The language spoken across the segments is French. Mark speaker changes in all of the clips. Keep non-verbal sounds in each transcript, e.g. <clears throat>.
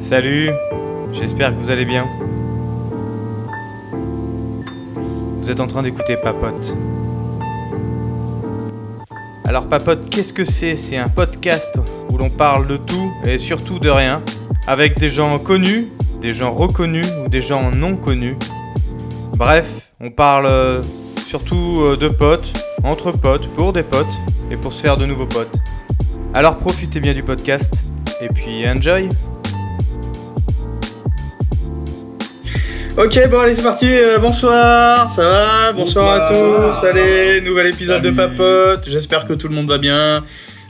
Speaker 1: Salut, j'espère que vous allez bien. Vous êtes en train d'écouter Papote. Alors Papote, qu'est-ce que c'est C'est un podcast où l'on parle de tout et surtout de rien, avec des gens connus, des gens reconnus ou des gens non connus. Bref, on parle euh, surtout euh, de potes, entre potes, pour des potes et pour se faire de nouveaux potes. Alors profitez bien du podcast et puis enjoy
Speaker 2: Ok, bon allez, c'est parti, euh, bonsoir, ça va bonsoir, à tous, allez, nouvel épisode de Papote, j'espère que tout le monde va bien.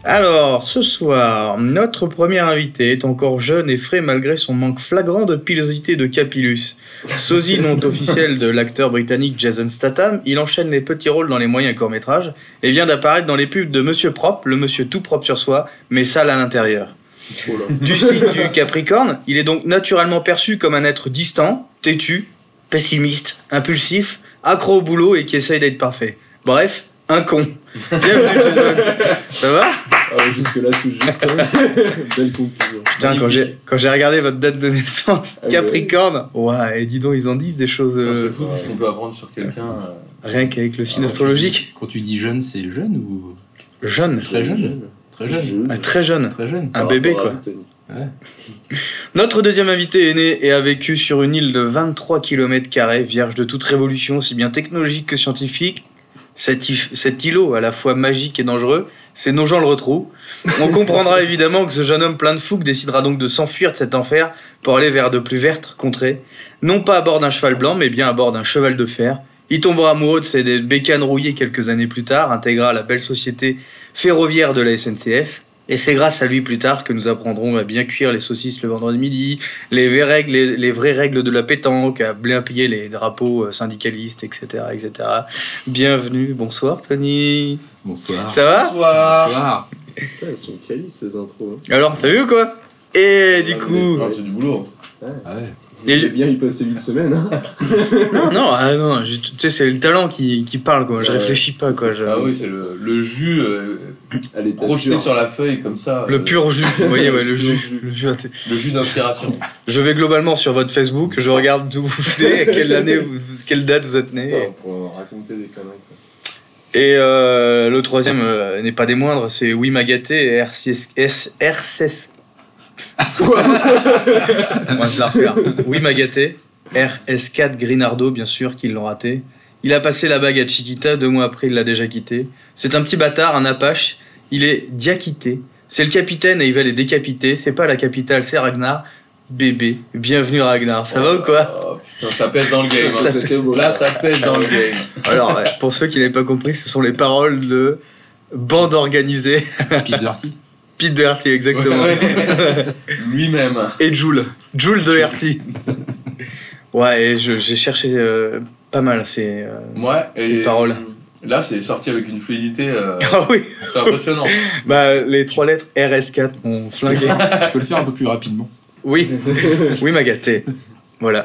Speaker 2: Alors, ce soir, notre premier invité est encore jeune et frais malgré son manque flagrant de pilosité de capillus. Sosie non officiel de l'acteur britannique Jason Statham, il enchaîne les petits rôles dans les moyens courts-métrages et vient d'apparaître dans les pubs de Monsieur Propre, le monsieur tout propre sur soi, mais sale à l'intérieur.
Speaker 3: Oh
Speaker 2: Du signe du Capricorne, il est donc naturellement perçu comme un être distant, têtu, pessimiste, impulsif, accro au boulot et qui essaye d'être parfait. Bref, un
Speaker 4: <laughs>
Speaker 2: con. Bienvenue, Jason. Ça va
Speaker 3: Ah ouais, jusque là tout juste. hein.
Speaker 2: <laughs>
Speaker 3: Belle conclusion.
Speaker 2: Putain, quand j'ai, quand j'ai regardé votre date de naissance,
Speaker 3: Ah ouais.
Speaker 2: Capricorne, ouais, et dis donc, ils en disent des choses
Speaker 4: Euh, Putain,
Speaker 2: euh,
Speaker 4: C'est fou tout ce qu'on peut apprendre sur quelqu'un. euh,
Speaker 2: rien qu'avec le signe
Speaker 4: Ah ouais.
Speaker 2: astrologique.
Speaker 4: Quand tu dis jeune, c'est jeune ou
Speaker 2: Jeune,
Speaker 4: très jeune Très jeune.
Speaker 2: Ah, très jeune.
Speaker 4: Très jeune.
Speaker 2: Un bébé, quoi. Notre deuxième invité est né et a vécu sur une île de 23 km, vierge de toute révolution, aussi bien technologique que scientifique. Cet, if- cet îlot, à la fois magique et dangereux, c'est nos gens le retrouvent. On comprendra évidemment que ce jeune homme plein de fougue décidera donc de s'enfuir de cet enfer pour aller vers de plus vertes contrées. Non pas à bord d'un cheval blanc, mais bien à bord d'un cheval de fer. Il tombera amoureux de ses bécanes rouillées quelques années plus tard, intégra la belle société ferroviaire de la SNCF. Et c'est grâce à lui plus tard que nous apprendrons à bien cuire les saucisses le vendredi midi, les vraies règles, les, les vraies règles de la pétanque, à bien plier les drapeaux euh, syndicalistes, etc., etc. Bienvenue, bonsoir Tony.
Speaker 4: Bonsoir.
Speaker 2: Ça va
Speaker 4: Bonsoir. Ah,
Speaker 3: Putain, elles sont calices ces intros. hein.
Speaker 2: Alors, t'as vu quoi Et du coup,
Speaker 4: Ah, C'est du boulot. Ah ouais.
Speaker 2: Et-
Speaker 3: J'ai bien y passer une semaine. Hein.
Speaker 2: non, non, ah non, je- tu sais, c'est le talent qui, qui parle quoi. Euh, Je
Speaker 3: Ouais.
Speaker 2: réfléchis pas quoi. je-
Speaker 4: Ah oui, c'est le, le jus euh,
Speaker 3: Allez, t'as
Speaker 4: projeté
Speaker 3: dur.
Speaker 4: sur la feuille comme ça. euh,
Speaker 2: Le pur jus, vous voyez, ouais, le
Speaker 3: Le
Speaker 2: jus.
Speaker 3: jus.
Speaker 2: <laughs> le jus inté-
Speaker 4: Le jus d'inspiration.
Speaker 2: Je vais globalement sur votre Facebook, je regarde d'où vous venez, à quelle année, vous- quelle date vous êtes né.
Speaker 3: Putain, Ah, on pourra raconter des conneries. quoi.
Speaker 2: Et euh, le troisième euh, n'est pas des moindres, c'est Oui Magaté et RCS. S- <laughs> RCS. On va se la refaire. Oui Magaté, RS4 Grinardo, bien sûr, qu'ils l'ont raté. Il a passé la bague à Chiquita, deux mois après, il l'a déjà quitté. C'est un petit bâtard, un apache. Il est diakité. C'est le capitaine et il va les décapiter. C'est pas la capitale, c'est Ragnar. Bébé, bienvenue Ragnar. <laughs> Ça va ou quoi
Speaker 4: Oh putain, ça pèse dans le game.
Speaker 2: Ça
Speaker 4: hein.
Speaker 3: C'était beau.
Speaker 4: Là, ça pèse
Speaker 2: <laughs>
Speaker 4: dans le game.
Speaker 2: Alors, ouais, pour ceux qui n'avaient pas compris, ce sont les paroles de bande organisée.
Speaker 5: Pete Doherty.
Speaker 2: Pete Doherty, exactement.
Speaker 4: Ouais. <laughs> Lui-même.
Speaker 2: Et Joule. Joule Doherty. ouais, et je- j'ai cherché euh, pas mal. C'est. euh,
Speaker 4: Ouais.
Speaker 2: Ces
Speaker 4: et-
Speaker 2: paroles.
Speaker 4: Là, c'est sorti avec une fluidité. euh,
Speaker 2: Ah oui
Speaker 4: c'est impressionnant.
Speaker 2: Bah, les trois lettres RS4 m'ont flingué.
Speaker 5: Tu peux le faire un peu plus rapidement.
Speaker 2: Oui, oui, m'a gâté. Voilà.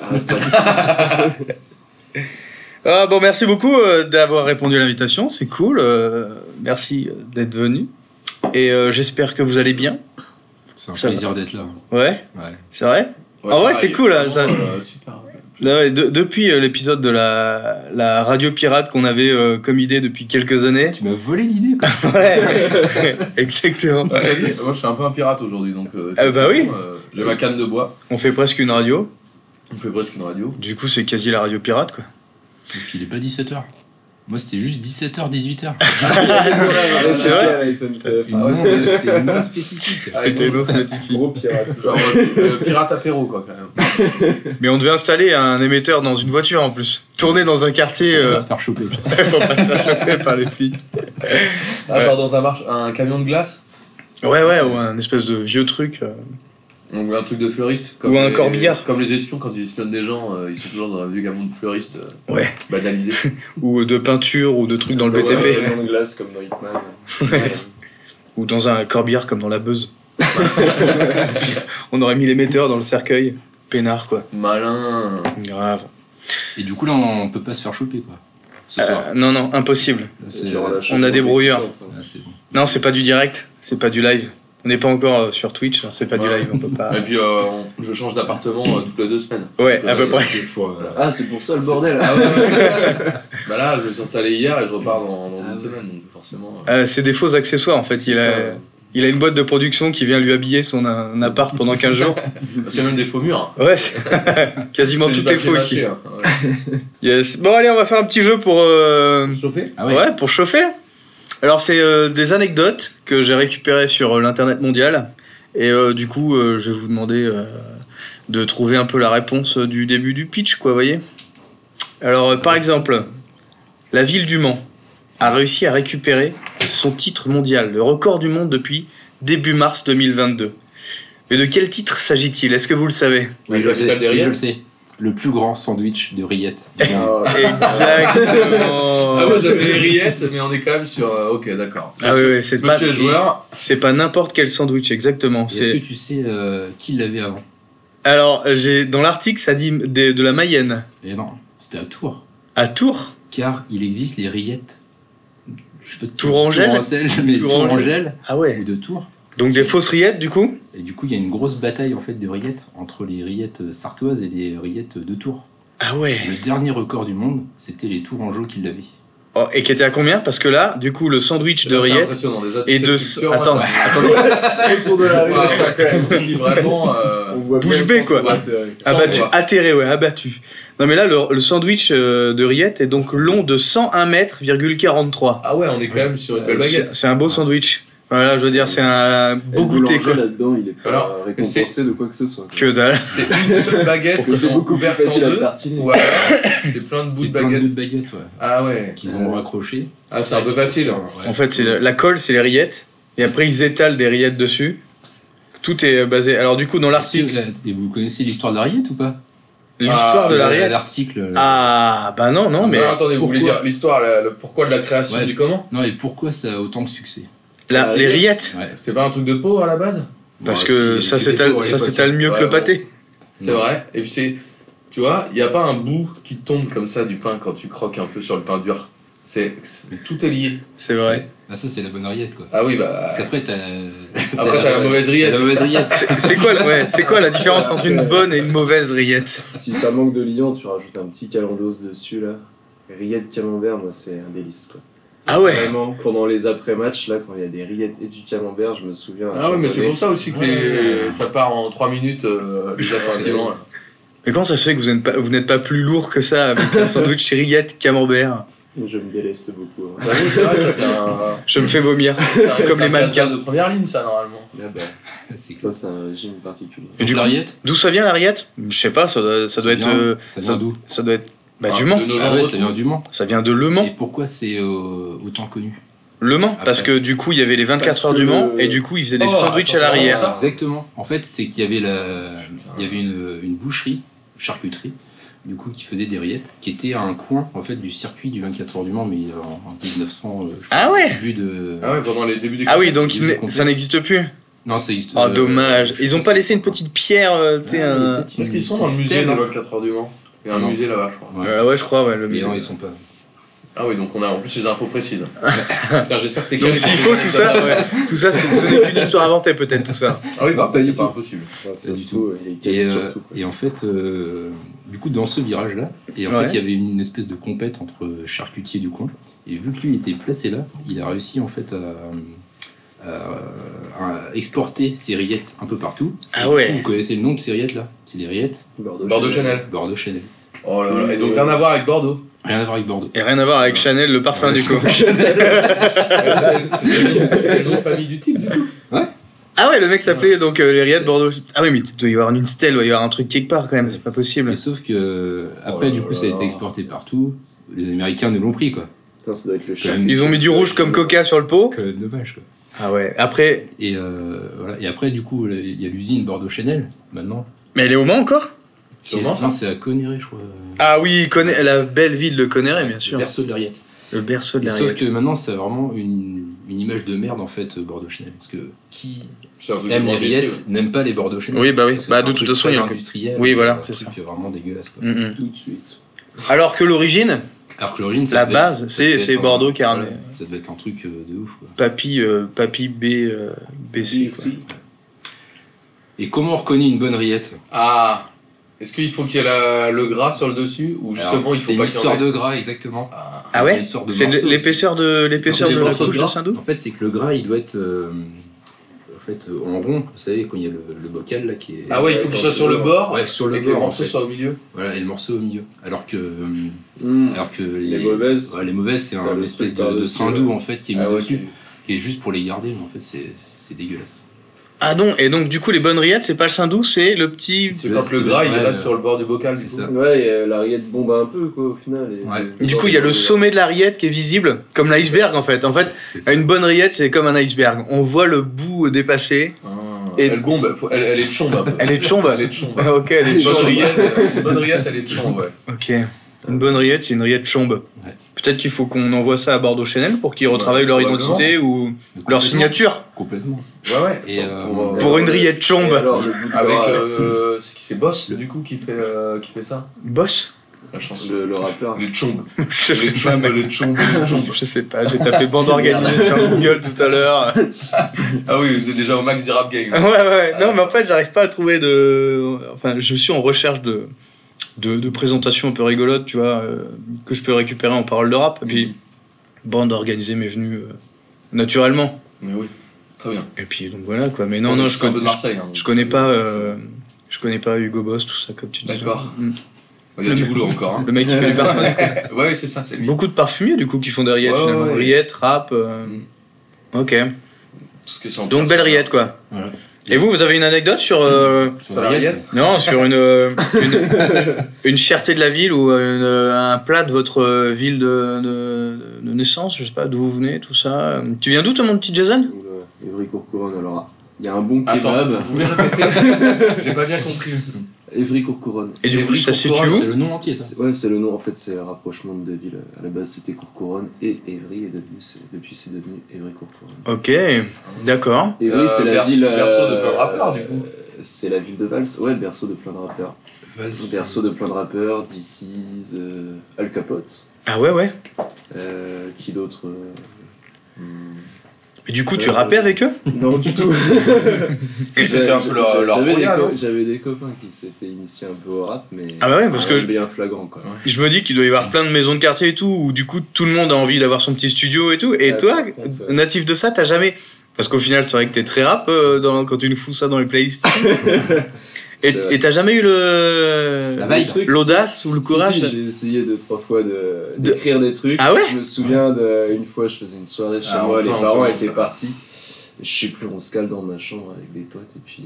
Speaker 2: Ah, bon, merci beaucoup euh, d'avoir répondu à l'invitation, c'est cool. euh, merci euh, d'être venu. Et euh, j'espère que vous allez bien.
Speaker 5: C'est un
Speaker 2: Ça
Speaker 5: plaisir d'être là.
Speaker 2: Ouais,
Speaker 5: Ouais.
Speaker 2: c'est vrai Ah ouais,
Speaker 4: pareil,
Speaker 2: c'est cool, là, ça.
Speaker 4: vraiment, euh, super.
Speaker 2: Non, mais de- Depuis euh, l'épisode de la, la radio pirate qu'on avait euh, comme idée depuis quelques années.
Speaker 5: Tu m'as volé l'idée. quoi.
Speaker 2: <laughs> Ouais, exactement.
Speaker 4: Ah, ça y est, moi je suis un peu un pirate aujourd'hui donc. euh,
Speaker 2: Ah bah oui.
Speaker 4: euh, J'ai ma canne de bois,
Speaker 2: On fait presque une radio.
Speaker 4: on fait presque une radio.
Speaker 2: Du coup, c'est quasi la radio pirate, quoi.
Speaker 5: Et puis il est pas 17h. Moi c'était juste 17h, 18h.
Speaker 3: Ah,
Speaker 2: C'est vrai
Speaker 3: la SNCF.
Speaker 4: Ah ouais, c'est-
Speaker 5: C'était
Speaker 3: <laughs>
Speaker 4: <laughs>
Speaker 5: non spécifique.
Speaker 4: Ah,
Speaker 2: C'était
Speaker 4: donc,
Speaker 2: non spécifique.
Speaker 3: Gros pirate.
Speaker 4: Genre euh, pirate apéro quoi quand même.
Speaker 2: Mais on devait installer un émetteur dans une voiture en plus. Tourner dans un quartier
Speaker 5: On
Speaker 2: euh, <laughs>
Speaker 5: va se faire choper.
Speaker 2: pour pas se faire choper par les flics.
Speaker 4: Ah, genre dans un, marche, un camion de glace
Speaker 2: Ouais, ouais, ou un espèce de vieux truc. euh.
Speaker 4: donc un truc de fleuriste.
Speaker 2: Ou un
Speaker 4: les-
Speaker 2: corbillard.
Speaker 4: Comme les espions quand ils espionnent des gens, euh, ils sont toujours dans un vieux camion de fleuriste euh,
Speaker 2: Ouais.
Speaker 4: banalisé.
Speaker 2: <laughs> Ou de peinture, ou de trucs dans le
Speaker 3: Ouais,
Speaker 2: BTP.
Speaker 3: un nom de glace comme dans Hitman.
Speaker 2: Ou dans un corbillard comme dans la <laughs> buzz. on aurait mis l'émetteur dans le cercueil. Pénard, quoi.
Speaker 4: Malin.
Speaker 2: Grave.
Speaker 5: Et du coup là on peut pas se faire choper quoi. Ce soir.
Speaker 2: Euh, non, non, impossible.
Speaker 5: Là, c'est
Speaker 3: Genre la
Speaker 5: là,
Speaker 3: chanson
Speaker 2: débrouilleur.
Speaker 3: excitante, hein.
Speaker 5: Ah, c'est bon.
Speaker 2: Non, c'est pas du direct, c'est pas du live. On n'est pas encore euh, sur Twitch, hein, c'est pas du
Speaker 4: Ouais.
Speaker 2: live, on peut
Speaker 4: <laughs>
Speaker 2: pas.
Speaker 4: Et puis euh, on- je change d'appartement euh, toutes les deux semaines.
Speaker 2: Ouais,
Speaker 4: Donc,
Speaker 2: à peu
Speaker 4: euh,
Speaker 2: près.
Speaker 3: Faut, euh,
Speaker 4: Ah, c'est pour ça le bordel. Ah ouais. <laughs> bah là, je me suis installé hier et je repars dans, dans
Speaker 5: Ah
Speaker 4: une
Speaker 5: ouais.
Speaker 4: semaine, donc forcément. euh,
Speaker 2: Euh, c'est des faux accessoires en fait. Il
Speaker 4: c'est
Speaker 2: a,
Speaker 4: ça.
Speaker 2: il a une boîte de production qui vient lui habiller son euh, un appart pendant 15 jours.
Speaker 4: <laughs> Parce qu'il y a euh, même des faux murs.
Speaker 2: Ouais, c'est- <laughs> quasiment
Speaker 4: C'est du
Speaker 2: tout est
Speaker 4: papier
Speaker 2: faux
Speaker 4: mâché,
Speaker 2: ici.
Speaker 4: hein. Ouais.
Speaker 2: Yes. Bon, allez, on va faire un petit jeu pour. euh,
Speaker 4: Chauffé
Speaker 5: Ah
Speaker 2: Ouais.
Speaker 5: ouais.
Speaker 2: pour chauffer. Alors, c'est euh, des anecdotes que j'ai récupérées sur euh, l'internet mondial. Et euh, du coup, euh, je vais vous demander euh, de trouver un peu la réponse euh, du début du pitch, quoi, voyez. Alors, euh, par exemple, la ville du Mans a réussi à récupérer son titre mondial, le record du monde depuis début mars 2022. Mais de quel titre s'agit-il Est-ce que vous le savez
Speaker 4: Oui, je
Speaker 5: je, le sais,
Speaker 4: récupère des
Speaker 5: je
Speaker 4: rillettes.
Speaker 5: le sais. Le plus grand sandwich de rillettes.
Speaker 3: Ah,
Speaker 2: Exactement.
Speaker 4: Ah ouais, j'avais les rillettes, mais on est quand même sur. euh, ok, d'accord.
Speaker 2: Ah oui, oui, c'est pas,
Speaker 4: Monsieur le joueur,
Speaker 2: c'est pas n'importe quel sandwich, exactement.
Speaker 5: Est-ce que
Speaker 2: C'est
Speaker 5: tu sais euh, qui l'avait avant
Speaker 2: alors j'ai dans l'article ça dit des- de la Mayenne
Speaker 5: Eh non, c'était à Tours.
Speaker 2: à Tours.
Speaker 5: Car il existe les rillettes. Je peux
Speaker 2: Tourangelle
Speaker 5: mais
Speaker 2: Tourangelle.
Speaker 5: Tourangelle
Speaker 2: Ah
Speaker 5: ou
Speaker 2: ouais.
Speaker 5: de Tours.
Speaker 2: Donc des fausses rillettes du coup.
Speaker 5: Et du coup, il y a une grosse bataille en fait de rillettes entre les rillettes sartoises et les rillettes de Tours.
Speaker 2: Ah ouais.
Speaker 5: Le dernier record du monde, c'était les Tourangeaux qui l'avaient.
Speaker 2: Oh, et qui était à combien Parce que là, du coup, le sandwich
Speaker 4: c'est
Speaker 2: de rillettes
Speaker 4: impressionnant déjà.
Speaker 2: et
Speaker 4: cette
Speaker 2: de
Speaker 4: culture, moi,
Speaker 2: attends,
Speaker 4: ça-
Speaker 2: attendez.
Speaker 3: autour de la
Speaker 4: Ouais, ouais, quand même, je suis vraiment. euh,
Speaker 3: On voit
Speaker 2: Bouche
Speaker 3: bien euh,
Speaker 2: bée,
Speaker 3: le
Speaker 2: quoi.
Speaker 3: centre, ouais.
Speaker 4: sans
Speaker 2: abattu,
Speaker 4: voix.
Speaker 2: atterré, ouais, abattu. Non mais là, le, le sandwich euh, de rillettes est donc long de 101 mètres, virgule 43.
Speaker 4: Ah ouais, on est quand même sur une belle
Speaker 2: C'est
Speaker 4: baguette.
Speaker 2: c'est un beau sandwich. Voilà, je veux dire, c'est un
Speaker 3: Et
Speaker 2: beau
Speaker 3: le
Speaker 2: goûter
Speaker 3: boulanger,
Speaker 2: quoi.
Speaker 3: là-dedans, il est pas
Speaker 4: Alors,
Speaker 3: récompensé de quoi que ce soit.
Speaker 2: Que dalle.
Speaker 4: C'est une seule baguette
Speaker 3: Parce que
Speaker 4: qui
Speaker 3: c'est
Speaker 4: est
Speaker 3: beaucoup plus
Speaker 4: ouverte en
Speaker 3: facile à
Speaker 4: deux.
Speaker 3: tartiner.
Speaker 4: Ouais, c'est plein de bouts de
Speaker 5: C'est plein
Speaker 4: baguette.
Speaker 5: bouts de baguettes, ouais,
Speaker 4: Ah ouais.
Speaker 5: qu'ils ont raccrochés.
Speaker 4: Ah, c'est un peu facile. hein.
Speaker 5: Ouais.
Speaker 2: En fait, c'est le- la colle, c'est les rillettes. Et après, ils étalent des rillettes dessus. Tout est euh, basé. Alors, du coup, dans l'article,
Speaker 5: Est-ce que- Et vous connaissez l'histoire de la rillette ou pas
Speaker 2: l'histoire
Speaker 4: Ah,
Speaker 2: de la
Speaker 5: Euh,
Speaker 2: rillette.
Speaker 5: L'article.
Speaker 2: Ah, bah non, non, mais
Speaker 4: Non, attendez, vous voulez
Speaker 5: pourquoi
Speaker 4: dire l'histoire, la- le pourquoi de la création
Speaker 5: Ouais.
Speaker 4: du comment
Speaker 5: Non, et pourquoi ça a autant de succès
Speaker 2: la- les rillettes.
Speaker 5: Ouais.
Speaker 4: C'était pas un truc de peau à la base
Speaker 2: Parce
Speaker 4: Bah,
Speaker 5: Bon,
Speaker 2: que
Speaker 5: si,
Speaker 2: ça
Speaker 5: il y avait des
Speaker 2: s'étale
Speaker 5: pots à
Speaker 2: ça
Speaker 5: l'époque,
Speaker 2: s'étale mieux que le
Speaker 4: Ouais,
Speaker 2: pâté.
Speaker 4: C'est
Speaker 5: Non.
Speaker 4: vrai. Et puis c'est. Tu vois, il n'y a pas un bout qui tombe comme ça du pain quand tu croques un peu sur le pain dur. C'est c'est- tout est lié.
Speaker 2: <laughs> C'est vrai.
Speaker 5: Ah, ça, c'est la bonne rillette, quoi.
Speaker 4: Ah oui, bah.
Speaker 5: C'est Après, t'as.
Speaker 4: Après, t'as la mauvaise
Speaker 5: t'as
Speaker 4: rillette.
Speaker 5: la
Speaker 4: <laughs>
Speaker 5: mauvaise rillette.
Speaker 2: C'est- C'est quoi, la- ouais, c'est quoi la différence entre une bonne et une mauvaise rillette
Speaker 3: Si ça manque de liant, tu rajoutes un petit calendos dessus là. Rillettes camembert, moi c'est un délice quoi.
Speaker 2: Ah ouais.
Speaker 3: Vraiment, pendant les après-matchs là, quand il y a des rillettes et du camembert, je me souviens.
Speaker 4: Ah ouais, mais c'est pour ça aussi que les- ça part en 3 minutes, euh, les <laughs> assortiments. là.
Speaker 2: Mais comment ça se fait que vous n'êtes pas, vous n'êtes pas plus lourd que ça avec un sandwich rillette camembert
Speaker 3: Je me déleste beaucoup. hein.
Speaker 4: Bah oui, c'est vrai, ça, c'est <laughs> un.
Speaker 2: Je me fais vomir.
Speaker 4: c'est un-
Speaker 2: Comme
Speaker 4: c'est
Speaker 2: les
Speaker 4: un
Speaker 2: mannequins.
Speaker 4: de première ligne, ça, normalement.
Speaker 3: Ah bah,
Speaker 5: C'est
Speaker 3: ça c'est un régime particulier.
Speaker 5: Et du la rillette
Speaker 2: D'où ça vient la rillette Je sais pas, ça doit, ça doit être.
Speaker 5: vient-
Speaker 2: euh,
Speaker 5: Ça vient d'où
Speaker 2: Ça doit être. Bah,
Speaker 4: Ah,
Speaker 2: du Mans.
Speaker 4: de nos gens
Speaker 5: Ah ouais,
Speaker 4: breton.
Speaker 5: ça vient du Mans.
Speaker 2: Ça vient de Le Mans.
Speaker 5: Et pourquoi c'est euh, autant connu
Speaker 2: Le Mans,
Speaker 5: Après.
Speaker 2: parce que du coup, il y avait les 24
Speaker 3: Parce
Speaker 2: heures du
Speaker 3: que-
Speaker 2: Mans, et du coup, ils faisaient des
Speaker 4: Oh,
Speaker 2: sandwichs
Speaker 4: attends,
Speaker 2: à l'arrière.
Speaker 4: ça.
Speaker 5: Exactement. En fait, c'est qu'il y avait la,
Speaker 4: Putain.
Speaker 5: il y avait une, une boucherie, charcuterie, du coup, qui faisait des rillettes, qui était à un coin, en fait, du circuit du 24 heures du Mans, mais euh, en, en 1900. euh, je
Speaker 2: Ah
Speaker 5: crois,
Speaker 2: ouais
Speaker 5: début de.
Speaker 4: Ah ouais, pendant les débuts du
Speaker 2: Ah oui, donc il
Speaker 5: Il est
Speaker 2: n'est-
Speaker 5: complexe.
Speaker 2: ça n'existe plus.
Speaker 5: Non, ça existe.
Speaker 2: Oh,
Speaker 5: euh,
Speaker 2: dommage.
Speaker 5: je
Speaker 2: Ils ont
Speaker 5: pense
Speaker 2: pas
Speaker 5: que
Speaker 2: laissé une
Speaker 5: c'est-
Speaker 2: petite pierre, euh, tu sais,
Speaker 5: Ah,
Speaker 2: un-
Speaker 5: peut-être une
Speaker 4: Est-ce qu'ils sont dans le
Speaker 5: petite
Speaker 4: musée
Speaker 5: stèle,
Speaker 4: des
Speaker 5: hein.
Speaker 4: 24 heures du Mans Il y a un
Speaker 5: Non.
Speaker 4: musée là-bas, je crois.
Speaker 5: Ouais.
Speaker 2: Euh, ouais, je crois, ouais, le
Speaker 5: Mais
Speaker 2: musée.
Speaker 5: non, ils sont pas.
Speaker 4: Ah oui, donc on a en plus les infos précises. <laughs> Putain, j'espère que c'est
Speaker 2: Donc s'il faut tout ça, ouais. tout ça, c'est- ce n'est qu'une histoire inventée peut-être tout ça.
Speaker 4: Ah oui, bah,
Speaker 3: pas
Speaker 4: c'est
Speaker 3: du
Speaker 4: pas
Speaker 3: tout.
Speaker 4: impossible.
Speaker 3: Enfin, ça
Speaker 5: du
Speaker 3: se trouve, il est
Speaker 5: Et,
Speaker 3: calé
Speaker 5: euh,
Speaker 3: surtout. quoi.
Speaker 5: et en fait, euh, du coup, dans ce virage-là, et en
Speaker 2: Ouais.
Speaker 5: fait, il y avait une espèce de compète entre charcutiers du coin. Et vu que lui était placé là, il a réussi en fait à, à- à exporter ses rillettes un peu partout.
Speaker 2: Ah ouais.
Speaker 5: Vous connaissez le nom de ces rillettes là C'est des rillettes
Speaker 4: Bordeaux Chanel.
Speaker 5: Bordeaux Chanel.
Speaker 4: Oh là là. Et donc rien à voir avec Bordeaux.
Speaker 5: Rien à voir avec Bordeaux.
Speaker 2: Et rien à voir avec Chanel, le parfum du coup.
Speaker 4: C'était c'était le nom de famille du type, du coup.
Speaker 2: <laughs> Ah ouais, le mec s'appelait donc euh, les rillettes Bordeaux. Ah ouais, mais il doit y avoir une stèle, il doit y avoir un truc quelque part quand même, c'est pas possible.
Speaker 5: Mais sauf que euh, après,
Speaker 3: Oh là
Speaker 5: du coup,
Speaker 3: là
Speaker 5: ça a été
Speaker 3: là.
Speaker 5: exporté partout. Les Américains ne l'ont pris quoi.
Speaker 3: Putain, ça doit être le
Speaker 5: C'est quand
Speaker 3: chien.
Speaker 5: même-
Speaker 2: Ils ont mis du rouge comme coca sur le pot.
Speaker 5: c'est quand même dommage quoi.
Speaker 2: Ah ouais. Après,
Speaker 5: Et, euh, voilà. et après, du coup, il y a l'usine Bordeaux Chanel maintenant.
Speaker 2: mais elle est au Mans encore
Speaker 4: C'est au Mans, ça
Speaker 5: Non, c'est à Connery, je crois.
Speaker 2: Ah oui, Conne- la belle ville de Connery, bien sûr.
Speaker 5: Perso de l'Ariette.
Speaker 2: Le berceau de la
Speaker 5: Sauf
Speaker 2: rillette.
Speaker 5: que maintenant, c'est vraiment une, une image de merde, en fait, euh, Bordeaux Chanel. Parce que qui
Speaker 4: C'est un truc
Speaker 5: aime
Speaker 4: de
Speaker 5: les
Speaker 4: Bordeaux, c'est-
Speaker 5: rillettes n'aime pas les Bordeaux Chanel.
Speaker 2: Oui, bah oui.
Speaker 5: Parce que
Speaker 2: Bah,
Speaker 5: c'est
Speaker 2: de
Speaker 5: un
Speaker 2: toute
Speaker 5: truc
Speaker 2: façon,
Speaker 5: très
Speaker 2: il y a que-
Speaker 5: industriel.
Speaker 2: Oui, voilà,
Speaker 5: un
Speaker 2: c'est
Speaker 5: truc vraiment dégueulasse. quoi.
Speaker 2: Mm, mm.
Speaker 3: Tout de suite.
Speaker 2: Alors que l'origine,
Speaker 5: Alors que l'origine, ça
Speaker 2: La
Speaker 5: devait être-
Speaker 2: base,
Speaker 5: ça
Speaker 2: c'est-
Speaker 5: devait être
Speaker 2: c'est
Speaker 5: un-
Speaker 2: Bordeaux Carnet.
Speaker 5: ouais, Ça devait être un truc euh, de ouf. quoi.
Speaker 2: Papy, euh, papy B, euh, BC. quoi.
Speaker 4: Ici.
Speaker 5: Et comment on reconnaît une bonne rillette
Speaker 4: Ah Est-ce qu'il faut qu'il y ait la- le gras sur le dessus Ou justement,
Speaker 5: Alors,
Speaker 4: il faut
Speaker 5: c'est
Speaker 4: pas
Speaker 5: une
Speaker 4: qu'il y en
Speaker 5: histoire
Speaker 4: ait
Speaker 5: de gras, exactement.
Speaker 4: Ah.
Speaker 2: Ah
Speaker 5: Une
Speaker 2: ouais
Speaker 5: histoire de
Speaker 2: C'est
Speaker 5: morceaux
Speaker 2: le-
Speaker 5: aussi.
Speaker 2: l'épaisseur de l'épaisseur
Speaker 5: Des
Speaker 2: de la
Speaker 5: morceaux de
Speaker 2: couche de
Speaker 5: gras.
Speaker 2: Sindou
Speaker 5: En fait, c'est que le gras, il doit être euh, en fait, euh, en rond. Vous savez, quand il y a le, le bocal là qui est.
Speaker 4: Ah ouais, il faut qu'il soit sur le bord
Speaker 5: Ouais, sur le
Speaker 4: et que le
Speaker 5: bord. en
Speaker 4: morceau
Speaker 5: fait.
Speaker 4: soit au milieu.
Speaker 5: Voilà, et le morceau au milieu. Alors que, euh,
Speaker 3: Hum.
Speaker 5: alors que
Speaker 3: Les mauvaises.
Speaker 5: ouais, les mauvaises, c'est
Speaker 3: T'as
Speaker 5: un
Speaker 3: le
Speaker 5: espèce
Speaker 3: truc
Speaker 5: de, de
Speaker 3: par-dessus,
Speaker 5: sindou en fait qui est mis
Speaker 4: Ah ouais,
Speaker 5: dessus,
Speaker 4: c'est-
Speaker 5: qui est juste pour les garder, mais en fait, c'est- c'est dégueulasse.
Speaker 2: Ah donc, et donc du coup, les bonnes rillettes, c'est pas le Sindou, c'est le petit.
Speaker 4: C'est
Speaker 5: le-
Speaker 4: quand le
Speaker 5: c'est
Speaker 4: gras il
Speaker 5: le- ouais,
Speaker 4: reste
Speaker 5: le-
Speaker 4: sur le bord du bocal, du
Speaker 5: c'est
Speaker 4: coup.
Speaker 5: ça.
Speaker 3: Ouais, et, euh, la rillette bombe un peu, quoi, au final. et-
Speaker 5: Ouais.
Speaker 2: Du coup, il y a le sommet de la rillette qui est visible, comme l'iceberg en fait. En fait,
Speaker 5: C'est ça.
Speaker 2: une bonne rillette, c'est comme un iceberg. On voit le bout dépasser.
Speaker 4: Ah.
Speaker 2: Et-
Speaker 4: Elle bombe, faut- elle, elle est chombe un peu.
Speaker 2: Elle est chombe.
Speaker 4: Elle est hein. chombe.
Speaker 2: <laughs> Ah, ok, elle est
Speaker 4: Une bonne
Speaker 2: chombe.
Speaker 4: rillette, une bonne rillette, elle est chombe, ouais.
Speaker 2: Ok. Une bonne rillette, c'est une rillette chombe.
Speaker 5: Ouais.
Speaker 2: Peut-être qu'il faut qu'on envoie ça à Bordeaux Chanel pour qu'ils retravaillent leur
Speaker 4: probablement.
Speaker 2: identité ou leur
Speaker 5: Complètement.
Speaker 2: signature.
Speaker 5: Complètement.
Speaker 4: Ouais, ouais.
Speaker 5: Et, euh,
Speaker 4: euh,
Speaker 2: Pour une rillette
Speaker 3: Et
Speaker 2: chombe.
Speaker 3: alors, le bout de
Speaker 4: Avec
Speaker 3: gras,
Speaker 4: euh, c'est qui c'est Boss du coup qui fait euh, qui fait ça
Speaker 2: Boss
Speaker 4: la chanson
Speaker 3: euh, le, le rappeur.
Speaker 4: les chombes
Speaker 2: <laughs> Je
Speaker 4: les
Speaker 2: sais pas,
Speaker 4: chombes
Speaker 2: mec.
Speaker 4: les chombes les
Speaker 2: <laughs>
Speaker 4: chombes
Speaker 2: Je sais pas, j'ai tapé
Speaker 4: <laughs>
Speaker 2: bande organisée sur Google tout à l'heure.
Speaker 4: ah oui vous êtes déjà au max du rap
Speaker 2: <laughs>
Speaker 4: game
Speaker 2: Ouais, ouais, non, mais en fait, j'arrive pas à trouver de. Enfin, je suis en recherche de, de, de présentations un peu rigolotes, tu vois, euh, que je peux récupérer en parole de rap. Et puis, bande organisée m'est venue euh, naturellement.
Speaker 4: mais oui très bien
Speaker 2: Et puis, donc voilà, quoi. Mais non, non, je,
Speaker 4: connais de
Speaker 2: connais je,
Speaker 4: Marseille hein,
Speaker 2: je connais
Speaker 4: donc,
Speaker 2: pas.
Speaker 4: euh,
Speaker 2: euh, je connais pas Hugo Boss, tout ça, comme tu dis.
Speaker 4: D'accord. <laughs>
Speaker 2: Mm.
Speaker 4: c'est- il y a du boulot encore hein.
Speaker 2: Le mec qui fait les <laughs> parfums.
Speaker 4: ouais c'est ça c'est lui
Speaker 2: Beaucoup de parfumiers, du coup, qui font des rillettes,
Speaker 4: Ouais,
Speaker 2: finalement.
Speaker 4: ouais, ouais.
Speaker 2: Rillettes, rap. euh,
Speaker 4: Mm.
Speaker 2: Ok.
Speaker 4: tout ce que c'est en
Speaker 2: Donc, belle rillette, quoi.
Speaker 5: Voilà.
Speaker 2: Et vous, vous avez une anecdote sur. euh,
Speaker 4: sur la rillette
Speaker 2: Non, sur une, euh, une, une fierté de la ville ou euh, une, euh, un plat de votre euh, ville de, de- de naissance, je sais pas, d'où vous venez, tout ça. Tu viens d'où, toi, mon petit Jason
Speaker 3: Donc, euh, Évry-Courcouronne. Alors, il y a un bon
Speaker 4: attends
Speaker 3: kebab.
Speaker 4: vous voulez répéter <laughs> j'ai pas bien compris
Speaker 3: Évry-Courcouronne.
Speaker 2: Et du coup, ça se situe
Speaker 5: C'est
Speaker 2: où
Speaker 5: le nom entier, ça.
Speaker 3: C'est- Ouais, c'est le nom, en fait, c'est le rapprochement de deux villes. À la base, c'était Courcouronne et Évry, et devenu- c'est- depuis, c'est devenu Évry-Courcouronne.
Speaker 2: Ok, d'accord.
Speaker 3: Évry,
Speaker 4: Euh,
Speaker 3: c'est la
Speaker 4: berce-
Speaker 3: ville.
Speaker 4: berceau de plein de rappeurs, du coup.
Speaker 3: euh, C'est la ville de Vals, ouais, le berceau de plein de rappeurs. Berceau de plein de rappeurs, DC's, euh, Al Capote,
Speaker 2: Ah ouais, ouais.
Speaker 3: euh, qui d'autre euh,
Speaker 2: Et du coup,
Speaker 4: Euh,
Speaker 2: tu rappais avec eux
Speaker 3: Non,
Speaker 2: <laughs>
Speaker 3: du tout.
Speaker 4: c'était un peu leur leur
Speaker 3: J'avais des,
Speaker 4: royal,
Speaker 3: co-
Speaker 4: hein.
Speaker 3: j'avais des copains qui s'étaient initiés un peu au rap, mais.
Speaker 2: Ah bah ouais, parce que je,
Speaker 3: c'est bien flagrant quoi.
Speaker 2: je me dis qu'il doit y avoir plein de maisons de quartier et tout, où du coup, tout le monde a envie d'avoir son petit studio et tout. Et
Speaker 3: Ouais, euh,
Speaker 2: toi,
Speaker 3: par contre, ouais.
Speaker 2: natif de ça, t'as jamais. Parce qu'au final, c'est vrai que t'es très rap euh, dans- quand tu nous fous ça dans les playlists.
Speaker 3: <laughs>
Speaker 2: Et
Speaker 3: C'est vrai.
Speaker 2: et t'as jamais eu le.
Speaker 5: La vibe.
Speaker 3: Le truc-
Speaker 2: L'audace ou le courage
Speaker 3: Si, si, j'ai essayé deux trois fois de-
Speaker 2: De-
Speaker 3: d'écrire des trucs.
Speaker 2: Ah ouais
Speaker 3: Je me souviens de- une fois, je faisais une soirée chez
Speaker 4: Ah,
Speaker 3: moi,
Speaker 4: enfin,
Speaker 3: les
Speaker 4: on
Speaker 3: parents
Speaker 4: commence
Speaker 3: étaient
Speaker 4: à-
Speaker 3: partis. Je sais plus, on se cale dans ma chambre avec des potes et puis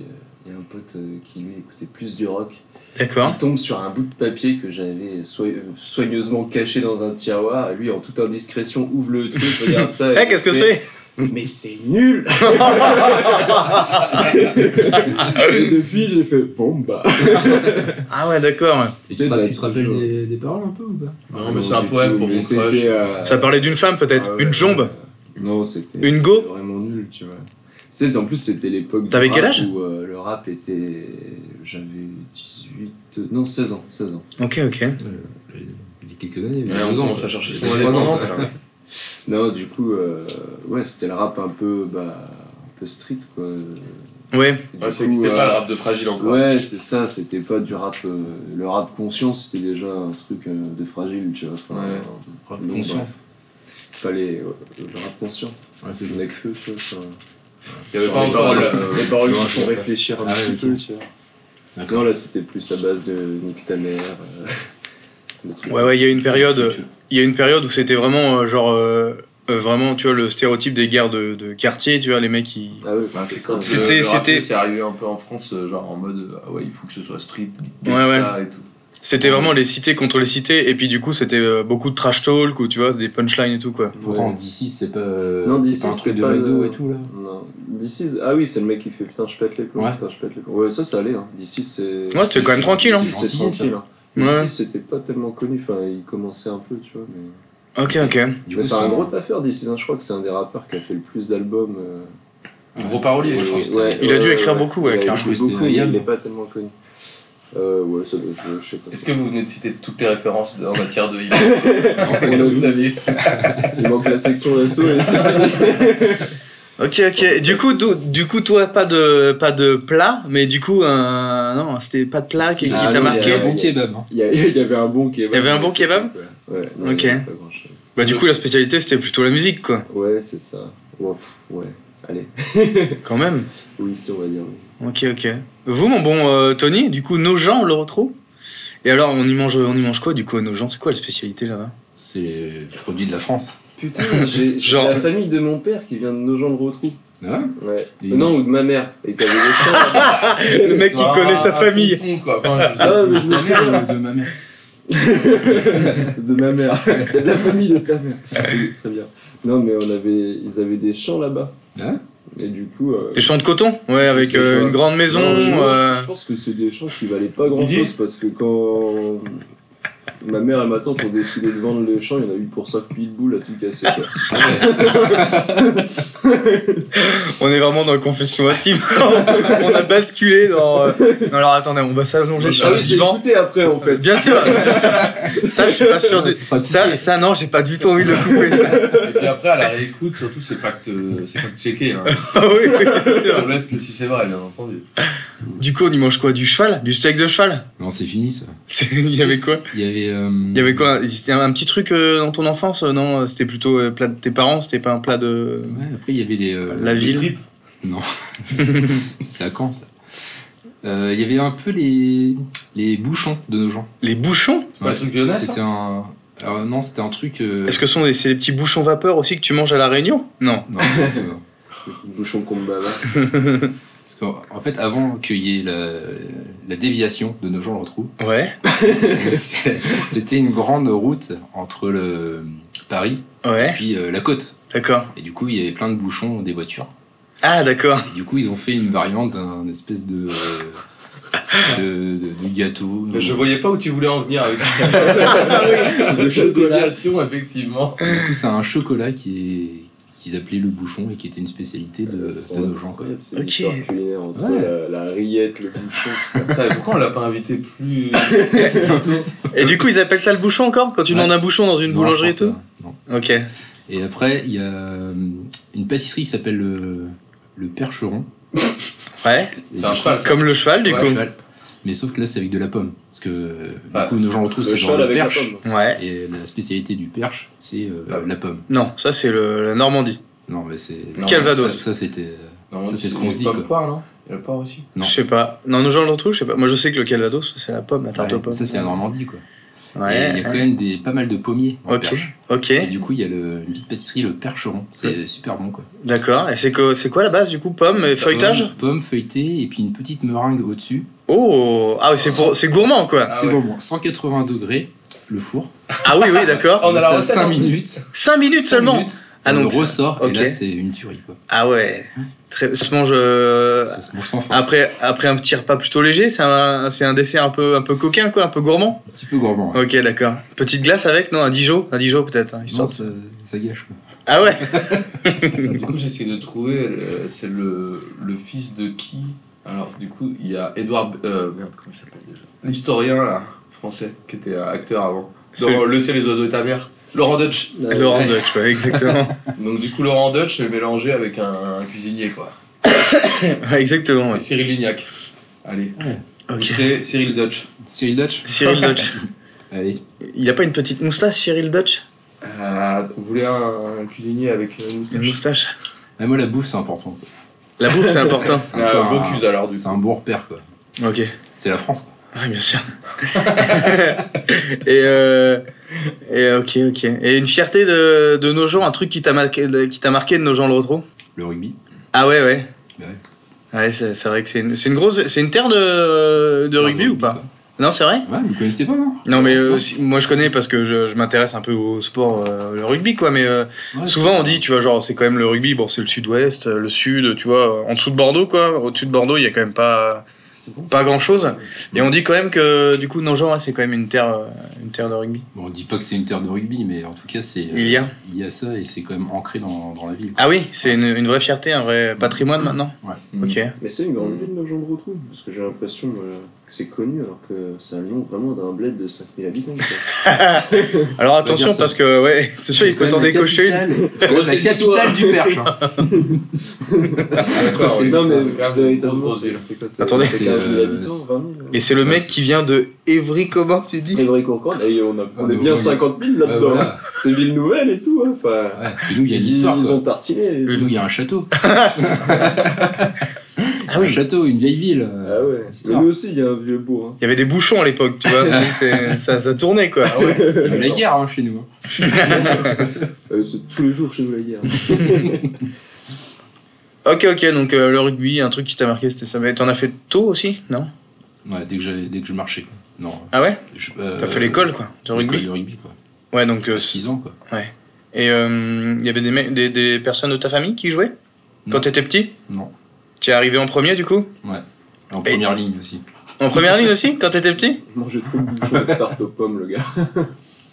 Speaker 3: il y a un pote euh, qui lui écoutait plus du rock.
Speaker 2: D'accord.
Speaker 3: Il tombe sur un bout de papier que j'avais soi- euh, soigneusement caché dans un tiroir. Et lui, en toute indiscrétion, ouvre le truc, regarde ça.
Speaker 2: <laughs> Eh,
Speaker 3: et
Speaker 2: qu'est-ce que
Speaker 3: fait,
Speaker 2: c'est
Speaker 3: Mais c'est
Speaker 4: <laughs>
Speaker 3: nul Et depuis, j'ai fait bon bah.
Speaker 2: Ah ouais, d'accord.
Speaker 5: Et
Speaker 3: C'est
Speaker 5: tu, te
Speaker 3: la
Speaker 5: rappelles- tu te rappelles
Speaker 3: toujours.
Speaker 5: des, des paroles un peu ou pas
Speaker 4: non mais c'est un
Speaker 3: du
Speaker 4: poème
Speaker 3: tout,
Speaker 4: pour
Speaker 3: mais
Speaker 4: mon
Speaker 3: c'était,
Speaker 4: crush
Speaker 3: euh,
Speaker 2: Ça parlait d'une femme peut-être,
Speaker 3: Ah ouais,
Speaker 2: une jombe.
Speaker 3: ouais. Non, c'était
Speaker 2: Une
Speaker 3: c'était
Speaker 2: go
Speaker 3: vraiment nul, tu vois. Tu sais, en plus, c'était l'époque du
Speaker 2: T'avais
Speaker 3: rap
Speaker 2: quel âge
Speaker 3: où euh, le rap était. J'avais 18. euh, Non, 16 ans. 16 ans.
Speaker 2: Ok, ok.
Speaker 5: Il y a quelques années, il y
Speaker 4: Ouais,
Speaker 5: a
Speaker 4: on
Speaker 5: deux ans.
Speaker 4: commence à
Speaker 5: quoi.
Speaker 4: chercher
Speaker 5: Il y
Speaker 4: son
Speaker 5: a trois ans,
Speaker 4: indépendance
Speaker 5: quoi.
Speaker 4: là.
Speaker 3: Non, du coup, euh, ouais, c'était le rap un peu. Bah, un peu street, quoi.
Speaker 2: Ouais.
Speaker 3: Et du
Speaker 4: Ouais, Ah, c'est-
Speaker 3: coup,
Speaker 4: c'était
Speaker 3: euh,
Speaker 4: pas le rap de fragile encore
Speaker 3: Ouais, c'est ça, c'était pas du rap. euh, le rap conscient, c'était déjà un truc euh, de fragile, tu vois. Enfin,
Speaker 4: Ouais.
Speaker 3: euh,
Speaker 5: Rap
Speaker 3: bon,
Speaker 5: conscient.
Speaker 3: bah, fallait. ouais, le rap conscient.
Speaker 5: Ouais, c'est
Speaker 3: Avec feu, tu vois. enfin,
Speaker 4: il y avait pas
Speaker 5: Ouais.
Speaker 4: encore euh, le- Bah,
Speaker 3: les paroles qui
Speaker 5: Ouais,
Speaker 3: font réfléchir un
Speaker 5: Ah,
Speaker 3: petit
Speaker 5: ok.
Speaker 3: peu, tu vois.
Speaker 5: D'accord.
Speaker 3: Non, là, c'était plus à base de nique ta mère. euh, de trucs.
Speaker 2: Ouais, ouais, il y a une période, il y a une période où c'était vraiment euh, genre. euh, euh, vraiment, tu vois, le stéréotype des guerres de, de quartier, tu vois, les mecs qui.
Speaker 3: Ah ouais,
Speaker 4: Bah,
Speaker 3: c'était
Speaker 4: c'est
Speaker 3: ça.
Speaker 4: quand le-
Speaker 2: C'était-
Speaker 4: le rap,
Speaker 2: c'était-
Speaker 4: c'est arrivé un peu en France, euh, genre en mode euh, ah ouais, il faut que ce soit street,
Speaker 2: Ouais,
Speaker 4: gangsta et tout.
Speaker 2: C'était vraiment les cités contre les cités, et puis du coup, c'était euh, beaucoup de trash talk, ou tu vois, des punchlines et tout, quoi.
Speaker 5: Pourtant, d'ici, c'est pas. euh,
Speaker 3: Non,
Speaker 5: c'est
Speaker 3: d'ici,
Speaker 5: pas un
Speaker 3: c'est
Speaker 5: truc de
Speaker 3: pas
Speaker 5: McDo
Speaker 3: le-
Speaker 5: et tout, là.
Speaker 3: Non. DC, ah oui, c'est le mec qui fait putain, je pète les plombs,
Speaker 5: Ouais.
Speaker 3: putain, je pète les plombs. Ouais, ça, ça allait. Hein. DC, c'est.
Speaker 2: Ouais, c'était quand même tranquille, hein.
Speaker 3: DC, C'est
Speaker 5: Gentil,
Speaker 3: tranquille.
Speaker 5: ça.
Speaker 3: Hein.
Speaker 2: Ouais.
Speaker 3: DC, c'était pas tellement connu. Enfin, il commençait un peu, tu vois. Mais,
Speaker 2: Ok, ok.
Speaker 5: Du
Speaker 3: mais
Speaker 5: coup,
Speaker 3: c'est un gros affaire, DC. hein. Je crois que c'est un des rappeurs qui a fait le plus d'albums. euh,
Speaker 4: Gros parolier, je
Speaker 5: Ouais,
Speaker 4: pense.
Speaker 5: ouais.
Speaker 2: Il a dû écrire beaucoup, ouais,
Speaker 3: Il a
Speaker 2: car
Speaker 5: je
Speaker 3: écrit
Speaker 5: crois que c'était
Speaker 3: beaucoup, mais
Speaker 5: Yann.
Speaker 3: il est pas tellement connu. Euh, ouais, ça, doit- je, je sais pas.
Speaker 4: Est-ce que vous venez de citer toutes les références en matière de livre
Speaker 3: On a
Speaker 4: <laughs> Vous aviez-
Speaker 3: Il manque la section d'assaut et c'est fini.
Speaker 2: Ok, ok. Du coup, do- du coup, toi, pas de, pas de plat, mais du coup, un- non, c'était pas de plat qui, qui
Speaker 3: Ah,
Speaker 2: t'a
Speaker 3: non,
Speaker 2: marqué.
Speaker 3: il y a-
Speaker 5: un bon kebab. hein.
Speaker 3: Il y, a- il y avait un bon kebab.
Speaker 2: Il y avait un bon kebab
Speaker 3: Ouais. Ouais, non,
Speaker 2: Ok.
Speaker 3: il y avait pas grand-chose.
Speaker 2: Bah, du coup, la spécialité, c'était plutôt la musique, quoi.
Speaker 3: Ouais, c'est ça. Ouais, pff, ouais. Allez.
Speaker 2: Quand même.
Speaker 3: Oui, c'est on va dire. oui.
Speaker 2: Ok, ok. Vous, mon bon euh, Tony, du coup, nos gens, on le retrouve. Et alors, on y mange, on y mange quoi, du coup, à nos gens C'est quoi la spécialité là-bas
Speaker 5: C'est les produits de la France.
Speaker 3: Putain, j'ai j'ai
Speaker 2: Genre-
Speaker 3: la famille de mon père qui vient de nos gens le retrou.
Speaker 5: Ah,
Speaker 3: Ouais.
Speaker 5: Il-
Speaker 3: Euh, Non, ou de ma mère. Et qui avait le champ. là-bas.
Speaker 2: Le mec qui
Speaker 4: Ah,
Speaker 2: connaît
Speaker 4: à
Speaker 2: sa famille.
Speaker 4: ton fond, quoi. Enfin, je-
Speaker 3: Ah, mais je me
Speaker 5: Ta mère,
Speaker 3: souviens.
Speaker 5: de ma mère.
Speaker 3: de ma mère. De la famille de ta mère. Oui, Très bien. Non, mais on avait, ils avaient des champs là-bas.
Speaker 5: Ah.
Speaker 3: Et du coup. euh,
Speaker 2: Des champs de coton Ouais, avec
Speaker 3: sais
Speaker 2: euh,
Speaker 3: pas.
Speaker 2: une grande maison.
Speaker 3: Non, je,
Speaker 2: euh,
Speaker 3: je pense que c'est des champs qui valaient pas grand chose parce que quand ma mère et ma tante ont décidé de vendre les champs, il y en a eu pour 5000 boules à tout casser. quoi.
Speaker 2: On est vraiment dans la confession intime. <laughs> on a basculé dans. euh, Non, alors attendez, on va s'allonger sur
Speaker 3: Ah
Speaker 2: le
Speaker 3: oui, j'ai
Speaker 2: divan.
Speaker 3: écouté après en fait. Ah,
Speaker 2: Bien sûr, ça je suis pas sûr du-
Speaker 5: Ça sera
Speaker 2: Ça, ça non, j'ai pas du tout envie de le couper. ça.
Speaker 4: Et puis après, à la réécoute, surtout, c'est pas que c'est pas que
Speaker 2: <laughs>
Speaker 4: checker. Hein.
Speaker 2: Ah oui, oui, c'est vrai.
Speaker 4: On laisse que si c'est vrai, bien entendu.
Speaker 2: Du coup, on y mange quoi Du cheval Du steak de cheval
Speaker 5: Non, c'est fini ça.
Speaker 2: C'est- Il y avait quoi
Speaker 5: Il y avait. euh,
Speaker 2: Il y avait quoi C'était un, un petit truc euh, dans ton enfance euh, Non, c'était plutôt euh, plat de tes parents, c'était pas un plat de.
Speaker 5: Ouais, après, il y avait les. euh,
Speaker 2: La
Speaker 4: Les
Speaker 2: ville.
Speaker 4: tripes.
Speaker 5: C'est à Caen ça. Euh, Il y avait un peu les, les bouchons de nos gens.
Speaker 2: Les bouchons
Speaker 4: C'est pas le
Speaker 5: Ouais.
Speaker 4: truc hein lyonnais, ça
Speaker 5: C'était un. alors, non, c'était un truc. euh,
Speaker 2: Ah, Est-ce que ce sont des, c'est les petits bouchons vapeur aussi que tu manges à la Réunion Non.
Speaker 5: non, euh,
Speaker 3: Bouchon contre bavard.
Speaker 5: parce qu'en en fait, avant qu'il y ait la, la déviation de nos gens le retrouve,
Speaker 2: <laughs>
Speaker 5: <laughs>
Speaker 2: Ouais.
Speaker 5: c'était une grande route entre le Paris et
Speaker 2: Ouais.
Speaker 5: puis euh, la côte.
Speaker 2: D'accord.
Speaker 5: Et du coup, il y avait plein de bouchons des voitures.
Speaker 2: Ah d'accord.
Speaker 5: Et du coup, ils ont fait une variante d'un espèce de, euh, de, de- de gâteau.
Speaker 4: Je voyais pas où tu voulais en venir avec cette
Speaker 5: <laughs>
Speaker 3: Le chocolat.
Speaker 4: déviation, effectivement.
Speaker 5: Du coup, c'est un chocolat qui est qu'ils appelaient le bouchon et qui était une spécialité de,
Speaker 3: C'est
Speaker 5: de nos gens. quoi.
Speaker 3: incroyable, c'est
Speaker 2: Ok.
Speaker 3: l'histoire culinaire entre
Speaker 5: Ouais.
Speaker 3: la, la rillette, le bouchon.
Speaker 4: Putain, mais pourquoi on l'a pas invité plus.
Speaker 2: Et du coup, ils appellent ça le bouchon encore quand tu
Speaker 5: Ouais.
Speaker 2: demandes un bouchon dans une
Speaker 5: Non,
Speaker 2: boulangerie et
Speaker 5: je pense
Speaker 2: tout
Speaker 5: pas, non.
Speaker 2: Ok.
Speaker 5: Et après, il y a euh, une pâtisserie qui s'appelle le, le Percheron.
Speaker 2: Ouais.
Speaker 5: Et
Speaker 4: C'est un
Speaker 5: du
Speaker 4: cheval, ça.
Speaker 2: Comme le cheval du
Speaker 5: Ouais,
Speaker 2: coup.
Speaker 5: cheval. Mais sauf que là, c'est avec de la pomme. Parce que euh,
Speaker 4: Ah.
Speaker 5: du coup, nos gens retrouvent,
Speaker 3: Le
Speaker 5: c'est genre
Speaker 3: cheval
Speaker 5: le
Speaker 3: avec la
Speaker 5: perche.
Speaker 3: pomme.
Speaker 2: Ouais.
Speaker 5: Et la spécialité du perche, c'est euh,
Speaker 4: Ah.
Speaker 5: la pomme.
Speaker 2: Non, ça c'est le, la Normandie.
Speaker 5: Non, mais c'est.
Speaker 4: Non,
Speaker 2: Calvados.
Speaker 5: Ça, ça, c'était. euh,
Speaker 4: Non,
Speaker 5: Ça, c'est ce
Speaker 4: c'est
Speaker 5: qu'on se dit,
Speaker 4: pas
Speaker 5: quoi.
Speaker 4: le poire, non Il y a le poire
Speaker 5: <laughs>
Speaker 4: aussi.
Speaker 5: Non.
Speaker 2: Je sais pas. Non, nos gens le retrouvent, je sais pas. Moi je sais que le Calvados c'est la pomme, la tarte
Speaker 5: ouais,
Speaker 2: aux pommes.
Speaker 5: ça, c'est la Normandie, quoi. Et
Speaker 2: Ouais.
Speaker 5: il y a quand même des, pas mal de pommiers. en
Speaker 2: Ok.
Speaker 5: perche.
Speaker 2: Ok,
Speaker 5: Et du coup, il y a le, une petite pâtisserie, le percheron. C'est super bon, quoi.
Speaker 2: d'accord. Et c'est quoi, c'est quoi la base du coup Pomme et feuilletage
Speaker 5: Pomme, pomme feuilletée et puis une petite meringue au-dessus.
Speaker 2: Oh Ah oui, c'est, pour, c'est gourmand quoi
Speaker 4: Ah
Speaker 5: c'est
Speaker 4: ouais.
Speaker 5: bon, bon, 180 degrés, le four.
Speaker 2: Ah oui, oui, d'accord.
Speaker 5: <laughs>
Speaker 4: On a la
Speaker 5: Ça,
Speaker 4: recette
Speaker 5: cinq
Speaker 4: en plus.
Speaker 5: minutes.
Speaker 2: 5 minutes
Speaker 5: Cinq
Speaker 2: hein. seulement
Speaker 5: minutes,
Speaker 2: Ah,
Speaker 5: on
Speaker 2: donc
Speaker 5: le
Speaker 2: ça-
Speaker 5: ressort
Speaker 2: ok.
Speaker 5: et là, c'est une tuerie, quoi.
Speaker 2: Ah ouais. Très, ça se mange euh,
Speaker 5: Ça se mange sans fin.
Speaker 2: après, après un petit repas plutôt léger, c'est un, c'est un dessert un peu, un peu coquin quoi, un peu gourmand.
Speaker 5: Un petit peu gourmand. hein. ouais.
Speaker 2: Ok, d'accord. Petite glace avec Non, un Dijon Un Dijon peut-être, hein, histoire
Speaker 5: Non, ça, ça gâche, quoi.
Speaker 2: de- Ah ouais
Speaker 4: Attends, du coup, j'essaie de trouver. euh, C'est le, le fils de qui Alors, du coup, il y a Edouard. euh, merde, comment il s'appelle déjà L'historien, là, français, qui était euh, acteur avant. Dans
Speaker 2: Celui-
Speaker 4: Le ciel, les oiseaux et ta mère. Laurent Dutch.
Speaker 2: Laurent Dutch, Euh, ouais, exactement. <laughs>
Speaker 4: Donc, du coup, Laurent Dutch est mélangé avec un, un cuisinier, quoi.
Speaker 2: Ouais, exactement, ouais.
Speaker 4: Et Cyril Lignac. Allez, vous
Speaker 2: Ok.
Speaker 4: serez Cyril Dutch.
Speaker 5: Cyril Dutch
Speaker 2: Cyril <laughs> Dutch.
Speaker 5: Allez.
Speaker 2: Il a pas une petite moustache, Cyril Dutch
Speaker 4: Euh, vous voulez un, un cuisinier avec une
Speaker 2: Une
Speaker 4: moustache
Speaker 2: moustache
Speaker 5: Ah, moi, la bouffe, c'est important. quoi.
Speaker 2: La bouffe, c'est important. <laughs>
Speaker 5: C'est
Speaker 4: Ah,
Speaker 5: peu
Speaker 4: Bocuse, alors, du
Speaker 5: C'est
Speaker 4: coup.
Speaker 5: un bon repère, quoi.
Speaker 2: Ok.
Speaker 5: C'est la France, quoi.
Speaker 2: Ouais, bien sûr. <laughs> et, euh, et ok, ok. Et une fierté de, de nos gens, un truc qui t'a marqué, de- qui t'a marqué de nos gens le retro
Speaker 5: Le rugby.
Speaker 2: Ah ouais, ouais.
Speaker 5: Bah
Speaker 2: Ouais, c'est c'est vrai que c'est une, c'est une grosse, c'est une terre de, de
Speaker 5: Le
Speaker 2: rugby ou pas Non, c'est vrai
Speaker 5: quoi. Ouais, vous connaissez pas, hein. non
Speaker 2: Non, mais euh, si- moi je connais parce que je, je m'intéresse un peu au sport, euh, le rugby quoi. Mais euh,
Speaker 5: Ouais,
Speaker 2: souvent
Speaker 5: c'est-
Speaker 2: on dit, tu vois, genre c'est quand même le rugby, bon c'est le sud-ouest, euh, le sud, tu vois, en dessous de Bordeaux quoi. Au-dessus de Bordeaux, il y a quand même pas.
Speaker 6: C'est bon.
Speaker 2: pas grand chose. Et on dit quand même que du coup Nangent, hein, c'est quand même une terre, euh, une terre de rugby.
Speaker 5: Bon, on dit pas que c'est une terre de rugby, mais en tout cas, c'est euh,
Speaker 2: Il y a.
Speaker 5: il y a ça et c'est quand même ancré dans, dans la ville.
Speaker 2: Ah oui, c'est une, une vraie fierté, un vrai patrimoine maintenant.
Speaker 5: Ouais.
Speaker 2: Ok.
Speaker 3: Mais c'est une grande ville, là, je le retrouve. Parce que j'ai l'impression euh, que c'est connu, alors que c'est un nom vraiment d'un bled de 5000 habitants.
Speaker 4: <laughs>
Speaker 3: quoi.
Speaker 4: Ah,
Speaker 2: Alors
Speaker 5: dire
Speaker 2: attention
Speaker 5: ça.
Speaker 2: parce que ouais, <laughs> c'est sûr il peut
Speaker 5: C'est
Speaker 2: t'en
Speaker 5: quand même la
Speaker 2: décocher. une.
Speaker 5: capitale- C'est quand même la
Speaker 4: Grosse histoire.
Speaker 5: capitale du Perche. hein.
Speaker 4: D'accord,
Speaker 3: C'est-
Speaker 4: ouais,
Speaker 3: non, mais
Speaker 4: grave, grosse
Speaker 3: véritablement,
Speaker 4: grosse
Speaker 3: c'est
Speaker 4: ville.
Speaker 3: c'est quoi c'est-
Speaker 2: Attendez,
Speaker 3: c'est
Speaker 5: c'est,
Speaker 3: 15 000
Speaker 5: euh,
Speaker 3: habitants, 20 000
Speaker 2: Et c'est le mec qui vient de Évry, comment tu dis
Speaker 3: Évry-Courcouronnes, et on, a, on
Speaker 5: Ouais,
Speaker 3: est bien
Speaker 5: ouais.
Speaker 3: 50 000
Speaker 5: Ouais,
Speaker 3: là-dedans.
Speaker 5: Ah, bah
Speaker 3: hein.
Speaker 5: voilà.
Speaker 3: C'est ville nouvelle et tout. hein, Enfin,
Speaker 5: Ouais. Et nous, il y a une
Speaker 3: ils,
Speaker 5: histoire.
Speaker 3: ils
Speaker 5: quoi.
Speaker 3: ont tartiné. les-
Speaker 5: Et nous, il y a
Speaker 2: <laughs>
Speaker 5: un château.
Speaker 2: Ah oui.
Speaker 5: Un château, une vieille ville. euh,
Speaker 3: Ah ouais. Mais
Speaker 5: histoire.
Speaker 3: nous aussi, il y a un vieux bourg. hein.
Speaker 2: Il y avait des bouchons à l'époque, tu
Speaker 5: <laughs>
Speaker 2: vois. donc c'est- ça, ça tournait quoi.
Speaker 5: Il y a eu la guerre hein, chez nous. hein.
Speaker 3: Euh, c'est tous les jours chez nous la
Speaker 5: <laughs>
Speaker 3: guerre.
Speaker 2: Ok, ok, donc euh, le rugby, un truc qui t'a marqué, c'était ça. Mais t'en as fait tôt aussi, non
Speaker 5: Ouais, dès que, j'avais- dès que je marchais. quoi. Non.
Speaker 2: Ah ouais
Speaker 5: je- euh,
Speaker 2: T'as fait l'école quoi, de
Speaker 5: l'école
Speaker 2: rugby
Speaker 5: de rugby, quoi.
Speaker 2: Ouais, donc. euh,
Speaker 5: 6 ans, quoi.
Speaker 2: et euh, il y avait des, mecs- des, des personnes de ta famille qui jouaient
Speaker 5: Non.
Speaker 2: Quand t'étais petit
Speaker 5: Non.
Speaker 2: Tu es arrivé en premier du coup
Speaker 5: En
Speaker 2: Et-
Speaker 5: première ligne aussi.
Speaker 2: En première ligne aussi, quand t'étais petit
Speaker 3: Manger trop de bouchons et de tarte aux pommes, le gars.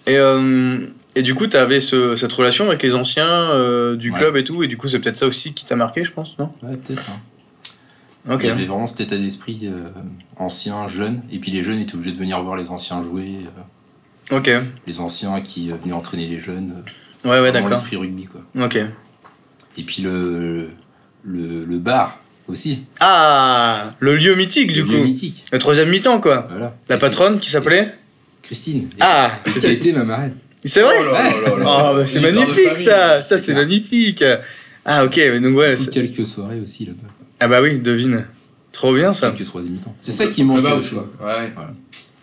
Speaker 2: Et, euh, et du coup, t'avais ce, cette relation avec les anciens euh, du
Speaker 5: Ouais.
Speaker 2: club et tout, et du coup, c'est peut-être ça aussi qui t'a marqué, je pense, non
Speaker 5: Ouais, peut-être. hein.
Speaker 2: Ok.
Speaker 5: Il y avait vraiment cet état d'esprit euh, ancien, jeune. Et puis les jeunes étaient obligés de venir voir les anciens jouer. euh,
Speaker 2: Ok.
Speaker 5: les anciens qui euh, venaient entraîner les jeunes. euh,
Speaker 2: Ouais, ouais,
Speaker 5: vraiment
Speaker 2: d'accord.
Speaker 5: l'esprit rugby, quoi.
Speaker 2: Ok.
Speaker 5: Et puis le, le, le bar aussi.
Speaker 2: Ah Le lieu mythique du
Speaker 5: le
Speaker 2: coup.
Speaker 5: lieu mythique.
Speaker 2: Le troisième mi-temps quoi.
Speaker 5: Voilà.
Speaker 2: La
Speaker 5: Et
Speaker 2: patronne qui s'appelait
Speaker 5: c'est Christine.
Speaker 2: Ah
Speaker 5: Qui a été ma marraine.
Speaker 2: C'est vrai
Speaker 4: Oh là là là là.
Speaker 2: Oh, bah, c'est
Speaker 4: Une histoire de
Speaker 2: magnifique
Speaker 4: famille.
Speaker 2: ça Ça
Speaker 5: C'est
Speaker 2: c'est
Speaker 5: clair.
Speaker 2: magnifique Ah ok, mais donc voilà.
Speaker 5: Ou
Speaker 2: c'est-
Speaker 5: quelques soirées aussi là-bas.
Speaker 2: Ah bah oui, devine. Trop bien ça.
Speaker 5: Quelques troisième mi-temps. C'est ça qui manque.
Speaker 4: Le
Speaker 5: euh,
Speaker 4: bar,
Speaker 5: je
Speaker 4: quoi.
Speaker 5: trouve.
Speaker 4: Ouais.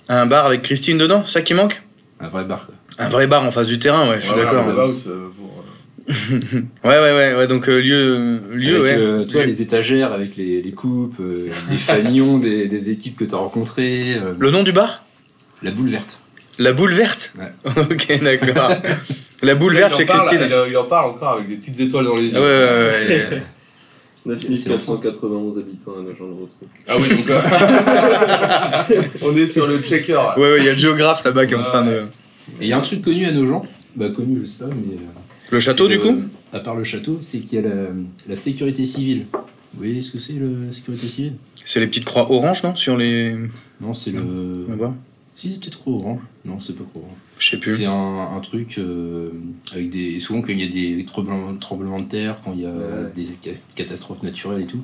Speaker 2: Un bar avec Christine dedans, ça qui manque
Speaker 5: Un vrai bar. Quoi.
Speaker 2: Un vrai bar en face du terrain, ouais, je suis
Speaker 4: Ouais,
Speaker 2: d'accord.
Speaker 4: Le
Speaker 5: hein.
Speaker 4: bar, c'est pour, euh,
Speaker 2: Ouais, ouais, ouais, ouais, donc euh, lieu, lieu, ouais.
Speaker 5: avec, euh, toi,
Speaker 2: Lieu.
Speaker 5: les étagères avec les, les coupes,
Speaker 2: <laughs>
Speaker 5: euh, les fanions des, des équipes que t'as rencontrées, euh,
Speaker 2: Le nom du bar
Speaker 5: la boule verte.
Speaker 2: La boule verte
Speaker 5: Ouais.
Speaker 2: <laughs> Ok, d'accord. La boule
Speaker 4: il
Speaker 2: verte
Speaker 4: en
Speaker 2: chez
Speaker 4: parle,
Speaker 2: Christine. Ah
Speaker 4: Il, en- il en parle encore avec des petites étoiles dans les
Speaker 2: Ouais,
Speaker 4: yeux.
Speaker 2: ouais, ouais, ouais.
Speaker 3: 9491 habitants à <laughs> Nogent-le-Rotrou.
Speaker 4: Ah oui, donc. euh, <laughs> on est sur le checker. là.
Speaker 2: Ouais, ouais, il y a le géographe là-bas qui est en train de.
Speaker 5: Et il y a un truc connu à nos gens. Bah, connu, je sais pas, mais. euh,
Speaker 2: Le château
Speaker 5: C'est
Speaker 2: du
Speaker 5: le-
Speaker 2: coup
Speaker 5: À part le château, c'est qu'il y a la, la sécurité civile. Vous voyez ce que c'est la sécurité civile
Speaker 2: C'est les petites croix orange, non Sur les.
Speaker 5: Non, c'est
Speaker 2: On va
Speaker 5: le.
Speaker 2: voir.
Speaker 5: Si c'est peut-être trop orange. Non, c'est pas trop orange.
Speaker 2: Je sais plus.
Speaker 5: C'est un, un truc euh, avec des. Souvent, quand il y a des tremblements, tremblements de terre, quand il y a
Speaker 3: Ouais.
Speaker 5: des ca- catastrophes naturelles et tout,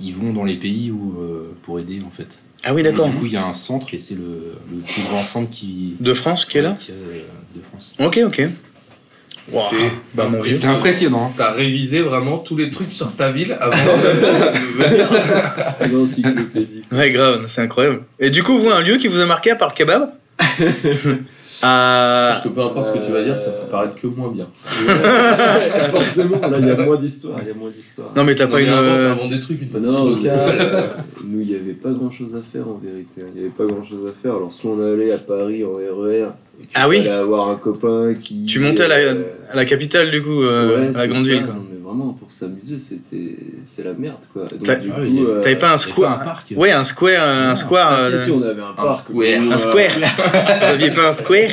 Speaker 5: ils vont dans les pays où, euh, pour aider en fait.
Speaker 2: Ah oui,
Speaker 5: Et
Speaker 2: d'accord.
Speaker 5: du coup, il y a un centre et c'est le, le plus grand centre qui.
Speaker 2: De France qui est là
Speaker 5: qui, euh, de France.
Speaker 2: Ok, ok. Wow.
Speaker 4: C'est-
Speaker 2: Bah, mon
Speaker 5: Et
Speaker 2: vieux.
Speaker 5: c'est impressionnant. hein.
Speaker 4: T'as révisé vraiment tous les trucs sur ta ville avant
Speaker 2: Ah.
Speaker 4: de- de venir.
Speaker 3: Une encyclopédie.
Speaker 2: Ouais, grave, c'est incroyable. Et du coup, vous, un lieu qui vous a marqué à part le
Speaker 3: <laughs>
Speaker 2: kebab Ah.
Speaker 4: Parce que peu importe ce que tu vas dire, ça peut paraître que moins bien.
Speaker 3: <laughs> Forcément, là, il y a moins d'histoire. Il y a moins d'histoire.
Speaker 2: Non, mais t'as
Speaker 4: Non,
Speaker 2: pas
Speaker 4: mais
Speaker 2: une.
Speaker 4: avant,
Speaker 2: euh,
Speaker 3: hein.
Speaker 4: t'inventes des trucs, une pâtisserie
Speaker 3: Non,
Speaker 4: locale. euh,
Speaker 3: <laughs> Nous, il n'y avait pas grand chose à faire en vérité. hein. Il n'y avait pas grand chose à faire. Alors, soit on allait à Paris en RER, et puis
Speaker 2: Ah oui
Speaker 3: il fallait avoir un copain qui.
Speaker 2: Tu montais à la,
Speaker 3: euh,
Speaker 2: à la capitale du coup, euh,
Speaker 3: ouais,
Speaker 2: à la
Speaker 3: c'est
Speaker 2: grande
Speaker 3: ça.
Speaker 2: ville quoi.
Speaker 3: Non, mais vraiment, pour s'amuser, c'était. C'est la merde, quoi. Et
Speaker 2: T'as-
Speaker 3: Donc, du
Speaker 5: Ah
Speaker 3: coup.
Speaker 5: oui,
Speaker 3: euh,
Speaker 2: T'avais pas un
Speaker 5: C'est quoi un
Speaker 2: square
Speaker 5: parc
Speaker 2: Ouais, un square, un square.
Speaker 3: ah,
Speaker 2: euh,
Speaker 3: si, si, on avait un parc.
Speaker 4: square.
Speaker 3: Nous,
Speaker 2: Un
Speaker 3: euh, <laughs>
Speaker 2: square Vous aviez pas un square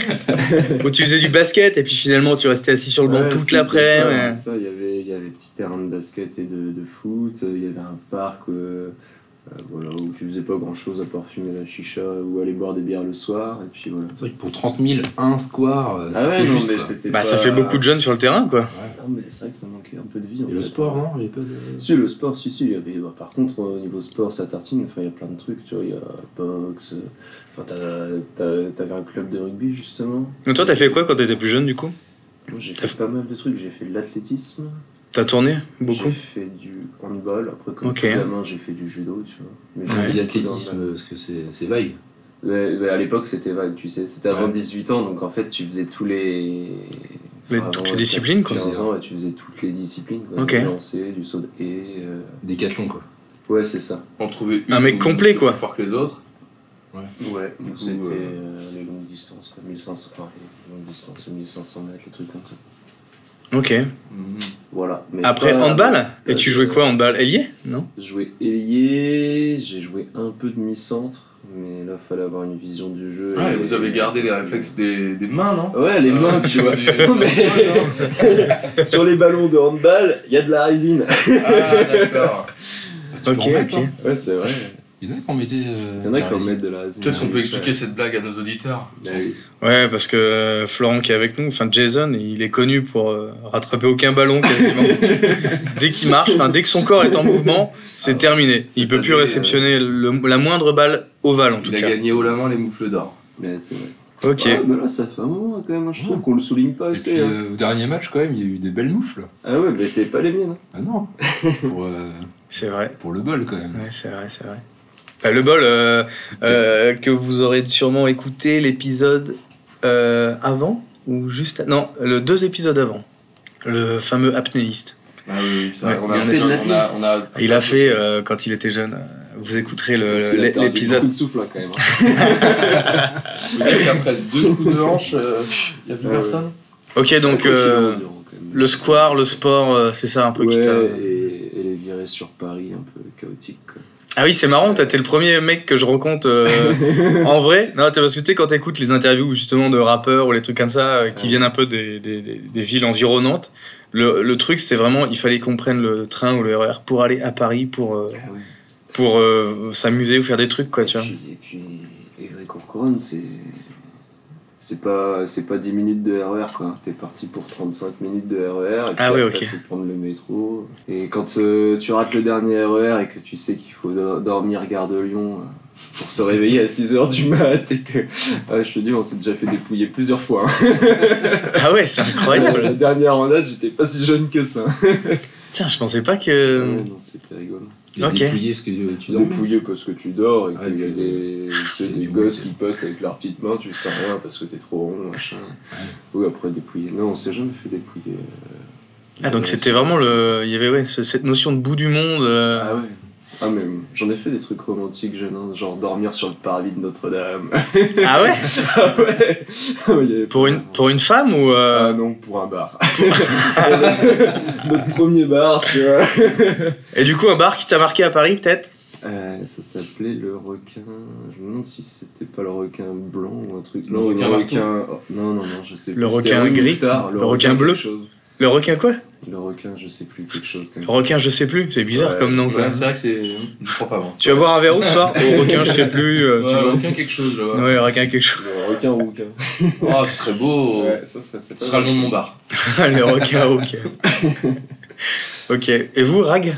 Speaker 2: Où tu faisais du basket et puis finalement tu restais assis sur le banc
Speaker 3: Ouais,
Speaker 2: toute
Speaker 3: c'est-
Speaker 2: l'après.
Speaker 3: c'est ça,
Speaker 2: mais-
Speaker 3: c'est ça. Il y avait, il y avait petit terrain de basket et de, de foot. Il y avait un parc, euh, euh, voilà, où tu faisais pas grand chose à part fumer la chicha ou aller boire des bières le soir. Et puis voilà.
Speaker 5: C'est vrai que pour 30 000, un square, euh, ça
Speaker 3: Ah ouais,
Speaker 5: fait
Speaker 3: non,
Speaker 5: juste.
Speaker 3: mais
Speaker 5: quoi.
Speaker 3: c'était
Speaker 2: Bah ça
Speaker 3: pas-
Speaker 2: fait beaucoup de jeunes sur le terrain quoi.
Speaker 3: Ah, mais c'est vrai que ça manquait un peu de vie. en
Speaker 5: Et le
Speaker 3: fait.
Speaker 5: sport, non Il y a pas de-
Speaker 3: Si, le sport, si, si. il y avait- bah, par contre, euh, au niveau sport, ça tartine. Enfin, il y a plein de trucs, tu vois. Il y a boxe. euh, Enfin, t'as- t'as- t'avais un club de rugby, justement.
Speaker 2: Mais toi t'as fait quoi quand t'étais plus jeune du coup
Speaker 3: Moi, j'ai
Speaker 2: T'as
Speaker 3: fait pas mal de trucs. J'ai fait de l'athlétisme.
Speaker 2: T'as tourné beaucoup
Speaker 3: J'ai fait du handball. Après, comme
Speaker 2: Ok.
Speaker 3: tout gamin, j'ai fait du judo, tu vois. Mais j'ai
Speaker 5: Ouais,
Speaker 3: fait beaucoup
Speaker 5: L'athlétisme,
Speaker 3: d'handball.
Speaker 5: parce que c'est c'est vague.
Speaker 3: Ouais, ouais, à l'époque, c'était vague, tu sais. C'était avant
Speaker 5: Ouais.
Speaker 3: 18 ans, donc en fait, tu faisais tous les.
Speaker 2: Les-
Speaker 3: enfin,
Speaker 2: toutes
Speaker 3: avant
Speaker 2: les disciplines, quoi.
Speaker 3: 15 ans, ouais, tu faisais toutes les disciplines. Quoi.
Speaker 2: Ok.
Speaker 3: Du lancer, du saut de haie. euh,
Speaker 5: Décathlon, quoi.
Speaker 3: Ouais, c'est ça.
Speaker 4: En trouver une
Speaker 2: Un mec
Speaker 4: ou
Speaker 2: complet, quoi.
Speaker 4: plus fort que les autres.
Speaker 3: Ouais,
Speaker 4: Du coup,
Speaker 3: c'était
Speaker 4: euh,
Speaker 3: euh, les longues distances, quoi. 1500, enfin, les longues distances, les 1500 mètres, les trucs comme ça.
Speaker 2: Ok.
Speaker 4: Mhm.
Speaker 3: Voilà. Mais
Speaker 2: Après
Speaker 3: pas-
Speaker 2: handball
Speaker 3: euh,
Speaker 2: Et tu jouais quoi handball Ailier Non
Speaker 3: J'ai joué ailier, j'ai joué un peu demi-centre, mais là, fallait avoir une vision du jeu.
Speaker 4: Ouais,
Speaker 3: et-
Speaker 4: vous avez gardé les réflexes des, des mains, non
Speaker 3: Ouais, les mains, tu vois. <laughs> Non, mais- <laughs> Sur les ballons de handball, il y a de la résine.
Speaker 4: Ah, d'accord.
Speaker 3: Bah,
Speaker 5: Tu peux en mettre, hein.
Speaker 3: Ouais, c'est vrai.
Speaker 5: Il y en a qui en mettaient. euh,
Speaker 3: Il y en a qui en mettent de la résine.
Speaker 4: <laughs> Peut-être qu'on peut
Speaker 3: Ouais,
Speaker 4: expliquer cette blague à nos auditeurs.
Speaker 3: ça- Ouais, oui.
Speaker 2: Ouais, parce que euh, Florent qui est avec nous, enfin Jason, il est connu pour euh, rattraper aucun ballon
Speaker 3: <laughs>
Speaker 2: quasiment. dès qu'il marche, enfin dès que son corps est en mouvement, c'est terminé.
Speaker 3: Ah c'est
Speaker 2: Il peut
Speaker 3: pas
Speaker 2: plus
Speaker 3: des, euh,
Speaker 2: réceptionner le- la moindre balle ovale en tout
Speaker 4: Il a
Speaker 2: cas.
Speaker 4: gagné haut la main les moufles d'or.
Speaker 3: Mais c'est vrai.
Speaker 2: Ok.
Speaker 3: Ah, bah là, ça fait un moment quand même, hein, je trouve qu'on le souligne pas
Speaker 5: Et
Speaker 3: assez.
Speaker 5: puis,
Speaker 3: hein.
Speaker 5: euh, au dernier match, quand même, il y a eu des belles moufles.
Speaker 3: Ah ouais, mais t'es pas les miennes. hein.
Speaker 5: Ah <laughs> non pour, euh,
Speaker 2: C'est vrai.
Speaker 5: pour le bol, quand même.
Speaker 2: Ouais, c'est vrai, c'est vrai. Bah, le bol euh, euh, que vous aurez sûrement écouté l'épisode euh, avant ou juste à- non le deux épisodes avant le fameux apnéiste.
Speaker 4: Ah oui, oui, ça,
Speaker 2: Ouais,
Speaker 4: on, a,
Speaker 2: il
Speaker 4: on,
Speaker 2: a
Speaker 4: a,
Speaker 2: fait de
Speaker 4: on, a, on a-
Speaker 2: Il a fait euh, quand il était jeune. euh, Vous écouterez le-
Speaker 3: Ah, Parce qu'il a
Speaker 2: l'é-
Speaker 3: perdu
Speaker 2: l'épisode.
Speaker 3: beaucoup de souffle là, quand même. hein.
Speaker 4: Peut-être qu'après deux coups de hanche, euh, il n'y a plus
Speaker 3: Ah ouais.
Speaker 4: personne.
Speaker 2: Ok <laughs> donc
Speaker 3: Quoi qu'il
Speaker 2: euh,
Speaker 3: en dure, quand même.
Speaker 2: le square, le sport, euh, c'est ça un peu. qui t'a-
Speaker 3: Ouais, et, et les virées sur Paris un peu chaotiques. quoi.
Speaker 2: Ah oui c'est marrant, t'as été le premier mec que je rencontre euh,
Speaker 3: <laughs>
Speaker 2: en vrai. Non t'as parce que tu sais, quand t'écoutes les interviews justement de rappeurs ou les trucs comme ça euh, qui
Speaker 3: Ouais.
Speaker 2: viennent un peu des, des- des- des villes environnantes. Le, le truc c'était vraiment il fallait qu'on prenne le train ou le RER pour aller à Paris pour euh,
Speaker 3: Ah ouais.
Speaker 2: pour euh, s'amuser ou faire des trucs quoi tu
Speaker 3: <laughs>
Speaker 2: vois.
Speaker 3: Et puis- et puis, Évry-Courcouronne, c'est. C'est pas, c'est pas 10 minutes de RER quoi. T'es parti pour 35 minutes de RER et puis
Speaker 2: Ah ouais,
Speaker 3: après,
Speaker 2: ok.
Speaker 3: faut prendre le métro. Et quand euh, tu rates le dernier RER et que tu sais qu'il faut do- dormir gare de Lyon euh, pour se réveiller à 6h du mat et que. Ah, je te dis, on s'est déjà fait dépouiller plusieurs fois. hein.
Speaker 2: Ah ouais c'est incroyable.
Speaker 3: <laughs> La dernière en date, j'étais pas si jeune que ça.
Speaker 2: Tiens je pensais pas que.
Speaker 3: Ouais, non, c'était rigolo.
Speaker 5: Il a
Speaker 2: Ok.
Speaker 5: dépouillé parce que euh, tu dors.
Speaker 3: Dépouillé parce que tu dors et
Speaker 5: Ah,
Speaker 3: qu'il y a
Speaker 5: et puis,
Speaker 3: des,
Speaker 5: <laughs>
Speaker 3: tu sais,
Speaker 5: il y a
Speaker 3: des
Speaker 5: du
Speaker 3: gosses
Speaker 5: monde.
Speaker 3: qui passent avec leurs petites mains, tu sens rien parce que t'es trop rond, machin. Oui, après dépouiller. Non, on s'est jamais fait dépouiller. euh,
Speaker 2: Ah donc
Speaker 3: euh,
Speaker 2: c'était
Speaker 3: sur-
Speaker 2: vraiment le il y avait ouais ce- cette notion de bout du monde. euh,
Speaker 3: Ah ouais. Ah, mais j'en ai fait des trucs romantiques jeunes, hein, genre dormir sur le parvis de Notre-Dame. <laughs>
Speaker 2: Ah ouais.
Speaker 3: ah ouais Il y avait
Speaker 2: Pour
Speaker 3: pas-
Speaker 2: une, pour une femme ou.
Speaker 3: Ah
Speaker 2: euh,
Speaker 3: non, pour
Speaker 2: <laughs>
Speaker 3: un bar. <laughs> Notre premier bar, tu vois.
Speaker 2: Et du coup, un bar qui t'a marqué à Paris, peut-être
Speaker 3: Euh, ça s'appelait le requin. Je me demande si c'était pas le requin blanc ou un truc.
Speaker 4: Le requin
Speaker 3: le
Speaker 4: marteau.
Speaker 3: requin. oh, non, non, non, je sais plus.
Speaker 2: Le
Speaker 3: C'était
Speaker 2: requin
Speaker 3: un
Speaker 2: gris.
Speaker 3: tard, le,
Speaker 2: Le requin
Speaker 3: quelque
Speaker 2: bleu.
Speaker 3: chose.
Speaker 2: Le requin quoi
Speaker 3: Le requin, je sais plus, quelque chose comme
Speaker 2: Le requin, je sais plus. C'est bizarre
Speaker 3: Ouais,
Speaker 2: comme nom, quoi.
Speaker 4: Ouais, c'est vrai que c'est. Je crois pas, moi.
Speaker 2: Tu vas boire un verre ou ce soir Au requin, je sais plus. euh,
Speaker 4: Ouais,
Speaker 2: tu vois.
Speaker 4: aucun quelque chose, là.
Speaker 2: Ouais, requin quelque
Speaker 3: ça.
Speaker 2: chose.
Speaker 3: Le requin
Speaker 4: <laughs>
Speaker 3: rouquin.
Speaker 4: Oh, ce serait beau.
Speaker 3: Ouais, ça, ça, c'est
Speaker 4: Ce
Speaker 3: pas
Speaker 4: sera le nom de mon bar.
Speaker 2: <laughs> le requin, ok. <laughs> ok. Et vous, Rag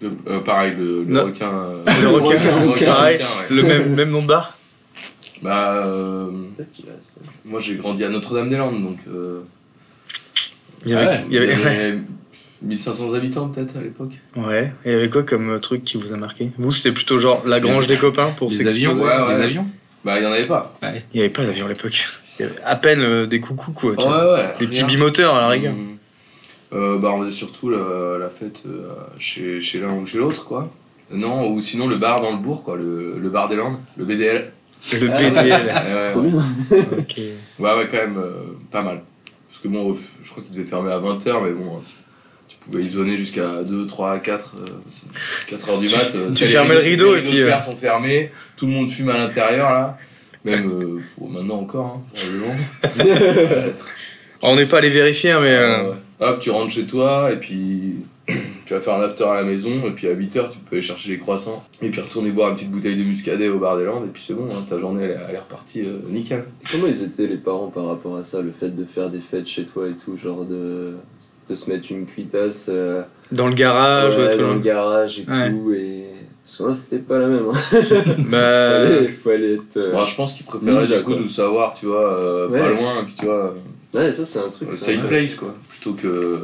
Speaker 4: Le- euh, pareil, le, le
Speaker 2: Non.
Speaker 4: requin. euh,
Speaker 2: Le requin,
Speaker 4: le requin,
Speaker 2: pareil.
Speaker 4: requin,
Speaker 2: Le
Speaker 4: ouais.
Speaker 2: même, même nom de bar
Speaker 4: Bah, euh,
Speaker 3: Peut-être qu'il reste. hein.
Speaker 4: moi j'ai grandi à Notre-Dame-des-Landes, donc. euh,
Speaker 2: Il y avait,
Speaker 4: Ah ouais,
Speaker 2: il y avait-
Speaker 4: il y
Speaker 2: Ah ouais.
Speaker 4: avait 1500 habitants peut-être à l'époque.
Speaker 2: Ouais. Il y avait quoi comme euh, truc qui vous a marqué Vous, c'était plutôt genre la grange des copains pour
Speaker 5: Les
Speaker 2: s'exploser
Speaker 5: avions,
Speaker 4: Ouais, ouais.
Speaker 5: les avions.
Speaker 4: Bah, il y en avait pas.
Speaker 2: Il n'y avait pas d'avion à l'époque. Il y avait à peine euh, des coucous, quoi. tu
Speaker 4: ouais,
Speaker 2: vois.
Speaker 4: ouais.
Speaker 2: Des petits
Speaker 4: rien.
Speaker 2: bimoteurs, à la rigueur.
Speaker 4: Mm. Euh, bah, on faisait surtout la, la fête euh, chez, chez l'un ou chez l'autre, quoi. Non, ou sinon le bar dans le bourg, quoi, le, le bar des Landes,
Speaker 2: <laughs>
Speaker 4: le BDL.
Speaker 2: Le <laughs> BDL.
Speaker 4: Ouais, ouais,
Speaker 3: Trop bien.
Speaker 2: ok.
Speaker 4: Ouais, ouais, quand même, euh, pas mal. Parce que bon, euh, je crois qu'il devait fermer à 20h, mais bon, euh, tu pouvais isoler jusqu'à 2, 3, 4, 4 heures du mat. euh,
Speaker 2: tu
Speaker 4: t'as les
Speaker 2: fermais le rideau
Speaker 4: les
Speaker 2: et
Speaker 4: rideaux
Speaker 2: puis,
Speaker 4: de
Speaker 2: euh,
Speaker 4: fer sont fermés, tout le monde fume à l'intérieur, là. Même euh, bon, maintenant encore, hein,
Speaker 2: <laughs>
Speaker 4: probablement. Ouais,
Speaker 2: On n'est pas allé vérifier, hein, mais. euh,
Speaker 4: ouais. Hop, tu rentres chez toi, et puis <clears throat> tu vas faire un after à la maison, et puis à 8h, tu peux aller chercher les croissants, et puis retourner boire une petite bouteille de muscadet au bar des Landes, et puis c'est bon, hein, ta journée, elle, est- elle est repartie euh, nickel.
Speaker 3: Comment ils étaient les parents par rapport à ça Le fait de faire des fêtes chez toi et tout, genre de, de se mettre une cuitasse euh,
Speaker 2: Dans le garage,
Speaker 3: ouais,
Speaker 2: ouais, Ah, tout le
Speaker 3: dans le
Speaker 2: monde.
Speaker 3: garage et
Speaker 2: Ouais.
Speaker 3: tout. Et... Parce que là, c'était pas la même. Hein.
Speaker 2: Bah,
Speaker 3: <laughs> Il fallait être. euh,
Speaker 4: Bah, je pense qu'ils préféraient
Speaker 3: Ninja,
Speaker 4: du coup
Speaker 3: quoi.
Speaker 4: nous savoir, tu vois, euh, pas
Speaker 3: Ouais.
Speaker 4: loin, et puis tu vois,
Speaker 3: Ouais, ça, c'est un truc.
Speaker 4: euh,
Speaker 3: ça,
Speaker 4: safe
Speaker 3: ouais.
Speaker 4: place quoi, plutôt que.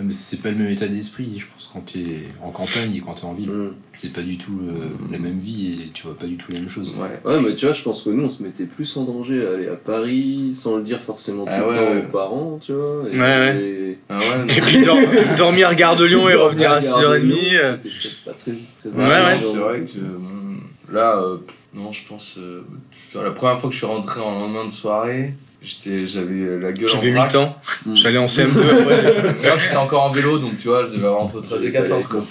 Speaker 5: Ah, mais c'est pas le même état d'esprit, je pense, quand t'es en campagne et quand t'es en ville.
Speaker 3: Mm.
Speaker 5: C'est pas du tout euh, la même vie et tu vois pas du tout les mêmes choses.
Speaker 4: Ouais.
Speaker 3: Ouais, mais tu vois, je pense que nous, on se mettait plus en danger à aller à Paris, sans le dire forcément tout
Speaker 4: Ah
Speaker 3: le
Speaker 4: ouais,
Speaker 3: temps
Speaker 4: ouais.
Speaker 3: aux parents, tu vois.
Speaker 2: Ouais, ouais.
Speaker 3: et-
Speaker 4: Ah ouais, non.
Speaker 2: Et puis dor- dormir gare de Lyon et revenir à
Speaker 3: Regarder Lyon,
Speaker 2: 6h30. euh,
Speaker 3: c'était peut-être pas très, très
Speaker 2: Ouais, ouais.
Speaker 4: Non, C'est vrai que hmm, hum, là, euh, non, je pense. euh, tu vois, la première fois que je suis rentré en lendemain de soirée, J'étais, j'avais la gueule
Speaker 2: J'avais
Speaker 4: en vrac.
Speaker 2: 8 ans,
Speaker 3: Mm.
Speaker 2: j'allais en CM2 après.
Speaker 4: Non, j'étais encore en vélo, donc tu vois, je devais avoir entre 13 et 14. Quoi.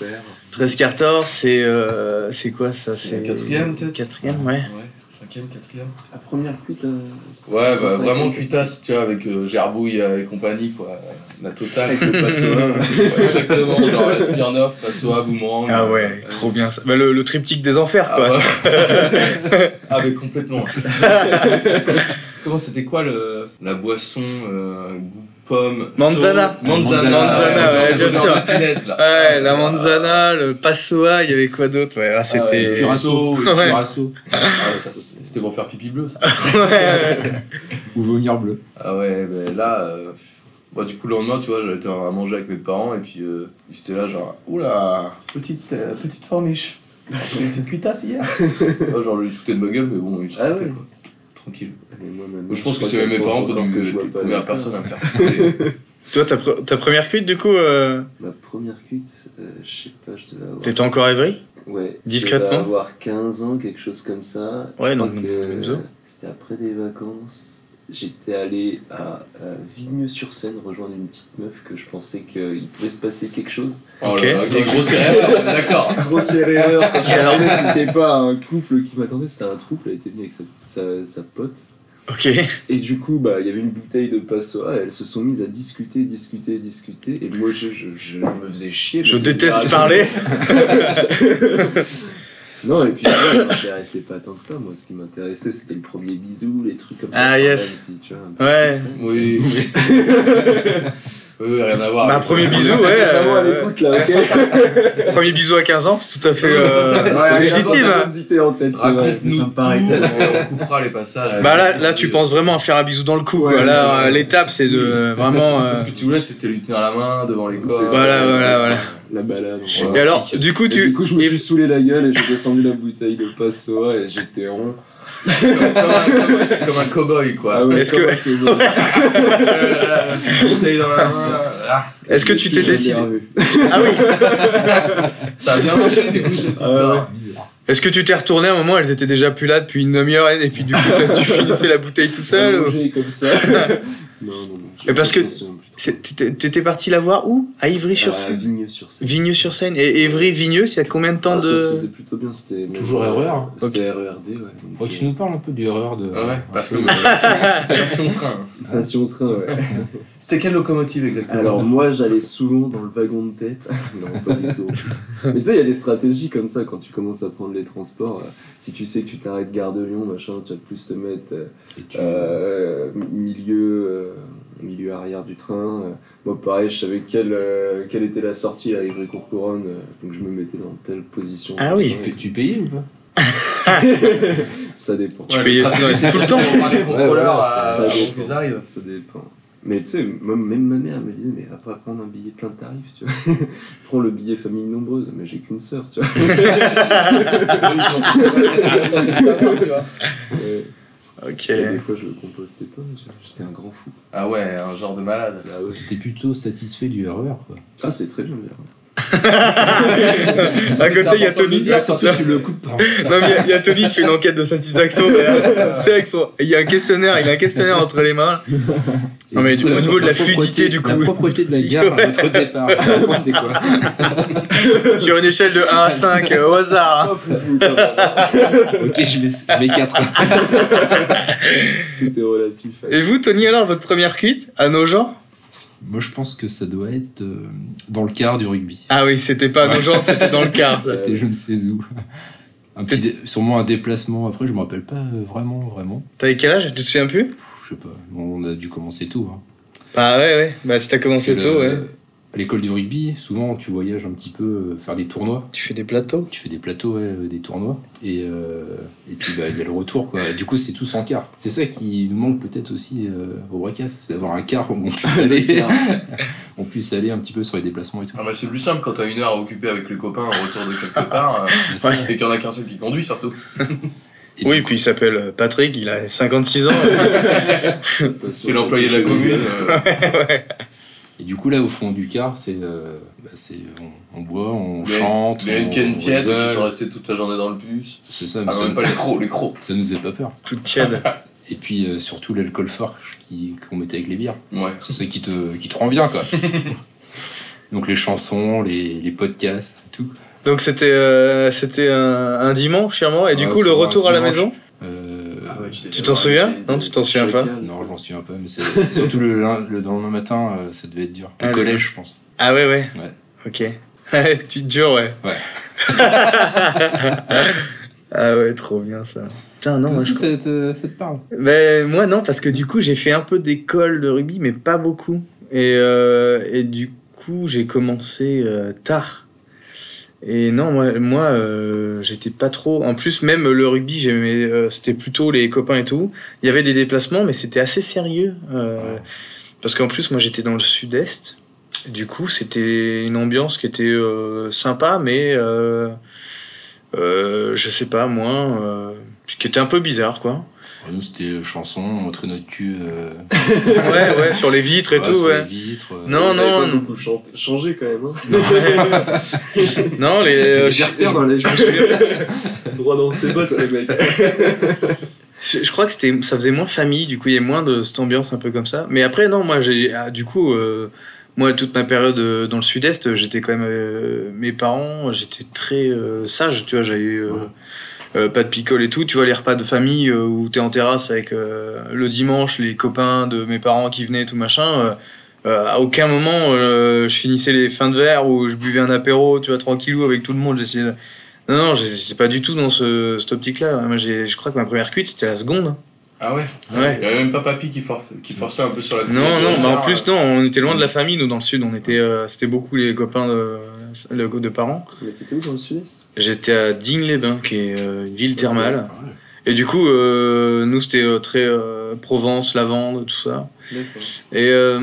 Speaker 2: 13-14, c'est. euh, c'est quoi ça
Speaker 4: C'est la quatrième, peut-être
Speaker 2: Quatrième, ouais.
Speaker 4: Ouais, cinquième, quatrième.
Speaker 3: La première cuite. euh, c'était
Speaker 4: Ouais, bah,
Speaker 3: cinquième.
Speaker 4: vraiment cuitasse, tu vois, avec euh, Gerbouille et compagnie, quoi. euh, La totale.
Speaker 3: Avec
Speaker 4: <laughs>
Speaker 3: le
Speaker 4: Passoa. Ouais, exactement, genre la Smirnoff, Passoa, Boomerang.
Speaker 2: Ah ouais,
Speaker 4: euh,
Speaker 2: trop bien ça. Bah, le, le triptyque des enfers,
Speaker 4: Ah,
Speaker 2: quoi.
Speaker 4: ouais. Ah,
Speaker 2: <laughs>
Speaker 4: mais complètement. Comment c'était quoi le... la boisson euh, goût pomme
Speaker 2: Manzana.
Speaker 4: saule- Manzana.
Speaker 5: Manzana,
Speaker 2: ouais, bien
Speaker 4: dans
Speaker 2: sûr.
Speaker 4: la punaise, là.
Speaker 2: Ouais, la manzana, le passoa, il y avait quoi d'autre Ouais, ah,
Speaker 4: Ah ouais, le
Speaker 2: c'était. ouais,
Speaker 4: curaçao, le
Speaker 2: Ouais.
Speaker 4: curaçao. Ah, ça, C'était pour faire pipi bleu, ça.
Speaker 2: <laughs> ouais.
Speaker 5: Ou vomir bleu.
Speaker 4: Ah ouais, ben là, euh, bah, du coup, le lendemain, tu vois, j'avais été à manger avec mes parents et puis euh, ils étaient là, genre, oula, petite, euh, petite formiche. J'ai eu une petite
Speaker 3: <laughs>
Speaker 4: cuitasse hier. Ah, genre, je lui foutais de ma gueule, mais bon, ils s'en
Speaker 3: Ah
Speaker 4: foutaient,
Speaker 3: ouais.
Speaker 4: quoi. Tranquille.
Speaker 3: Mais moi, maintenant,
Speaker 4: Donc, je pense que
Speaker 3: crois
Speaker 4: c'est
Speaker 3: qu'elle
Speaker 4: mes
Speaker 3: pense
Speaker 4: parents qui
Speaker 3: encore
Speaker 4: ont
Speaker 3: que
Speaker 4: dû
Speaker 3: je bois
Speaker 4: les
Speaker 3: pas
Speaker 4: premières
Speaker 3: d'alcool.
Speaker 4: personnes à me
Speaker 3: <laughs>
Speaker 4: faire couper.
Speaker 2: Toi, ta, pre- ta première cuite, du coup, euh,
Speaker 3: Ma première cuite, euh, je sais pas, je devais avoir.
Speaker 2: t'étais encore évry
Speaker 3: Ouais.
Speaker 2: Discrètement
Speaker 3: Je devais avoir 15 ans, quelque chose comme ça.
Speaker 2: Ouais,
Speaker 3: Je
Speaker 2: donc,
Speaker 3: crois
Speaker 2: nous,
Speaker 3: que,
Speaker 2: nous
Speaker 3: euh,
Speaker 2: sommes.
Speaker 3: C'était après des vacances. J'étais allé à, euh, Vigneux-sur-Seine rejoindre une petite meuf que je pensais qu'il pouvait se passer quelque chose.
Speaker 4: Oh
Speaker 2: Ok.
Speaker 4: là là, quelle grosse erreur, d'accord.
Speaker 3: <laughs> Grosse erreur. Quand je suis arrivé, c'était pas un couple qui m'attendait, c'était un troupe. Elle était venue avec sa, sa, sa pote.
Speaker 2: Ok.
Speaker 3: Et du coup, bah, il y avait une bouteille de passoa. Elles se sont mises à discuter, discuter, discuter. Et moi, je, je, je me faisais chier.
Speaker 2: Je
Speaker 3: mais-
Speaker 2: déteste parler.
Speaker 3: Non, et puis ça m'intéressait pas tant que ça. Moi, ce qui m'intéressait, c'était le premier bisou, les trucs comme ça.
Speaker 2: Ah,
Speaker 3: quand
Speaker 2: yes.
Speaker 3: même, si, tu vois, un peu
Speaker 2: Ouais.
Speaker 3: plus.
Speaker 4: Oui, oui. Oui, oui, rien à voir.
Speaker 2: Bah,
Speaker 4: avec-
Speaker 2: premier bisou,
Speaker 3: On est
Speaker 2: ouais.
Speaker 3: Vraiment à
Speaker 2: euh,
Speaker 3: l'écoute là, <laughs> ok
Speaker 2: Premier bisou à 15 ans, c'est tout à fait euh,
Speaker 3: Ouais, j'ai
Speaker 2: légitime.
Speaker 3: encore
Speaker 2: hein.
Speaker 3: des idées en tête, c'est vrai.
Speaker 4: Raconte-nous tout, on coupera les passages.
Speaker 2: Bah là, là, tu penses vraiment à faire un bisou dans le cou, quoi.
Speaker 3: Ouais,
Speaker 2: Là,
Speaker 3: c'est
Speaker 2: euh,
Speaker 3: ça.
Speaker 2: l'étape, c'est de euh, vraiment. euh,
Speaker 4: Tout ce que tu voulais, c'était lui tenir la main devant les corps.
Speaker 3: C'est ça.
Speaker 2: Voilà, voilà, voilà.
Speaker 3: La balade.
Speaker 4: Je-
Speaker 3: voilà.
Speaker 2: Et alors, du coup,
Speaker 3: Et
Speaker 2: tu.
Speaker 3: Du coup, je me suis saoulé la gueule et j'ai descendu la bouteille de Passoa et j'étais rond.
Speaker 4: comme, un- comme un cow-boy, quoi.
Speaker 3: Ah ouais,
Speaker 2: Est-ce
Speaker 3: comme
Speaker 2: que-
Speaker 3: un cowboy.
Speaker 4: Euh, la petite bouteille dans la main. Ah,
Speaker 2: <laughs> Est-ce que tu t'es
Speaker 3: Je l'ai
Speaker 2: décidé
Speaker 3: revu.
Speaker 2: Ah oui.
Speaker 4: ça a bien marché, c'est cool, cette histoire.
Speaker 2: Est-ce que tu t'es retourné à un moment, elles étaient déjà plus là depuis une demi-heure et puis du coup, t'as-
Speaker 3: <laughs>
Speaker 2: tu finissais la bouteille tout seul ou-
Speaker 3: Allongé
Speaker 2: <laughs>
Speaker 3: comme ça. Non, non, non.
Speaker 2: Mais parce que-
Speaker 3: c'est
Speaker 2: C'est- T'étais t'étais parti la voir où À
Speaker 3: sur
Speaker 2: Ivry-sur-Seine.
Speaker 3: Vigneux Ah, sur scène.
Speaker 2: Vigneux-sur-Seine. Et Évry-Vigneux, c'est à combien de temps
Speaker 3: Ah, Ça se
Speaker 2: de.
Speaker 3: faisait plutôt bien, c'était.
Speaker 5: Toujours RER, hein.
Speaker 3: C'était RERD, ouais. donc,
Speaker 5: Ouais, tu nous parles un peu du erreur de.
Speaker 4: Ah ouais, parce que
Speaker 5: un peu-
Speaker 4: version train.
Speaker 3: euh, Passion train, ouais.
Speaker 2: <laughs>
Speaker 4: C'était quelle locomotive exactement
Speaker 3: Alors moi j'allais souvent dans le wagon de tête. <laughs> non pas du tout. Mais tu sais il y a des stratégies comme ça quand tu commences à prendre les transports. euh, si tu sais que tu t'arrêtes gare de Lyon machin, tu vas plus te mettre euh,
Speaker 5: et tu-
Speaker 3: euh, milieu euh, milieu arrière du train. euh. moi pareil je savais quelle euh, quelle était la sortie à Ivry-Courcouronne, euh, donc je me mettais dans telle position.
Speaker 2: Ah oui.
Speaker 5: tu, tu payais ou pas
Speaker 3: Ça dépend.
Speaker 2: tu payais-
Speaker 4: le
Speaker 2: ouais, <laughs>
Speaker 4: stratégie,
Speaker 2: tout le
Speaker 4: c'est
Speaker 2: temps.
Speaker 4: pour voir les contrôleurs
Speaker 3: Ouais, ouais, ça-
Speaker 4: euh,
Speaker 3: ça
Speaker 4: avant
Speaker 3: dépend.
Speaker 4: qu'ils arrivent.
Speaker 3: Ça dépend. Mais tu sais, même, même ma mère elle me disait, mais va pas prendre un billet plein de tarifs, tu vois. <laughs> Prends le billet famille nombreuse, mais j'ai qu'une sœur, tu vois. <laughs>
Speaker 4: Ah,
Speaker 3: Ouais.
Speaker 2: Ok.
Speaker 3: Et des fois, je compostais pas, tu vois. j'étais un grand fou.
Speaker 4: Ah ouais, un genre de malade.
Speaker 3: Ah, ouais.
Speaker 5: T'étais plutôt satisfait du erreur, quoi.
Speaker 3: ah c'est très bien, d'ailleurs.
Speaker 2: À côté, il y a Tony.
Speaker 4: Ça, surtout,
Speaker 5: tu le coupes pas.
Speaker 2: Non, mais il y a- il y, a Tony qui fait une enquête de satisfaction. mais, euh, tu sais, avec son- Il y a un questionnaire, il a un questionnaire entre les mains. Non, mais du- au niveau de la fluidité, du coup.
Speaker 5: La propreté de la gare à votre départ. C'est quoi
Speaker 2: <laughs> Sur une échelle de 1 à 5, euh, au hasard. hein.
Speaker 3: Ah, fou, fou, quand même.
Speaker 5: Ok, je mets, mes 4.
Speaker 3: <laughs> Tout est relatif.
Speaker 2: Et vous, Tony, alors, votre première cuite à nos gens
Speaker 5: Moi, je pense que ça doit être euh, dans le quart du rugby.
Speaker 2: Ah oui, c'était pas à nos gens, c'était dans le quart. ça.
Speaker 5: C'était je ne sais où. <laughs> Un petit dé- sûrement un déplacement après, je me rappelle pas euh, vraiment, vraiment.
Speaker 2: <laughs> T'avais quel âge Tu te souviens plus
Speaker 5: Pff, Je sais pas, Bon, on a dû commencer tôt. hein.
Speaker 2: Bah ouais, ouais. Bah si t'as commencé
Speaker 5: Parce que
Speaker 2: tôt, ouais.
Speaker 5: le- À l'école du rugby, souvent tu voyages un petit peu euh, faire des tournois.
Speaker 2: Tu fais des plateaux
Speaker 5: Tu fais des plateaux, ouais, euh, des tournois. Et, euh, et puis bah, il y a le retour. Quoi. Du coup, c'est tous en quart. C'est ça qui nous manque peut-être aussi euh, au Bracas, c'est d'avoir un quart où
Speaker 2: <laughs>
Speaker 5: on puisse, aller, <laughs> on puisse aller un petit peu sur les déplacements et tout.
Speaker 4: Ah bah, c'est plus simple quand t'as une heure à occuper avec les copains au retour de quelque part. euh, Et qu'il y en a qu'un seul qui conduit surtout.
Speaker 5: Et
Speaker 2: Oui,
Speaker 5: du
Speaker 2: puis il s'appelle euh, Patrick, il a 56 ans. euh,
Speaker 4: C'est l'employé de la commune. euh,
Speaker 5: Et du coup, là, au fond du quart, c'est. euh, bah, c'est- on, on boit, on
Speaker 4: les-
Speaker 5: chante.
Speaker 4: Les
Speaker 5: on-
Speaker 4: Henken
Speaker 5: on
Speaker 4: tièdes
Speaker 5: rigole.
Speaker 4: qui sont restés toute la journée dans le bus.
Speaker 5: C'est ça, mais
Speaker 4: Ah,
Speaker 5: <laughs> ça,
Speaker 4: non, même pas les crocs, les crocs.
Speaker 5: ça nous faisait pas peur.
Speaker 2: <laughs> Toute tiède.
Speaker 5: Et puis euh, surtout l'alcool fort qui- qu'on mettait avec les bières.
Speaker 4: Ouais.
Speaker 5: C'est ça qui te, qui te rend bien,
Speaker 4: <laughs>
Speaker 5: quoi. Donc les chansons, les, les podcasts, tout.
Speaker 2: Donc c'était euh, c'était un, un dimanche sûrement et du
Speaker 5: Ouais,
Speaker 2: coup le
Speaker 5: c'est un
Speaker 2: retour à la
Speaker 5: dimanche.
Speaker 2: maison
Speaker 5: Euh,
Speaker 2: Tu t'en souviens Non, tu t'en souviens pas
Speaker 5: Non, je m'en souviens pas, mais c'est surtout le, lin- le lendemain matin, euh, ça devait être dur. Au
Speaker 2: Ah,
Speaker 5: collège, je pense.
Speaker 2: Ah ouais ouais.
Speaker 5: Ouais.
Speaker 2: Ok. <laughs> tu te jures ouais.
Speaker 5: Ouais.
Speaker 2: <laughs> ah ouais trop bien ça. Putain non
Speaker 5: Toi
Speaker 2: moi,
Speaker 5: aussi,
Speaker 2: je...
Speaker 5: ça te, ça te parle.
Speaker 2: Ben, moi non parce que du coup j'ai fait un peu d'école de rugby mais pas beaucoup et euh, et du coup j'ai commencé euh, tard. Et non, moi, moi euh, j'étais pas trop. En plus, même le rugby, j'aimais, euh, c'était plutôt les copains et tout. Il y avait des déplacements, mais c'était assez sérieux. euh, Parce qu'en plus, moi, j'étais dans le sud-est. Du coup, c'était une ambiance qui était euh, sympa, mais euh, euh, je sais pas, moi, euh, qui était un peu bizarre, quoi.
Speaker 5: Nous, c'était euh, chanson, on montrait notre cul. euh,
Speaker 2: ouais, ouais, sur les vitres et
Speaker 5: ouais,
Speaker 2: tout,
Speaker 5: sur
Speaker 2: ouais.
Speaker 5: les vitres, euh,
Speaker 2: Non,
Speaker 3: Vous avez
Speaker 2: non.
Speaker 3: pas beaucoup chan- changé quand même. Hein <laughs>
Speaker 2: Non, les. euh, je-
Speaker 3: Je me allais- je me souviens. hein, Droit dans ses bottes, les mecs.
Speaker 2: Je, je crois que c'était, ça faisait moins famille, du coup il y a moins de cette ambiance un peu comme ça. Mais après non, moi j'ai, ah, du coup, euh, moi toute ma période euh, dans le sud-est, j'étais quand même, euh, mes parents, j'étais très euh, sage, tu vois, j'avais euh, euh, pas de picole et tout, tu vois les repas de famille euh, où t'es en terrasse avec euh, le dimanche les copains de mes parents qui venaient tout machin. euh, euh, à aucun moment euh, je finissais les fins de verre ou je buvais un apéro, tu vois, tranquillou avec tout le monde, j'essayais de- non, non, j'ai- j'étais pas du tout dans ce, cette optique-là. Moi, j'ai- je crois que ma première cuite, c'était la seconde.
Speaker 4: Ah ouais
Speaker 2: Ouais.
Speaker 4: Il y avait même pas papy qui, for- qui forçait un peu sur la
Speaker 2: Non, non, bah en plus, non, on était loin de la famille, nous, dans le sud. On était, euh, c'était beaucoup les copains de, le- de parents.
Speaker 3: Mais t'étais où dans le sud-est
Speaker 2: J'étais à Digne-les-Bains, qui est euh, une ville thermale. Et du coup, euh, nous, c'était euh, très euh, Provence, Lavande, tout ça.
Speaker 3: D'accord.
Speaker 2: Et euh,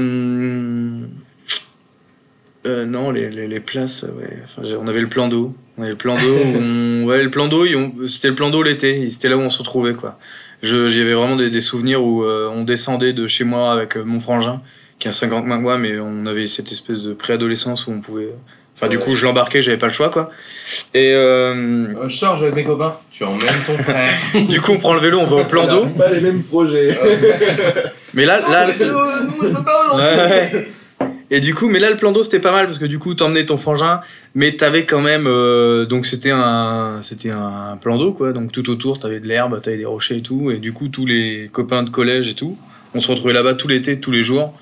Speaker 2: euh, non, les, les, les places, ouais. Enfin, j'ai- on avait le plan d'eau. On avait le plan d'eau. où on- ouais, le plan d'eau, ils ont- c'était le plan d'eau l'été. C'était là où on se retrouvait, quoi. Je- J'avais vraiment des, des souvenirs où euh, on descendait de chez moi avec euh, mon frangin, qui a 50 mains que moi, mais on avait cette espèce de préadolescence où on pouvait. Enfin, du
Speaker 4: Ouais.
Speaker 2: coup, je l'embarquais, j'avais pas le choix, quoi. Et euh,
Speaker 4: <laughs> Euh, je charge avec mes copains. Tu emmènes ton frère.
Speaker 2: du coup, on prend le vélo, on va au plan d'eau.
Speaker 3: Pas les mêmes
Speaker 2: Ah
Speaker 3: projets. <laughs>
Speaker 2: Mais là, <laughs>
Speaker 4: Ah,
Speaker 2: là,
Speaker 4: nous, on peut pas
Speaker 2: Ouais. Et du coup, mais là, le plan d'eau, c'était pas mal parce que du coup, t'emmenais ton frangin, mais t'avais quand même. euh, donc, c'était un, c'était un plan d'eau, quoi. Donc, tout autour, t'avais de l'herbe, t'avais des rochers et tout. Et du coup, tous les copains de collège et tout, on se retrouvait là-bas tout l'été, tous les jours.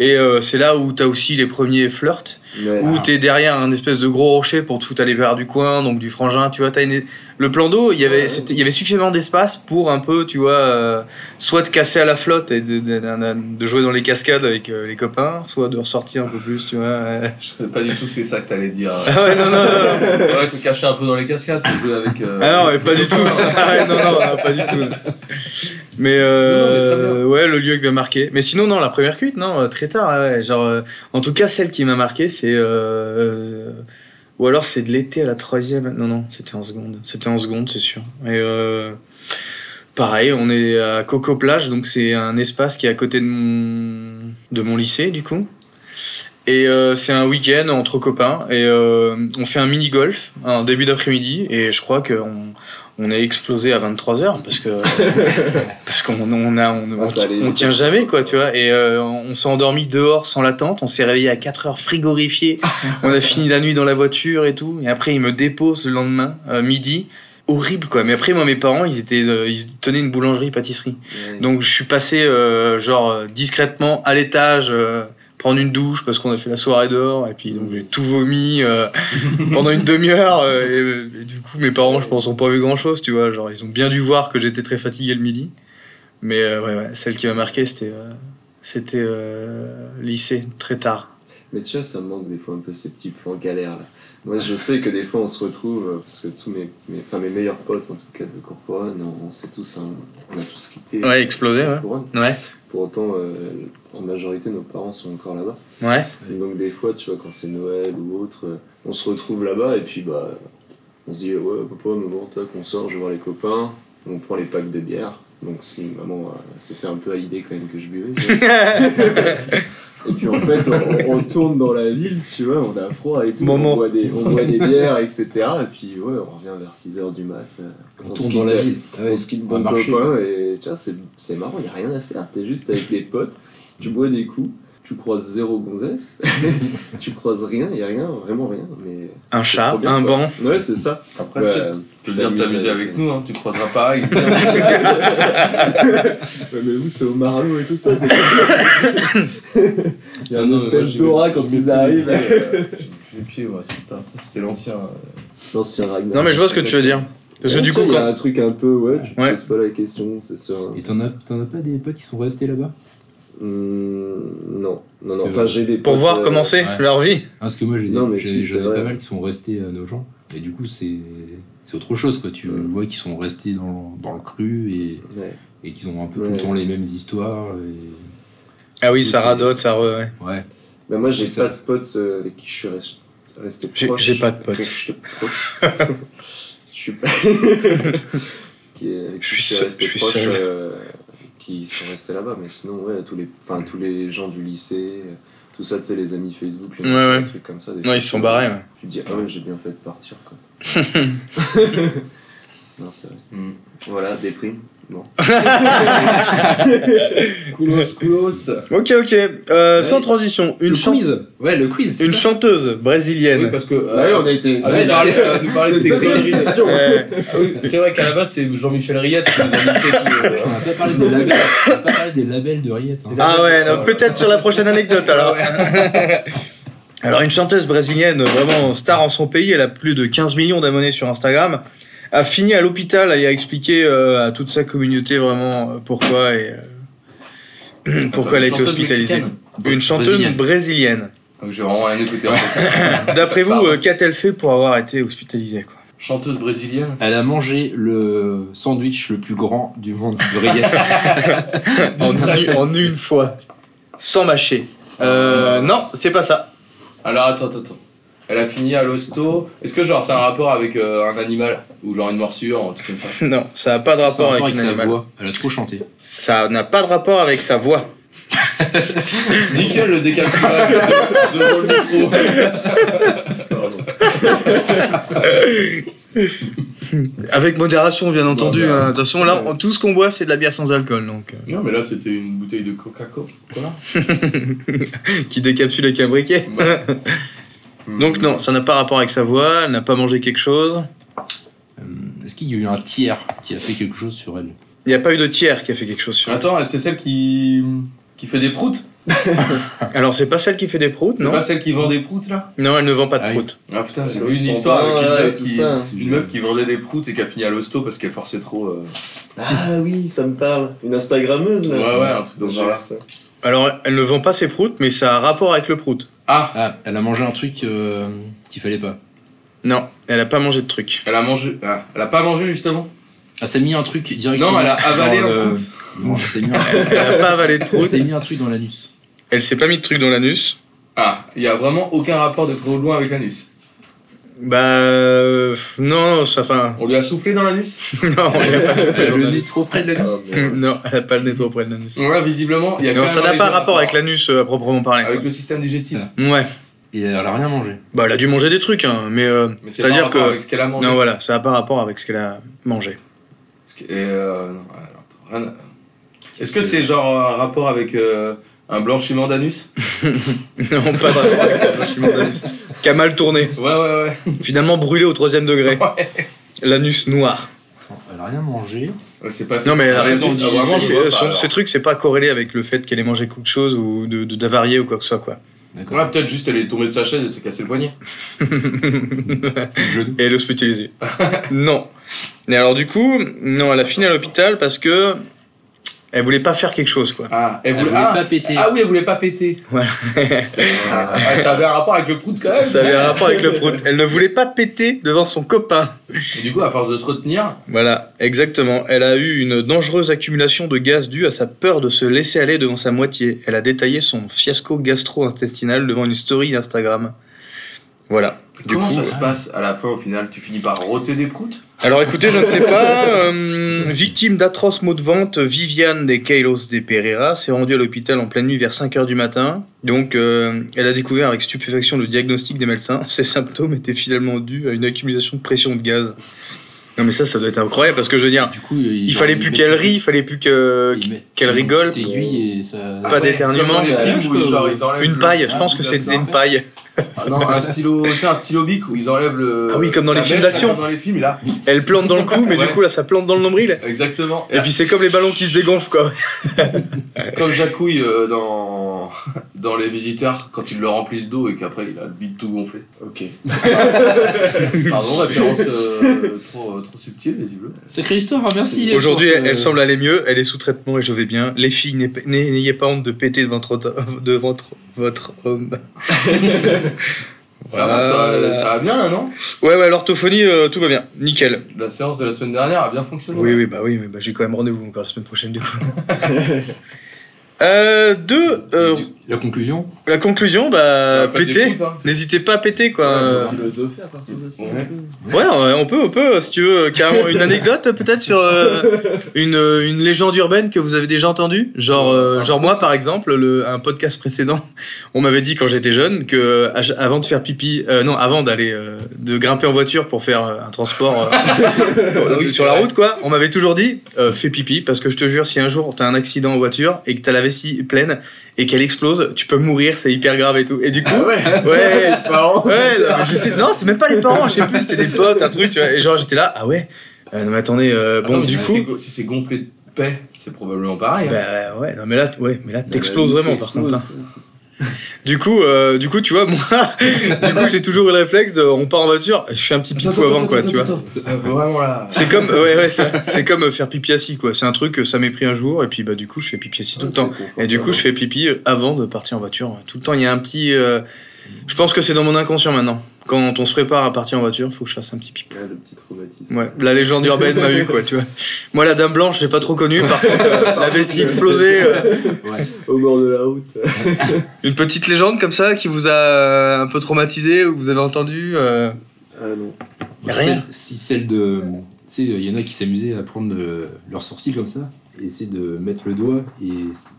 Speaker 2: Et euh, c'est là où t'as aussi les premiers flirts
Speaker 3: Ouais.
Speaker 2: où t'es derrière un espèce de gros rocher pour te foutre à l'écart du coin, donc du frangin, tu vois, t'as une... Le plan d'eau, il y avait,
Speaker 3: Ouais.
Speaker 2: c'était- il y avait suffisamment d'espace pour un peu, tu vois, euh, soit te casser à la flotte et de, de- de- de jouer dans les cascades avec euh, les copains, soit de ressortir un peu plus, tu vois. <laughs> euh.
Speaker 4: Je savais pas du tout, c'est ça que
Speaker 2: <laughs>
Speaker 4: t'allais dire.
Speaker 2: Ah ouais, non, non, non, non.
Speaker 4: ouais, te cacher un peu dans les cascades pour jouer avec. euh,
Speaker 2: Ah non, mais pas du tout. Ah ouais, non, non, non, pas du tout. Mais euh,
Speaker 4: Non, non, mais très
Speaker 2: ouais, le lieu qui m'a marqué. Mais sinon, non, la première cuite, non, euh, très tard. ouais, ouais, genre, euh, en tout cas, celle qui m'a marqué, c'est. euh, ou alors c'est de l'été à la troisième. Non, non, c'était en seconde. C'était en seconde, c'est sûr. Et euh, pareil, on est à Coco Plage, donc c'est un espace qui est à côté de mon, de mon lycée, du coup. Et euh, c'est un week-end entre copains. Et euh, on fait un mini-golf en début d'après-midi. Et je crois qu'on on est explosé à 23h parce
Speaker 3: <laughs>
Speaker 2: que parce qu'on on a on,
Speaker 3: Ah, ça
Speaker 2: on-
Speaker 3: allait
Speaker 2: on
Speaker 3: vite.
Speaker 2: tient jamais quoi tu vois et euh, on s'est endormi dehors sans la tente on s'est réveillé à 4h frigorifié on a fini la nuit dans la voiture et tout et après ils me déposent le lendemain euh, midi horrible quoi mais après moi mes parents ils étaient euh, ils tenaient une boulangerie pâtisserie
Speaker 3: Ouais.
Speaker 2: donc je suis passé euh, genre euh, discrètement à l'étage euh, prendre une douche parce qu'on a fait la soirée dehors et puis donc j'ai tout vomi
Speaker 3: <laughs>
Speaker 2: euh, pendant une demi-heure euh, et, euh, et du coup mes parents je pense ont pas vu grand chose tu vois genre ils ont bien dû voir que j'étais très fatigué le midi mais euh, ouais, ouais, celle qui m'a marqué c'était euh, c'était euh, lycée très tard
Speaker 3: Mais tu vois, ça me manque des fois un peu ces petits plans galères là. Moi, je sais que des fois, on se retrouve, euh, parce que tous mes, mes, enfin, mes meilleurs potes, en tout cas de Corporone, on, on s'est tous, hein, on a tous quitté
Speaker 2: ouais explosé ouais
Speaker 3: Corporone.
Speaker 2: ouais
Speaker 3: Pour autant, euh, en majorité, nos parents sont encore là-bas.
Speaker 2: ouais
Speaker 3: Et Donc des fois, tu vois, quand c'est Noël ou autre, euh, on se retrouve là-bas et puis bah, on se dit ouais papa, maman, toi qu'on sort, je vais voir les copains, on prend les packs de bière. Donc, ce qui, maman euh, s'est fait un peu à l'idée quand même que je buvais. tu vois. et puis, en fait, on, on tourne dans la ville, tu vois, on a froid et tout.
Speaker 1: Maman.
Speaker 3: On boit des, on boit des bières, etc. Et puis, ouais, on revient vers 6h du mat. euh,
Speaker 5: On tourne
Speaker 3: skate-
Speaker 5: dans la ville. Ah ouais,
Speaker 3: on skate
Speaker 5: va
Speaker 3: bon
Speaker 5: marcher,
Speaker 3: copain et tu vois, c'est c'est marrant, y a rien à faire. T'es juste avec des potes, tu bois des coups, tu croises zéro gonzesse, <laughs> tu croises rien, y a rien, vraiment rien. Mais
Speaker 2: Un
Speaker 3: c'est
Speaker 2: chat,
Speaker 3: trop bien,
Speaker 2: un
Speaker 3: quoi.
Speaker 2: banc.
Speaker 3: Ouais, c'est ça.
Speaker 4: Après,
Speaker 3: Ouais,
Speaker 4: tu sais, tu peux venir
Speaker 3: t'amuses
Speaker 4: t'amuser
Speaker 3: bah, avec-
Speaker 4: avec nous, hein, tu croiseras pas ici. hein.
Speaker 3: Ouais, mais vous, c'est au Marlot et tout ça. <laughs> c'est- Il y a une
Speaker 4: Ah non, mais moi,
Speaker 3: espèce
Speaker 4: j'ai-
Speaker 3: d'aura
Speaker 4: j'ai
Speaker 3: quand
Speaker 4: mis tous
Speaker 3: ils
Speaker 4: les
Speaker 3: arrivent.
Speaker 4: pieds,
Speaker 3: <laughs>
Speaker 4: euh, j'ai mis tous les pieds, moi, c'est- putain, ça, c'était l'ancien. euh,
Speaker 3: L'ancien Ragnar.
Speaker 2: Non, mais je vois ce que tu veux dire. Parce que
Speaker 3: Ouais,
Speaker 2: du
Speaker 3: tu
Speaker 2: coup,
Speaker 3: sais, Il y a
Speaker 2: quand.
Speaker 3: un truc un peu, ouais, tu te
Speaker 2: Ouais.
Speaker 3: poses pas la question, c'est sûr.
Speaker 5: Et t'en as, t'en as pas des potes qui sont restés là-bas Hein,
Speaker 3: Hum, non, non, non.
Speaker 5: que-
Speaker 3: Enfin, j'ai des
Speaker 2: Pour
Speaker 3: potes,
Speaker 2: voir
Speaker 3: euh,
Speaker 2: comment c'est
Speaker 5: ouais.
Speaker 2: leur vie.
Speaker 5: Parce que moi, j'ai
Speaker 3: Non, mais
Speaker 5: j'ai-
Speaker 3: si,
Speaker 5: j'en ai
Speaker 3: c'est vrai.
Speaker 5: pas mal qui sont restés à nos gens. Et du coup, c'est c'est autre chose, quoi. Tu
Speaker 3: Ouais.
Speaker 5: vois qu'ils sont restés dans, dans le cru et,
Speaker 3: ouais.
Speaker 5: et qu'ils ont un peu tout
Speaker 3: Ouais.
Speaker 5: le temps les mêmes histoires. et-
Speaker 2: Ah oui, ça
Speaker 5: c'est-
Speaker 2: radote, ça. re- ouais.
Speaker 5: Ouais.
Speaker 3: Mais moi, j'ai
Speaker 5: Oui, ça-
Speaker 3: pas de potes euh, avec qui je suis resté, resté
Speaker 2: J'ai-
Speaker 3: proche.
Speaker 2: j'ai pas de potes.
Speaker 3: Avec qui j'étais
Speaker 2: <laughs>
Speaker 3: proche. je suis pas. <laughs> qui est- avec qui
Speaker 2: Je suis
Speaker 3: je suis
Speaker 2: seul-
Speaker 3: resté
Speaker 2: je suis
Speaker 3: proche,
Speaker 2: seul.
Speaker 3: euh, qui sont restés là-bas. Mais sinon, ouais, tous les, enfin, tous les gens du lycée, euh, tout ça, tu sais, les amis Facebook, les
Speaker 2: Ouais,
Speaker 3: machins,
Speaker 2: ouais.
Speaker 3: des trucs comme ça. des
Speaker 2: Non,
Speaker 3: fois,
Speaker 2: ils se sont barrés. ouais.
Speaker 3: Tu te dis, ah ouais, j'ai bien fait de partir,
Speaker 2: <laughs>
Speaker 3: quoi. non, c'est vrai.
Speaker 4: Mm.
Speaker 3: Voilà, déprime. Bon.
Speaker 4: Koulos, Koulos.
Speaker 2: Ok, ok. Euh, Sans
Speaker 4: Ouais.
Speaker 2: transition, une,
Speaker 5: le
Speaker 2: chan-
Speaker 5: quiz Ouais, le quiz
Speaker 2: une chanteuse
Speaker 4: Oui,
Speaker 2: brésilienne.
Speaker 4: parce que. euh,
Speaker 3: Ah ouais, on a été.
Speaker 4: ah, nous parlait- euh, nous parlait de tes conneries.
Speaker 3: question.
Speaker 2: Ouais.
Speaker 4: Ah oui, c'est vrai qu'à la base, c'est Jean-Michel Riette qui nous invitait. qui, euh,
Speaker 5: On n'a pas parlé des labels, on a pas parlé des labels de Riette. hein.
Speaker 2: Ah ouais, non, peut-être sur la prochaine anecdote alors.
Speaker 4: Ah
Speaker 2: Alors une chanteuse brésilienne, vraiment star en son pays, elle a plus de 15 millions d'abonnés sur Instagram, a fini à l'hôpital et a expliqué euh, à toute sa communauté vraiment euh, pourquoi et euh, <laughs> <clears throat> pourquoi elle a été
Speaker 4: Chanteuse
Speaker 2: hospitalisée.
Speaker 4: mexicaine.
Speaker 2: Une chanteuse
Speaker 5: Brésilienne.
Speaker 2: brésilienne.
Speaker 4: Donc j'ai vraiment rien écouté. en fait. <laughs>
Speaker 2: D'après vous,
Speaker 4: Pardon.
Speaker 2: euh, qu'a-t-elle fait pour avoir été hospitalisée quoi
Speaker 4: Chanteuse brésilienne.
Speaker 5: <laughs> Elle a mangé le sandwich le plus grand du monde de Riette.
Speaker 2: en, une- en une fois, sans mâcher. Euh, non, c'est pas ça.
Speaker 4: Alors attends, attends, attends. Elle a fini à l'hosto. Est-ce que genre c'est un rapport avec euh, un animal Ou genre une morsure, un truc comme
Speaker 2: <laughs>
Speaker 4: ça
Speaker 2: Non, ça n'a pas de
Speaker 5: Ça a
Speaker 2: rapport
Speaker 5: un
Speaker 2: avec un
Speaker 5: sa
Speaker 2: animal.
Speaker 5: voix. Elle a trop chanté.
Speaker 2: Ça n'a pas de rapport avec sa voix.
Speaker 4: Nickel le décapsulage de- devant le micro.
Speaker 2: Avec modération, bien entendu.
Speaker 4: Bon, ben,
Speaker 2: hein. De toute façon, là, on- tout ce qu'on boit, c'est de la bière sans alcool, donc euh,
Speaker 4: Non mais là c'était une bouteille de Coca-Cola.
Speaker 2: qui décapsule avec un briquet. donc non, ça n'a pas rapport avec sa voix. Elle n'a pas mangé quelque chose.
Speaker 5: Est-ce qu'il y a eu un tiers qui a fait quelque chose sur elle
Speaker 2: Il n'y a pas eu de tiers qui a fait quelque chose sur elle.
Speaker 4: Hmm. Attends, c'est celle qui qui fait des proutes
Speaker 2: Alors, c'est pas celle qui fait des proutes,
Speaker 4: C'est
Speaker 2: non
Speaker 4: pas celle qui vend des proutes là
Speaker 2: Non, elle ne vend pas de
Speaker 5: Ah oui.
Speaker 2: proutes.
Speaker 4: Ah putain, j'ai
Speaker 3: Ouais,
Speaker 4: vu une
Speaker 3: ils sont
Speaker 4: histoire
Speaker 3: pas,
Speaker 4: avec une
Speaker 3: ouais,
Speaker 4: meuf,
Speaker 3: tout
Speaker 4: qui,
Speaker 3: ça.
Speaker 4: une meuf qui vendait des proutes et qui a fini à l'hosto parce qu'elle forçait trop. euh.
Speaker 3: Ah oui, ça me parle. Une Instagrammeuse,
Speaker 4: Ouais,
Speaker 3: là.
Speaker 4: ouais, un truc dans ce
Speaker 3: J'ai
Speaker 4: genre-là.
Speaker 3: vu ça.
Speaker 2: Alors, elle ne vend pas ses proutes, mais ça a un rapport avec le prout.
Speaker 4: Ah,
Speaker 5: Ah, elle a mangé un truc euh, qu'il fallait pas.
Speaker 2: Non, elle n'a pas mangé de truc.
Speaker 4: elle a mangé. ah, elle a pas mangé justement
Speaker 5: Ah, s'est mis un truc directement.
Speaker 4: Non, elle a avalé
Speaker 5: dans
Speaker 4: un
Speaker 5: le-
Speaker 4: prout.
Speaker 5: Non, elle s'est mis
Speaker 2: <laughs>
Speaker 5: un truc.
Speaker 2: Elle n'a pas avalé de
Speaker 5: <laughs> Elle
Speaker 2: proutes.
Speaker 5: s'est mis un truc dans l'anus.
Speaker 2: Elle s'est pas mis de truc dans l'anus.
Speaker 4: Ah, il y a vraiment aucun rapport de près ou de loin avec l'anus.
Speaker 2: Bah euh, non, ça, enfin <laughs>
Speaker 4: On lui a soufflé dans l'anus
Speaker 2: non, elle a pas-
Speaker 5: Elle a le nez trop près de l'anus.
Speaker 3: Ah, merde.
Speaker 2: Euh, non, elle n'a pas le nez trop près de l'anus.
Speaker 4: Ouais, visiblement. il Y a
Speaker 2: Non, ça
Speaker 4: clairement
Speaker 2: n'a
Speaker 4: des
Speaker 2: pas
Speaker 4: gens
Speaker 2: rapport avec Ah. l'anus euh, à proprement parler.
Speaker 4: Avec le système digestif.
Speaker 2: Ouais.
Speaker 5: Et elle a rien mangé.
Speaker 2: Bah, elle a dû manger des trucs, hein, mais, euh,
Speaker 4: Mais c'est pas
Speaker 2: c'est-à-dire que.
Speaker 4: rapport avec ce qu'elle a mangé.
Speaker 2: Non, voilà, ça n'a pas rapport avec ce qu'elle a mangé. <laughs>
Speaker 4: Parce que- et, euh, non, alors, attends, rien à- Est-ce que
Speaker 2: Euh.
Speaker 4: c'est genre un rapport avec euh, un blanchiment d'anus
Speaker 2: non, pas de rapport avec le blanchiment d'anus. Qui a mal tourné.
Speaker 4: Ouais, ouais, ouais.
Speaker 2: Finalement brûlé au troisième degré. L'anus noir.
Speaker 5: Attends, elle a rien mangé.
Speaker 4: Ouais, c'est pas
Speaker 2: Non, mais elle a
Speaker 4: Ah,
Speaker 2: rien
Speaker 4: l'anus,
Speaker 2: mangé.
Speaker 4: ah, vraiment, je
Speaker 2: C'est- euh,
Speaker 4: vois pas,
Speaker 2: son-
Speaker 4: alors.
Speaker 2: Ces trucs, c'est pas corrélé avec le fait qu'elle ait mangé quelque chose ou de- de- d'avarier ou quoi que ce soit, quoi.
Speaker 5: D'accord.
Speaker 4: Ouais, peut-être juste elle est tombée de sa chaise et s'est cassé le poignet.
Speaker 5: Je-
Speaker 2: Et
Speaker 4: <laughs>
Speaker 2: l'hospitaliser. non. Mais alors, du coup, non, elle a fini à l'hôpital parce que. Elle voulait pas faire quelque chose, quoi.
Speaker 4: Ah, elle
Speaker 5: Elle
Speaker 4: voulait,
Speaker 5: voulait
Speaker 4: ah,
Speaker 5: pas péter.
Speaker 4: ah oui, elle voulait pas péter.
Speaker 3: Ah,
Speaker 4: Ah, ça avait un rapport avec le prout quand
Speaker 2: Ça
Speaker 4: même.
Speaker 2: avait un rapport avec le prout. Elle ne voulait pas péter devant son copain.
Speaker 4: Et du coup, à force de se retenir,
Speaker 2: Voilà, exactement. Elle a eu une dangereuse accumulation de gaz due à sa peur de se laisser aller devant sa moitié. Elle a détaillé son fiasco gastro-intestinal devant une story Instagram. Voilà. Du
Speaker 4: Comment
Speaker 2: coup,
Speaker 4: ça se passe à la fin au final Tu finis par roter des proutes
Speaker 2: Alors écoutez, je ne sais pas. euh, victime d'atroces maux de vente, Viviane des Kailos des Pereira s'est rendue à l'hôpital en pleine nuit vers 5h du matin. Donc euh, elle a découvert avec stupéfaction le diagnostic des médecins. Ses symptômes étaient finalement dus à une accumulation de pression de gaz. Non mais ça, ça doit être incroyable parce que je veux dire,
Speaker 5: Du coup,
Speaker 2: il fallait plus qu'elle rie, il fallait plus que... qu'elle rigole.
Speaker 5: aiguille Ah et ça.
Speaker 2: Pas d'éternuement.
Speaker 4: Comme dans les films où, genre, ils enlèvent
Speaker 2: Une
Speaker 4: le-
Speaker 2: paille, je
Speaker 5: Ah,
Speaker 2: pense que
Speaker 4: tout à
Speaker 2: c'était
Speaker 4: ça.
Speaker 2: une paille.
Speaker 4: Ah non, <laughs> un stylo, tu sais, un stylo bic où ils enlèvent le.
Speaker 2: Ah oui, comme dans les
Speaker 4: la
Speaker 2: films
Speaker 4: mèche,
Speaker 2: d'action.
Speaker 4: Comme dans les films, et là.
Speaker 2: Elle plante dans le cou, mais
Speaker 4: Ouais.
Speaker 2: du coup là, ça plante dans le nombril.
Speaker 4: Exactement.
Speaker 2: Et puis c'est comme les ballons qui se dégonflent quoi.
Speaker 4: Comme Jacouille euh, dans... <laughs> dans Les Visiteurs, quand ils le remplissent d'eau et qu'après il a le bide tout gonflé.
Speaker 3: Ok.
Speaker 2: <laughs>
Speaker 4: Pardon, référence euh, trop, euh, trop subtile, visiblement.
Speaker 5: Sacrée histoire, hein, merci.
Speaker 2: Aujourd'hui,
Speaker 5: pour
Speaker 2: elle,
Speaker 5: ce-
Speaker 2: elle semble aller mieux, elle est sous traitement et je vais bien. Les filles, n'aie- n'aie- n'ayez pas honte de péter devant, trop- devant trop- votre homme.
Speaker 4: Ça, va, toi, euh,
Speaker 2: Voilà.
Speaker 4: ça va bien là, non
Speaker 2: Ouais, ouais, l'orthophonie, euh, tout va bien. Nickel.
Speaker 4: La séance de la semaine dernière a bien fonctionné.
Speaker 2: Oui, oui, bah oui, mais bah, j'ai quand même rendez-vous encore la semaine prochaine du coup. Euh, deux, euh,
Speaker 5: La conclusion
Speaker 2: la conclusion, bah,
Speaker 4: Après,
Speaker 2: péter.
Speaker 4: t'écoutes, hein.
Speaker 2: N'hésitez pas à péter quoi. Euh,
Speaker 3: Philosophie à partir de ça.
Speaker 4: Ouais.
Speaker 2: Ouais, Bah, ouais, on peut, on peut, euh, si tu veux, euh, carrément une anecdote peut-être sur euh, une, euh, une légende urbaine que vous avez déjà entendue. Genre, euh, genre moi par exemple, le, un podcast précédent, <laughs> on m'avait dit quand j'étais jeune que euh, à ch- avant de faire pipi, euh, non, avant d'aller euh, de grimper en voiture pour faire euh, un transport euh, oui, sur la route quoi, on m'avait toujours dit euh, fais pipi parce que je te jure si un jour t'as un accident en voiture et que t'as la vessie pleine et qu'elle explose, tu peux mourir, c'est hyper grave et tout. Et du coup,
Speaker 3: ouais.
Speaker 2: ouais,
Speaker 3: Marrant.
Speaker 2: Ouais, non, mais je sais- non, c'est même pas les parents, je sais plus, c'était des potes, un truc, tu vois. Et genre, j'étais là, ah ouais, euh, non, mais attendez, euh,
Speaker 4: Ah
Speaker 2: bon,
Speaker 4: non, mais
Speaker 2: du
Speaker 4: si c'est
Speaker 2: coup.
Speaker 4: go- si c'est gonflé de paix, c'est probablement pareil. hein.
Speaker 2: Bah ouais, non, mais là, t- ouais, mais là, t'exploses
Speaker 3: T'exploses
Speaker 2: vraiment, par contre. hein. Du coup, euh, du coup, tu vois, <laughs> moi, du coup, j'ai toujours eu le réflexe de, on part en voiture, je fais un petit pipou
Speaker 4: Attends, attends,
Speaker 2: Bah, avant, quoi,
Speaker 4: attends,
Speaker 2: tu vois.
Speaker 4: attends,
Speaker 2: <laughs>
Speaker 4: attends. Euh, Vraiment là.
Speaker 2: C'est comme, ouais, ouais, ça- c'est comme euh, faire pipi assis, quoi. C'est un truc, euh, ça m'est pris un jour, et puis, bah, du coup, je fais pipi assis tout le temps. Et du coup, je fais pipi euh, avant de partir en voiture. Tout le temps, il y a un petit. euh, je pense que c'est dans mon inconscient maintenant. Quand on se prépare à partir en voiture, faut que je fasse un petit pipi.
Speaker 3: Ouais, le petit traumatisme.
Speaker 2: Ouais, la légende urbaine m'a eu quoi, tu vois. Moi la dame blanche, j'ai pas trop connu par contre <laughs> euh, la vessie explosée, euh,
Speaker 3: Au bord de la route.
Speaker 2: une petite légende comme ça qui vous a euh, un peu traumatisé ou vous avez entendu euh,
Speaker 3: Ah non.
Speaker 2: Rien.
Speaker 5: Celle- Si celle de. Tu sais, il y en a qui s'amusaient à prendre le- leurs sourcils comme ça, et essayer de mettre le doigt, et tu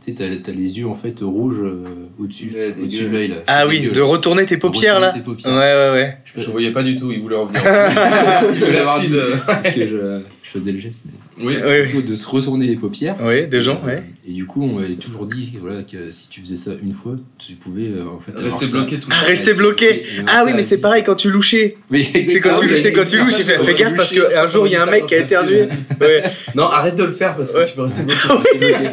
Speaker 5: sais, t'as t'as les yeux en fait rouges euh, au-dessus
Speaker 3: Ouais, dégueu.
Speaker 5: au-dessus de l'œil là.
Speaker 2: Ah
Speaker 5: C'est
Speaker 2: oui,
Speaker 5: dégueu.
Speaker 2: de retourner tes paupières là.
Speaker 5: Retourner tes paupières.
Speaker 2: Ouais ouais ouais.
Speaker 4: Je voyais pas du tout, il voulait
Speaker 2: <laughs>
Speaker 4: en venir.
Speaker 5: Merci de me l'avoir
Speaker 4: Merci
Speaker 5: dit,
Speaker 4: de-
Speaker 5: Parce que je, je faisais le geste, mais.
Speaker 4: Oui.
Speaker 2: Oui,
Speaker 5: Du coup, de se retourner les paupières.
Speaker 2: oui. Oui, des gens, ouais.
Speaker 5: Et du coup, on m'avait toujours dit voilà, que si tu faisais ça une fois, tu pouvais euh, en fait. avoir
Speaker 4: Rester
Speaker 5: ça.
Speaker 4: bloqué tout le temps.
Speaker 2: Rester bloqué. Ah oui, mais c'est pareil quand tu louchais.
Speaker 5: Oui,
Speaker 2: C'est <laughs> quand tu
Speaker 5: exactement.
Speaker 2: louches, quand tu louches, il fait fais gaffe parce qu'un jour il y a un mec qui a éternué. Ouais.
Speaker 4: <laughs> Non, arrête de le faire parce que
Speaker 2: Ouais.
Speaker 4: tu peux rester bloqué.
Speaker 2: <laughs>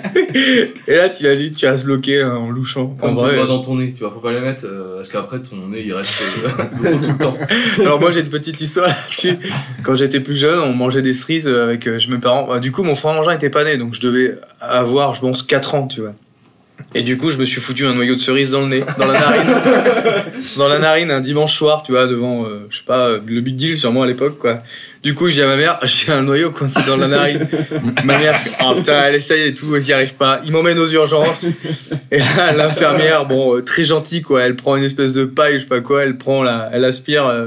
Speaker 2: Et là tu imagines, tu vas se bloquer hein, en louchant. En
Speaker 4: Comme ton
Speaker 2: vrai.
Speaker 4: doigt dans ton nez, tu vas faut pas les mettre euh, parce qu'après ton nez il reste euh, <laughs> gros tout le temps.
Speaker 2: Alors moi j'ai une petite <laughs> histoire là-dessus. Quand j'étais plus jeune, on mangeait des cerises avec euh, chez mes parents. Bah, Du coup, mon frère mangin était pas né, donc je devais avoir, je pense, 4 ans, tu vois. Et du coup, je me suis foutu un noyau de cerise dans le nez, dans la narine. dans la narine, un dimanche soir, tu vois, devant, euh, je sais pas, euh, le Big Deal sûrement à l'époque, quoi. Du coup, je dis à ma mère, <laughs> j'ai un noyau coincé dans la narine. ma mère, oh putain, elle essaye et tout, elle y arrive pas. Il m'emmène aux urgences. Et là, l'infirmière, bon, euh, très gentille, quoi, elle prend une espèce de paille, je sais pas quoi, elle prend la, elle aspire, euh,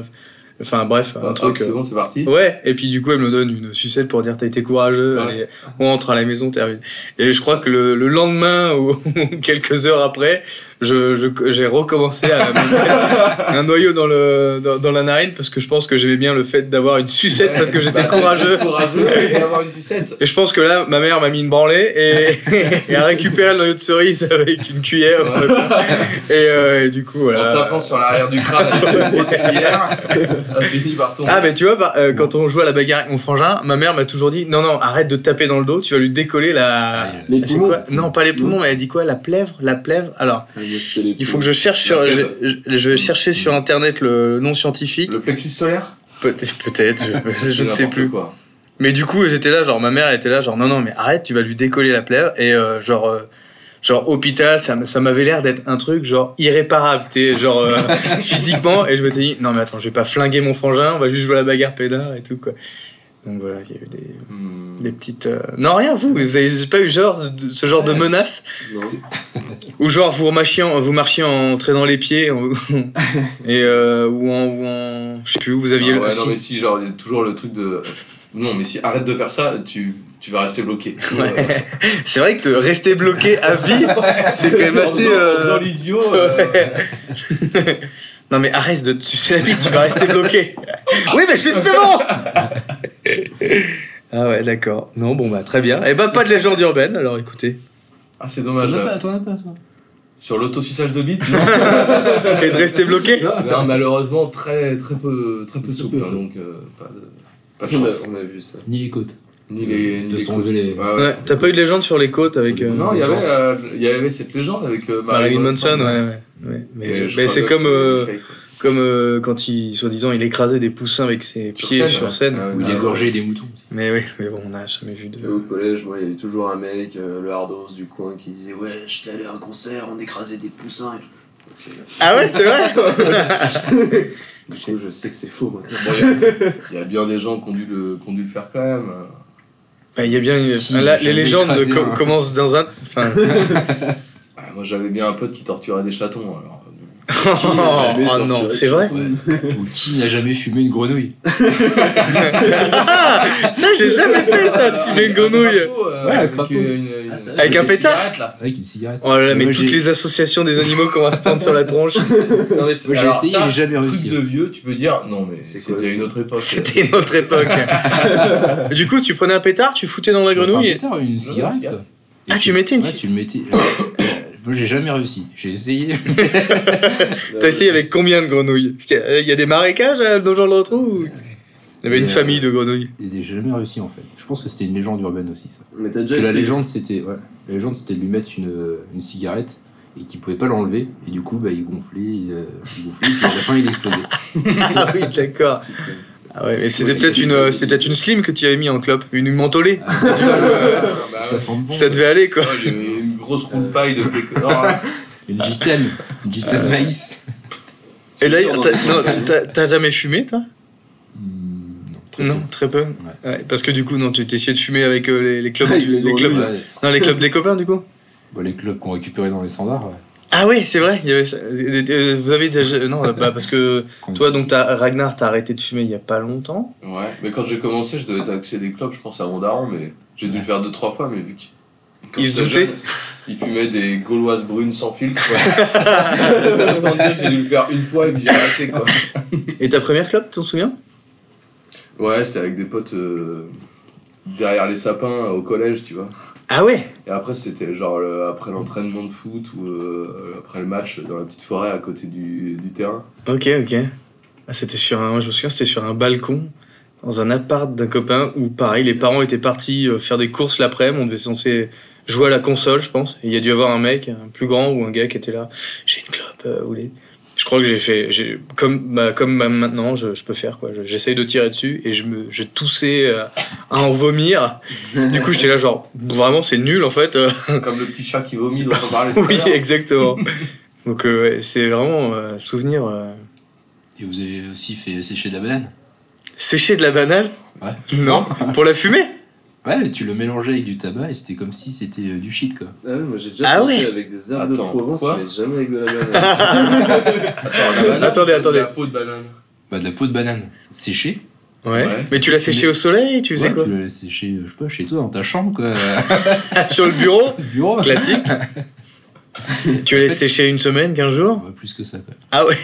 Speaker 2: enfin bref, un
Speaker 4: Hop,
Speaker 2: truc.
Speaker 4: Ah, C'est
Speaker 2: euh,
Speaker 4: bon, c'est parti.
Speaker 2: Ouais, et puis du coup, elle me donne une sucette pour dire t'as été courageux,
Speaker 4: Ouais.
Speaker 2: allez, on rentre à la maison, termine. Et je crois que le, le lendemain <laughs> ou quelques heures après, je, je- j'ai recommencé à me mettre un noyau dans, le, dans, dans la narine parce que je pense que j'aimais bien le fait d'avoir une sucette parce que j'étais
Speaker 4: Bah,
Speaker 2: courageux.
Speaker 4: <laughs> Courageux et avoir une sucette.
Speaker 2: Et je pense que là, ma mère m'a mis une branlée
Speaker 4: <laughs>
Speaker 2: et, et a récupéré le noyau de cerise avec une cuillère. Et, euh, et du coup,
Speaker 4: En
Speaker 2: voilà.
Speaker 4: tapant sur l'arrière du crâne avec une
Speaker 2: <laughs>
Speaker 4: grosse cuillère, ça finit par tomber.
Speaker 2: Ah mais tu vois, bah, euh, quand on jouait à la bagarre avec mon frangin, ma mère m'a toujours dit non non arrête de taper dans le dos, tu vas lui décoller
Speaker 4: Ah,
Speaker 2: la...
Speaker 5: Aïe,
Speaker 3: Les
Speaker 2: C'est
Speaker 3: poumons.
Speaker 2: quoi non pas les poumons, mais elle a dit quoi La plèvre La plèvre Alors
Speaker 4: Ah,
Speaker 2: il faut que je cherche sur...
Speaker 4: La
Speaker 2: Je,
Speaker 4: plèvre.
Speaker 2: je- je vais chercher sur internet le nom scientifique.
Speaker 4: Le plexus solaire
Speaker 2: Peut- Peut-être, je, je
Speaker 4: C'est
Speaker 2: ne sais
Speaker 4: n'importe
Speaker 2: plus.
Speaker 4: Quoi.
Speaker 2: Mais du coup j'étais là, genre ma mère était là, genre non non mais arrête, tu vas lui décoller la plèvre. Et euh, genre... euh, Genre hôpital, ça, m- ça m'avait l'air d'être un truc genre irréparable, t'es genre
Speaker 4: <laughs>
Speaker 2: euh, physiquement, et je m'étais dit non mais attends, je vais pas flinguer mon frangin, on va juste jouer à la bagarre pédard et tout quoi. Donc voilà, il y a eu des,
Speaker 4: Hmm.
Speaker 2: des petites. euh, Non, rien, vous, vous avez pas eu genre, de- ce genre de menace
Speaker 3: Non.
Speaker 2: Ou genre, vous marchiez en, vous marchiez en traînant les pieds,
Speaker 4: <laughs>
Speaker 2: en- et, euh, ou, en, ou en. Je sais plus, où vous aviez
Speaker 4: Ah
Speaker 2: le.
Speaker 4: ouais,
Speaker 2: si.
Speaker 4: non, mais si, genre, il y a toujours le truc de. euh, Non, mais si, arrête de faire ça, tu, tu vas rester bloqué. <laughs>
Speaker 2: Ouais. C'est vrai que te rester bloqué à vie, c'est quand même assez.
Speaker 4: Dans,
Speaker 2: euh,
Speaker 4: l'idiot.
Speaker 2: <laughs>
Speaker 4: euh.
Speaker 2: Ouais. Non mais arrête de tu sais la vie, tu vas rester bloqué. <laughs> oui mais justement. ah ouais d'accord. Non bon bah très bien. Et bah pas de légende urbaine alors écoutez.
Speaker 4: Ah, c'est dommage. là.
Speaker 5: t'en as pas, toi
Speaker 4: Sur l'autosuçage de bite,
Speaker 2: <laughs> Et de rester bloqué.
Speaker 4: non, non, malheureusement, très, très peu, très peu souple. hein, donc, euh, pas de, pas
Speaker 3: <laughs>
Speaker 4: de
Speaker 3: On a,
Speaker 4: chance.
Speaker 3: on a vu ça.
Speaker 5: Ni les côtes.
Speaker 4: Ni les. Ni
Speaker 5: De
Speaker 4: les
Speaker 5: son
Speaker 4: côtes.
Speaker 5: gelé.
Speaker 4: Ouais, ouais.
Speaker 2: Ouais. T'as pas eu de légende sur les côtes avec euh,
Speaker 4: Non, il y avait, euh, il y avait cette légende avec euh,
Speaker 2: Marilyn Manson ouais, ouais. ouais. Mais,
Speaker 4: Et je
Speaker 2: mais
Speaker 4: crois
Speaker 2: c'est
Speaker 4: que
Speaker 2: comme euh,
Speaker 4: fake, quoi.
Speaker 2: comme euh, quand il soi-disant il écrasait des poussins avec ses
Speaker 4: Sur
Speaker 2: pieds
Speaker 4: scène,
Speaker 2: sur
Speaker 4: ouais.
Speaker 2: scène.
Speaker 4: Ah ouais,
Speaker 5: Ou il
Speaker 4: ah ouais.
Speaker 5: égorgeait des moutons.
Speaker 2: Mais oui mais bon on a jamais vu de.
Speaker 3: Et au collège, moi, il y avait toujours un mec, euh, le hardos du coin, qui disait Ouais, j'étais allé à un concert, on écrasait des poussins. Et je- Ok.
Speaker 2: Ah ouais c'est vrai.
Speaker 3: Du coup, je sais que c'est faux maintenant.
Speaker 4: Bon, il y a- Il y a bien des gens qui ont dû le, qui ont dû le faire quand même.
Speaker 2: Bah, Il y a bien une-
Speaker 5: Qui
Speaker 2: là,
Speaker 5: n'a
Speaker 2: les
Speaker 5: jamais
Speaker 2: légendes
Speaker 5: écrasé
Speaker 2: com-
Speaker 5: un-
Speaker 2: commencent
Speaker 4: hein.
Speaker 2: dans un enfin
Speaker 4: Ah, moi, j'avais bien un pote qui torturait des chatons. Alors, euh,
Speaker 2: Oh,
Speaker 3: jamais
Speaker 2: oh
Speaker 3: torturé
Speaker 2: non,
Speaker 3: de
Speaker 2: c'est vrai
Speaker 5: Ou qui n'a jamais fumé une grenouille
Speaker 2: Ah Ça, j'ai jamais fait ça, de filer une grenouille
Speaker 5: Ouais,
Speaker 4: avec,
Speaker 5: crapaud.
Speaker 4: euh, une- une-
Speaker 3: Ah, ça-
Speaker 2: Avec un
Speaker 4: une cigarette,
Speaker 2: pétard
Speaker 4: là.
Speaker 5: Avec une cigarette.
Speaker 2: Oh là là, mais
Speaker 5: Moi,
Speaker 2: toutes
Speaker 5: j'ai-
Speaker 2: les associations des animaux qu'on va se prendre sur la tronche,
Speaker 4: Non, mais c'est-
Speaker 5: Moi, j'ai
Speaker 4: alors
Speaker 5: essayé,
Speaker 4: ça,
Speaker 5: j'ai jamais
Speaker 4: truc
Speaker 5: réussi.
Speaker 4: de vieux, tu peux dire non, mais
Speaker 3: C'est quoi,
Speaker 4: c'était
Speaker 3: ça
Speaker 4: une autre époque.
Speaker 2: c'était une autre époque. du coup, tu prenais un pétard, tu foutais dans la
Speaker 5: Un
Speaker 2: grenouille.
Speaker 5: pétard, une cigarette.
Speaker 4: cigarette.
Speaker 5: Et
Speaker 2: Ah, tu mettais une
Speaker 5: Ah, Ouais,
Speaker 2: ci-
Speaker 5: tu le mettais. euh, Moi, j'ai jamais réussi. J'ai essayé.
Speaker 2: <laughs> T'as
Speaker 5: <laughs>
Speaker 2: essayé avec combien de grenouilles Parce qu'il y a- Il y a des marécages euh, à Donjon le retrouve Il y avait une
Speaker 5: Ouais.
Speaker 2: famille de
Speaker 5: <laughs>
Speaker 2: grenouilles.
Speaker 5: Et j'ai jamais réussi, en fait. Je pense que c'était une légende urbaine aussi, ça.
Speaker 3: Mais t'as déjà
Speaker 5: Parce que la
Speaker 3: essayé
Speaker 5: légende, c'était ouais, la légende, c'était de lui mettre une, euh, une cigarette et qu'il pouvait pas l'enlever. Et du coup, bah, il gonflait, il, euh, il gonflait, et puis à la fin, il explosait.
Speaker 2: Ah oui, d'accord. Ah ouais, mais c'était peut-être une, euh, c'était peut-être une slim que tu avais mis en clope, une mentholée. Ah
Speaker 5: <laughs> ça sent bon.
Speaker 2: Ça devait aller, quoi.
Speaker 4: Ah, bah il y avait une grosse roue de paille de pécor. Ah,
Speaker 5: Une gitane, une
Speaker 2: Ah
Speaker 5: gitane maïs.
Speaker 2: Et d'ailleurs, t'as- non, t'as- t'as jamais fumé, toi
Speaker 5: Hmm, non, très
Speaker 2: Non,
Speaker 5: peu.
Speaker 2: très peu. Ouais. parce que du coup, non, tu essayais de fumer avec euh, les, les clubs,
Speaker 3: Avec
Speaker 2: <laughs>
Speaker 3: les
Speaker 2: les clubs,
Speaker 3: grenouilles.
Speaker 5: Ouais.
Speaker 2: non, les clubs des copains du coup.
Speaker 5: Bon, les clubs qu'on récupérait dans les standards. ouais.
Speaker 2: Ah oui, c'est vrai. il y avait ça. Euh, euh, Vous avez déjà non, bah, parce que toi donc t'as- Ragnar, t'as arrêté de fumer il y a pas longtemps.
Speaker 4: Ouais, mais quand j'ai commencé, je devais taxer des clopes, je pense, à mon daron, mais j'ai dû le faire deux, trois fois, mais vu qu'il. quand
Speaker 2: Il se
Speaker 4: j'étais
Speaker 2: doutait.
Speaker 4: jeune, Il fumait des gauloises brunes sans filtre. quoi.
Speaker 5: <laughs>
Speaker 4: C'était autant dire que j'ai dû le faire une fois et puis j'ai arrêté quoi.
Speaker 2: Et ta première clope, tu t'en souviens
Speaker 4: Ouais, c'était avec des potes euh, derrière les sapins euh, au collège, tu vois.
Speaker 2: Ah ouais.
Speaker 4: Et après, c'était genre le- après l'entraînement de foot ou euh, après le match dans la petite forêt à côté du, du
Speaker 2: <laughs>
Speaker 4: terrain.
Speaker 2: Ok, ok. Ah, c'était sur un, moi, je me souviens, c'était sur un balcon dans un appart d'un copain où pareil, les parents étaient partis euh, faire des courses l'après-midi, on devait censé jouer à la console, je pense. Et il y a dû avoir un mec, un plus grand ou un gars qui était là. J'ai une clope, euh, vous voulez Je crois que j'ai fait, j'ai- comme bah, comme ma- maintenant, je, je peux faire quoi. Je- J'essaye de tirer dessus et je me, j'ai toussé euh, à en vomir. Du coup, j'étais là genre vraiment c'est nul en fait. <laughs> euh,
Speaker 4: Comme le petit chat qui vomit dont on parlait tout à
Speaker 2: oui,
Speaker 4: l'heure.
Speaker 2: exactement. Donc euh, ouais, c'est vraiment euh, un souvenir. euh,
Speaker 5: Et vous avez aussi fait sécher de la banane.
Speaker 2: Sécher de la banane
Speaker 5: Ouais.
Speaker 2: Non. Pour la fumer
Speaker 5: Ouais, mais tu le mélangeais avec du tabac et c'était comme si c'était euh, du shit, quoi.
Speaker 3: Ah ouais, moi j'ai déjà
Speaker 2: Ah
Speaker 3: tenté
Speaker 2: ouais.
Speaker 3: avec des herbes
Speaker 4: Attends,
Speaker 3: de Provence,
Speaker 4: quoi
Speaker 3: mais jamais avec
Speaker 2: <laughs>
Speaker 3: de la banane.
Speaker 4: Attends, la banane,
Speaker 2: Attendez,
Speaker 4: c'est
Speaker 2: attendez.
Speaker 4: La peau de banane.
Speaker 5: Bah, de la peau de banane séchée.
Speaker 2: Ouais.
Speaker 4: Ouais.
Speaker 2: Mais tu l'as séché
Speaker 5: Mais-
Speaker 2: au soleil Tu faisais
Speaker 5: Ouais,
Speaker 2: quoi Ah,
Speaker 5: tu l'as séchée, euh, je sais pas, chez toi, dans ta chambre,
Speaker 2: <laughs>
Speaker 5: quoi.
Speaker 2: Sur le
Speaker 5: <laughs>
Speaker 2: bureau
Speaker 5: Au bureau.
Speaker 2: Classique. tu l'as séché une semaine, 15 jours
Speaker 5: Ouais, plus que ça, quoi.
Speaker 2: Ah ouais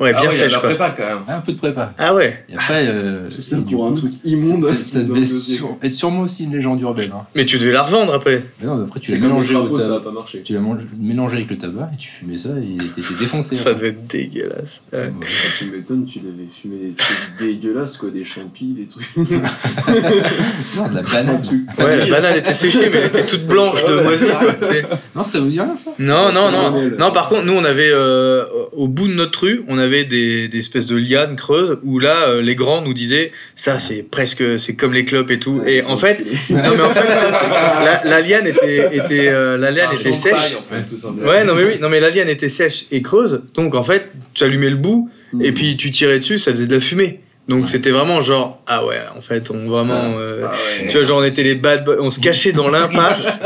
Speaker 2: Ouais,
Speaker 4: Ah
Speaker 2: bien
Speaker 4: ouais, il y a de
Speaker 2: sèche
Speaker 4: la
Speaker 2: quoi.
Speaker 4: prépa quand même.
Speaker 5: Ah, un peu de prépa.
Speaker 2: Ah ouais
Speaker 5: Et après, euh,
Speaker 3: Tout ça
Speaker 5: et du
Speaker 3: pour un
Speaker 5: coup,
Speaker 3: truc immonde.
Speaker 5: Ça, ça
Speaker 3: qui
Speaker 5: devait
Speaker 3: me donne le
Speaker 5: sur- être sûrement aussi une légende urbaine. hein.
Speaker 2: Mais tu devais la revendre après.
Speaker 5: Mais non, mais après, tu
Speaker 3: C'est
Speaker 5: l'as
Speaker 3: comme le
Speaker 5: mélangé au
Speaker 3: crapaud, ça a
Speaker 5: tabac.
Speaker 3: pas marché.
Speaker 5: Tu l'as mangé- mélangé avec le tabac et tu fumais ça et t'étais défoncé.
Speaker 2: Ça
Speaker 5: hein.
Speaker 2: devait être dégueulasse. Ouais.
Speaker 5: Ouais.
Speaker 3: Ah, tu m'étonnes, tu devais fumer des trucs dégueulasses, quoi, des champis, des trucs. <laughs>
Speaker 5: Non, de la banane.
Speaker 2: Ouais, la banane était séchée, mais elle était toute blanche de moisie. quoi, tu sais.
Speaker 5: non, ça vous dit
Speaker 2: <laughs>
Speaker 5: rien, ça
Speaker 2: Non, non,
Speaker 3: c'est
Speaker 2: non.
Speaker 3: normal.
Speaker 2: Non, par contre, nous, on avait, euh, au bout de notre rue, on avait des, des espèces de lianes creuses où là, euh, les grands nous disaient, ça, c'est presque, c'est comme les clopes et tout. et en fait, Non mais en fait, la, la liane était, était, euh, la liane
Speaker 4: Ah,
Speaker 2: était
Speaker 4: champagne,
Speaker 2: sèche.
Speaker 4: en fait, tout simplement.
Speaker 2: Ouais, non mais oui, non mais la liane
Speaker 4: Mm.
Speaker 2: était sèche et creuse, donc en fait, tu allumais le bout et puis tu tirais dessus, ça faisait de la fumée. Donc c'était vraiment genre ah ouais en fait on vraiment euh,
Speaker 4: Ah ouais.
Speaker 2: tu vois genre on était les bad boys on se cachait dans l'impasse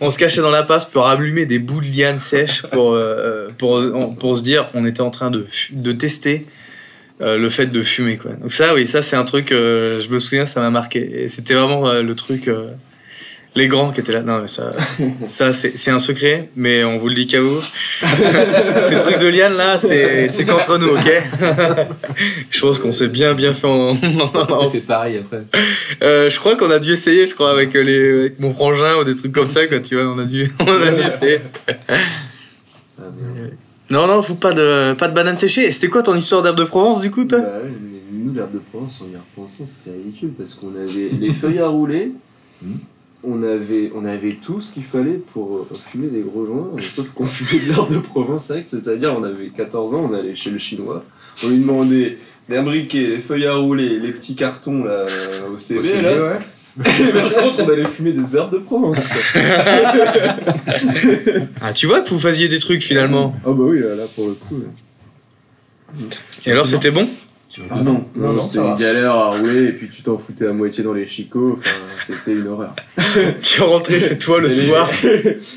Speaker 2: on se cachait dans l'impasse pour allumer des bouts de liane sèche pour euh, pour en- pour se dire on était en train de fu- de tester euh, le fait de fumer quoi donc ça oui ça c'est un truc euh, je me souviens ça m'a marqué et c'était vraiment euh, le truc euh, les grands qui étaient là non mais ça ça c'est c'est un secret mais on vous le dit qu'à vous <laughs> ces trucs de liane là c'est c'est qu'entre nous ok je pense qu'on s'est bien bien fait en- en
Speaker 5: On fait pareil après.
Speaker 2: euh, je crois qu'on a dû essayer, je crois, avec, euh, les, avec mon frangin ou des trucs comme ça, quoi, tu vois, on a dû, <laughs> on a dû essayer.
Speaker 3: Ah, merde.
Speaker 2: Non, non, faut pas de, pas de banane séchée. C'était quoi ton histoire d'herbe de Provence, du coup, toi
Speaker 3: Bah ouais, mais nous, l'herbe de Provence, en y repensant, c'était ridicule parce qu'on avait
Speaker 2: <laughs>
Speaker 3: les feuilles à rouler,
Speaker 2: Hmm.
Speaker 5: Mhm.
Speaker 3: on avait, on avait tout ce qu'il fallait pour euh, fumer des gros joints, euh, sauf qu'on fumait de l'herbe de Provence avec, c'est-à-dire on avait 14 ans, on allait chez le chinois, on lui demandait d'un briquet, les feuilles à rouler, les petits cartons là, euh, au
Speaker 4: Ouais,
Speaker 3: CB,
Speaker 4: c'est
Speaker 3: là.
Speaker 4: mieux, ouais.
Speaker 3: <laughs> Et par contre, on allait fumer des herbes de Provence. quoi.
Speaker 2: <laughs> Ah, tu vois que vous faisiez des trucs finalement.
Speaker 3: Ah bah oui, là pour le coup.
Speaker 2: Et alors, c'était bon
Speaker 5: Tu
Speaker 3: Ah non, non,
Speaker 4: Non, non,
Speaker 3: c'était
Speaker 4: ça
Speaker 3: une
Speaker 4: va.
Speaker 3: galère à rouler et puis tu t'en foutais à moitié dans les chicots, enfin, c'était une horreur.
Speaker 2: Tu rentrais chez toi le
Speaker 3: Et les-
Speaker 2: soir.
Speaker 3: <laughs>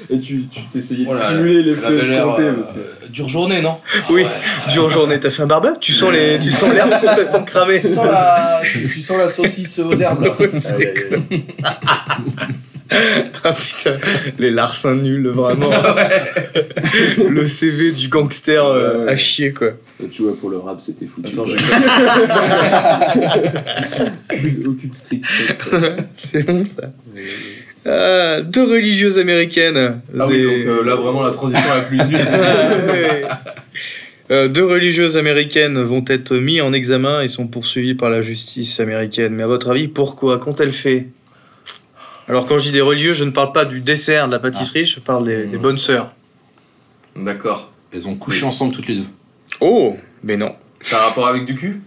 Speaker 3: Et tu tu t'essayais de
Speaker 4: Oh là,
Speaker 3: simuler les
Speaker 4: la
Speaker 3: feux
Speaker 4: belle heure,
Speaker 3: escomptés.
Speaker 4: euh, <laughs>
Speaker 3: parce que-
Speaker 4: euh, Dure journée, non
Speaker 2: Oui.
Speaker 4: Ah ouais.
Speaker 2: Dure journée, t'as fait un barbecue Tu sens les, tu sens l'herbe complètement cramée. <laughs>
Speaker 4: Tu sens la, tu tu sens la saucisse aux herbes. là.
Speaker 3: Aïe, aïe, aïe.
Speaker 2: Ah putain, les larcins nuls, vraiment.
Speaker 4: Ah
Speaker 2: <laughs> le CV du gangster
Speaker 4: Ah
Speaker 2: euh,
Speaker 3: Ouais, ouais.
Speaker 2: à chier, quoi. <laughs>
Speaker 3: Euh, Tu vois, pour le rap, c'était foutu.
Speaker 4: Attends,
Speaker 3: quoi.
Speaker 4: j'ai
Speaker 3: Aucune- Aucune street.
Speaker 2: C'est bon ça. Ah, deux religieuses américaines.
Speaker 4: Ah oui,
Speaker 2: Des-
Speaker 4: donc euh, là vraiment la transition la plus nulle.
Speaker 2: <laughs> Ah, ouais. <laughs> Euh, deux religieuses américaines vont être mises en examen et sont poursuivies par la justice américaine. Mais à votre avis, pourquoi Qu'ont-elles fait Alors, quand je dis des religieux, je ne parle pas du dessert, de la pâtisserie, je parle des, des
Speaker 4: Mmh.
Speaker 2: bonnes sœurs.
Speaker 4: D'accord.
Speaker 5: Elles ont couché ensemble toutes les deux.
Speaker 2: Oh Mais non.
Speaker 4: Ça a un rapport avec du cul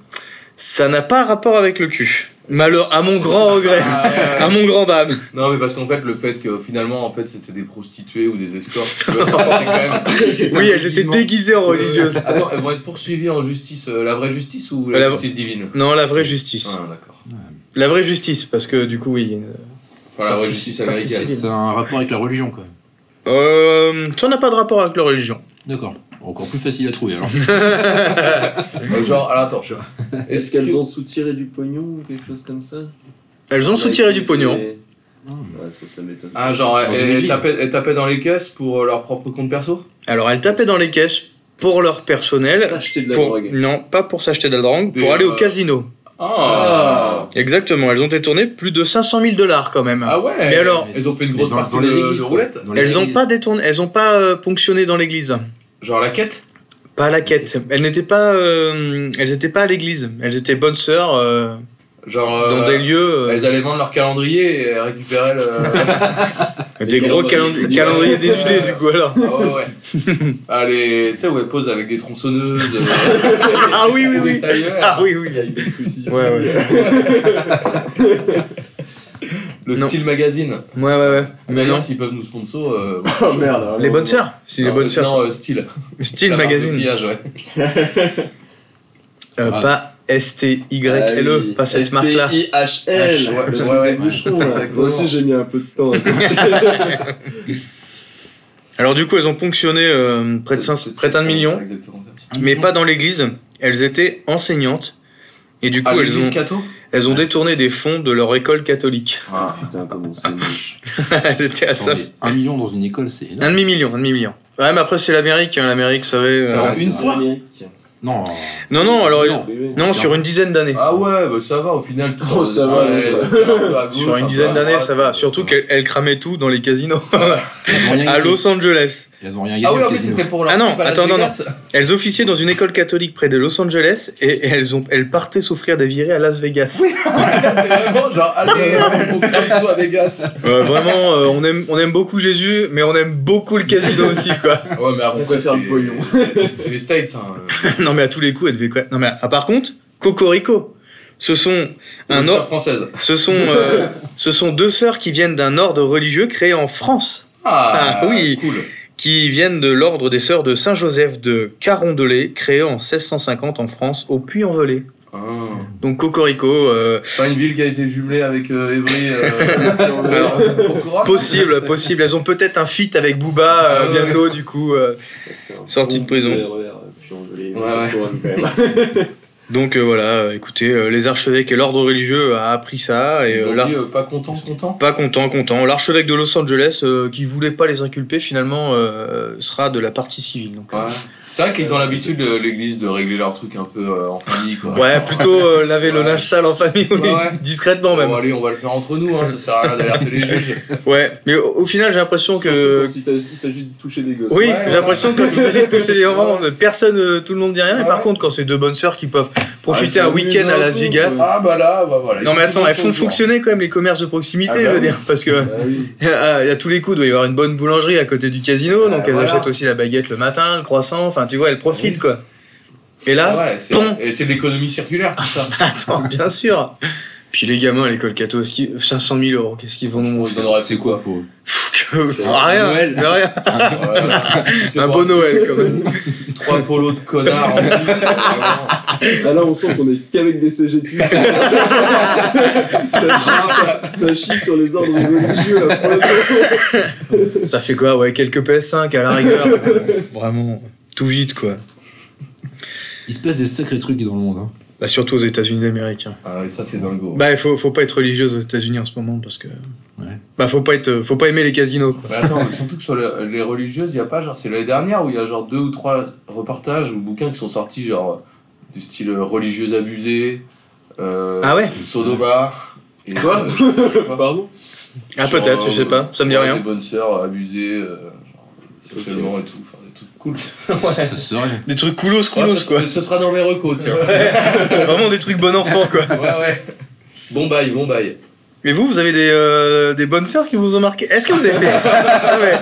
Speaker 2: Ça n'a pas rapport avec le cul. Malheur, à mon grand regret.
Speaker 4: Ah
Speaker 2: À mon grand dame.
Speaker 4: Non mais parce qu'en fait le fait que finalement en fait c'était des prostituées ou des escorts, tu vois, ça rapportait
Speaker 2: <laughs>
Speaker 4: quand même.
Speaker 2: Oui, elles étaient
Speaker 4: déguisement.
Speaker 2: déguisées en religieuses.
Speaker 4: Attends, elles vont être poursuivies en justice, euh, la vraie justice ou la
Speaker 2: La-
Speaker 4: justice divine
Speaker 2: Non, la vraie justice.
Speaker 4: Ah d'accord.
Speaker 2: La vraie justice, parce que du coup, oui. il y a une-
Speaker 4: Enfin la vraie justice américaine.
Speaker 5: C'est un rapport avec la religion quand même.
Speaker 2: Euh, ça n'a pas de rapport avec la religion.
Speaker 5: D'accord. Encore plus facile à trouver alors.
Speaker 4: Euh, Genre, alors attends,
Speaker 3: Est-ce
Speaker 4: est-ce
Speaker 3: qu'elles
Speaker 4: que...
Speaker 3: ont soutiré du pognon ou quelque chose comme ça
Speaker 2: Elles ont soutiré du pognon.
Speaker 3: Et- Ouais, ça, ça m'étonne.
Speaker 4: Ah genre,
Speaker 5: Dans
Speaker 4: elles,
Speaker 5: une
Speaker 4: elles
Speaker 5: église.
Speaker 4: tapaient, elles tapaient dans les caisses pour euh, leur propre compte perso
Speaker 2: Alors elles tapaient dans les caisses pour leur personnel.
Speaker 3: S'acheter de la
Speaker 2: Pour...
Speaker 3: drogue.
Speaker 2: Non, pas pour s'acheter de la drogue,
Speaker 4: Des,
Speaker 2: pour aller au
Speaker 4: euh,
Speaker 2: casino.
Speaker 4: Ah
Speaker 2: Exactement, elles ont détourné plus de 500 000 dollars quand même.
Speaker 4: Ah ouais
Speaker 2: Et alors
Speaker 4: Elles ont fait une grosse
Speaker 5: Mais dans-
Speaker 4: partie
Speaker 5: dans
Speaker 4: de,
Speaker 5: les
Speaker 4: de
Speaker 5: églises, quoi.
Speaker 4: roulette
Speaker 5: Dans les
Speaker 2: Elles n'ont
Speaker 5: églises.
Speaker 2: pas détourné, elles ont pas euh, ponctionné dans l'église.
Speaker 4: Genre la quête
Speaker 2: Pas la quête. Elles n'étaient pas, euh, elles étaient pas à l'église. Elles étaient bonnes sœurs euh,
Speaker 4: Genre...
Speaker 2: dans
Speaker 4: euh,
Speaker 2: des lieux, euh,
Speaker 4: Elles allaient vendre leur calendrier et récupérer
Speaker 2: <laughs>
Speaker 4: le.
Speaker 2: des gros
Speaker 3: calendriers-
Speaker 2: calendri- calendriers dénudés du coup
Speaker 4: <laughs>
Speaker 2: alors.
Speaker 4: Ah ouais, ouais.
Speaker 2: <laughs>
Speaker 4: Ah, les- Tu sais, où elles posent avec des tronçonneuses. euh,
Speaker 2: Ah <laughs> oui oui
Speaker 4: des
Speaker 2: oui.
Speaker 4: tailleurs.
Speaker 2: Ah oui oui. Ouais ouais.
Speaker 4: Le
Speaker 2: Non.
Speaker 4: Style Magazine.
Speaker 2: Ouais ouais ouais. Mais non.
Speaker 4: D'ailleurs, s'ils peuvent nous sponsor. euh,
Speaker 3: Oh merde. alors,
Speaker 2: Les bonnes
Speaker 3: non.
Speaker 2: sœurs. <laughs> Si les
Speaker 4: non,
Speaker 2: bonnes
Speaker 4: euh,
Speaker 2: sœurs.
Speaker 4: Non, euh, Style.
Speaker 2: Style
Speaker 4: La marque
Speaker 2: magazine.
Speaker 4: d'outillage, ouais.
Speaker 2: Euh,
Speaker 5: Ah.
Speaker 2: Pas
Speaker 3: Ah
Speaker 2: S-T-Y-L-E,
Speaker 3: oui.
Speaker 2: E, pas cette marque-là.
Speaker 3: S-T-I-H-L.
Speaker 4: Ouais,
Speaker 3: Le
Speaker 4: ouais,
Speaker 3: truc
Speaker 4: ouais.
Speaker 3: des bouchons, là.
Speaker 4: Exactement.
Speaker 3: Moi aussi, j'ai mis un peu de temps.
Speaker 2: Alors du coup, elles ont ponctionné euh, près de cinq- près d'un million,
Speaker 4: Exactement.
Speaker 2: <laughs> mais pas dans l'église. Elles étaient enseignantes. Et du coup,
Speaker 4: Ah,
Speaker 2: elles,
Speaker 4: l'église
Speaker 2: ont,
Speaker 4: Cato
Speaker 2: elles ont détourné des fonds de leur école catholique. <laughs>
Speaker 3: Ah putain, comment c'est moche.
Speaker 2: elles étaient à ça.
Speaker 5: Attends, mais Un million dans une école, c'est énorme.
Speaker 2: Un demi-million, un demi-million. Ouais, mais après, c'est l'Amérique. hein, L'Amérique, ça savez...
Speaker 4: Ça
Speaker 2: euh,
Speaker 4: va. Une
Speaker 5: c'est-
Speaker 4: fois
Speaker 3: Amérique.
Speaker 5: Non.
Speaker 2: Non, non, alors...
Speaker 5: Non.
Speaker 3: Oui, oui.
Speaker 2: Non, sur une dizaine d'années.
Speaker 4: Ah ouais, bah, ça va au final. tout-
Speaker 3: Oh, ça va,
Speaker 4: Ouais,
Speaker 3: ça va.
Speaker 4: tout est un peu à gauche,
Speaker 2: Sur
Speaker 4: un
Speaker 2: une
Speaker 4: peu à
Speaker 2: dizaine d'années,
Speaker 4: droite.
Speaker 2: ça va. Surtout qu'elles elles cramaient tout dans les casinos <laughs>
Speaker 5: Elles ont rien
Speaker 2: à
Speaker 5: gagné.
Speaker 2: Los Angeles.
Speaker 5: Elles ont rien gagné.
Speaker 4: Ah oui,
Speaker 5: au
Speaker 4: en plus,
Speaker 5: casino.
Speaker 4: c'était pour leur.
Speaker 2: Ah non,
Speaker 4: trip à Las
Speaker 2: attends, non, non.
Speaker 4: Vegas.
Speaker 2: Elles officiaient dans une école catholique près de Los Angeles et elles, ont, elles partaient souffrir des virées à Las Vegas.
Speaker 4: <laughs> C'est vraiment genre,
Speaker 2: <laughs>
Speaker 4: allez, on crame tout à Vegas.
Speaker 2: Euh, vraiment, euh, on, aime, on aime beaucoup Jésus, mais on aime beaucoup le
Speaker 4: <laughs>
Speaker 2: casino aussi, quoi.
Speaker 4: Ouais, mais après,
Speaker 3: Ça,
Speaker 4: c'est
Speaker 3: c'est un pognon.
Speaker 4: c'est les States. Hein.
Speaker 2: Non, mais à tous les coups, elle devait quoi. Non, mais ah, par contre, Cocorico, ce sont, un
Speaker 4: Une sœur
Speaker 2: or-
Speaker 4: française.
Speaker 2: ce, sont, euh, ce sont deux sœurs qui viennent d'un ordre religieux créé en France,
Speaker 4: Ah,
Speaker 2: Ah, oui.
Speaker 4: Cool.
Speaker 2: qui viennent de l'ordre des sœurs de Saint-Joseph de Carondelet, créé en 1650 en France, au Puy-en-Velay.
Speaker 4: Ah.
Speaker 2: Donc Cocorico, euh,
Speaker 4: C'est pas une ville qui a été jumelée avec euh, Évry. euh, <laughs>
Speaker 2: Alors,
Speaker 4: pour Cora
Speaker 2: possible, possible. Elles ont peut-être un feat avec Booba euh,
Speaker 4: Ah ouais.
Speaker 2: bientôt, du coup. euh,
Speaker 3: Ça fait un
Speaker 2: Sortie
Speaker 3: bon
Speaker 2: de prison.
Speaker 3: RER, puis on veut les-
Speaker 4: Ouais, ouais.
Speaker 3: couronne, quand même.
Speaker 2: donc euh, voilà, euh, écoutez, euh, les archevêques et l'ordre religieux a appris ça et
Speaker 4: Ils
Speaker 2: euh,
Speaker 4: ont
Speaker 2: l'ar-
Speaker 4: dit, euh, pas content, content.
Speaker 2: pas content, content. L'archevêque de Los Angeles, euh, qui voulait pas les inculper, finalement euh, sera de la partie civile. Donc,
Speaker 4: Ouais. C'est vrai qu'ils ont l'habitude, euh, l'église, de régler leurs trucs un peu euh, en famille. Quoi.
Speaker 2: Ouais, plutôt euh, laver le
Speaker 4: Ouais.
Speaker 2: linge sale en famille, oui.
Speaker 4: Ouais, ouais.
Speaker 2: discrètement
Speaker 4: Bon,
Speaker 2: même.
Speaker 4: allez, on va le faire entre nous, hein, ça sert à rien d'alerter les juges.
Speaker 2: Ouais, mais au, au final, j'ai l'impression
Speaker 3: <laughs>
Speaker 2: que.
Speaker 3: Surtout quand il s'agit- il s'agit de toucher des gosses.
Speaker 2: Oui,
Speaker 4: Ouais,
Speaker 2: j'ai
Speaker 4: ouais.
Speaker 2: l'impression que quand il s'agit de toucher les enfants, personne, euh, tout le monde dit rien. Mais
Speaker 4: Ouais,
Speaker 2: par
Speaker 4: ouais.
Speaker 2: contre, quand c'est deux bonnes sœurs qui peuvent profiter
Speaker 3: Ah,
Speaker 2: un
Speaker 3: ils sont
Speaker 2: week-end
Speaker 3: venus
Speaker 2: à
Speaker 3: d'un
Speaker 2: Las
Speaker 3: coup,
Speaker 2: Vegas.
Speaker 3: quoi.
Speaker 4: Ah bah là, bah voilà.
Speaker 2: Non mais attends, elles font
Speaker 4: Ils sont
Speaker 2: fonctionner quand même les commerces de proximité,
Speaker 4: Ah bah
Speaker 2: je veux
Speaker 4: oui.
Speaker 2: dire, parce que
Speaker 3: Ah oui.
Speaker 2: <laughs> il y, a à tous les coups, doit y avoir une bonne boulangerie à côté du casino, donc elles
Speaker 4: voilà.
Speaker 2: achètent aussi la baguette le matin, le croissant, enfin tu vois, elles profitent quoi. Et là,
Speaker 4: Ouais, c'est
Speaker 2: Pont.
Speaker 4: et c'est de l'économie circulaire tout <laughs> ça.
Speaker 2: attends, <laughs> bien sûr. Puis les gamins à l'école Cato, est-ce qu'ils- 500 000 euros, qu'est-ce qu'ils vont nous
Speaker 4: Ils en auraient fait
Speaker 5: C'est quoi
Speaker 2: <laughs>
Speaker 5: pour eux
Speaker 2: que...
Speaker 3: C'est
Speaker 2: Rien,
Speaker 5: Noël.
Speaker 2: de <laughs> rien.
Speaker 4: Voilà. C'est
Speaker 2: un
Speaker 4: pour
Speaker 2: beau Noël quand même.
Speaker 4: Trois polos de
Speaker 2: <laughs>
Speaker 4: connards en plus, c'est vraiment-
Speaker 3: Ah là, on sent qu'on est qu'avec
Speaker 2: <laughs>
Speaker 3: des CGTistes. ça, chie, ça chie sur les ordres religieux. la preuve.
Speaker 2: Ça fait quoi Ouais, quelques PS5 à la rigueur. <laughs> Vraiment, tout vite quoi.
Speaker 5: Il se passe des sacrés trucs dans le monde. Hein.
Speaker 2: Bah, surtout aux États-Unis d'Amérique. hein.
Speaker 4: Ah ouais, ça c'est dingo.
Speaker 2: Bah, il faut, faut pas être religieuse aux États-Unis en ce moment parce que.
Speaker 5: Ouais.
Speaker 2: Bah, faut pas, être, faut pas aimer les casinos. quoi.
Speaker 4: Bah, Mais attends, <laughs> surtout que sur le- les religieuses, il y a pas genre c'est l'année dernière où il y a genre deux ou trois reportages ou bouquins qui sont sortis genre du style euh, religieuse abusée, euh,
Speaker 2: Ah ouais
Speaker 4: Sodoma. et,
Speaker 3: Quoi
Speaker 4: euh, je sais pas.
Speaker 3: Pardon
Speaker 2: <laughs> Ah,
Speaker 4: Sur,
Speaker 2: peut-être,
Speaker 4: euh,
Speaker 2: je sais pas, ça me dit
Speaker 4: ouais,
Speaker 2: rien.
Speaker 4: Des bonnes sœurs abusées, euh, genre, sexuellement et tout, enfin des trucs cool.
Speaker 5: Ça serait.
Speaker 2: Des trucs coolos,
Speaker 4: Ouais,
Speaker 2: coolos
Speaker 4: ça,
Speaker 2: quoi.
Speaker 4: ça sera dans mes recos,
Speaker 2: <laughs>
Speaker 4: tiens.
Speaker 2: Vraiment des trucs bon enfant quoi.
Speaker 4: ouais, ouais. Bon bail, bon bail.
Speaker 2: Mais vous, vous avez des, euh, des bonnes sœurs qui vous ont marqué Est-ce que vous avez fait Ah ouais.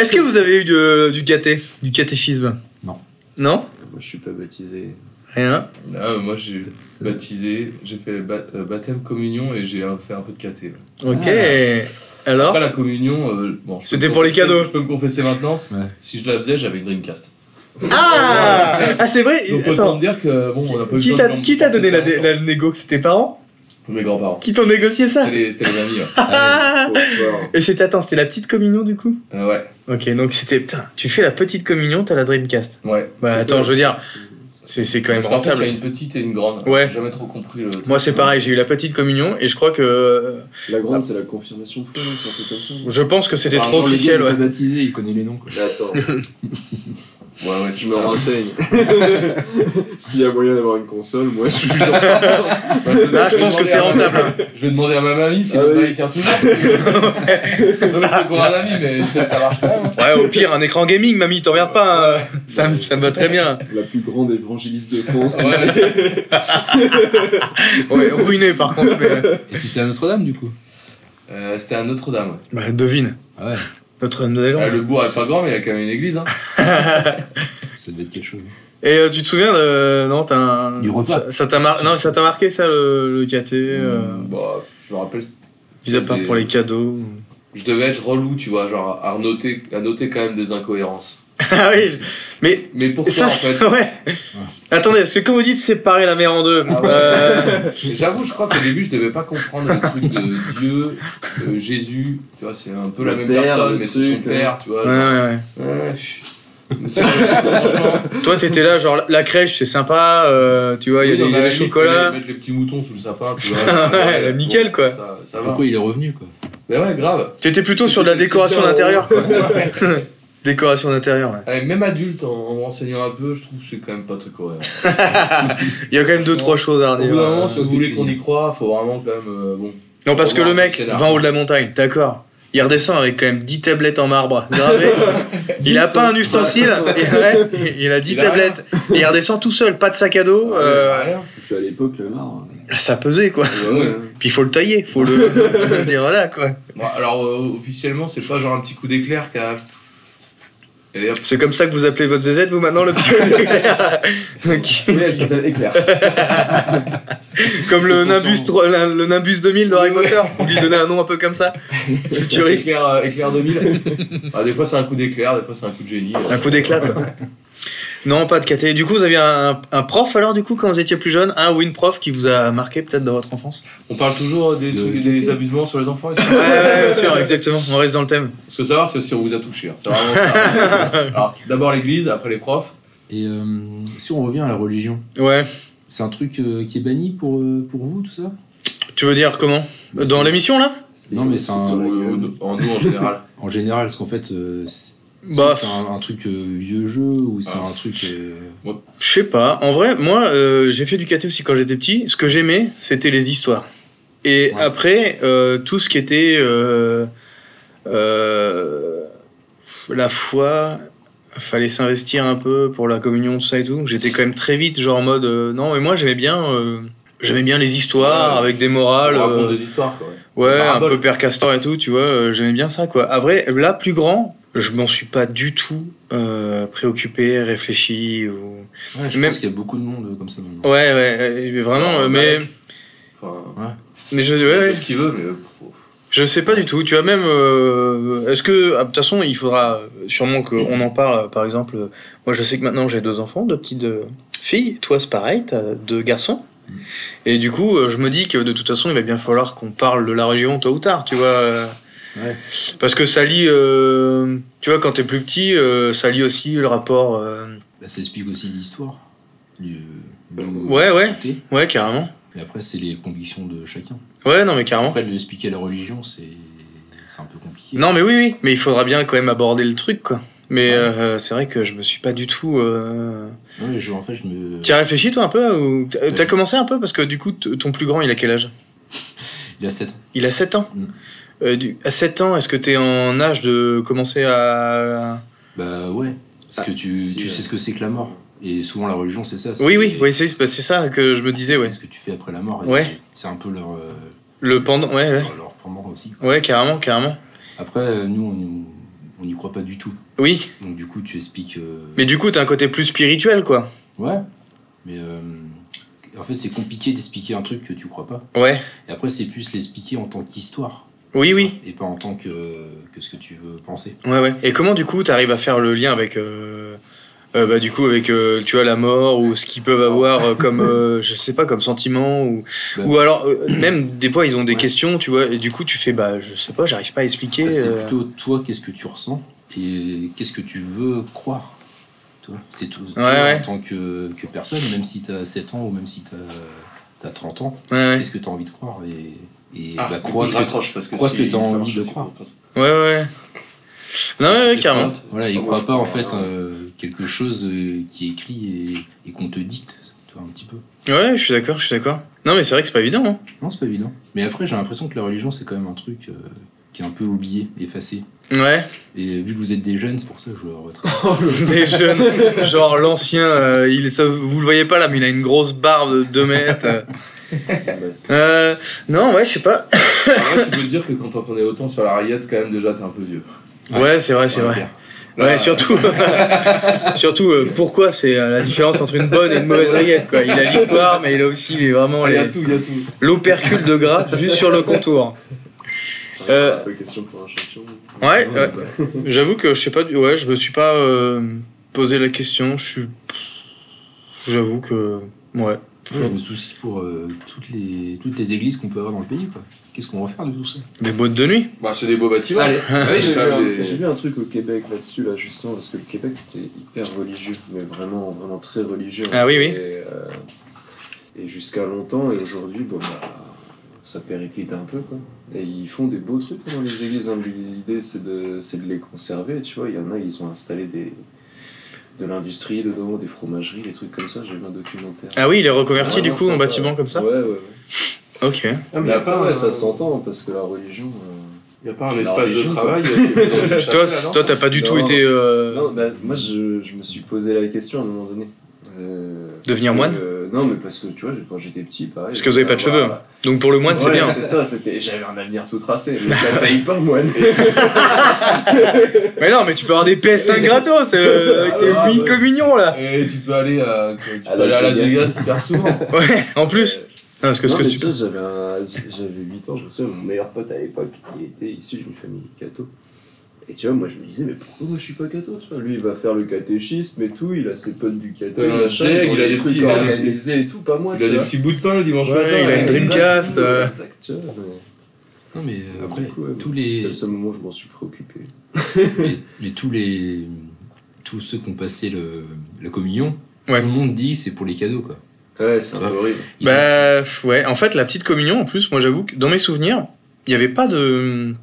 Speaker 2: Est-ce que vous avez eu de- du gâté Du catéchisme
Speaker 5: Non.
Speaker 2: Non
Speaker 3: Moi, je suis pas baptisé.
Speaker 2: Rien
Speaker 4: Ah, moi j'ai baptisé, j'ai fait ba- euh, baptême communion et j'ai euh, fait un peu de caté. ouais.
Speaker 2: Ok.
Speaker 4: Ah.
Speaker 2: Alors
Speaker 4: Après la communion, euh, bon, je peux
Speaker 2: Hein C'était
Speaker 4: me
Speaker 2: pour les
Speaker 4: confesser-
Speaker 2: cadeaux.
Speaker 4: Je peux me confesser maintenant. c-
Speaker 5: Ouais.
Speaker 4: Si je la faisais, j'avais une Dreamcast.
Speaker 2: Ah Ah, c'est vrai
Speaker 4: Donc autant
Speaker 2: Attends.
Speaker 4: me dire que bon, on a pas eu
Speaker 2: Qui
Speaker 4: besoin
Speaker 2: t'a
Speaker 4: de-
Speaker 2: qui t'a donné la, Ah.
Speaker 4: C'était
Speaker 2: la négo C'était tes parents
Speaker 4: Mes grands-parents.
Speaker 2: Qui t'ont négocié ça
Speaker 4: C'était les- c'était les amis. hein.
Speaker 2: <laughs>
Speaker 4: Ouais.
Speaker 2: Ah
Speaker 3: Trop fort.
Speaker 2: Et c'était attends, c'était la petite communion du coup
Speaker 4: Euh, ouais.
Speaker 2: Ok, donc c'était putain, tu fais la petite communion, t'as la Dreamcast.
Speaker 4: ouais.
Speaker 2: Bah
Speaker 3: C'est
Speaker 2: attends,
Speaker 3: quoi
Speaker 2: je veux dire, c'est c'est quand même
Speaker 4: Parce qu'en fait,
Speaker 2: rentable.
Speaker 4: il y a une petite et une grande.
Speaker 2: Ouais.
Speaker 4: J'ai jamais trop compris le.
Speaker 2: Moi c'est pareil, j'ai eu la petite communion et je crois que euh,
Speaker 3: La grande, c'est la confirmation fou, c'est un truc comme ça.
Speaker 2: je pense que c'était
Speaker 4: Ah,
Speaker 2: trop
Speaker 4: non, les
Speaker 2: officiel. Ouais.
Speaker 5: baptisé, il connaît les noms. Quoi.
Speaker 3: Mais <laughs> attends,
Speaker 4: Ouais, ouais,
Speaker 3: je
Speaker 4: c'est
Speaker 3: me
Speaker 4: ça.
Speaker 3: renseigne. <laughs> S'il y a moyen d'avoir une console, moi, je suis dans
Speaker 2: Là, je pense que Bah, c'est rentable. hein.
Speaker 4: Je vais demander à ma mamie si
Speaker 3: Ah
Speaker 4: le
Speaker 3: oui.
Speaker 4: bail tient toujours.
Speaker 2: <laughs>
Speaker 4: Non, mais c'est pour un ami, mais peut-être ça marche quand même. hein.
Speaker 2: hein. Ouais, au pire, un écran gaming, mamie, t'emmerdes pas, hein. ça, me- ça me va très bien.
Speaker 3: la plus grande évangéliste de France.
Speaker 4: Ouais.
Speaker 2: Ouais, ruiné par contre, mais. euh,
Speaker 5: Et c'était à Notre-Dame, du coup.
Speaker 4: Euh, C'était à Notre-Dame.
Speaker 2: Bah, devine,
Speaker 5: Ah ouais,
Speaker 2: notre
Speaker 4: Euh,
Speaker 2: Dame
Speaker 4: le bourg est pas grand, mais il y a quand même une église. Hein.
Speaker 5: ça devait être quelque chose. hein.
Speaker 2: Et euh, tu te souviens, de... non, t'as un.
Speaker 5: Du repas.
Speaker 2: Ça- Ça t'a mar- non, ça t'a marqué ça, le, le KT, euh,
Speaker 4: Bah, je me rappelle,
Speaker 2: mis à part pour les cadeaux.
Speaker 4: je devais être relou, tu vois, genre à noter, à noter quand même des incohérences.
Speaker 2: <laughs> ah oui, je- mais
Speaker 4: Mais pourquoi
Speaker 2: Ça,
Speaker 4: en fait
Speaker 2: ouais. Attendez, parce que quand vous dites séparer la mer en deux,
Speaker 4: Ah ouais.
Speaker 2: euh,
Speaker 4: J'avoue, je crois qu'au début, je devais pas comprendre le truc de Dieu, euh, Jésus, tu vois, c'est un peu la
Speaker 3: Le
Speaker 4: même
Speaker 3: père,
Speaker 4: personne,
Speaker 3: le
Speaker 4: mais c'est son
Speaker 3: truc, euh.
Speaker 4: père, tu vois.
Speaker 2: ouais, ouais,
Speaker 4: Ouais, pff. Mais c'est- franchement,
Speaker 2: ouais. toi t'étais là, genre la crèche c'est sympa, euh, tu vois, il y a
Speaker 4: oui,
Speaker 2: des,
Speaker 4: dans
Speaker 2: il y a
Speaker 4: la
Speaker 2: des
Speaker 4: limite,
Speaker 2: chocolats.
Speaker 4: on allait mettre les petits moutons sous le sapin, tu vois.
Speaker 2: <laughs> Ouais, nickel, quoi.
Speaker 4: Ça, ça va.
Speaker 5: Pourquoi il est revenu, quoi
Speaker 4: Mais ouais, grave.
Speaker 2: T'étais plutôt sur de la
Speaker 4: C'était-
Speaker 2: décoration
Speaker 4: c'était-
Speaker 2: d'intérieur. quoi.
Speaker 4: Ouais.
Speaker 2: <laughs> Décoration d'intérieur, ouais.
Speaker 4: Ouais, même adulte, en, en me renseignant un peu, je trouve que c'est quand même pas très cohérent.
Speaker 2: Il y a quand même deux, trois choses à
Speaker 4: Au bout
Speaker 2: redire.
Speaker 4: d'un moment,
Speaker 2: Euh,
Speaker 4: si vous voulez qu'on y croit, faut vraiment quand même. euh, bon.
Speaker 2: Non, parce que le mec
Speaker 4: Scénar.
Speaker 2: va en haut de la montagne, d'accord. Il redescend avec quand même 10 tablettes en marbre
Speaker 4: <laughs>
Speaker 2: gravées. Il a pas un ustensile, et <laughs> ouais, il a 10
Speaker 4: Il a
Speaker 2: tablettes. Et il redescend tout seul, pas de sac à dos. euh,
Speaker 4: rien.
Speaker 3: Puis à l'époque, le hein. marbre.
Speaker 2: ça pesait quoi.
Speaker 3: Ah bah ouais, <laughs> hein.
Speaker 2: Puis il faut le tailler, faut le, faut le dire là quoi.
Speaker 4: Bon, alors, euh, officiellement, c'est pas genre un petit coup d'éclair qui a. Et hop.
Speaker 2: C'est comme ça que vous appelez votre ZZ, vous maintenant, le
Speaker 4: <laughs>
Speaker 2: petit <laughs> nucléaire
Speaker 4: Oui, elle s'appelle Éclair.
Speaker 2: Comme le
Speaker 4: C'est son
Speaker 2: Nimbus,
Speaker 4: surnom.
Speaker 2: 3 le- le Nimbus 2000 de Harry Potter. Vous lui donnez un nom un peu comme
Speaker 4: <laughs>
Speaker 2: ça. Futuriste.
Speaker 4: Éclair,
Speaker 5: <laughs>
Speaker 4: euh, éclair 2000. Ah, des fois, c'est un coup d'éclair, des fois, c'est un coup de génie.
Speaker 2: Un coup d'éclat, quoi. <laughs> Non, pas de caté. Du coup, vous aviez un, un prof alors, du coup, quand vous étiez plus jeune Un ou une prof qui vous a marqué peut-être dans votre enfance
Speaker 4: On parle toujours des,
Speaker 5: De-
Speaker 4: trucs- des abusements sur les enfants. et tout.
Speaker 2: Ouais, ouais, bien sûr, <laughs> exactement. On reste dans le thème.
Speaker 4: Ce que savoir, c'est si on vous a touché. hein. C'est vraiment
Speaker 5: <laughs>
Speaker 4: ça. Alors, d'abord l'église, après les profs.
Speaker 5: Et euh, si on revient à la religion,
Speaker 2: Ouais.
Speaker 5: c'est un truc euh, qui est banni pour, euh, pour vous, tout ça
Speaker 2: Tu veux dire comment Dans l'émission là
Speaker 5: Non, mais c'est un- euh,
Speaker 4: Ou-
Speaker 3: Sur la gueule.
Speaker 4: ou- en nous en
Speaker 5: <laughs>
Speaker 4: général.
Speaker 5: En général, parce qu'en fait, euh, c'est est-ce
Speaker 2: Bah.
Speaker 5: que c'est un, un truc euh, vieux jeu ou c'est
Speaker 4: Ah.
Speaker 5: un truc. euh,
Speaker 2: Je sais pas. En vrai, moi, euh, j'ai fait du caté aussi quand j'étais petit. Ce que j'aimais, c'était les histoires. Et
Speaker 5: Ouais.
Speaker 2: après, euh, tout ce qui était euh, euh, la foi, fallait s'investir un peu pour la communion, tout ça et tout. J'étais quand même très vite, genre en mode euh, non, mais moi j'aimais bien, euh, j'aimais bien les histoires
Speaker 4: Ouais.
Speaker 2: avec des
Speaker 4: On
Speaker 5: Ah,
Speaker 2: morales.
Speaker 4: raconte
Speaker 2: euh,
Speaker 4: des histoires quoi.
Speaker 2: Ouais, un
Speaker 4: Parabole.
Speaker 2: peu Père Castor et tout, tu vois, euh, j'aimais bien ça, quoi. À vrai, là, plus grand, je m'en suis pas du tout euh, préoccupé, réfléchi. Ou...
Speaker 5: Ouais, je
Speaker 2: Même-
Speaker 5: pense qu'il y a beaucoup de monde euh, comme ça maintenant.
Speaker 2: Ouais, ouais, euh, vraiment,
Speaker 4: Ouais,
Speaker 2: euh, mais,
Speaker 4: Enfin,
Speaker 2: mais je,
Speaker 4: il
Speaker 2: ouais,
Speaker 4: fait ce qu'il veut, mais euh,
Speaker 2: je sais pas du tout. Tu vois, même, euh, est-ce que, ah, de toute façon, il faudra euh, sûrement qu'on en parle, par exemple. euh, Moi, je sais que maintenant, j'ai deux enfants, deux petites euh, filles. Toi, c'est pareil, t'as deux garçons. Et du coup, euh, je me dis que de toute façon, il va bien falloir qu'on parle de la région tôt ou tard, tu vois. euh.
Speaker 5: Ouais.
Speaker 2: Parce que ça lie, euh, tu vois, quand t'es plus petit, euh, ça lie aussi le rapport. euh,
Speaker 5: Bah, ça explique aussi l'histoire. Du, du-
Speaker 2: ouais, ouais,
Speaker 5: côté.
Speaker 2: ouais, carrément.
Speaker 5: Et après, c'est les convictions de chacun.
Speaker 2: Ouais, non, mais carrément.
Speaker 5: Après, de l'expliquer à la religion, c'est c'est un peu compliqué.
Speaker 2: Non, mais oui, oui, mais il faudra bien quand même aborder le truc, quoi. Mais
Speaker 5: Ouais.
Speaker 2: euh, c'est vrai que je me suis pas du tout. Euh...
Speaker 5: Ouais, mais je- en fait, je me.
Speaker 2: T'y as réfléchi, toi, un peu ou T'as t'as
Speaker 5: Ouais.
Speaker 2: commencé un peu Parce que du coup, t- ton plus grand, il a quel âge
Speaker 5: Il a 7 ans.
Speaker 2: Il a 7 ans.
Speaker 5: Mm.
Speaker 2: Euh, du- À 7 ans, est-ce que t'es en âge de commencer à.
Speaker 5: Bah ouais. Parce
Speaker 3: Ah,
Speaker 5: que tu,
Speaker 3: si,
Speaker 5: tu
Speaker 3: ouais.
Speaker 5: sais ce que c'est que la mort. Et souvent, la religion, c'est ça.
Speaker 2: Oui,
Speaker 5: c'est-
Speaker 2: oui, oui c'est bah, c'est ça que je me disais, ouais.
Speaker 5: Qu'est-ce que tu fais après la mort et
Speaker 2: Ouais.
Speaker 5: C'est un peu leur, euh,
Speaker 2: Le pendant, ouais, ouais.
Speaker 5: leur, leur pendant aussi. quoi.
Speaker 2: Ouais, carrément, carrément.
Speaker 5: Après, euh, nous, on- on n'y croit pas du tout.
Speaker 2: Oui,
Speaker 5: Donc, du coup, tu expliques. euh,
Speaker 2: mais du coup, t'as un côté plus spirituel, quoi.
Speaker 5: Ouais. Mais euh, en fait, c'est compliqué d'expliquer un truc que tu crois pas.
Speaker 2: Ouais.
Speaker 5: Et après, c'est plus l'expliquer en tant qu'histoire.
Speaker 2: Oui, oui.
Speaker 5: Et pas en tant que, que ce que tu veux penser.
Speaker 2: Ouais, ouais. Et comment, du coup, t'arrives à faire le lien avec. euh, euh, bah, du coup, avec, euh, tu vois, la mort ou ce qu'ils peuvent avoir euh, comme,
Speaker 5: <laughs>
Speaker 2: euh, je sais pas, comme sentiment ou,
Speaker 5: Bah.
Speaker 2: ou alors,
Speaker 5: <clears throat>
Speaker 2: euh, même des fois, ils ont des
Speaker 5: Ouais.
Speaker 2: questions, tu vois, et du coup, tu fais, bah, je sais pas, j'arrive pas à expliquer.
Speaker 5: Bah, c'est
Speaker 2: euh.
Speaker 5: plutôt toi, qu'est-ce que tu ressens et qu'est-ce que tu veux croire. Toi, c'est tout. toi,
Speaker 2: ouais.
Speaker 5: En tant que, que personne, même si tu as 7 ans ou même si tu as, 30 ans,
Speaker 2: Ouais,
Speaker 5: qu'est-ce que tu as envie de croire et, et
Speaker 4: Ah,
Speaker 5: bah,
Speaker 4: du coup,
Speaker 5: crois
Speaker 4: je
Speaker 5: ce que
Speaker 4: raccroche parce que
Speaker 5: crois ce
Speaker 4: si-
Speaker 5: que t'as
Speaker 4: ça
Speaker 5: envie
Speaker 4: marche
Speaker 5: de
Speaker 4: aussi,
Speaker 5: croire.
Speaker 4: quoi.
Speaker 2: ouais, ouais. ouais. Non, ouais, ouais, carrément.
Speaker 5: Voilà, il
Speaker 3: Ah, moi,
Speaker 5: croit
Speaker 3: je
Speaker 5: pas en
Speaker 3: crois,
Speaker 5: fait
Speaker 3: ouais.
Speaker 5: euh, quelque chose euh, qui est écrit et, et qu'on te dicte, tu vois, un petit peu.
Speaker 2: Ouais, je suis d'accord, je suis d'accord. Non, mais c'est vrai que c'est pas évident, hein.
Speaker 5: Non, c'est pas évident. Mais après, j'ai l'impression que la religion, c'est quand même un truc euh, qui est un peu oublié, effacé.
Speaker 2: Ouais. <laughs>
Speaker 5: Et vu que vous êtes des jeunes, c'est pour ça que je le retraite.
Speaker 2: des jeunes. Genre l'ancien, euh, il est- ça, vous le voyez pas là, mais il a une grosse barbe de 2 mètres.
Speaker 5: <laughs>
Speaker 2: euh.
Speaker 3: Bah, c'est-
Speaker 2: Euh, non, ouais, je sais pas.
Speaker 4: En vrai, tu peux te dire que quand on est autant sur la rillette, quand même, déjà, t'es un peu vieux.
Speaker 2: Ouais, c'est vrai, c'est vrai.
Speaker 4: Là,
Speaker 2: Ouais, surtout, <laughs> surtout euh, pourquoi c'est euh, la différence entre une bonne et une mauvaise rillette, quoi. Il a l'histoire, mais il a aussi les- vraiment
Speaker 4: Il y a
Speaker 2: les-
Speaker 4: tout, il y a tout.
Speaker 2: l'opercule de gras juste sur le contour.
Speaker 3: c'est
Speaker 2: Euh,
Speaker 3: un peu question pour un champion.
Speaker 2: <laughs> Ouais, ouais. j'avoue que je sais pas, du- ouais, je me suis pas euh, posé la question. Je suis, j'avoue que, ouais.
Speaker 5: Moi, je me soucie pour euh, toutes, les, toutes les églises qu'on peut avoir dans le pays. quoi. Qu'est-ce qu'on va faire de tout ça
Speaker 2: Des boîtes de nuit.
Speaker 4: Bah, c'est des beaux bâtiments. <laughs>
Speaker 3: Allez. Ouais, Ah j'ai
Speaker 4: c'est
Speaker 3: vu,
Speaker 4: quand
Speaker 3: un,
Speaker 4: même des-
Speaker 3: j'ai vu un truc au Québec là-dessus, là, justement, parce que le Québec c'était hyper religieux, mais vraiment, vraiment très religieux.
Speaker 2: Ah oui, oui.
Speaker 3: Et, euh, et jusqu'à longtemps, et aujourd'hui, bon, bah, ça périclite un peu, quoi. Et ils font des beaux trucs dans les églises. hein. L'idée, c'est de, c'est de les conserver, tu vois. Il y en a, ils ont installé des, de l'industrie dedans, des fromageries, des trucs comme ça. J'ai vu un documentaire.
Speaker 2: Ah oui, il est reconverti du
Speaker 3: Vraiment
Speaker 2: coup en
Speaker 3: sympa.
Speaker 2: bâtiment comme ça.
Speaker 3: Ouais, ouais. ouais.
Speaker 2: Ok.
Speaker 4: Ah, mais
Speaker 3: Mais
Speaker 4: y a
Speaker 3: après,
Speaker 4: pas un-
Speaker 3: ouais, ça s'entend, parce que la religion. euh,
Speaker 4: Y a pas un
Speaker 3: La
Speaker 4: espace de
Speaker 3: religion,
Speaker 4: travail. euh, qui-
Speaker 2: Toi,
Speaker 4: là, non
Speaker 2: toi, t'as pas du tout
Speaker 3: Non.
Speaker 2: été. euh,
Speaker 3: Non, bah, moi je, je me suis posé la question à un moment donné. Euh, parce
Speaker 2: Devenir
Speaker 3: que,
Speaker 2: moine
Speaker 3: euh, Non, mais parce que tu vois, quand j'étais petit, pareil.
Speaker 2: Parce que vous avez pas de cheveux, hein. Donc pour le moine, c'est
Speaker 3: Ouais,
Speaker 2: bien.
Speaker 3: C'est ça, c'était- j'avais un avenir tout tracé, mais
Speaker 2: <laughs>
Speaker 3: ça paye pas moine.
Speaker 2: Mais non, mais tu peux avoir des PS5 gratos euh, avec tes
Speaker 4: Ah,
Speaker 2: fouilles
Speaker 4: ouais.
Speaker 2: communion là.
Speaker 4: Et Eh, tu peux aller à, tu peux
Speaker 3: À
Speaker 4: aller
Speaker 3: Las
Speaker 4: à Las
Speaker 3: Vegas.
Speaker 4: Vegas hyper <laughs> souvent.
Speaker 2: Ouais. En
Speaker 3: Euh,
Speaker 2: plus. Non, parce que ce
Speaker 3: Non,
Speaker 2: que
Speaker 3: mais
Speaker 2: tu.
Speaker 3: tu vois, j'avais un- j'avais 8 ans, je me souviens, mon meilleur pote à l'époque, il était issu d'une famille catho. Et tu vois, moi je me disais, mais pourquoi moi je suis pas catho tu vois Lui il va faire le catéchisme et tout, il a ses potes du catho,
Speaker 4: Ouais,
Speaker 3: il a il
Speaker 4: il a
Speaker 3: a des
Speaker 4: des petits-
Speaker 3: trucs
Speaker 4: il a des
Speaker 3: organisés et tout, pas moi,
Speaker 4: Il a
Speaker 3: tu
Speaker 4: des
Speaker 3: vois.
Speaker 4: petits bouts de pain le dimanche
Speaker 3: Ouais,
Speaker 4: matin.
Speaker 3: il
Speaker 2: a une
Speaker 4: hein.
Speaker 3: exact,
Speaker 2: Dreamcast, euh.
Speaker 3: Exact, tu vois. mais-
Speaker 5: Non, mais euh, après,
Speaker 3: du coup, ouais,
Speaker 5: tous
Speaker 3: bon,
Speaker 5: les.
Speaker 3: C'est le seul moment où je m'en suis préoccupé.
Speaker 5: mais, mais tous les tous ceux qui ont passé le, la communion,
Speaker 2: Ouais.
Speaker 5: tout le monde dit que c'est pour les cadeaux quoi.
Speaker 3: Ouais, c'est un peu horrible.
Speaker 5: Ils
Speaker 2: Bah pff, ouais, en fait la petite communion en plus, moi j'avoue que dans mes souvenirs, il y avait pas de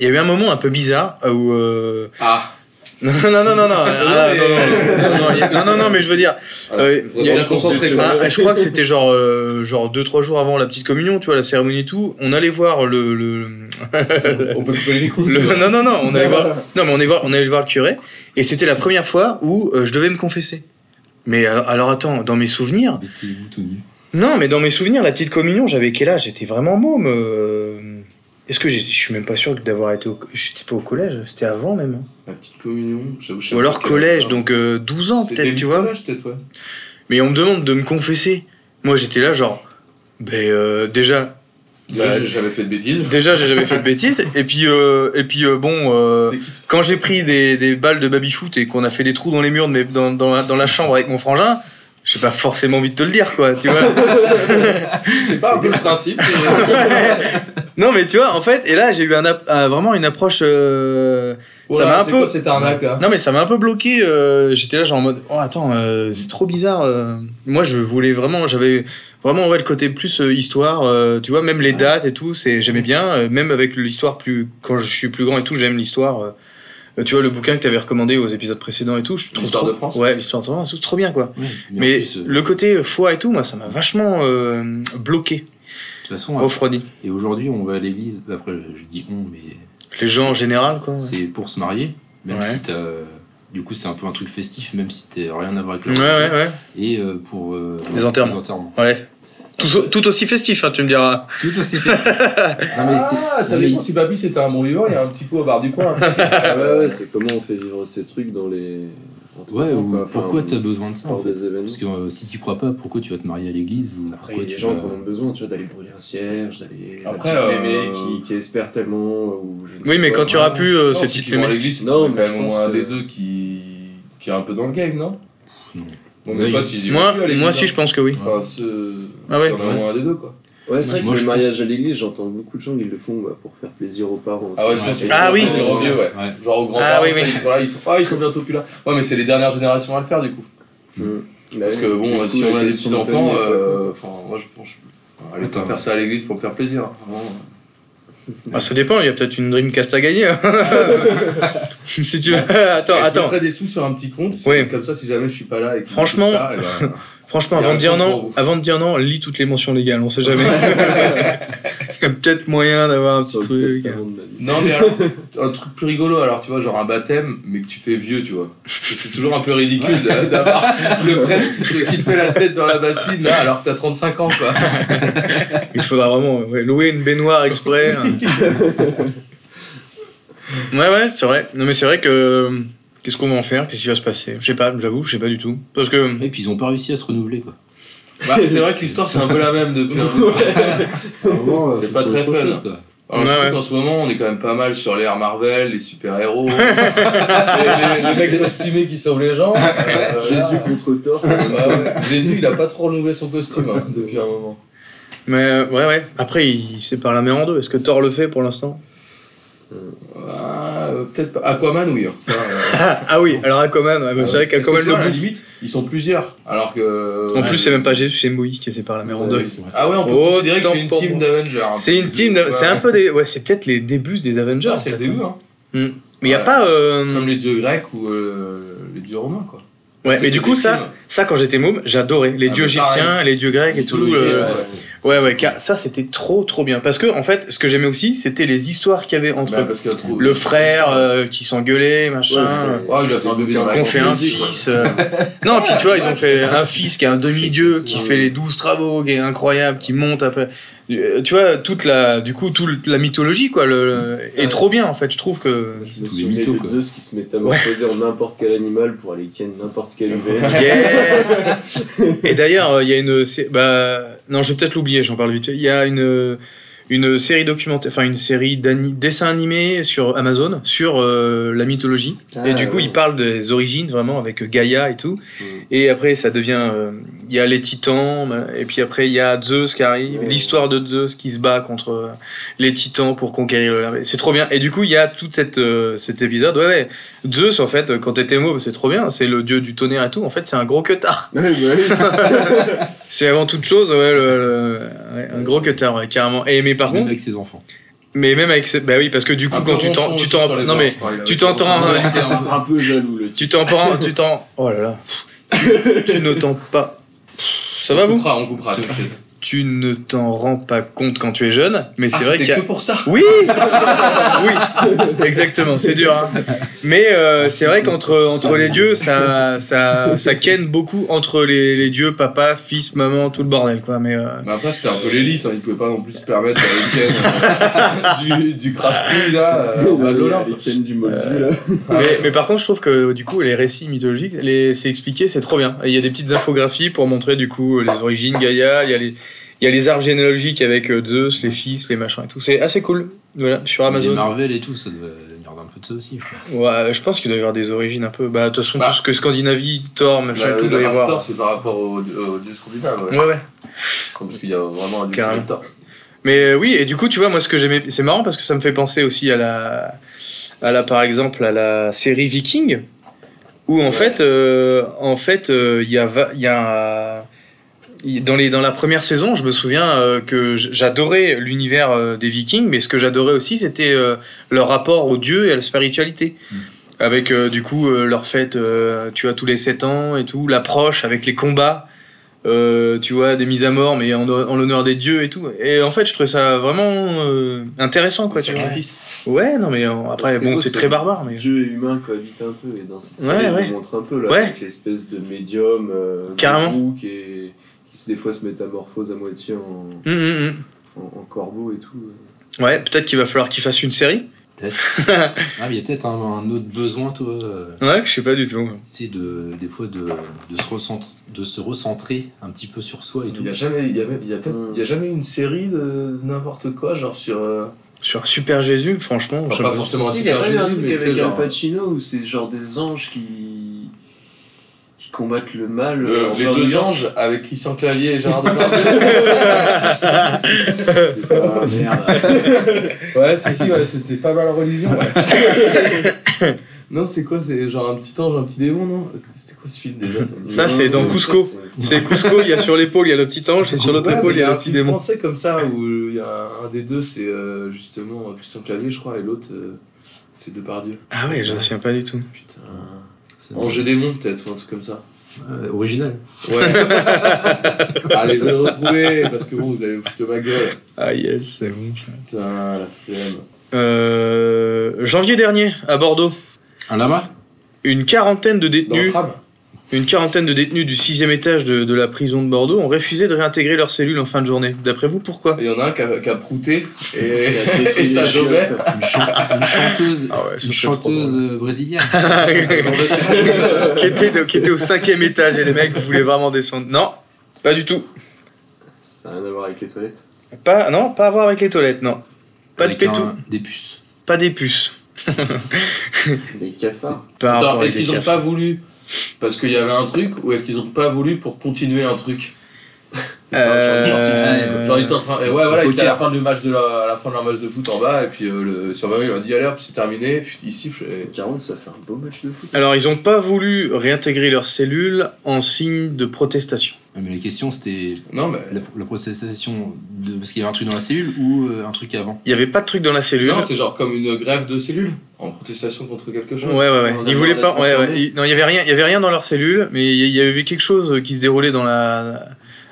Speaker 2: il y a eu un moment un peu bizarre où euh, <laughs>
Speaker 4: Ah,
Speaker 2: non non non non non ah, non, non, non, non, il y a- non non non mais je veux dire euh,
Speaker 4: faudrait
Speaker 2: il y a-
Speaker 4: bien concentrer, quoi.
Speaker 2: Ah, je crois que c'était genre euh, genre deux trois jours avant la petite communion, tu vois la cérémonie et tout, on allait voir le, le,
Speaker 4: on peut couper les
Speaker 5: <laughs>
Speaker 4: micros.
Speaker 2: le-
Speaker 4: c'est bon.
Speaker 2: non non non on allait voir non mais on est voir on allait voir le curé et c'était la première fois où euh, je devais me confesser. Mais alors, alors attends, dans mes souvenirs
Speaker 5: sont- Mettez-vous tout nu.
Speaker 2: non, mais dans mes souvenirs, la petite communion, j'avais quel âge J'étais vraiment môme. euh, Est-ce que j'ai- je suis même pas sûr que d'avoir été au... J'étais pas au collège, c'était avant même. hein.
Speaker 4: La petite communion, j'avoue, je sais
Speaker 2: Ou
Speaker 4: pas Bah,
Speaker 2: alors
Speaker 4: quelle
Speaker 2: collège,
Speaker 4: heure.
Speaker 2: donc euh, 12 ans
Speaker 4: C'est
Speaker 2: peut-être,
Speaker 4: début
Speaker 2: tu vois.
Speaker 4: collège, peut-être, ouais.
Speaker 2: Mais on me demande de me confesser. Moi j'étais là genre, ben euh, déjà,
Speaker 4: Déjà,
Speaker 2: Bah,
Speaker 4: j'ai jamais fait de
Speaker 2: <laughs>
Speaker 4: bêtises.
Speaker 2: déjà j'ai jamais fait de bêtises. Et puis, euh, et puis euh, bon, euh,
Speaker 4: T'es quitte.
Speaker 2: quand j'ai pris des, des balles de baby-foot et qu'on a fait des trous dans les murs de mes- dans, dans la, dans la chambre avec mon frangin, j'ai pas forcément envie de te le dire quoi, tu
Speaker 4: <laughs>
Speaker 2: vois.
Speaker 4: C'est pas un peu le principe. c'est-
Speaker 2: non mais tu vois, en fait, et là j'ai eu un ap- un- vraiment une approche... euh,
Speaker 4: Voilà,
Speaker 2: m'a un
Speaker 4: c'est
Speaker 2: peu-
Speaker 4: quoi cette arnaque là
Speaker 2: Ah. Non mais ça m'a un peu bloqué. euh, J'étais là genre en mode oh attends euh, c'est trop bizarre. euh. Moi je voulais vraiment j'avais vraiment ouais, le côté plus euh, histoire. euh, tu vois même les dates et tout c'est j'aimais bien. euh, même avec l'histoire plus quand je suis plus grand et tout j'aime l'histoire. euh. Euh, tu vois le bouquin que t'avais recommandé aux épisodes précédents et tout je trouve
Speaker 4: L'histoire
Speaker 2: trop-
Speaker 4: de France
Speaker 2: Ouais l'histoire de France c'est trop bien quoi.
Speaker 5: Ouais, mais en
Speaker 2: Mais,
Speaker 5: plus, euh,
Speaker 2: le côté foi et tout moi ça m'a vachement euh, bloqué
Speaker 5: de toute façon
Speaker 2: refroidi.
Speaker 5: et aujourd'hui on va à l'église après je dis on mais
Speaker 2: Les gens en général quoi.
Speaker 5: c'est pour se marier même
Speaker 2: Ouais.
Speaker 5: si t'as du coup c'était un peu un truc festif même si t'as rien à voir avec la
Speaker 2: Ouais ouais ouais
Speaker 5: et euh, pour euh,
Speaker 2: Les enterrements. ouais. Tout, so- tout aussi festif hein, tu me diras.
Speaker 5: Tout aussi
Speaker 2: <laughs>
Speaker 5: festif. non, mais c'est-
Speaker 4: Ah, ça
Speaker 5: non, mais
Speaker 4: dépend. Si Babi c'était un bon vivant, il y a un petit pot à barre
Speaker 2: <laughs>
Speaker 4: du coin.
Speaker 3: Ah, Ouais, ouais, c'est comment on fait vivre ces trucs dans les. entre-
Speaker 5: Ouais, ou
Speaker 3: quoi, enfin,
Speaker 5: pourquoi
Speaker 3: on-
Speaker 5: t'as besoin de ça en
Speaker 3: Hors
Speaker 5: fait
Speaker 3: des événements.
Speaker 5: Parce que euh, si tu crois pas, pourquoi tu vas te marier à l'église ou
Speaker 3: Après, il y
Speaker 5: pourquoi
Speaker 3: a des
Speaker 5: tu
Speaker 3: gens
Speaker 5: vas-
Speaker 3: qui en ont besoin, tu vois, d'aller brûler un cierge, d'aller. la
Speaker 4: Après,
Speaker 3: petite mémé
Speaker 4: euh,
Speaker 3: qui, qui espère tellement. euh, Ou je ne
Speaker 2: Oui
Speaker 3: sais
Speaker 2: mais
Speaker 3: pas.
Speaker 2: quand tu auras pu euh, ces
Speaker 4: si
Speaker 2: petites
Speaker 4: tu vas à
Speaker 2: mémés.
Speaker 4: l'église, c'est
Speaker 3: Non,
Speaker 4: quand
Speaker 3: mais je
Speaker 4: même au moins
Speaker 3: pense
Speaker 4: un des
Speaker 3: que-
Speaker 4: deux qui... qui est un peu dans le game, non
Speaker 5: Non.
Speaker 4: Bon, mes
Speaker 5: Oui.
Speaker 4: potes, ils y vont
Speaker 2: Moi,
Speaker 4: plus à l'église,
Speaker 2: moi si
Speaker 4: hein.
Speaker 2: je pense que oui.
Speaker 4: Enfin, ce...
Speaker 2: Ah ouais.
Speaker 4: c'est au moins un des deux, quoi.
Speaker 3: Ouais, c'est vrai
Speaker 5: Moi,
Speaker 3: que
Speaker 5: moi,
Speaker 3: le
Speaker 5: je
Speaker 3: mariage à l'église, j'entends beaucoup de gens qui le font bah, pour faire plaisir aux parents.
Speaker 4: Ah ouais,
Speaker 3: ça.
Speaker 4: sinon, c'est
Speaker 2: Ah
Speaker 4: pour
Speaker 2: oui.
Speaker 4: les grands vieux, ouais.
Speaker 5: Ouais.
Speaker 4: Genre aux grands
Speaker 2: Ah oui,
Speaker 4: tu sais,
Speaker 2: oui.
Speaker 4: ils sont là, ils sont... Ah, ils sont bientôt plus là. Ouais, mais c'est les dernières générations à le faire, du coup.
Speaker 3: Mais
Speaker 4: Parce
Speaker 3: ouais,
Speaker 4: que bon,
Speaker 3: Bah
Speaker 4: euh,
Speaker 3: du
Speaker 4: si
Speaker 3: coup,
Speaker 4: on a
Speaker 3: les
Speaker 4: des
Speaker 3: questions de
Speaker 4: petits-enfants,
Speaker 3: famille,
Speaker 4: euh, enfin, moi, je pense... je- Allez,
Speaker 5: Attends.
Speaker 4: pas faire ça à l'église pour me faire plaisir. hein. Vraiment.
Speaker 2: Ah, ça dépend, il y a peut-être une Dreamcast à gagner. hein. <laughs> si <laughs> tu veux.
Speaker 4: Et
Speaker 2: attends,
Speaker 4: je
Speaker 2: attends.
Speaker 4: mettrai des sous sur un petit compte.
Speaker 2: Oui.
Speaker 4: Comme ça, si jamais je suis pas là et que
Speaker 2: Franchement,
Speaker 4: ça, eh
Speaker 2: <laughs>
Speaker 4: ben,
Speaker 2: Franchement,
Speaker 4: Il y a
Speaker 2: avant
Speaker 4: un
Speaker 2: de, dire
Speaker 4: compte
Speaker 2: non,
Speaker 4: pour vous.
Speaker 2: avant de dire non, lis toutes les mentions légales, on sait <laughs> jamais. Il y a peut-être moyen d'avoir un
Speaker 3: quoi, sur
Speaker 2: petit
Speaker 3: le
Speaker 2: truc.
Speaker 3: testament de ma vie.
Speaker 4: Non mais alors, un truc plus rigolo, alors tu vois, genre un baptême, mais que tu fais vieux, tu vois. Parce que C'est toujours un peu ridicule d'a- d'avoir le prêtre qui te fait la tête dans la bassine, là, alors que t'as 35 ans, quoi.
Speaker 2: Il faudra vraiment ouais, louer une baignoire exprès. <laughs> hein. ouais, ouais, c'est vrai. Non, mais c'est vrai que. Qu'est-ce qu'on va en faire Qu'est-ce qui va se passer Je sais pas, j'avoue, je sais pas du tout. Parce que.
Speaker 5: Et puis ils ont pas réussi à se renouveler quoi.
Speaker 4: Bah, c'est vrai que l'histoire, c'est un peu la même depuis un bout.
Speaker 3: Ah,
Speaker 5: Vraiment,
Speaker 4: C'est pas très
Speaker 5: autre
Speaker 4: fun.
Speaker 5: chose, quoi.
Speaker 4: Alors, je
Speaker 2: Ouais,
Speaker 4: trouve
Speaker 2: ouais.
Speaker 4: qu'en ce moment, on est quand même pas mal sur les airs Marvel,
Speaker 2: <laughs>
Speaker 4: les super-héros, les, les- les mecs costumés qui sauvent les gens. Euh,
Speaker 3: Jésus
Speaker 4: là,
Speaker 3: contre Thor, c'est
Speaker 4: bah ouais. Jésus, il a pas trop renouvelé son costume hein, depuis un moment.
Speaker 2: Mais euh, ouais, ouais. Après, il sépare la mer en deux. Est-ce que Thor le fait pour l'instant
Speaker 4: Ah, euh, peut-être pas. Aquaman, oui. hein. Ça, euh,
Speaker 2: ah, ah oui, alors Aquaman, ouais, bah, c'est vrai
Speaker 4: parce que
Speaker 2: qu'Aquaman
Speaker 4: tu
Speaker 2: le
Speaker 4: vois, à la
Speaker 2: bouffe.
Speaker 4: limite, ils sont plusieurs. Alors que.
Speaker 2: En plus, c'est même pas Jésus, c'est Moïse qui sépare la mer en deux.
Speaker 4: Ah ouais, on peut
Speaker 2: Oh,
Speaker 4: considérer que
Speaker 2: tant
Speaker 4: c'est une
Speaker 2: pour
Speaker 4: team
Speaker 2: moi.
Speaker 4: d'Avengers. hein.
Speaker 2: C'est une team, de-
Speaker 4: Ouais.
Speaker 2: c'est un peu des, ouais, c'est peut-être les débuts des Avengers.
Speaker 4: Ah, c'est le
Speaker 2: en fait, hein.
Speaker 4: début, hein.
Speaker 2: Mais il y a
Speaker 4: Ouais.
Speaker 2: pas, euh,
Speaker 4: Comme les dieux grecs ou euh, les dieux romains, quoi.
Speaker 2: ouais.
Speaker 4: C'est
Speaker 2: Mais du
Speaker 4: que
Speaker 2: coup,
Speaker 4: des
Speaker 2: ça,
Speaker 4: films.
Speaker 2: ça quand j'étais môme, j'adorais les
Speaker 4: Ah,
Speaker 2: dieux
Speaker 4: bah,
Speaker 2: égyptiens,
Speaker 4: pareil.
Speaker 2: les dieux grecs et tout.
Speaker 4: Mythologie,
Speaker 2: euh,
Speaker 4: ouais.
Speaker 2: ouais, ouais, car- ça c'était trop, trop bien. Parce que en fait, ce que j'aimais aussi, c'était les histoires qu'il y avait entre
Speaker 4: Bah, parce que trop-
Speaker 2: le frère euh, qui s'engueulait, machin. euh,
Speaker 4: Oh, il a fait un bébé dans la
Speaker 2: qu'on fait un
Speaker 4: Fantasy, quoi.
Speaker 2: fils. euh. Non, puis tu vois, ils ont fait un fils qui est un demi-dieu, qui fait les douze travaux, qui est incroyable, qui monte après. Euh, Tu vois, toute la, du coup, toute la mythologie, quoi, le, le- est trop bien, en fait. Je trouve que.
Speaker 3: Je me
Speaker 5: Tous les
Speaker 3: souviens
Speaker 5: mythos,
Speaker 3: de
Speaker 5: quoi.
Speaker 3: Zeus qui se métamorphosait en n'importe quel animal pour aller ken n'importe quel hiver.
Speaker 2: Yes
Speaker 3: <laughs>
Speaker 2: euh, Et d'ailleurs, il y a une. sé- Bah, non, je vais peut-être l'oublier, j'en parle vite. fait. Il y a une. une série documentaire, enfin une série d'ani- dessins animés sur Amazon sur euh, la mythologie.
Speaker 3: Ah,
Speaker 2: et du coup,
Speaker 3: ouais.
Speaker 2: il parle des origines vraiment avec Gaïa et tout.
Speaker 3: Mm.
Speaker 2: Et après, ça devient, euh, il y a les Titans, voilà. et puis après il y a Zeus qui arrive,
Speaker 3: Ouais.
Speaker 2: l'histoire de Zeus qui se bat contre euh, les Titans pour conquérir le. C'est trop bien. Et du coup, il y a tout cette euh, cet épisode. Ouais, ouais. Zeus, en fait, quand t'étais mauve, c'est trop bien. C'est le dieu du tonnerre et tout. En fait, c'est un gros queutard.
Speaker 3: Ouais, bah oui.
Speaker 2: <laughs> C'est avant toute chose, ouais, le- le- ouais, un gros cutter, ouais, carrément. Et, mais par
Speaker 5: Même
Speaker 2: contre,
Speaker 5: avec ses enfants.
Speaker 2: mais même avec, ce- bah oui, parce que du coup, quand tu t'en, tu t'en, non mais, tu t'entends, euh, ouais,
Speaker 3: un peu jaloux le
Speaker 2: tu
Speaker 3: type.
Speaker 2: t'en prends, tu t'en, oh là là, tu, tu ne t'en pas, <laughs> ça va
Speaker 4: On
Speaker 2: vous
Speaker 4: coupera, on coupera, t'inquiète.
Speaker 2: Tu ne t'en rends pas compte quand tu es jeune, mais c'est
Speaker 4: Ah,
Speaker 2: vrai
Speaker 4: c'était
Speaker 2: qu'il y a,
Speaker 4: que pour ça.
Speaker 2: oui, <laughs> oui, exactement, c'est dur. hein. Mais
Speaker 4: Ah,
Speaker 2: euh, c'est vrai qu'entre entre les dieux, ça, ça, ça ken beaucoup entre les, les dieux, papa, fils, maman, tout le bordel, quoi. Mais euh,
Speaker 4: Mais après, c'était un peu l'élite, hein. ils pouvaient pas non plus se permettre un week-end euh, <laughs> du, du crasse-couille là,
Speaker 3: Ah, <laughs>
Speaker 4: euh,
Speaker 3: bah,
Speaker 4: en bas de l'Olympe.
Speaker 3: Les peines du moldu, là.
Speaker 4: Ah,
Speaker 2: Mais, mais par contre, je trouve que du coup, les récits mythologiques, les, c'est expliqué, c'est trop bien. Et Il y a des petites infographies pour montrer du coup les origines, Gaïa, il y a les, il y a les arbres généalogiques avec euh, Zeus, les fils, les machins et tout. C'est assez cool. Voilà, sur
Speaker 5: Les
Speaker 2: Amazon.
Speaker 5: Marvel et tout, ça doit venir un peu de ça aussi. je crois.
Speaker 2: Ouais, je pense qu'il doit y avoir des origines un peu. Bah, de toute façon,
Speaker 4: Bah.
Speaker 2: tout ce que Scandinavie, Thor, machin et tout, doit y
Speaker 4: le Raptor,
Speaker 2: avoir.
Speaker 4: c'est par rapport au, au dieu scandinave, ouais.
Speaker 2: Ouais, ouais.
Speaker 4: Parce qu'il y a vraiment un dieu
Speaker 2: Carrément.
Speaker 4: Raptor.
Speaker 2: Mais euh, oui, et du coup, tu vois, moi, ce que j'aimais, c'est marrant parce que ça me fait penser aussi à la, à la par exemple, à la série Viking, où en fait, euh, en fait, euh, il y a, va- il y a, un- il- dans les, dans la première saison, je me souviens euh, que j- j'adorais l'univers euh, des Vikings, mais ce que j'adorais aussi, c'était euh, leur rapport aux dieux et à la spiritualité. Avec euh, du coup euh, leur fête, euh, tu vois, tous les 7 ans et tout, l'approche avec les combats, euh, tu vois, des mises à mort, mais en, en l'honneur des dieux et tout. Et en fait, je trouvais ça vraiment euh, intéressant, quoi.
Speaker 4: Le
Speaker 2: Tu vois.
Speaker 4: sacrifice.
Speaker 2: Ouais, non, mais euh, après,
Speaker 3: C'est
Speaker 2: bon,
Speaker 3: beau,
Speaker 2: c'est
Speaker 3: c'est-
Speaker 2: très barbare, mais.
Speaker 3: Dieu et humain cohabitent un peu, et dans cette
Speaker 2: Ouais,
Speaker 3: série,
Speaker 2: ouais.
Speaker 3: on montre un peu, là,
Speaker 2: Ouais.
Speaker 3: avec l'espèce de médium, euh,
Speaker 2: Carrément.
Speaker 3: gourou qui, est- qui se- des fois se métamorphose à moitié en,
Speaker 2: Hum, hum, hum.
Speaker 3: en, en corbeau et tout.
Speaker 2: Ouais, peut-être qu'il va falloir qu'il fasse une série.
Speaker 5: Ah, mais il y a peut-être un, un autre besoin, toi. euh,
Speaker 2: Ouais, je sais pas du tout.
Speaker 5: c'est de, des fois de, de, se recentrer, de se recentrer un petit peu sur soi et
Speaker 4: Il
Speaker 5: tout.
Speaker 4: n'y a, jamais- il y a, même- il y a, peut-être-
Speaker 3: Hmm.
Speaker 4: il y a jamais une série de n'importe quoi, genre sur. euh,
Speaker 2: Sur Super Jésus, franchement,
Speaker 4: Enfin,
Speaker 2: je
Speaker 4: pas
Speaker 2: sais
Speaker 4: forcément un
Speaker 3: Si, il y a pas
Speaker 4: super
Speaker 3: eu un
Speaker 4: Jésus,
Speaker 3: truc
Speaker 4: mais tu sais,
Speaker 3: avec Al
Speaker 4: genre.
Speaker 3: Pacino où c'est genre des anges qui, qui combattent le mal. euh,
Speaker 4: euh,
Speaker 3: en
Speaker 4: les
Speaker 3: plein
Speaker 4: deux
Speaker 3: milieu.
Speaker 4: anges avec Christian Clavier et <laughs> Gérard Depardieu. C'est pas-
Speaker 3: Ah, merde.
Speaker 4: Ouais, si, si, ouais, c'était pas mal en religion. Ouais. non, c'est quoi C'est genre un petit ange, un petit démon, non C'était quoi ce film déjà ça me dit-
Speaker 2: Ça, c'est dans
Speaker 3: Ouais,
Speaker 2: Cusco.
Speaker 3: ça,
Speaker 2: pas. C'est Cusco, il y a sur l'épaule, il y a le petit ange, et sur l'autre
Speaker 4: Ouais,
Speaker 2: épaule,
Speaker 4: mais
Speaker 2: il y a le
Speaker 4: un
Speaker 2: petit
Speaker 4: film
Speaker 2: démon.
Speaker 4: français comme ça où il y a un des deux, c'est euh, justement Christian Clavier, je crois, et l'autre, euh, c'est Depardieu.
Speaker 2: Ah ouais, je me souviens pas du tout.
Speaker 4: Putain.
Speaker 5: C'est-
Speaker 4: Ange et démon, peut-être, ou un truc comme ça.
Speaker 5: euh, original.
Speaker 4: <laughs> Ouais. Allez, je vais le retrouver, parce que bon, vous allez vous foutre de ma gueule.
Speaker 2: Ah yes, c'est bon.
Speaker 4: Putain, la flemme.
Speaker 2: Euh, janvier dernier, à Bordeaux,
Speaker 5: Un lama
Speaker 2: une quarantaine de
Speaker 4: Dans le
Speaker 2: détenus
Speaker 4: tram
Speaker 2: Une quarantaine de détenus du sixième étage de, de la prison de Bordeaux ont refusé de réintégrer leur cellule en fin de journée. D'après vous, pourquoi
Speaker 4: Il y en a un qui a, qui a prouté,
Speaker 3: Il a
Speaker 4: <laughs> et,
Speaker 3: détruit
Speaker 4: et ça
Speaker 3: les
Speaker 4: josait.
Speaker 3: chiottes.
Speaker 5: Une, chan- une chanteuse,
Speaker 2: Ah ouais, ce
Speaker 5: une
Speaker 2: serait trop
Speaker 5: chanteuse euh, brésilienne.
Speaker 2: <laughs> qui, était, de- qui était au cinquième étage et les mecs voulaient vraiment descendre. Non, pas du tout.
Speaker 3: <laughs> Ça n'a rien à voir avec les toilettes.
Speaker 2: Pas, non, pas à voir avec les toilettes, non. Pas
Speaker 5: Avec
Speaker 2: de pétou,
Speaker 5: un- Des puces.
Speaker 2: pas des puces.
Speaker 3: Les cafards.
Speaker 2: Par
Speaker 4: Attends,
Speaker 2: rapport à
Speaker 4: est-ce qu'ils ont pas voulu Parce qu'il y avait un truc, ou est-ce qu'ils ont pas voulu pour continuer un truc
Speaker 2: Euh,
Speaker 4: Genre ils étaient en train. et ouais, voilà, ils étaient à la
Speaker 5: Poker.
Speaker 4: fin, du match de la, à la fin de leur match de foot en bas, et puis euh, le surveillant il leur dit à l'heure, puis c'est terminé, puis il siffle. Et...
Speaker 3: 40, ça fait un beau match de foot.
Speaker 2: Alors, ils ont pas voulu réintégrer leur cellule en signe de protestation.
Speaker 5: Ah, Mais la question, c'était
Speaker 4: Non, mais.
Speaker 5: la, la processation de. Parce qu'il y avait un truc dans la cellule ou euh, un truc avant
Speaker 2: Il y avait pas de truc dans la cellule.
Speaker 4: Non, c'est genre comme une grève de cellules, en protestation contre quelque chose.
Speaker 2: Ouais, ouais, ouais.
Speaker 3: On a
Speaker 2: Ils voulaient
Speaker 3: besoin
Speaker 2: pas.
Speaker 3: d'être
Speaker 2: Ouais, ouais.
Speaker 3: informés.
Speaker 2: Ils- Non, il y avait rien. Il y avait rien dans leur cellule, mais il y- il y avait quelque chose qui se déroulait dans la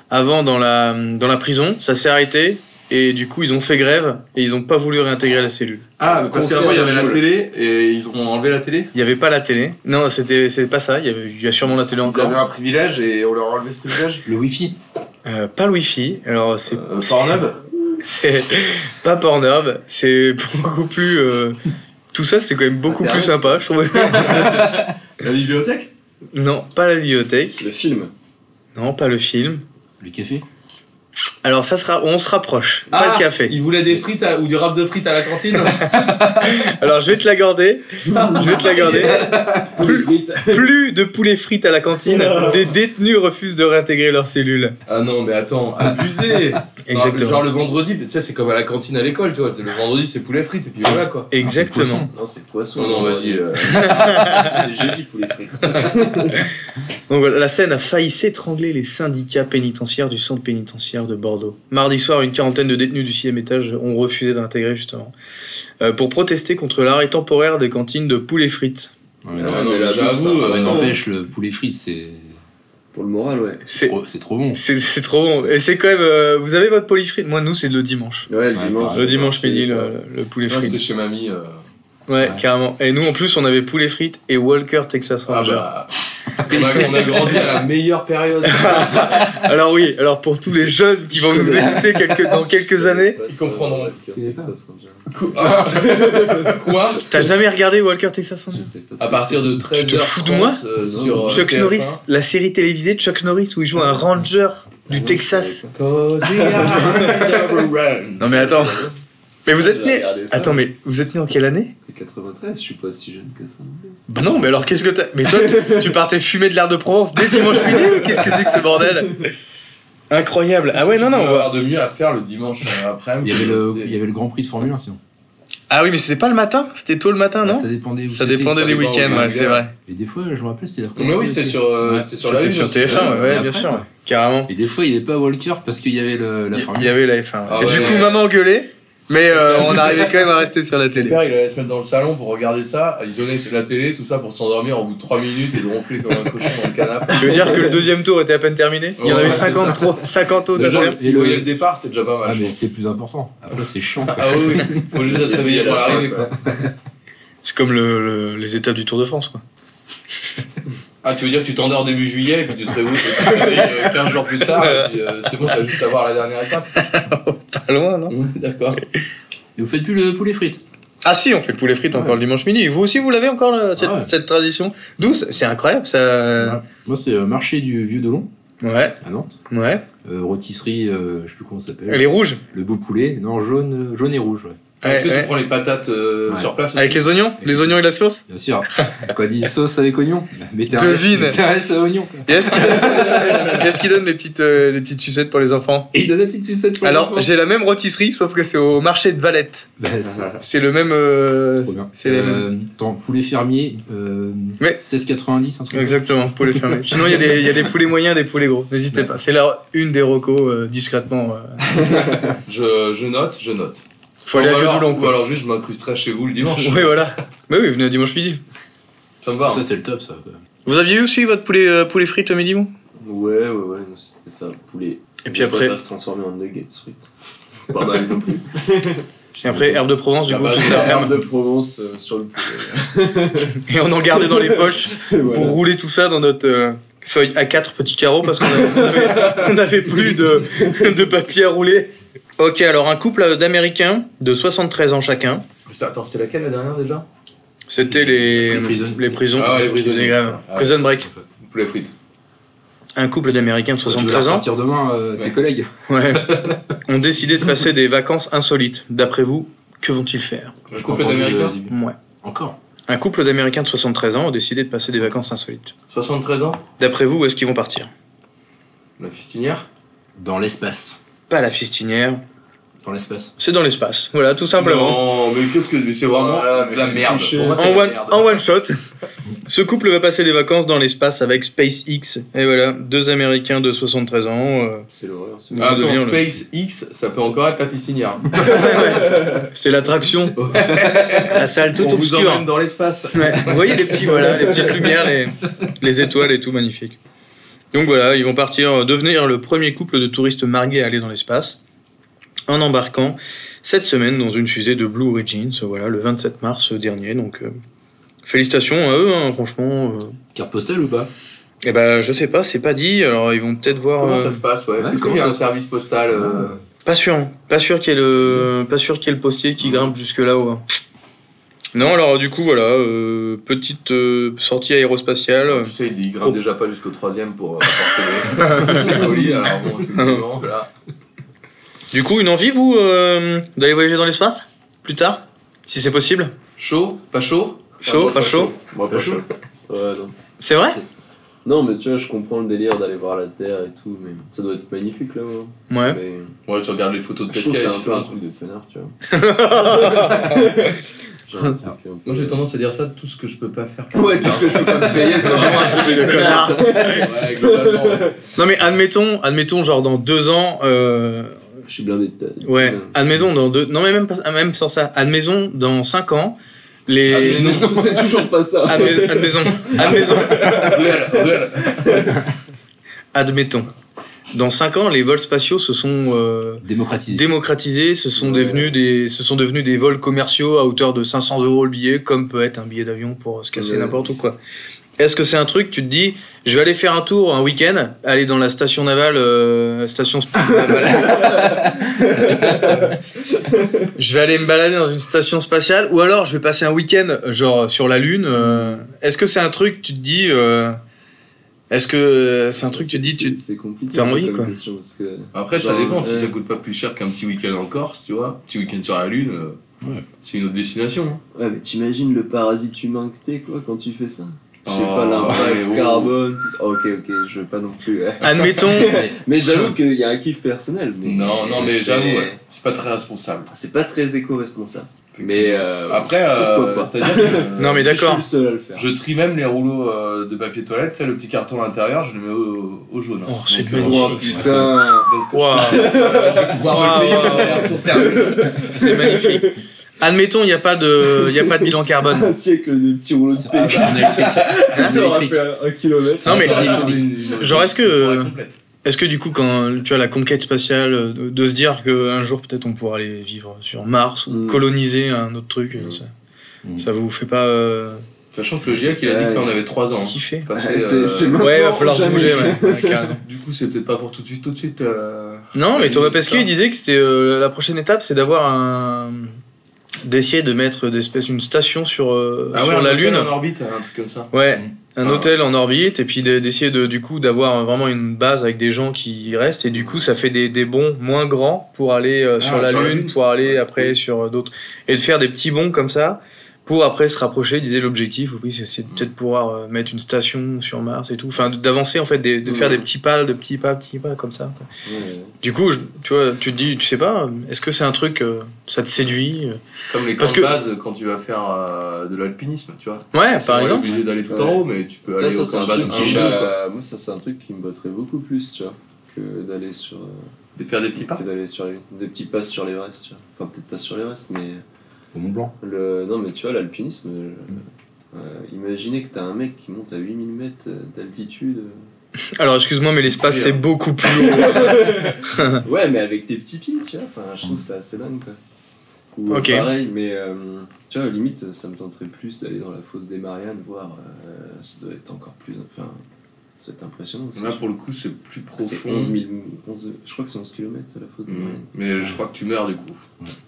Speaker 2: avant dans la dans la prison. Ça s'est arrêté et du coup ils ont fait grève et ils ont pas voulu réintégrer la cellule.
Speaker 4: Ah, parce
Speaker 3: Concert
Speaker 4: qu'avant il y
Speaker 3: de
Speaker 4: avait la
Speaker 3: Joule.
Speaker 4: télé, et ils ont enlevé la télé.
Speaker 2: Il y avait pas la télé. Non, c'était c'était pas ça. Il y, avait, il y a sûrement la télé
Speaker 4: Ils
Speaker 2: encore.
Speaker 4: avaient un privilège et on leur a enlevé ce privilège.
Speaker 5: Le wifi
Speaker 2: Euh, pas le wifi. Alors c'est
Speaker 4: Euh, Pornhub
Speaker 2: c'est <laughs> pas Pornhub. C'est beaucoup plus. euh, Tout ça c'était quand même beaucoup
Speaker 3: Internet.
Speaker 2: plus sympa. Je trouvais.
Speaker 4: La bibliothèque
Speaker 2: non, pas la bibliothèque.
Speaker 3: Le film.
Speaker 2: Non, pas le film.
Speaker 5: Le café
Speaker 2: Alors ça sera, on se rapproche.
Speaker 4: Ah,
Speaker 2: pas le café.
Speaker 4: Il voulait des frites à- ou du rap de frites à la cantine. <laughs>
Speaker 2: Alors je vais te la garder. Je vais te la garder.
Speaker 3: Ah,
Speaker 2: Plus, plus de poulet frites à la cantine. Des détenus refusent de réintégrer leur cellule.
Speaker 4: Ah non, mais attends, <laughs> abusé
Speaker 2: Exactement.
Speaker 4: Genre le vendredi, mais tu sais, c'est comme à la cantine à l'école, tu vois. Le vendredi, c'est poulet frites, et puis voilà quoi.
Speaker 2: Exactement.
Speaker 3: Non, c'est poisson.
Speaker 4: Non, non, vas-y. euh,
Speaker 3: C'est jeudi poulet
Speaker 4: <laughs>
Speaker 3: frites.
Speaker 2: Donc voilà, la scène a failli s'étrangler les syndicats pénitentiaires du centre pénitentiaire de Bordeaux. Mardi soir, une quarantaine de détenus du sixième étage ont refusé d'intégrer justement euh, pour protester contre l'arrêt temporaire des cantines de poulet frites.
Speaker 5: Ouais, mais
Speaker 4: Ah,
Speaker 5: non,
Speaker 4: non, mais là, j'avoue,
Speaker 5: ça,
Speaker 4: euh,
Speaker 5: mais
Speaker 4: non.
Speaker 5: n'empêche, le poulet frit, c'est
Speaker 3: Pour le moral, ouais.
Speaker 2: C'est
Speaker 5: trop- c'est trop bon.
Speaker 2: c'est- c'est trop bon. Et c'est quand même. euh, vous avez votre poulet frites Moi, nous, c'est le dimanche.
Speaker 3: Ouais, le
Speaker 5: Ouais,
Speaker 3: dimanche.
Speaker 2: bah, Le dimanche midi, le, le poulet
Speaker 4: moi, c'était
Speaker 2: frites.
Speaker 4: chez mamie. euh,
Speaker 2: Ouais,
Speaker 5: Ouais.
Speaker 2: carrément. Et nous, en plus, on avait poulet frites et Walker Texas
Speaker 4: Ah
Speaker 2: Ranger.
Speaker 4: bah. On a, on a grandi à la meilleure <laughs> période.
Speaker 2: Alors oui, alors pour tous les jeunes qui vont nous écouter quelques, dans quelques
Speaker 3: <laughs>
Speaker 2: années,
Speaker 4: Ils comprendront. Qu- Quoi
Speaker 2: t'as jamais regardé Walker Texas Ranger
Speaker 3: Je sais pas.
Speaker 4: À partir de 13h.
Speaker 2: Tu te fous de moi
Speaker 4: sur, euh,
Speaker 2: Chuck
Speaker 4: TF1.
Speaker 2: Norris, la série télévisée de Chuck Norris où il joue un ranger du Texas.
Speaker 4: Cause the eyes are round.
Speaker 2: Non mais attends. Mais vous êtes né
Speaker 3: Regardez ça.
Speaker 2: Attends mais vous êtes né en quelle année
Speaker 3: 93, je suis pas si jeune que ça.
Speaker 2: Bah non mais alors qu'est-ce que t'as Mais toi tu- tu partais fumer de l'air de Provence dès dimanche midi ou Qu'est-ce que c'est que ce bordel Incroyable. Ah ouais non
Speaker 4: Il
Speaker 2: non.
Speaker 4: doit y
Speaker 2: bah-
Speaker 4: avoir de mieux à faire le dimanche euh,
Speaker 5: Il
Speaker 4: après-midi.
Speaker 5: y, avait le, il y avait le Grand Prix de Formule 1, sinon.
Speaker 2: Ah oui mais c'était pas le matin, c'était tôt le matin Ah, non
Speaker 5: ça dépendait où
Speaker 2: Ça
Speaker 5: Bah, c'était.
Speaker 2: dépendait
Speaker 4: ça
Speaker 2: des
Speaker 4: dépend où
Speaker 2: week-ends
Speaker 4: on
Speaker 2: ouais
Speaker 4: est.
Speaker 2: c'est vrai.
Speaker 5: Et des fois, je me rappelle, c'était
Speaker 4: Mais oui, c'était sur, euh,
Speaker 5: Ouais.
Speaker 4: c'était sur la
Speaker 2: C'était
Speaker 4: une
Speaker 2: sur
Speaker 4: aussi.
Speaker 2: TF1 ouais,
Speaker 5: c'était
Speaker 2: ouais
Speaker 5: après,
Speaker 2: bien sûr.
Speaker 5: quoi.
Speaker 2: ouais. Carrément.
Speaker 5: Et des fois, il n'est pas Walker parce qu'il y avait le, la
Speaker 2: Il
Speaker 5: Formule
Speaker 2: y
Speaker 5: 1.
Speaker 2: avait la F1. ouais.
Speaker 4: Ah
Speaker 2: Et du
Speaker 4: ouais.
Speaker 2: coup maman gueulait mais
Speaker 4: <laughs>
Speaker 2: euh, on arrivait quand même à rester sur la
Speaker 4: Mon
Speaker 2: télé.
Speaker 4: père, il allait se mettre dans le salon pour regarder ça, isoler la télé, tout ça pour s'endormir au bout de 3 minutes et de ronfler comme un cochon dans
Speaker 2: <laughs>
Speaker 4: le canapé.
Speaker 2: Tu veux dire que le deuxième tour était à peine terminé Il y en
Speaker 4: Ouais,
Speaker 2: avait
Speaker 4: c'est
Speaker 2: 50,
Speaker 4: ça.
Speaker 2: trop, 50 autres à
Speaker 4: Déjà,
Speaker 2: faire.
Speaker 4: si vous voyez le départ, c'est déjà pas mal.
Speaker 5: Ah,
Speaker 4: je
Speaker 5: mais
Speaker 4: pense.
Speaker 5: c'est plus important. Après, c'est chiant. quoi.
Speaker 4: Ah oui, oui, faut juste être réveillé pour l'arrivée. quoi.
Speaker 2: C'est comme le- le- les étapes du Tour de France. Quoi.
Speaker 4: Ah, tu veux dire que tu t'endors début juillet et puis tu te réveilles et puis tu te réveilles, euh, 15 jours plus tard et puis euh, c'est bon, t'as juste à voir la dernière étape.
Speaker 2: Pas loin, non
Speaker 4: Ouais, D'accord.
Speaker 5: Et vous faites plus le poulet frites
Speaker 2: Ah si, on fait le poulet frites
Speaker 5: Ouais.
Speaker 2: encore le dimanche midi. Vous aussi, vous l'avez encore, là, cette,
Speaker 5: Ah ouais.
Speaker 2: cette tradition douce C'est incroyable, ça...
Speaker 5: Moi, c'est euh, marché du Vieux Delon
Speaker 2: Ouais,
Speaker 5: à Nantes.
Speaker 2: ouais.
Speaker 5: Euh, rôtisserie, euh, je sais plus comment ça s'appelle.
Speaker 2: Elle est rouge.
Speaker 5: Le beau poulet. Non, jaune, euh, jaune et rouge. ouais.
Speaker 2: Ouais,
Speaker 4: Est-ce que
Speaker 2: ouais.
Speaker 4: tu prends les patates euh,
Speaker 5: Ouais.
Speaker 4: sur place aussi
Speaker 2: Avec les oignons Les oignons et la sauce <laughs>
Speaker 5: Bien sûr. Quand il dit sauce avec oignon, mettez un
Speaker 2: Devine.
Speaker 5: mettez un reste à oignon. quoi.
Speaker 2: Et est-ce qu'il
Speaker 4: <laughs>
Speaker 2: et est-ce qu'il donne les petites, euh, les petites sucettes pour les enfants
Speaker 5: Et il donne la petite sucette pour
Speaker 2: Alors,
Speaker 5: l'enfant.
Speaker 2: j'ai la même rôtisserie, sauf que c'est au marché de Valette.
Speaker 5: Bah, c'est
Speaker 2: C'est le même... euh,
Speaker 5: trop bien.
Speaker 2: Ah, c'est les mêmes.
Speaker 5: Euh, attends, poulet fermier, euh,
Speaker 2: Ouais.
Speaker 5: 16,90, un truc. comme ça.
Speaker 2: Exactement, poulet fermé. Sinon, il y, a des- il y a des poulets moyens, des poulets gros. N'hésitez pas. C'est là une des recos euh, discrètement. euh.
Speaker 4: je, je note, je note.
Speaker 2: Faut aller
Speaker 4: Ou
Speaker 2: à Vieux
Speaker 4: Ah, bah alors-
Speaker 2: Doulon,
Speaker 4: Ou
Speaker 2: quoi.
Speaker 4: alors juste je m'incrusterai chez vous le dimanche.
Speaker 2: Oui, voilà. Mais oui, venez dimanche midi.
Speaker 4: Ça me va. hein.
Speaker 5: Ça, c'est le top, ça. quoi.
Speaker 2: Vous aviez aussi votre poulet, euh, poulet frites le midi, vous
Speaker 3: Ouais, ouais, ouais, nous, c'était ça, poulet.
Speaker 2: Et puis après-
Speaker 3: Ça se transformait en nuggets frites. Pas <laughs> mal non plus.
Speaker 2: Et après, herbe de Provence, du
Speaker 4: Ah
Speaker 2: coup,
Speaker 4: bah,
Speaker 2: toute
Speaker 4: j'ai
Speaker 2: la ferme.
Speaker 3: Herbe de Provence euh, sur le poulet.
Speaker 2: Et on en gardait dans les poches
Speaker 3: <laughs> Voilà.
Speaker 2: pour rouler tout ça dans notre euh, feuille A4 petit carreau parce qu'on avait, <laughs> on avait plus de, de papier à rouler. Ok, alors un couple euh, d'Américains de 73 ans chacun.
Speaker 4: Ça, Attends, c'était laquelle la dernière déjà
Speaker 2: C'était les,
Speaker 5: Les prisons.
Speaker 2: les prisons.
Speaker 4: Ah ouais, les prisonniers.
Speaker 2: C'est grave.
Speaker 4: Ah ouais.
Speaker 2: Prison Break.
Speaker 4: Poulet frites.
Speaker 2: Un couple d'Américains de
Speaker 5: Tu vas
Speaker 2: 73 ans
Speaker 5: sortir demain euh, tes
Speaker 4: Ouais.
Speaker 5: collègues.
Speaker 2: Ouais. ont décidé de passer des vacances insolites. D'après vous, que vont-ils faire
Speaker 4: Le
Speaker 5: Je
Speaker 4: couple
Speaker 5: comprends pas
Speaker 4: d'Américains
Speaker 5: le début.
Speaker 2: Ouais.
Speaker 5: Encore.
Speaker 2: Un couple d'Américains de 73 ans ont décidé de passer des vacances insolites.
Speaker 4: 73 ans
Speaker 2: D'après vous, où est-ce qu'ils vont partir
Speaker 4: La fistinière
Speaker 5: hein. Dans l'espace.
Speaker 2: Pas à la fistinière,
Speaker 5: Dans l'espace.
Speaker 2: c'est dans l'espace. Voilà, tout simplement.
Speaker 4: Non, mais qu'est-ce que. mais c'est vraiment
Speaker 3: Voilà, mais
Speaker 4: la
Speaker 3: c'est
Speaker 4: merde.
Speaker 3: cliché.
Speaker 4: Pour moi,
Speaker 2: En
Speaker 4: c'est la
Speaker 2: one,
Speaker 4: merde.
Speaker 2: en one shot, ce couple va passer des vacances dans l'espace avec SpaceX. Et voilà, deux Américains de 73 ans.
Speaker 4: <laughs>
Speaker 2: euh,
Speaker 3: C'est l'horreur. ce-
Speaker 4: Ah, Attends,
Speaker 2: devient le-
Speaker 4: Space X, ça peut encore être la fistinière.
Speaker 2: C'est l'attraction. la salle toute
Speaker 4: On vous
Speaker 2: obscure.
Speaker 4: emmène dans l'espace.
Speaker 2: Ouais, Vous voyez les petits, voilà, les petites lumières, les, les étoiles et tout, magnifique. Donc voilà, ils vont partir, euh, devenir le premier couple de touristes mariés à aller dans l'espace, en embarquant cette semaine dans une fusée de Blue Origin, ce voilà, le 27 mars dernier. Donc euh, félicitations à eux, hein, franchement. euh.
Speaker 5: Carte postale ou pas
Speaker 2: Eh ben, je sais pas, c'est pas dit. Alors ils vont peut-être voir.
Speaker 4: Comment
Speaker 2: euh,
Speaker 4: ça se passe, ouais
Speaker 5: Ouais,
Speaker 4: Est-ce
Speaker 5: comment
Speaker 4: qu'il y a
Speaker 5: ça
Speaker 4: un
Speaker 5: Ah.
Speaker 4: service postal euh,
Speaker 2: Pas sûr, hein. pas sûr qu'il y ait le, pas sûr qu'il y ait le postier qui grimpe jusque là-haut. hein. Non, alors du coup voilà, euh, petite euh, sortie aérospatiale.
Speaker 4: Tu sais, il grimpe euh, <laughs> déjà pas jusqu'au troisième pour euh, porter les colis, alors bon, effectivement, là.
Speaker 2: Du coup, une envie, vous, euh, d'aller voyager dans l'espace Plus tard Si c'est possible
Speaker 4: Chaud Pas chaud
Speaker 2: Chaud,
Speaker 3: moi,
Speaker 2: pas chaud
Speaker 3: Moi, Ah pas chaud. Ouais, non.
Speaker 2: C'est vrai
Speaker 3: Non, mais tu vois, je comprends le délire d'aller voir la Terre et tout, mais ça doit être magnifique là-haut.
Speaker 2: Ouais.
Speaker 3: Mais
Speaker 4: Ouais, tu regardes les photos de hein,
Speaker 3: je trouve que
Speaker 4: Pascal.
Speaker 3: c'est
Speaker 4: et
Speaker 3: un
Speaker 4: tout.
Speaker 3: peu un truc de connard, tu vois. <laughs> Genre un truc un peu-
Speaker 4: Moi j'ai tendance à dire ça, tout ce que je peux pas faire.
Speaker 3: Ouais, tout ce que je peux pas me payer, c'est <laughs> vraiment un
Speaker 2: <laughs>
Speaker 3: truc de connard.
Speaker 4: Ouais, globalement. ouais.
Speaker 2: Non, mais admettons, admettons, genre dans deux ans, euh,
Speaker 3: Je suis blindé de ta.
Speaker 2: Ouais, admettons dans deux. Non, mais même, pas- même sans ça. Admettons dans 5 ans,
Speaker 4: Ah,
Speaker 2: les.
Speaker 3: C'est c'est toujours pas ça.
Speaker 2: Admettons. Admettons. Admettons.
Speaker 4: Ruelle, ruelle.
Speaker 2: admettons. Dans 5 ans, les vols spatiaux se sont euh,
Speaker 5: Démocratisé.
Speaker 2: démocratisés, se sont, devenus des, se sont devenus des vols commerciaux à hauteur de 500 euros le billet, comme peut être un billet d'avion pour se casser
Speaker 3: Ouais.
Speaker 2: n'importe où, quoi. Est-ce que c'est un truc, tu te dis, je vais aller faire un tour un week-end, aller dans la station navale, euh, station
Speaker 3: <laughs>
Speaker 2: sp- <laughs> Je vais aller me balader dans une station spatiale ou alors je vais passer un week-end genre sur la Lune. euh, Est-ce que c'est un truc tu te dis euh, Est-ce que euh, c'est un truc tu te dis tu
Speaker 3: C'est- C'est compliqué.
Speaker 2: t'as envie,
Speaker 3: comme
Speaker 2: quoi.
Speaker 3: question, parce que-
Speaker 4: Après, ça
Speaker 3: Genre,
Speaker 4: dépend si
Speaker 3: ouais.
Speaker 4: ça coûte pas plus cher qu'un petit week-end en Corse, tu vois. Petit week-end sur la Lune, euh,
Speaker 5: Ouais.
Speaker 4: c'est une autre destination. hein.
Speaker 3: Ouais, mais t'imagines le parasite humain que t'es, quoi, quand tu fais ça Je sais
Speaker 4: Oh,
Speaker 3: pas, l'impact
Speaker 4: ouais, oh.
Speaker 3: carbone, tout ça. Oh, ok, ok, je veux pas non plus. <laughs> ouais.
Speaker 2: admettons
Speaker 3: Mais j'avoue qu'il y a un kiff personnel. Mais
Speaker 4: Non, non, mais
Speaker 3: c'est-
Speaker 4: j'avoue, ouais, c'est pas très responsable.
Speaker 3: C'est pas très éco-responsable. Mais euh,
Speaker 4: Après,
Speaker 3: pourquoi
Speaker 4: euh,
Speaker 3: pas.
Speaker 4: c'est-à-dire
Speaker 3: <laughs>
Speaker 4: que
Speaker 2: Non, mais
Speaker 3: si
Speaker 2: d'accord.
Speaker 3: Je suis le seul à le faire.
Speaker 4: je trie même les rouleaux euh, de papier toilette, tu sais, le petit carton à l'intérieur, je le mets au, au jaune. hein.
Speaker 2: Oh, c'est
Speaker 4: euh,
Speaker 2: magnifique.
Speaker 4: ouais,
Speaker 3: Putain.
Speaker 4: Donc, je
Speaker 2: Waouh,
Speaker 4: vais pouvoir
Speaker 2: Waouh,
Speaker 4: le payer
Speaker 2: waouh.
Speaker 4: pour aller-retour
Speaker 2: <laughs>
Speaker 4: terminé.
Speaker 2: c'est magnifique. Admettons il n'y a pas de il y a pas de bilan carbone.
Speaker 3: <laughs> Un siècle de petits rouleaux de
Speaker 5: C'est ah,
Speaker 3: paix.
Speaker 5: c'est en
Speaker 2: bah,
Speaker 5: électrique.
Speaker 2: C'est un
Speaker 3: T'auras
Speaker 2: électrique.
Speaker 3: fait un- un kilomètre.
Speaker 2: Non, mais-
Speaker 4: Une-
Speaker 2: Genre, est-ce que,
Speaker 4: une
Speaker 2: euh,
Speaker 4: forêt complète.
Speaker 2: Est-ce que du coup quand tu as la conquête spatiale euh, de, de se dire qu'un jour peut-être on pourra aller vivre sur Mars ou
Speaker 3: Mm.
Speaker 2: coloniser un autre truc
Speaker 4: Mm.
Speaker 2: ça,
Speaker 5: Mm.
Speaker 2: ça vous fait pas euh,
Speaker 4: Sachant que le GIEC, il a dit
Speaker 3: Ouais.
Speaker 4: que là, on avait 3 ans. hein.
Speaker 2: kiffer
Speaker 4: Parce que,
Speaker 3: C'est
Speaker 4: euh,
Speaker 3: c'est maintenant
Speaker 2: Ouais, va falloir
Speaker 3: ou
Speaker 2: se
Speaker 3: jamais.
Speaker 2: bouger
Speaker 4: <laughs>
Speaker 2: ouais. Ah, Ouais, carrément.
Speaker 4: Du coup, c'est peut-être pas pour tout de suite, tout de suite. euh,
Speaker 2: Non, mais
Speaker 4: Ouais,
Speaker 2: Thomas
Speaker 4: il dit
Speaker 2: Pesquet
Speaker 4: ça.
Speaker 2: il disait que c'était euh, la prochaine étape, c'est d'avoir un d'essayer de mettre d'espèce une station sur euh,
Speaker 4: Ah ouais,
Speaker 2: sur
Speaker 4: un
Speaker 2: la
Speaker 4: hôtel
Speaker 2: lune.
Speaker 4: En orbite, un truc comme ça.
Speaker 2: Ouais,
Speaker 5: Mm.
Speaker 2: un
Speaker 4: Ah.
Speaker 2: hôtel en orbite et puis d'e- d'essayer de du coup d'avoir vraiment une base avec des gens qui y restent et du coup ça fait des, des bons moins grands pour aller euh, sur, la, lune, pour aller après sur euh, d'autres et de faire des petits bons comme ça pour après se rapprocher, disait l'objectif, oui, c'est- c'est peut-être pouvoir euh, mettre une station sur Mars et tout, enfin de- d'avancer en fait, des- de faire
Speaker 3: Mm.
Speaker 2: des petits pas, de petits pas, petits pas comme ça. quoi.
Speaker 3: Ouais.
Speaker 2: Du coup, je- tu vois, tu te dis, tu sais pas, est-ce que c'est un truc, euh, ça te séduit euh
Speaker 4: Comme les camps
Speaker 2: Parce
Speaker 4: de
Speaker 2: que-
Speaker 4: base quand tu vas faire euh, de l'alpinisme, tu vois.
Speaker 2: Ouais,
Speaker 4: Ah, C'est
Speaker 2: par
Speaker 4: pas
Speaker 2: exemple.
Speaker 4: obligé d'aller tout en
Speaker 3: Ouais.
Speaker 4: haut, mais tu peux
Speaker 3: Ça,
Speaker 4: aller
Speaker 3: ça
Speaker 4: au
Speaker 3: c'est
Speaker 4: camp
Speaker 3: un
Speaker 4: de base
Speaker 3: truc
Speaker 4: un
Speaker 3: qui
Speaker 4: jour,
Speaker 3: m'a-
Speaker 4: quoi.
Speaker 3: moi ça c'est un truc qui me botterait beaucoup plus tu vois que d'aller sur euh,
Speaker 4: De faire des petits pas.
Speaker 3: que d'aller sur les- des petits passes sur les restes tu vois enfin peut-être pas sur les restes mais
Speaker 5: Au Mont Blanc.
Speaker 3: le non mais tu vois l'alpinisme euh, euh, imaginez que t'as un mec qui monte à 8000 mètres euh, d'altitude
Speaker 2: Alors, excuse-moi, mais l'espace, c'est beaucoup plus haut.
Speaker 3: ouais mais avec tes petits pieds tu vois enfin je trouve ça assez dingue quoi ou euh,
Speaker 2: Ok.
Speaker 3: pareil mais euh, tu vois limite ça me tenterait plus d'aller dans la fosse des Mariannes voir euh, ça doit être encore plus enfin ça doit être impressionnant aussi.
Speaker 4: Là, pour le coup, c'est plus
Speaker 3: C'est
Speaker 4: profond.
Speaker 3: 11 000, 11 je crois que c'est 11 km la fosse des
Speaker 4: Mm.
Speaker 3: Mariannes.
Speaker 4: Mais je crois que tu meurs du coup.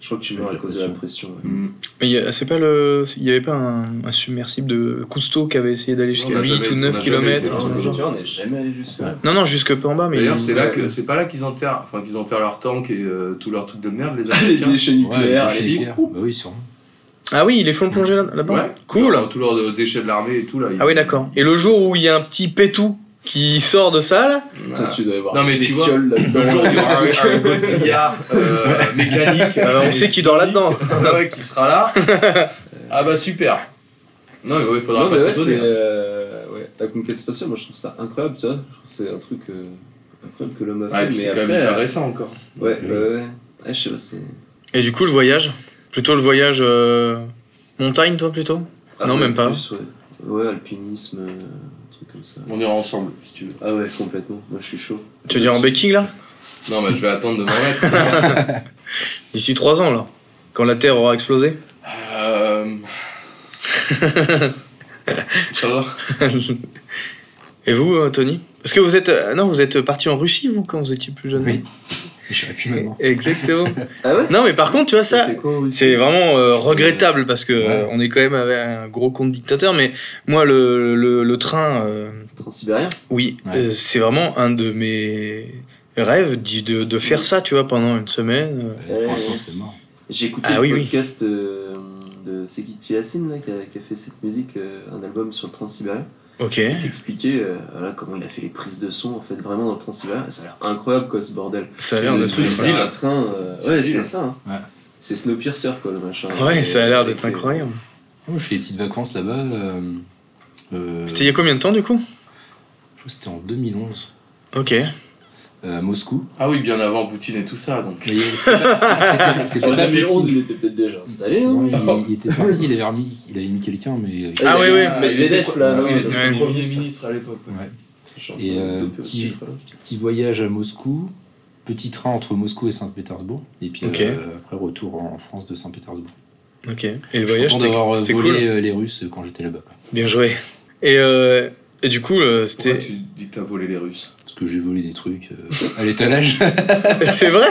Speaker 3: Je crois que tu meurs à
Speaker 5: Avec la
Speaker 3: cause de la pression. ouais.
Speaker 2: Mais y a- c'est pas le, il y avait pas un, un submersible de Cousteau qui avait essayé d'aller
Speaker 4: On
Speaker 2: jusqu'à
Speaker 4: a
Speaker 2: 8
Speaker 4: jamais-
Speaker 2: ou
Speaker 4: on a
Speaker 2: 9
Speaker 4: jamais
Speaker 2: km.
Speaker 4: été dans ce genre.
Speaker 3: on n'est jamais allé jusque-là.
Speaker 2: Non, non, jusque pas en bas, mais.
Speaker 4: D'ailleurs, c'est là
Speaker 3: Ouais.
Speaker 4: que c'est pas là qu'ils enterrent, enfin qu'ils enterrent leur tank et euh, tout leur truc de merde, les
Speaker 3: Les
Speaker 4: Américains.
Speaker 3: déchets nucléaires,
Speaker 5: Ouais,
Speaker 3: les-
Speaker 5: les nucléaires. Bah oui, sûrement.
Speaker 2: Ah oui, ils les font plonger là- là-bas.
Speaker 4: Ouais.
Speaker 2: Cool.
Speaker 4: Leur- Tous leurs déchets de l'armée et tout là. ils-
Speaker 2: Ah oui, d'accord. Et le jour où il y a un petit pétou qui sort de ça, là,
Speaker 4: <laughs> Voilà.
Speaker 3: Toi, tu dois avoir
Speaker 4: Non, mais
Speaker 3: des
Speaker 4: tu vois,
Speaker 3: fioles là-dedans.
Speaker 4: Le jour où il y aura un, un Godzilla euh, mécanique.
Speaker 2: euh, on sait qu'il dort là-dedans.
Speaker 4: Ah ouais, qui sera là. Ah bah super. Non mais ouais, il faudra
Speaker 3: Non,
Speaker 4: pas
Speaker 3: mais ouais,
Speaker 4: s'étonner.
Speaker 3: c'est. euh, ouais, la conquête spatiale, moi je trouve ça incroyable, tu vois. Je trouve que c'est un truc euh, incroyable que l'homme a fait.
Speaker 4: Ouais, et puis
Speaker 3: mais
Speaker 4: c'est quand
Speaker 3: après.
Speaker 4: même hyper
Speaker 3: euh,
Speaker 4: récent encore.
Speaker 3: ouais, ouais, ouais. Ouais, je sais pas, c'est.
Speaker 2: Et du coup, le voyage, plutôt le voyage euh, montagne, toi plutôt.
Speaker 3: Ah,
Speaker 2: Non,
Speaker 3: ouais,
Speaker 2: même pas.
Speaker 3: plus, ouais. Ouais, alpinisme, euh, un truc comme ça.
Speaker 4: On ira ensemble si tu veux.
Speaker 3: Ah ouais, complètement. Moi je suis chaud.
Speaker 2: Tu veux dire en béking là
Speaker 4: Non mais je vais attendre de m'en mettre.
Speaker 2: D'ici 3 ans, là, quand la Terre aura explosé.
Speaker 4: euh... Inch'Allah.
Speaker 2: Et vous, euh, Tony Parce que vous êtes, euh, non, vous êtes parti en Russie vous quand vous étiez plus jeune.
Speaker 5: Oui. Je suis accueilli maintenant.
Speaker 2: Exactement.
Speaker 3: Ah ouais
Speaker 2: Non, mais par contre, tu vois ça,
Speaker 3: T'as fait quoi, en Russie
Speaker 2: c'est vraiment euh, regrettable parce que euh,
Speaker 5: Ouais.
Speaker 2: on est quand même avec un gros compte dictateur. Mais moi, le, le, le train, euh,
Speaker 3: Transsibérien
Speaker 2: oui,
Speaker 5: Ouais.
Speaker 2: euh, c'est vraiment un de mes rêve d'y- de, de faire ça, tu vois, pendant une semaine. euh.
Speaker 5: Ouais, Pour l'instant, c'est mort.
Speaker 3: J'ai écouté
Speaker 2: Ah
Speaker 3: le
Speaker 2: oui, oui.
Speaker 3: podcast euh, de Seki Chiyassin, là, qui, a, qui a fait cette musique, euh, un album sur le Transsibérien,
Speaker 2: Ok.
Speaker 3: qui expliquait euh, voilà, comment il a fait les prises de son en fait, vraiment dans le Transsibérien. Ça a l'air incroyable quoi, ce bordel.
Speaker 2: Ça a l'air
Speaker 3: Le
Speaker 2: d'être
Speaker 3: truc, c'est
Speaker 2: incroyable.
Speaker 3: un train. euh, ouais, c'est ça. hein.
Speaker 5: Ouais.
Speaker 3: C'est Snowpiercer quoi, le machin.
Speaker 2: Ouais,
Speaker 3: Et-
Speaker 2: ça a l'air
Speaker 3: avec
Speaker 2: d'être
Speaker 3: les-
Speaker 2: incroyable.
Speaker 5: Moi, je fais des petites vacances là-bas. euh, euh,
Speaker 2: C'était il y a combien de temps, du coup
Speaker 5: je crois que C'était en 2011,
Speaker 2: Ok.
Speaker 5: euh,
Speaker 2: <laughs>
Speaker 5: à Moscou.
Speaker 4: Ah oui, bien avant Poutine et tout ça, donc. euh,
Speaker 5: Mais c'était pas- c'était
Speaker 3: En
Speaker 5: pas petit.
Speaker 3: 2011, euh, il était peut-être déjà installé. hein.
Speaker 5: Non, il, il était parti, il avait, remis, il avait mis quelqu'un, mais. euh,
Speaker 3: Ah,
Speaker 2: oui,
Speaker 3: il
Speaker 2: oui,
Speaker 3: y a- Medvedev,
Speaker 4: était-
Speaker 3: là,
Speaker 4: ah oui,
Speaker 3: non,
Speaker 4: il était
Speaker 2: ouais.
Speaker 4: premier ministre à l'époque. ouais.
Speaker 5: Ouais.
Speaker 3: Je suis en train
Speaker 5: Et,
Speaker 3: de
Speaker 5: euh,
Speaker 3: doper au
Speaker 5: petit-
Speaker 3: chiffre, là.
Speaker 5: Petit voyage à Moscou, petit train entre Moscou et Saint-Pétersbourg, et puis
Speaker 2: Ok.
Speaker 5: euh, après retour en France de Saint-Pétersbourg.
Speaker 2: Ok. Et le
Speaker 5: Je suis
Speaker 2: voyage,
Speaker 5: content
Speaker 2: c'était
Speaker 5: d'avoir euh,
Speaker 2: c'était
Speaker 5: volé
Speaker 2: cool.
Speaker 5: euh, les Russes quand j'étais là-bas. quoi.
Speaker 2: Bien joué. Et, euh, et du coup, euh,
Speaker 4: Pourquoi
Speaker 2: c'était.
Speaker 4: tu dis que t'as volé les Russes
Speaker 5: Parce que j'ai volé des trucs euh, à l'étalage. <laughs>
Speaker 2: <laughs> c'est vrai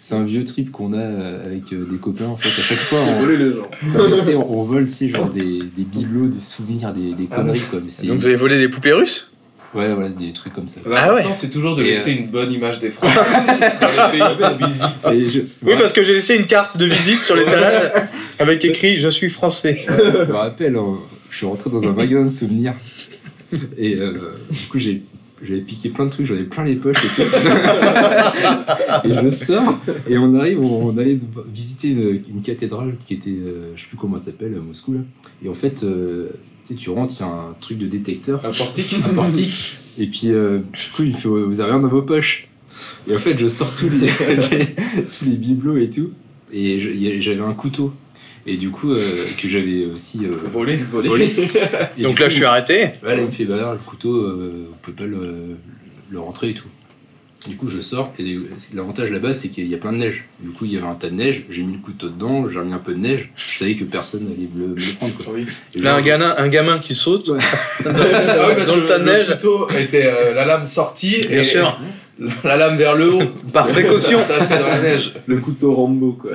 Speaker 5: C'est un vieux trip qu'on a euh, avec euh, des copains, en fait, à chaque fois.
Speaker 3: C'est
Speaker 5: on-
Speaker 3: volé les gens.
Speaker 5: <laughs> Non, mais c'est- on vole, c'est genre des, des bibelots, des souvenirs, des, des
Speaker 3: Ah
Speaker 5: conneries, quoi. Mais c'est.
Speaker 2: Ah, Donc, vous avez volé des poupées russes
Speaker 5: Ouais, voilà, des trucs comme ça.
Speaker 2: Ah ouais.
Speaker 4: L'important, c'est toujours de
Speaker 5: Et,
Speaker 4: laisser une bonne image des Français dans les pays qu'on visite.
Speaker 3: Ah.
Speaker 5: Et je-
Speaker 2: Oui, parce que j'ai laissé une carte de visite sur l'étalage <laughs> avec écrit Je suis français.
Speaker 5: je me rappelle, hein, je suis rentré dans un magasin de souvenirs. Et euh, du coup, j'ai- j'avais piqué plein de trucs, j'en avais plein les poches et tout. et je sors, et on arrive, on, on allait de- visiter une, une cathédrale qui était, euh, je sais plus comment elle s'appelle, à Moscou. Là. Et en fait, euh, tu sais, tu rentres, il y a un truc de détecteur.
Speaker 4: Un portique
Speaker 5: un portique. Et puis, euh, du coup, il me fait Vous avez rien dans vos poches Et en fait, je sors tous les, <laughs> les- tous les bibelots et tout. Et je- il y a- j'avais un couteau. Et du coup, euh, que j'avais aussi euh,
Speaker 4: volé.
Speaker 5: volé.
Speaker 4: <laughs>
Speaker 5: Et
Speaker 2: Donc
Speaker 5: du
Speaker 2: là,
Speaker 5: coup,
Speaker 2: je suis arrêté.
Speaker 5: voilà, il me fait Bah là, le couteau, euh, on peut pas le, le rentrer et tout. Du coup, je sors. Et l'avantage là-bas, c'est qu'il y a plein de neige. Du coup, il y avait un tas de neige. J'ai mis le couteau dedans. J'ai remis un peu de neige. Je savais que personne n'allait me le, me le prendre. Quoi.
Speaker 4: Oui.
Speaker 5: Et
Speaker 2: Là, un
Speaker 5: genre,
Speaker 2: gamin, un gamin qui saute.
Speaker 5: Ouais.
Speaker 4: Ah oui, parce
Speaker 2: Dans
Speaker 4: que
Speaker 2: le tas de neige.
Speaker 4: couteau était euh, la lame sortie
Speaker 2: Bien
Speaker 4: et
Speaker 2: sûr.
Speaker 4: <laughs> la lame vers le haut.
Speaker 2: Par précaution.
Speaker 4: Tassé dans la neige.
Speaker 3: Le couteau Rambo quoi.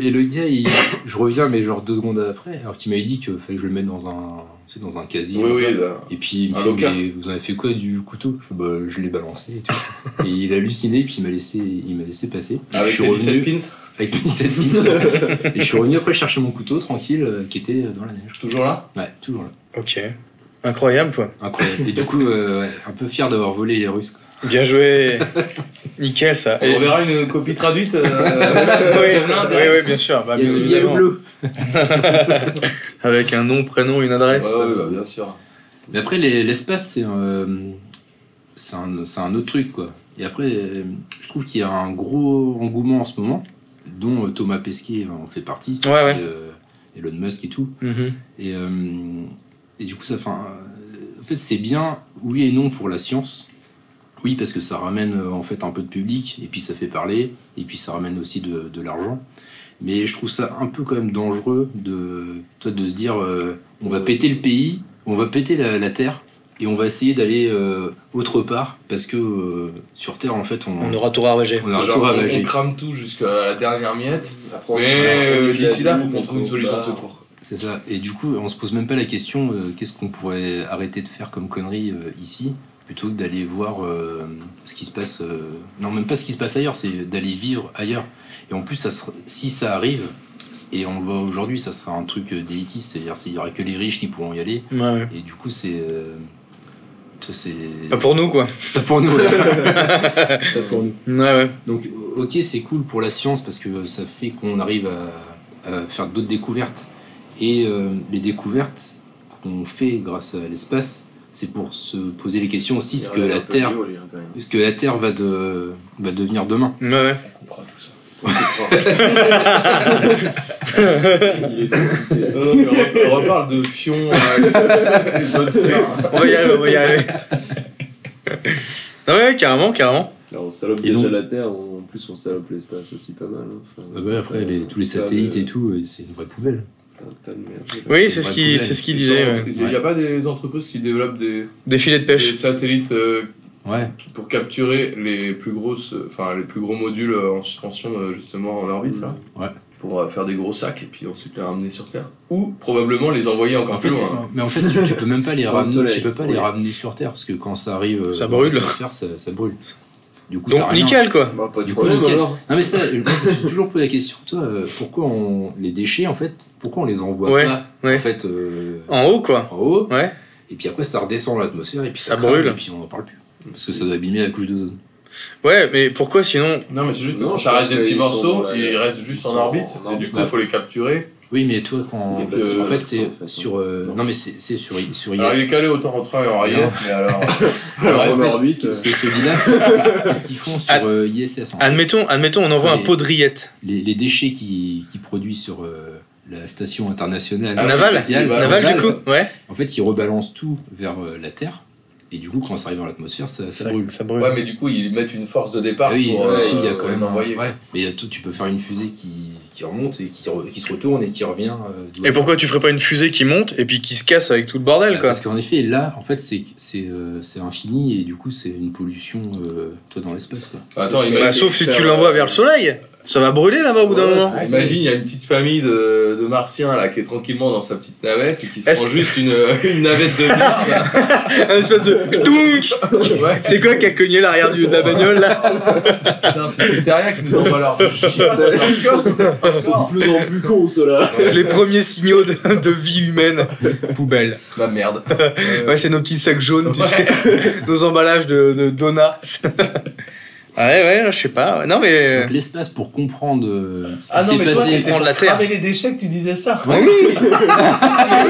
Speaker 5: Et le gars, il- je reviens, mais genre deux secondes après, alors qu'il m'avait dit qu'il fallait que je le mette dans un, tu sais, dans un casier.
Speaker 4: Oui, oui. là.
Speaker 5: Et puis il me
Speaker 4: Un
Speaker 5: fait,
Speaker 4: local.
Speaker 5: mais vous en avez fait quoi du couteau Je fais, bah, je l'ai balancé et tout. et il a halluciné, puis il m'a laissé, il m'a laissé passer.
Speaker 2: Ah
Speaker 4: Avec
Speaker 5: je suis
Speaker 4: Ah tes 17
Speaker 5: revenu
Speaker 4: pins.
Speaker 5: avec mes 17 pins.
Speaker 2: <laughs>
Speaker 5: et je suis revenu après chercher mon couteau tranquille euh, qui était dans la neige.
Speaker 4: Toujours là
Speaker 5: Ouais, toujours là.
Speaker 2: <laughs> Ok. Incroyable, quoi.
Speaker 5: Incroyable. et du coup, euh, ouais, un peu fier d'avoir volé les Russes. quoi.
Speaker 2: Bien <laughs> joué. Nickel, ça.
Speaker 4: On
Speaker 2: Et-
Speaker 4: verra une copie traduite.
Speaker 2: oui,
Speaker 4: euh, en
Speaker 2: <laughs> oui,
Speaker 4: direct.
Speaker 2: oui, bien sûr. Bah,
Speaker 5: Il y a
Speaker 2: bien
Speaker 5: du yellow
Speaker 2: évidemment.
Speaker 5: blue.
Speaker 2: Avec un nom, prénom, une adresse.
Speaker 4: Ouais, ouais, bah, bien sûr.
Speaker 5: Mais après, les- l'espace, c'est euh, c'est un, c'est un autre truc, quoi. Et après, euh, je trouve qu'il y a un gros engouement en ce moment, dont euh, Thomas Pesquet en fait partie,
Speaker 2: Ouais, ouais.
Speaker 5: Et, euh, Elon Musk et tout.
Speaker 2: Mhm.
Speaker 5: Et, euh, et du coup, ça, 'fin, euh, en fait, c'est bien, oui et non pour la science. Oui, parce que ça ramène euh, en fait un peu de public, et puis ça fait parler, et puis ça ramène aussi de, de l'argent. Mais je trouve ça un peu quand même dangereux de, toi, de se dire euh, on va péter le pays, on va péter la, la terre, et on va essayer d'aller euh, autre part, parce que euh, sur terre, en fait, on,
Speaker 2: On aura tout ravagé.
Speaker 5: on a un
Speaker 4: C'est genre,
Speaker 5: retour à
Speaker 4: on-
Speaker 5: magie.
Speaker 4: on crame tout jusqu'à la dernière miette.
Speaker 3: Après, on
Speaker 4: Mais
Speaker 3: verra
Speaker 4: euh,
Speaker 3: comme il a
Speaker 4: d'ici là,
Speaker 3: dit,
Speaker 4: faut qu'on trouve une
Speaker 3: on
Speaker 4: solution de
Speaker 3: part.
Speaker 4: secours.
Speaker 5: C'est ça. Et du coup, on se pose même pas la question euh, qu'est-ce qu'on pourrait arrêter de faire comme connerie euh, ici, plutôt que d'aller voir euh, ce qui se passe. euh, Non, même pas ce qui se passe ailleurs, c'est d'aller vivre ailleurs. Et en plus, ça sera- si ça arrive, et on le voit aujourd'hui, ça sera un truc euh, déitiste, c'est-à-dire qu'il y aura que les riches qui pourront y aller.
Speaker 2: Ouais, ouais.
Speaker 5: Et du coup, c'est. euh, c'est
Speaker 2: Pas pour nous, quoi.
Speaker 5: pas pour nous. là. C'est pas pour nous.
Speaker 2: Ouais, ouais.
Speaker 5: Donc, euh, ok, c'est cool pour la science parce que ça fait qu'on arrive à, à faire d'autres découvertes. Et euh, les découvertes qu'on fait grâce à l'espace, c'est pour se poser les questions aussi ce que la Terre,
Speaker 3: hein,
Speaker 5: ce que la Terre va, de, va devenir demain.
Speaker 2: Ouais, ouais.
Speaker 4: On coupera tout ça.
Speaker 3: Il est trop occupé.
Speaker 4: Non, non, mais on- on Euh, reparle de Fion, <laughs> euh, les bonnes sœurs.
Speaker 2: On va y arriver, on va y <laughs> arriver. Non, ouais, carrément, carrément.
Speaker 3: Alors, on salope
Speaker 5: Et
Speaker 3: déjà
Speaker 5: donc- Ah
Speaker 3: la Terre, on- en plus on salope l'espace aussi pas mal. hein. Enfin,
Speaker 5: bah après,
Speaker 3: les-
Speaker 5: tous les
Speaker 3: satellites et
Speaker 5: tout, euh, c'est une vraie poubelle.
Speaker 3: t'as un tas de merde.
Speaker 2: Oui, c'est ce qui, c'est ce qu'il disait. ouais.
Speaker 4: Il n'y a pas des entreprises qui développent des,
Speaker 2: Des filets de
Speaker 4: des
Speaker 2: pêche.
Speaker 4: satellites euh,
Speaker 5: Ouais,
Speaker 4: pour
Speaker 3: Mm.
Speaker 4: capturer les plus grosses, euh, enfin les plus gros modules euh, en suspension euh, justement en orbite là.
Speaker 5: Ouais.
Speaker 4: pour euh, faire des gros sacs et puis ensuite les ramener sur Terre. Ou probablement les envoyer encore
Speaker 5: En
Speaker 4: plus
Speaker 5: plus,
Speaker 4: loin.
Speaker 2: hein.
Speaker 5: mais en fait, tu, tu peux même pas
Speaker 3: <laughs>
Speaker 5: les
Speaker 3: Dans le
Speaker 5: ramener,
Speaker 3: soleil,
Speaker 5: tu peux pas
Speaker 3: oui.
Speaker 5: les ramener sur Terre parce que quand ça arrive, euh,
Speaker 2: Ça brûle.
Speaker 5: dans l'atmosphère, ça, ça brûle. Du coup, t'as
Speaker 2: Donc,
Speaker 5: rien.
Speaker 2: nickel, quoi.
Speaker 3: Bah, pas de
Speaker 5: Du coup,
Speaker 3: problème
Speaker 5: nickel.
Speaker 3: alors.
Speaker 5: Non mais ça, moi, je me suis toujours posé la question, toi, euh, pourquoi on les déchets en fait, pourquoi on les envoie
Speaker 2: Ouais,
Speaker 5: pas
Speaker 2: ouais.
Speaker 5: en fait euh,
Speaker 2: En haut, quoi.
Speaker 5: en haut
Speaker 2: Ouais.
Speaker 5: Et puis après, ça redescend dans l'atmosphère et puis ça,
Speaker 2: Ça
Speaker 5: crame,
Speaker 2: brûle.
Speaker 5: et puis on n'en parle plus parce que ça doit abîmer la couche d'ozone.
Speaker 2: Ouais, mais pourquoi sinon
Speaker 4: Non, mais c'est juste
Speaker 3: Non,
Speaker 4: que
Speaker 3: je
Speaker 4: ça
Speaker 3: pense
Speaker 4: reste des petits
Speaker 3: qu'ils
Speaker 4: morceaux,
Speaker 3: sont,
Speaker 4: et ils
Speaker 3: euh,
Speaker 4: restent juste
Speaker 3: ils
Speaker 4: en
Speaker 3: sont
Speaker 4: orbite,
Speaker 3: en
Speaker 4: et du
Speaker 3: orbite,
Speaker 4: coup,
Speaker 5: ouais.
Speaker 4: faut les capturer.
Speaker 5: Oui, mais toi quand
Speaker 3: Il y a de la
Speaker 5: euh,
Speaker 3: cire,
Speaker 5: en fait
Speaker 3: ça,
Speaker 5: c'est
Speaker 3: en fait,
Speaker 5: sur euh,
Speaker 3: non.
Speaker 5: non mais c'est c'est sur I- sur
Speaker 4: Alors, il est
Speaker 5: IS.
Speaker 4: calé autant en train et en rillette,
Speaker 3: <laughs>
Speaker 4: mais alors.
Speaker 5: Alors, en
Speaker 3: en
Speaker 5: fait,
Speaker 3: orbite,
Speaker 5: ce que-
Speaker 3: euh.
Speaker 5: ce que je te dis là, c'est- c'est c'est ce qu'ils font sur
Speaker 2: Ad-
Speaker 5: euh, ISS. en fait.
Speaker 2: Admettons, admettons, on envoie
Speaker 5: Ah,
Speaker 2: un
Speaker 5: mais-
Speaker 2: pot de rillettes.
Speaker 5: les, les déchets qui, qui produisent sur euh, la station internationale
Speaker 4: Ah,
Speaker 2: Naval
Speaker 5: spatiale,
Speaker 4: bah,
Speaker 2: Naval,
Speaker 5: mondiale,
Speaker 2: du coup Ouais.
Speaker 5: En fait, ils rebalancent tout vers euh, la Terre. Et du coup, quand ça arrive dans l'atmosphère, ça, ça brûle.
Speaker 2: Ça
Speaker 4: Ouais, mais du coup, ils mettent une force de départ
Speaker 5: Ah oui,
Speaker 4: pour
Speaker 5: ouais,
Speaker 4: euh,
Speaker 5: il y a
Speaker 4: euh,
Speaker 5: quand
Speaker 4: les
Speaker 5: même.
Speaker 4: envoyer.
Speaker 5: ouais. Mais euh, toi, tu peux faire une fusée qui, qui remonte et qui, re- qui se retourne et qui revient. euh, d'où-
Speaker 2: Et pourquoi tu ferais pas une fusée qui monte et puis qui se casse avec tout le bordel,
Speaker 5: Bah,
Speaker 2: quoi
Speaker 5: Parce qu'en effet, là, en fait, c'est c'est euh, c'est infini et du coup, c'est une pollution euh, toi dans l'espace. quoi.
Speaker 4: Attends,
Speaker 3: c'est-
Speaker 4: imagine,
Speaker 2: Bah,
Speaker 3: essayer
Speaker 2: sauf
Speaker 3: de
Speaker 2: si
Speaker 3: faire,
Speaker 2: tu l'envoies
Speaker 3: euh,
Speaker 2: vers le soleil Ça va brûler là-bas au bout d'un
Speaker 3: Ouais,
Speaker 2: moment
Speaker 3: c'est-
Speaker 4: imagine, il y a une petite famille de, de martiens là qui est tranquillement dans sa petite navette et qui se
Speaker 2: Est-ce
Speaker 4: prend juste une, euh, une navette
Speaker 2: <laughs>
Speaker 4: de merde.
Speaker 2: Un espèce de Tounk
Speaker 4: ouais,
Speaker 2: C'est quoi qui a cogné l'arrière du- de la bagnole là
Speaker 4: putain, c'est c'est Terrien qui nous envoie leur chien sur leur kiosque.
Speaker 2: <laughs>
Speaker 3: De plus en plus con ceux-là.
Speaker 2: Les premiers signaux de, de vie humaine Poubelle
Speaker 4: Bah merde.
Speaker 2: Ouais c'est nos petits sacs jaunes, tu
Speaker 4: Ouais.
Speaker 2: sais Nos emballages de, de Donna <laughs> Ouais ouais je sais pas Non mais euh,
Speaker 5: Donc, l'espace pour comprendre euh, ce qui
Speaker 4: Ah non,
Speaker 5: s'est
Speaker 4: mais toi,
Speaker 5: passé.
Speaker 4: c'était pour
Speaker 2: prendre la terre.
Speaker 4: cramer les déchets que tu disais ça.
Speaker 2: Oui
Speaker 4: Ah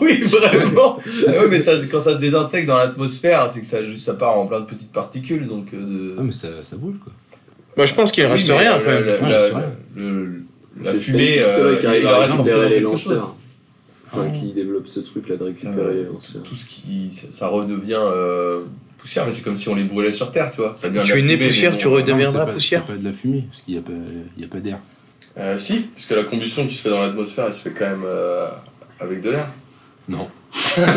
Speaker 4: oui, vraiment Ah oui, mais ça, quand ça se désintègre dans l'atmosphère, c'est que ça, juste, ça part en plein de petites particules. Donc, euh, de...
Speaker 5: Ah, mais ça, ça brûle quoi.
Speaker 2: Moi bah, je pense qu'il
Speaker 4: Oui,
Speaker 2: reste
Speaker 4: mais,
Speaker 2: rien
Speaker 4: euh,
Speaker 2: quand même.
Speaker 4: la- la-
Speaker 5: Ouais,
Speaker 4: la-
Speaker 5: c'est vrai.
Speaker 4: le- La
Speaker 3: C'est
Speaker 4: fumée,
Speaker 3: SpaceX,
Speaker 4: euh,
Speaker 3: là, qui arrive
Speaker 4: il en
Speaker 3: à
Speaker 4: reste
Speaker 3: récupérer
Speaker 4: forcément
Speaker 3: les
Speaker 4: quelque chose.
Speaker 3: lanceurs. Ah Enfin, qui développe ce truc-là de récupérer les lanceurs.
Speaker 4: Tout ce qui. Ça ça redevient euh, poussière, mais c'est comme si on les brûlait sur Terre, tu vois. Ça devient de
Speaker 2: Tu
Speaker 4: la
Speaker 2: es né
Speaker 4: fumée,
Speaker 2: poussière,
Speaker 4: mais
Speaker 2: tu
Speaker 4: bon,
Speaker 5: Non, mais c'est
Speaker 2: redeviendras
Speaker 5: pas-
Speaker 2: poussière
Speaker 5: C'est pas de la fumée parce qu'il n'y a pas, il y a
Speaker 4: <laughs>
Speaker 5: pas d'air.
Speaker 4: Euh, si, puisque la combustion qui se fait dans l'atmosphère, elle se fait quand même euh, avec de l'air. <laughs>
Speaker 5: Non.
Speaker 4: c'est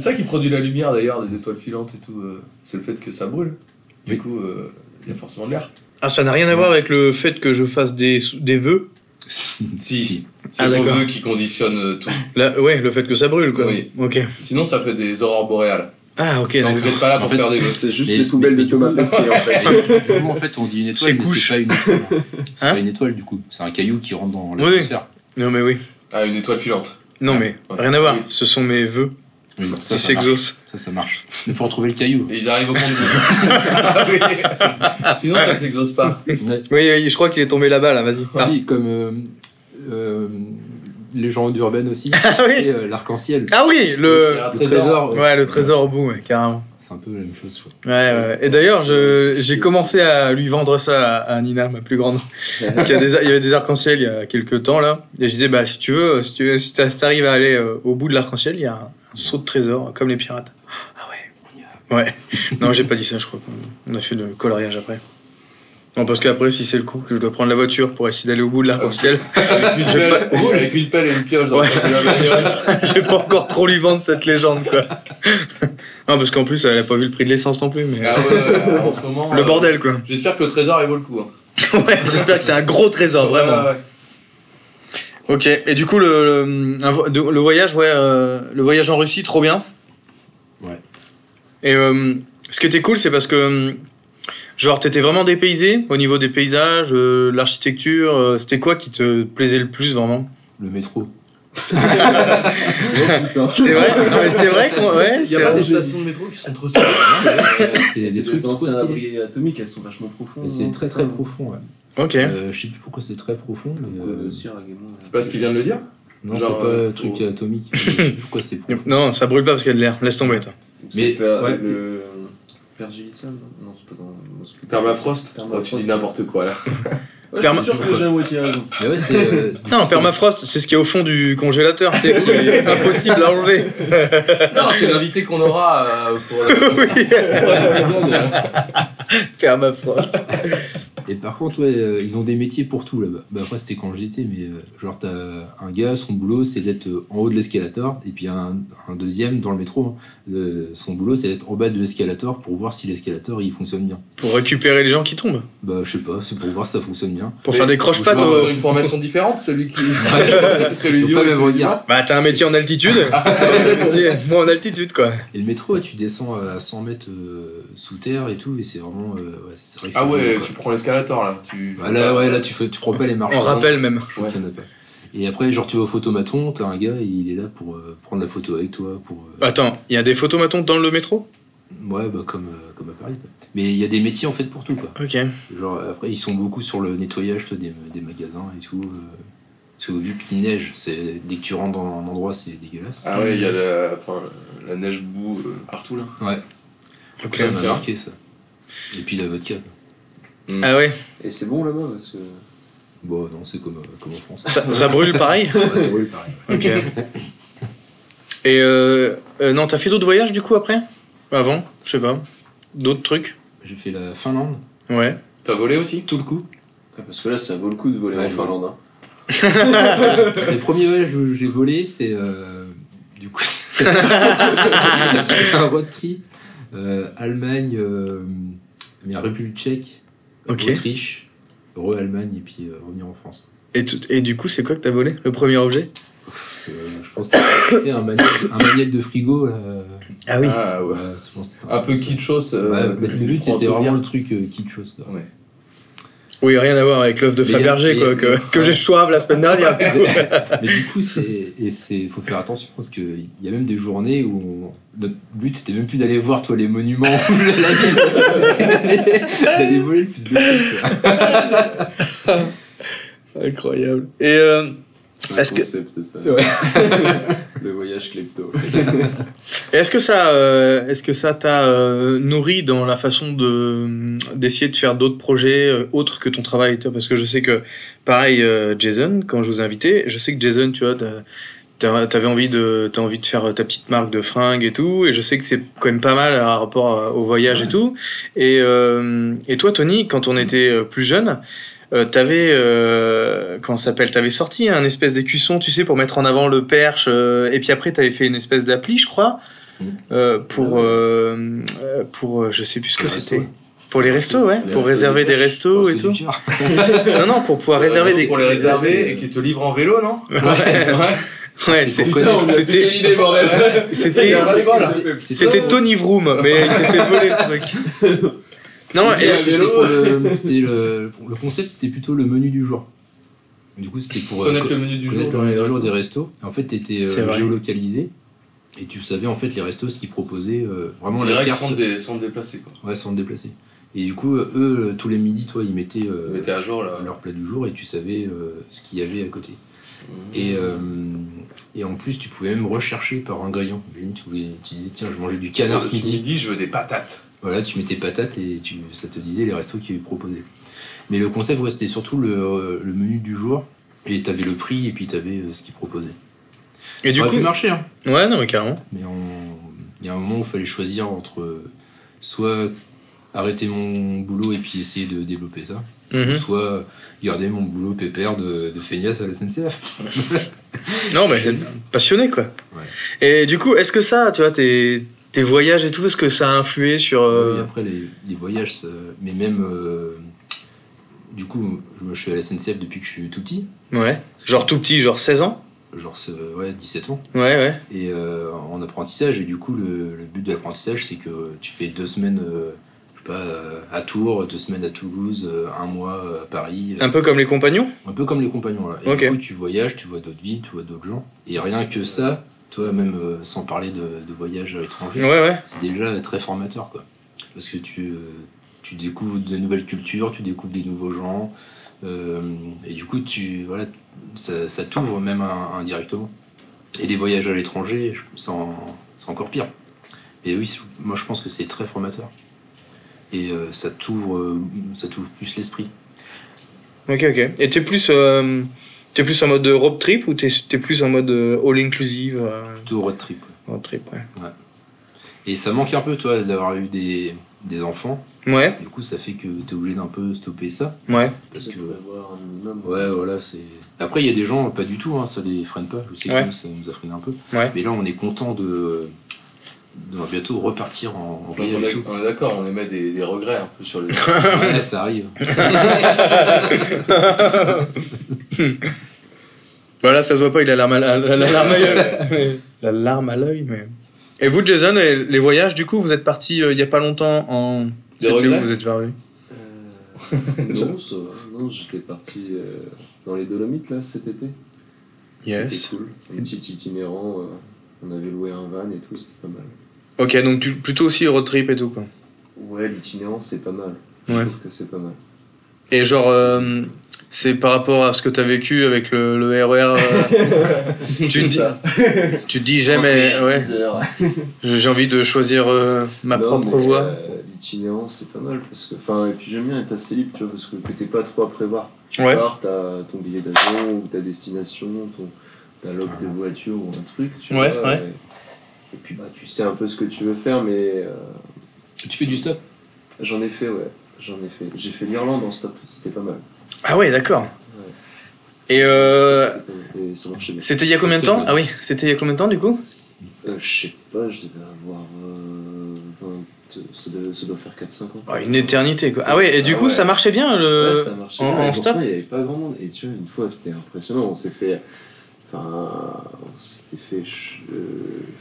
Speaker 4: ça qui produit la lumière d'ailleurs des étoiles filantes et tout. euh, c'est le fait que ça brûle. Du
Speaker 5: Oui.
Speaker 4: coup, euh, il y a forcément de l'air.
Speaker 2: Ah ça n'a rien à voir avec le fait que je fasse des, sou- des vœux
Speaker 4: Si. C'est
Speaker 2: Ah,
Speaker 4: le
Speaker 2: d'accord.
Speaker 4: vœu qui conditionne euh, tout.
Speaker 2: Là, Ouais le fait que ça brûle quoi
Speaker 4: Oui.
Speaker 2: Ok
Speaker 4: Sinon, ça fait des aurores boréales.
Speaker 2: Ah ok
Speaker 4: Donc,
Speaker 2: d'accord
Speaker 4: vous n'êtes pas là pour
Speaker 5: En fait,
Speaker 4: faire des vœux.
Speaker 3: C'est juste
Speaker 5: Mais-
Speaker 3: les poubelles
Speaker 5: mais-
Speaker 3: de Thomas Pesquet <laughs> en
Speaker 5: <laughs>
Speaker 3: fait.
Speaker 5: Du coup, en fait, on dit une
Speaker 2: C'est
Speaker 5: étoile, mais
Speaker 2: couche.
Speaker 5: c'est pas une étoile. C'est
Speaker 2: Hein
Speaker 5: pas une étoile, du coup. C'est un caillou qui rentre dans
Speaker 2: Oui.
Speaker 5: l'atmosphère.
Speaker 2: <laughs> Non mais oui
Speaker 4: Ah, une étoile filante.
Speaker 2: Non mais
Speaker 4: Ouais.
Speaker 2: rien à voir
Speaker 4: Oui.
Speaker 2: Ce sont mes vœux
Speaker 5: Oui, ça,
Speaker 2: qui
Speaker 5: ça marche.
Speaker 2: s'exaucent
Speaker 5: Ça, ça marche. Il faut retrouver le caillou.
Speaker 4: Et ils arrivent au compte de Sinon, ça s'exauce pas.
Speaker 2: Oui, oui, je crois qu'il est tombé là-bas, là, vas-y. Ah,
Speaker 5: Si, comme euh, euh, légende urbaine
Speaker 2: <laughs>
Speaker 5: aussi,
Speaker 2: Ah oui
Speaker 5: et, euh, l'arc-en-ciel,
Speaker 2: Ah oui, le...
Speaker 4: Ah,
Speaker 5: le trésor. euh,
Speaker 2: Ouais, le trésor au bout, ouais, carrément.
Speaker 5: C'est un peu la même chose.
Speaker 2: Ouais,
Speaker 5: quoi.
Speaker 2: ouais. Et d'ailleurs, je- j'ai commencé à lui vendre ça à, à Nina, ma plus grande. Parce qu'il y, a des- il y avait des arcs-en-ciel il y a quelques temps, là. Et je disais, bah, si tu veux, si tu si t'as- si t'arrives à aller euh, au bout de l'arc-en-ciel, il y a un, un saut de trésor, comme les pirates. Ah ouais, on y va. Ouais. Non, j'ai pas dit ça, je crois. qu'on- On a fait le coloriage après. Non, parce qu'après, si c'est le coup que je dois prendre la voiture pour essayer d'aller au bout de l'arc-en-ciel,
Speaker 4: Avec une,
Speaker 2: J'ai
Speaker 4: pelle, avec une pelle et une pioche dans
Speaker 2: Ouais.
Speaker 4: le coffre de la bagnole.
Speaker 2: <laughs> Je vais pas encore trop lui vendre cette légende, quoi. non, parce qu'en plus, elle a pas vu le prix de l'essence non plus, mais.
Speaker 4: Ah ouais, ouais, en ce moment.
Speaker 2: le
Speaker 4: euh,
Speaker 2: bordel, quoi.
Speaker 4: J'espère que le trésor, il vaut le coup. hein.
Speaker 2: ouais, j'espère que c'est un gros trésor, Ah, vraiment.
Speaker 4: Ouais, ouais.
Speaker 2: Ok, et du coup, le, le, un vo- de- le voyage, ouais, euh, le voyage en Russie, trop bien.
Speaker 5: Ouais.
Speaker 2: Et euh, ce qui était cool, c'est parce que, euh, genre, t'étais vraiment dépaysé au niveau des paysages, euh, de l'architecture. euh, C'était quoi qui te plaisait le plus, vraiment
Speaker 5: Le métro.
Speaker 3: Oh, putain.
Speaker 2: C'est vrai, non, mais c'est vrai qu'on. Ouais,
Speaker 4: Il y
Speaker 2: c'est
Speaker 4: a pas
Speaker 2: vrai.
Speaker 4: des stations de métro qui sont trop stylées.
Speaker 5: C'est
Speaker 3: C'est
Speaker 5: des trucs
Speaker 3: des
Speaker 5: trop
Speaker 3: anciens
Speaker 5: stylés.
Speaker 3: abris atomiques, elles sont vachement profondes.
Speaker 5: Et C'est
Speaker 3: hein,
Speaker 5: très
Speaker 3: ça.
Speaker 5: très
Speaker 2: Mmh.
Speaker 5: profond. ouais.
Speaker 2: Ok.
Speaker 5: Euh, je sais plus pourquoi c'est très profond, mais.
Speaker 3: Comme,
Speaker 5: euh,
Speaker 3: euh, Sierra Gaimont, là.
Speaker 4: C'est pas ce qu'il vient de le dire
Speaker 5: non, c'est
Speaker 4: genre,
Speaker 5: pas
Speaker 4: euh,
Speaker 5: un truc
Speaker 4: trop-
Speaker 2: <laughs>
Speaker 5: atomique. Je sais plus pourquoi c'est profond.
Speaker 2: Non, ça brûle pas parce qu'il y a de l'air. Laisse tomber, toi.
Speaker 3: C'est
Speaker 5: Mais-
Speaker 3: pas
Speaker 5: ouais.
Speaker 3: le. Pergélisol Non, c'est pas dans. non, c'est pas-
Speaker 4: Permafrost Oh, Tu dis n'importe quoi là.
Speaker 3: Ouais,
Speaker 2: Perma-
Speaker 3: Je suis sûr que j'ai à moitié raison.
Speaker 5: Mais ouais, c'est. euh, du
Speaker 2: Non,
Speaker 5: coup, c'est-
Speaker 2: permafrost, c'est ce qui est au fond du congélateur, tu sais, qui <laughs> est impossible à enlever.
Speaker 4: Non, c'est l'invité qu'on aura euh, pour la-
Speaker 2: oui.
Speaker 4: pour l'épisode.
Speaker 2: Permafrost.
Speaker 5: Et par contre, ouais, euh, ils ont des métiers pour tout là-bas. Bah, après, c'était quand j'étais, mais euh, genre, t'as un gars, son boulot, c'est d'être euh, en haut de l'escalator, et puis un, un deuxième dans le métro. hein. Euh, son boulot, c'est d'être en bas de l'escalator pour voir si l'escalator il fonctionne bien.
Speaker 2: Pour récupérer les gens qui tombent.
Speaker 5: Bah, je sais pas, c'est pour voir si ça fonctionne bien.
Speaker 2: Pour
Speaker 4: Mais-
Speaker 2: faire des
Speaker 4: Ou
Speaker 2: croche-pattes.
Speaker 4: je vois,
Speaker 2: au-
Speaker 4: ils ont une formation différente, celui qui. <laughs>
Speaker 5: Faut
Speaker 4: celui du haut
Speaker 5: pas
Speaker 4: et
Speaker 5: même
Speaker 4: celui du
Speaker 5: regarder.
Speaker 4: bas.
Speaker 2: Bah, t'as un métier en altitude. T'as un métier- Moi, en altitude, quoi.
Speaker 5: Et le métro, ouais, tu descends à 100 mètres euh, sous terre et tout, et c'est vraiment. euh, ouais, c'est vrai que
Speaker 4: Ah
Speaker 5: c'est
Speaker 4: ouais,
Speaker 5: joli, quoi.
Speaker 4: tu prends l'escalator là. Tu...
Speaker 5: Bah, là, ouais, là, tu, fais, tu prends pas les marches.
Speaker 2: On rappelle même.
Speaker 5: Je crois qu'il y en a pas. Et après, genre, tu vas au photomaton, t'as un gars, il est là pour euh, prendre la photo avec toi, pour. euh,
Speaker 2: Attends, il y a des photomatons dans le métro
Speaker 5: Ouais, bah comme, euh, comme à Paris. quoi. Mais il y a des métiers en fait pour tout quoi.
Speaker 2: Ok.
Speaker 5: Genre après ils sont beaucoup sur le nettoyage tu vois, des, des magasins et tout. euh, parce que vu qu'il neige, c'est dès que tu rentres dans un endroit c'est dégueulasse.
Speaker 4: Ah ouais, il y a la, enfin, la neige boue euh, partout là.
Speaker 2: Ok.
Speaker 5: ça
Speaker 4: c'est
Speaker 5: m'a
Speaker 4: vrai.
Speaker 5: marqué ça. Et puis la vodka. quoi.
Speaker 2: Ah ouais,
Speaker 3: Et c'est bon là-bas parce que.
Speaker 5: Bon non c'est comme, euh, comme en France.
Speaker 2: ça, ça brûle pareil
Speaker 5: Ouais, c'est vrai, pareil.
Speaker 2: Ok. Et euh, euh, non, t'as fait d'autres voyages du coup après Avant, je sais pas. D'autres trucs
Speaker 5: J'ai fait la Finlande,
Speaker 2: Ouais.
Speaker 4: T'as volé aussi
Speaker 5: tout le coup.
Speaker 3: Ah, Parce que là, ça vaut le coup de voler
Speaker 5: Ouais,
Speaker 3: en
Speaker 5: je
Speaker 3: Finlande. hein.
Speaker 5: Le premier voyage où j'ai volé, c'est. euh, du coup, c'est <laughs> un road trip. euh, Allemagne, euh, mais la République tchèque,
Speaker 2: Ok.
Speaker 5: Autriche, re-Allemagne et puis euh, revenir en France.
Speaker 2: Et, tout- et du coup, c'est quoi que t'as volé Le premier objet
Speaker 5: Euh, je pense que c'était un manuel, un manuel de frigo. là, euh,
Speaker 2: Ah
Speaker 4: Ah ouais.
Speaker 5: ouais, je pense que c'était
Speaker 4: Un peu
Speaker 5: truc comme ça.
Speaker 4: kitschos. euh,
Speaker 5: Ouais,
Speaker 4: comme
Speaker 5: mais
Speaker 4: tu
Speaker 5: le but
Speaker 4: prends en
Speaker 5: c'était
Speaker 4: souvenir.
Speaker 5: vraiment le truc euh, kitschos. quoi.
Speaker 4: Ouais.
Speaker 2: Oui, rien à voir avec l'œuf de
Speaker 5: Mais y a-
Speaker 2: Fabergé
Speaker 5: mais-
Speaker 2: quoi, que,
Speaker 5: mais-
Speaker 2: que j'ai choisi la semaine dernière.
Speaker 5: Mais du coup, c'est et c'est faut faire attention parce que il y a même des journées où on- notre but c'était même plus d'aller voir toi les monuments ou la ville, c'était d'aller- <laughs> d'aller voler le plus de trucs. quoi.
Speaker 2: Incroyable. Et euh,
Speaker 3: C'est un
Speaker 2: Est-ce que-
Speaker 3: concept ça.
Speaker 5: Ouais.
Speaker 3: <laughs> le voyage klepto.
Speaker 2: et est-ce que ça, euh, est-ce que ça t'a euh, nourri dans la façon de euh, d'essayer de faire d'autres projets euh, autres que ton travail, tu vois, parce que je sais que pareil, euh, Jason, quand je vous invitais, je sais que Jason, tu vois. t'as- t'as- T'avais envie de, t'as envie de faire euh, ta petite marque de fringues et tout, et je sais que c'est quand même pas mal à rapport à- au voyage et tout. Et, euh, et toi, Tony, quand on était euh, plus jeune, euh, t'avais, euh, comment ça s'appelle, t'avais sorti un espèce d'écusson, tu sais, pour mettre en avant le perche, euh, et puis après t'avais fait une espèce d'appli, je crois,
Speaker 5: Mm.
Speaker 2: euh, pour, euh, euh, pour, euh, je sais plus ce que
Speaker 5: Les
Speaker 2: c'était.
Speaker 5: restos.
Speaker 2: Pour les restos, ouais,
Speaker 3: Les
Speaker 2: pour
Speaker 3: restos
Speaker 2: réserver
Speaker 3: des
Speaker 2: des
Speaker 3: perches.
Speaker 2: restos
Speaker 5: Enfin,
Speaker 2: et
Speaker 5: c'était
Speaker 2: tout.
Speaker 5: dur.
Speaker 2: Non, non, pour pouvoir réserver des.
Speaker 4: Pour les réserver et qu'ils te livrent en vélo,
Speaker 5: <laughs>
Speaker 4: non Ouais.
Speaker 2: Ouais,
Speaker 5: c'est pour
Speaker 2: c'est-
Speaker 5: connaître.
Speaker 2: c'était,
Speaker 3: l'idée, bordel
Speaker 2: c'était,
Speaker 4: Voilà.
Speaker 5: C'est- hein.
Speaker 2: c'était Tony Vroom, mais il s'est fait voler le truc.
Speaker 5: <laughs>
Speaker 2: Non,
Speaker 5: c'était-
Speaker 2: et-
Speaker 5: c'était pour le, c'était le- le concept c'était plutôt le menu du jour. Du coup, c'était pour euh,
Speaker 4: Connaître
Speaker 5: co-
Speaker 4: le menu du jour.
Speaker 5: connaître
Speaker 4: dans
Speaker 5: le
Speaker 4: les
Speaker 5: menu du jour
Speaker 4: restos.
Speaker 5: des restos. En fait, t'étais
Speaker 2: C'est
Speaker 5: euh,
Speaker 2: vrai.
Speaker 5: géolocalisé et tu savais en fait les restos ce qu'ils proposaient euh, vraiment la
Speaker 4: Direct
Speaker 5: carte.
Speaker 4: sans, dé- sans te déplacer quoi.
Speaker 5: Ouais, sans te déplacer. Et du coup, euh, eux, euh, tous les midis, toi, ils mettaient, euh,
Speaker 4: Tu mettais à jour là.
Speaker 5: leur plat du jour et tu savais euh, ce qu'il y avait à côté.
Speaker 2: Mmh.
Speaker 5: Et, euh, et en plus, tu pouvais même rechercher par ingrédients. Imagine, Tu, voulais- tu disais, tiens, je mangeais du canard ce
Speaker 4: Ce
Speaker 5: midi.
Speaker 4: midi, je veux des patates.
Speaker 5: Voilà, tu mettais patates et tu, ça te disait les restos qu'ils proposaient. Mais le concept, ouais, c'était surtout le, euh, le menu du jour. Et t'avais le prix et puis t'avais euh, ce qu'ils proposaient.
Speaker 2: et du
Speaker 5: ça aurait
Speaker 2: coup,
Speaker 5: pu marcher, hein.
Speaker 2: ouais, non, mais carrément.
Speaker 5: Mais on- il y a un moment où il fallait choisir entre euh, soit arrêter mon boulot et puis essayer de développer ça,
Speaker 2: Mhm.
Speaker 5: soit euh, garder mon boulot pépère de, de feignasse à la SNCF.
Speaker 2: Non, mais passionné, quoi. Et du coup, est-ce que ça, tu vois, tes, tes voyages et tout, est-ce que ça a influé sur. euh,
Speaker 5: Oui, après, les, les voyages, ça- mais même. euh, du coup, je, je suis à la SNCF depuis que je suis tout petit,
Speaker 2: Ouais. Genre tout petit, genre 16 ans
Speaker 5: genre c'est- ouais, 17 ans,
Speaker 2: Ouais, ouais.
Speaker 5: et euh, en apprentissage. Et du coup, le, le but de l'apprentissage, c'est que tu fais deux semaines. euh, je sais pas, euh, à Tours, deux semaines à Toulouse, euh, un mois euh, à Paris. euh,
Speaker 2: Un peu comme les compagnons
Speaker 5: Un peu comme les compagnons là. Et
Speaker 2: Ah. Ok.
Speaker 5: du coup, tu voyages, tu vois d'autres villes, tu vois d'autres gens. Et rien que ça, toi, même euh, sans parler de, de voyage à l'étranger,
Speaker 2: Ouais, ouais.
Speaker 5: c'est déjà très formateur quoi. Parce que tu, euh, tu découvres de nouvelles cultures, tu découvres des nouveaux gens. euh, et du coup, tu, voilà, ça, ça t'ouvre même un- indirectement. Et les voyages à l'étranger, je- c'est en- c'est encore pire. Et oui, c'est- moi je pense que c'est très formateur. Et euh, ça t'ouvre euh, ça t'ouvre plus l'esprit.
Speaker 2: Ok, ok. Et t'es plus. euh, T'es plus en mode road trip ou t'es t'es plus en mode euh, all inclusive euh,
Speaker 5: Plutôt road trip.
Speaker 2: road trip, ouais.
Speaker 5: Et ça manque un peu, toi, d'avoir eu des, des enfants.
Speaker 2: Ouais,
Speaker 5: Du coup, ça fait que t'es obligé d'un peu stopper ça.
Speaker 2: ouais.
Speaker 5: Parce que,
Speaker 3: Tu peux avoir un minimum.
Speaker 5: ouais, voilà, c'est. Après, il y a des gens, pas du tout, hein, ça les freine pas. Je sais que
Speaker 2: Ouais.
Speaker 5: nous, ça nous a freiné un peu.
Speaker 2: Ouais.
Speaker 5: Mais là, on est content de. de bientôt repartir en, en
Speaker 4: On
Speaker 5: voyage et
Speaker 4: est
Speaker 5: tout.
Speaker 4: on est d'accord, on émet des, des regrets un peu
Speaker 5: <laughs>
Speaker 4: sur les.
Speaker 5: Ouais, ça arrive.
Speaker 2: Voilà, Bah, ça se voit pas, il a l'arme à la- la- la larme à l'œil. <laughs> La larme à l'œil, mais. Et vous, Jason, et les voyages, du coup, vous êtes parti euh, il y a pas longtemps en. C'était où
Speaker 4: regrets
Speaker 2: vous êtes parti
Speaker 3: Euh, non, ça va. non, j'étais parti euh, dans les Dolomites là cet été.
Speaker 2: Yes.
Speaker 3: C'était cool. Un petit itinérant. euh, on avait loué un van et tout, c'était pas mal.
Speaker 2: Ok, donc tu- plutôt aussi road trip et tout, quoi.
Speaker 3: Ouais, l'itinérant c'est pas mal.
Speaker 2: Ouais.
Speaker 3: Je trouve que c'est pas mal.
Speaker 2: Et genre, euh, c'est par rapport à ce que t'as vécu avec le, le RER. <laughs> euh, tu, te dis, tu te dis jamais, ouais, j'ai envie de choisir euh, ma
Speaker 3: Non,
Speaker 2: propre
Speaker 3: mais,
Speaker 2: voie.
Speaker 3: euh, L'itinérance, c'est pas mal parce que. Enfin, et puis j'aime bien être assez libre, tu vois, parce que t'es pas trop à prévoir. Tu
Speaker 2: Ouais.
Speaker 3: pars, t'as ton billet d'avion ou ta destination, ton, ta loque de voiture ou un truc, tu
Speaker 2: Ouais,
Speaker 3: vois.
Speaker 2: ouais.
Speaker 3: Et, et puis bah, tu sais un peu ce que tu veux faire, mais euh,
Speaker 5: tu fais du stop
Speaker 3: j'en ai fait, ouais. J'en ai fait. J'ai fait l'Irlande en stop, c'était pas mal.
Speaker 2: Ah ouais, d'accord. Et euh,
Speaker 3: C'était pas mal. Et ça marchait bien.
Speaker 2: c'était il y a combien de temps Ah oui, c'était il y a combien de temps du coup
Speaker 3: Euh, je sais pas, je devais avoir. euh, 20 ça, doit, ça doit faire 4-5 ans.
Speaker 2: Oh, Une éternité quoi. Ah ouais, et du
Speaker 4: Ah
Speaker 2: coup
Speaker 4: ouais.
Speaker 2: ça marchait bien le.
Speaker 3: Ouais, ça marchait
Speaker 2: Euh, en-
Speaker 3: bien.
Speaker 2: en
Speaker 3: Et
Speaker 2: stop
Speaker 3: pourtant, Il n'y avait pas grand monde. Et tu vois, une fois, c'était impressionnant. On s'est fait. Enfin, on s'était fait ch- euh,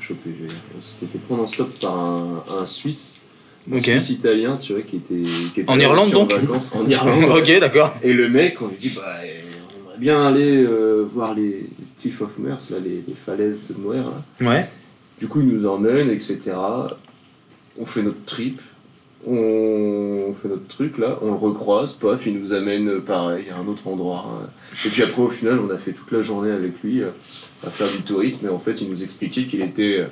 Speaker 3: choper. je veux dire. On s'était fait prendre en stop par un, un Suisse. Un
Speaker 2: Ok.
Speaker 3: Suisse italien, tu vois, qui était. qui était
Speaker 2: En
Speaker 3: là
Speaker 2: Irlande,
Speaker 3: aussi
Speaker 2: donc
Speaker 3: En
Speaker 2: <laughs>
Speaker 3: vacances en Irlande.
Speaker 2: ok, d'accord.
Speaker 3: Et le mec, on lui dit, bah, euh, on aimerait bien aller euh, voir les Cliff of Mers, là, les, les falaises de Moher. là.
Speaker 2: Ouais.
Speaker 3: Du coup, il nous emmène, etc. On fait notre trip. On fait notre truc là, on le recroise, paf, il nous amène euh, pareil à un autre endroit. hein. Et puis après, au final, on a fait toute la journée avec lui euh, à faire du tourisme. Et en fait, il nous expliquait qu'il était euh,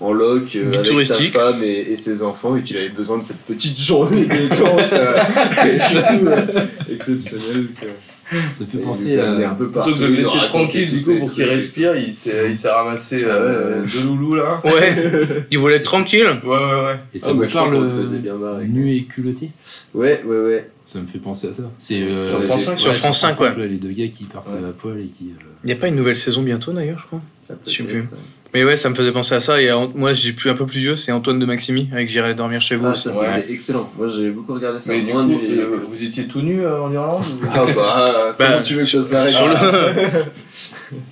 Speaker 3: en loc euh,
Speaker 2: Du
Speaker 3: avec
Speaker 2: touristique.
Speaker 3: sa femme et, et ses enfants et qu'il avait besoin de cette petite journée détente
Speaker 5: <laughs>
Speaker 3: euh, et du coup, euh, exceptionnelle. que-
Speaker 5: Ça
Speaker 3: et
Speaker 5: fait
Speaker 3: il
Speaker 5: penser
Speaker 3: nous amenait
Speaker 5: à.
Speaker 3: un peu
Speaker 4: Plutôt que de le laisser tranquille du coup pour qu'il
Speaker 3: reste
Speaker 4: respire, il s'est il s'est
Speaker 2: Ah
Speaker 4: ramassé euh,
Speaker 3: ouais.
Speaker 4: de loulou là.
Speaker 3: <laughs>
Speaker 2: Ouais. Il voulait être tranquille.
Speaker 4: Ouais, ouais, ouais.
Speaker 3: Ah,
Speaker 5: Et ça me parle euh,
Speaker 3: faisait bien marrer.
Speaker 5: nu et culotté
Speaker 3: Ouais, ouais, ouais.
Speaker 5: Ça me fait penser à ça. C'est. euh,
Speaker 4: Sur France
Speaker 5: les-
Speaker 4: 5,
Speaker 2: sur France 5, ouais.
Speaker 5: là, Les deux gars qui partent
Speaker 4: Ouais.
Speaker 5: à poil et qui. euh,
Speaker 2: Il n'y a pas une nouvelle saison bientôt d'ailleurs, je crois.
Speaker 3: Ça peut
Speaker 2: Je sais
Speaker 3: être, euh,
Speaker 2: plus.
Speaker 3: ouais.
Speaker 2: Mais ouais, ça me faisait penser à ça. Et à- moi, j'ai plus un peu plus vieux, c'est Antoine de Maximi avec J'irai dormir chez vous.
Speaker 3: Ah, ça,
Speaker 4: Ouais.
Speaker 3: c'était excellent. Moi, j'ai beaucoup regardé ça.
Speaker 4: Mais du
Speaker 3: moins
Speaker 4: coup,
Speaker 3: du-
Speaker 4: euh, vous étiez tout nu euh, en Irlande ou-
Speaker 3: Ah, <laughs>
Speaker 2: Bah,
Speaker 3: bah, comment tu veux que ça s'arrête <laughs>
Speaker 2: sur, le...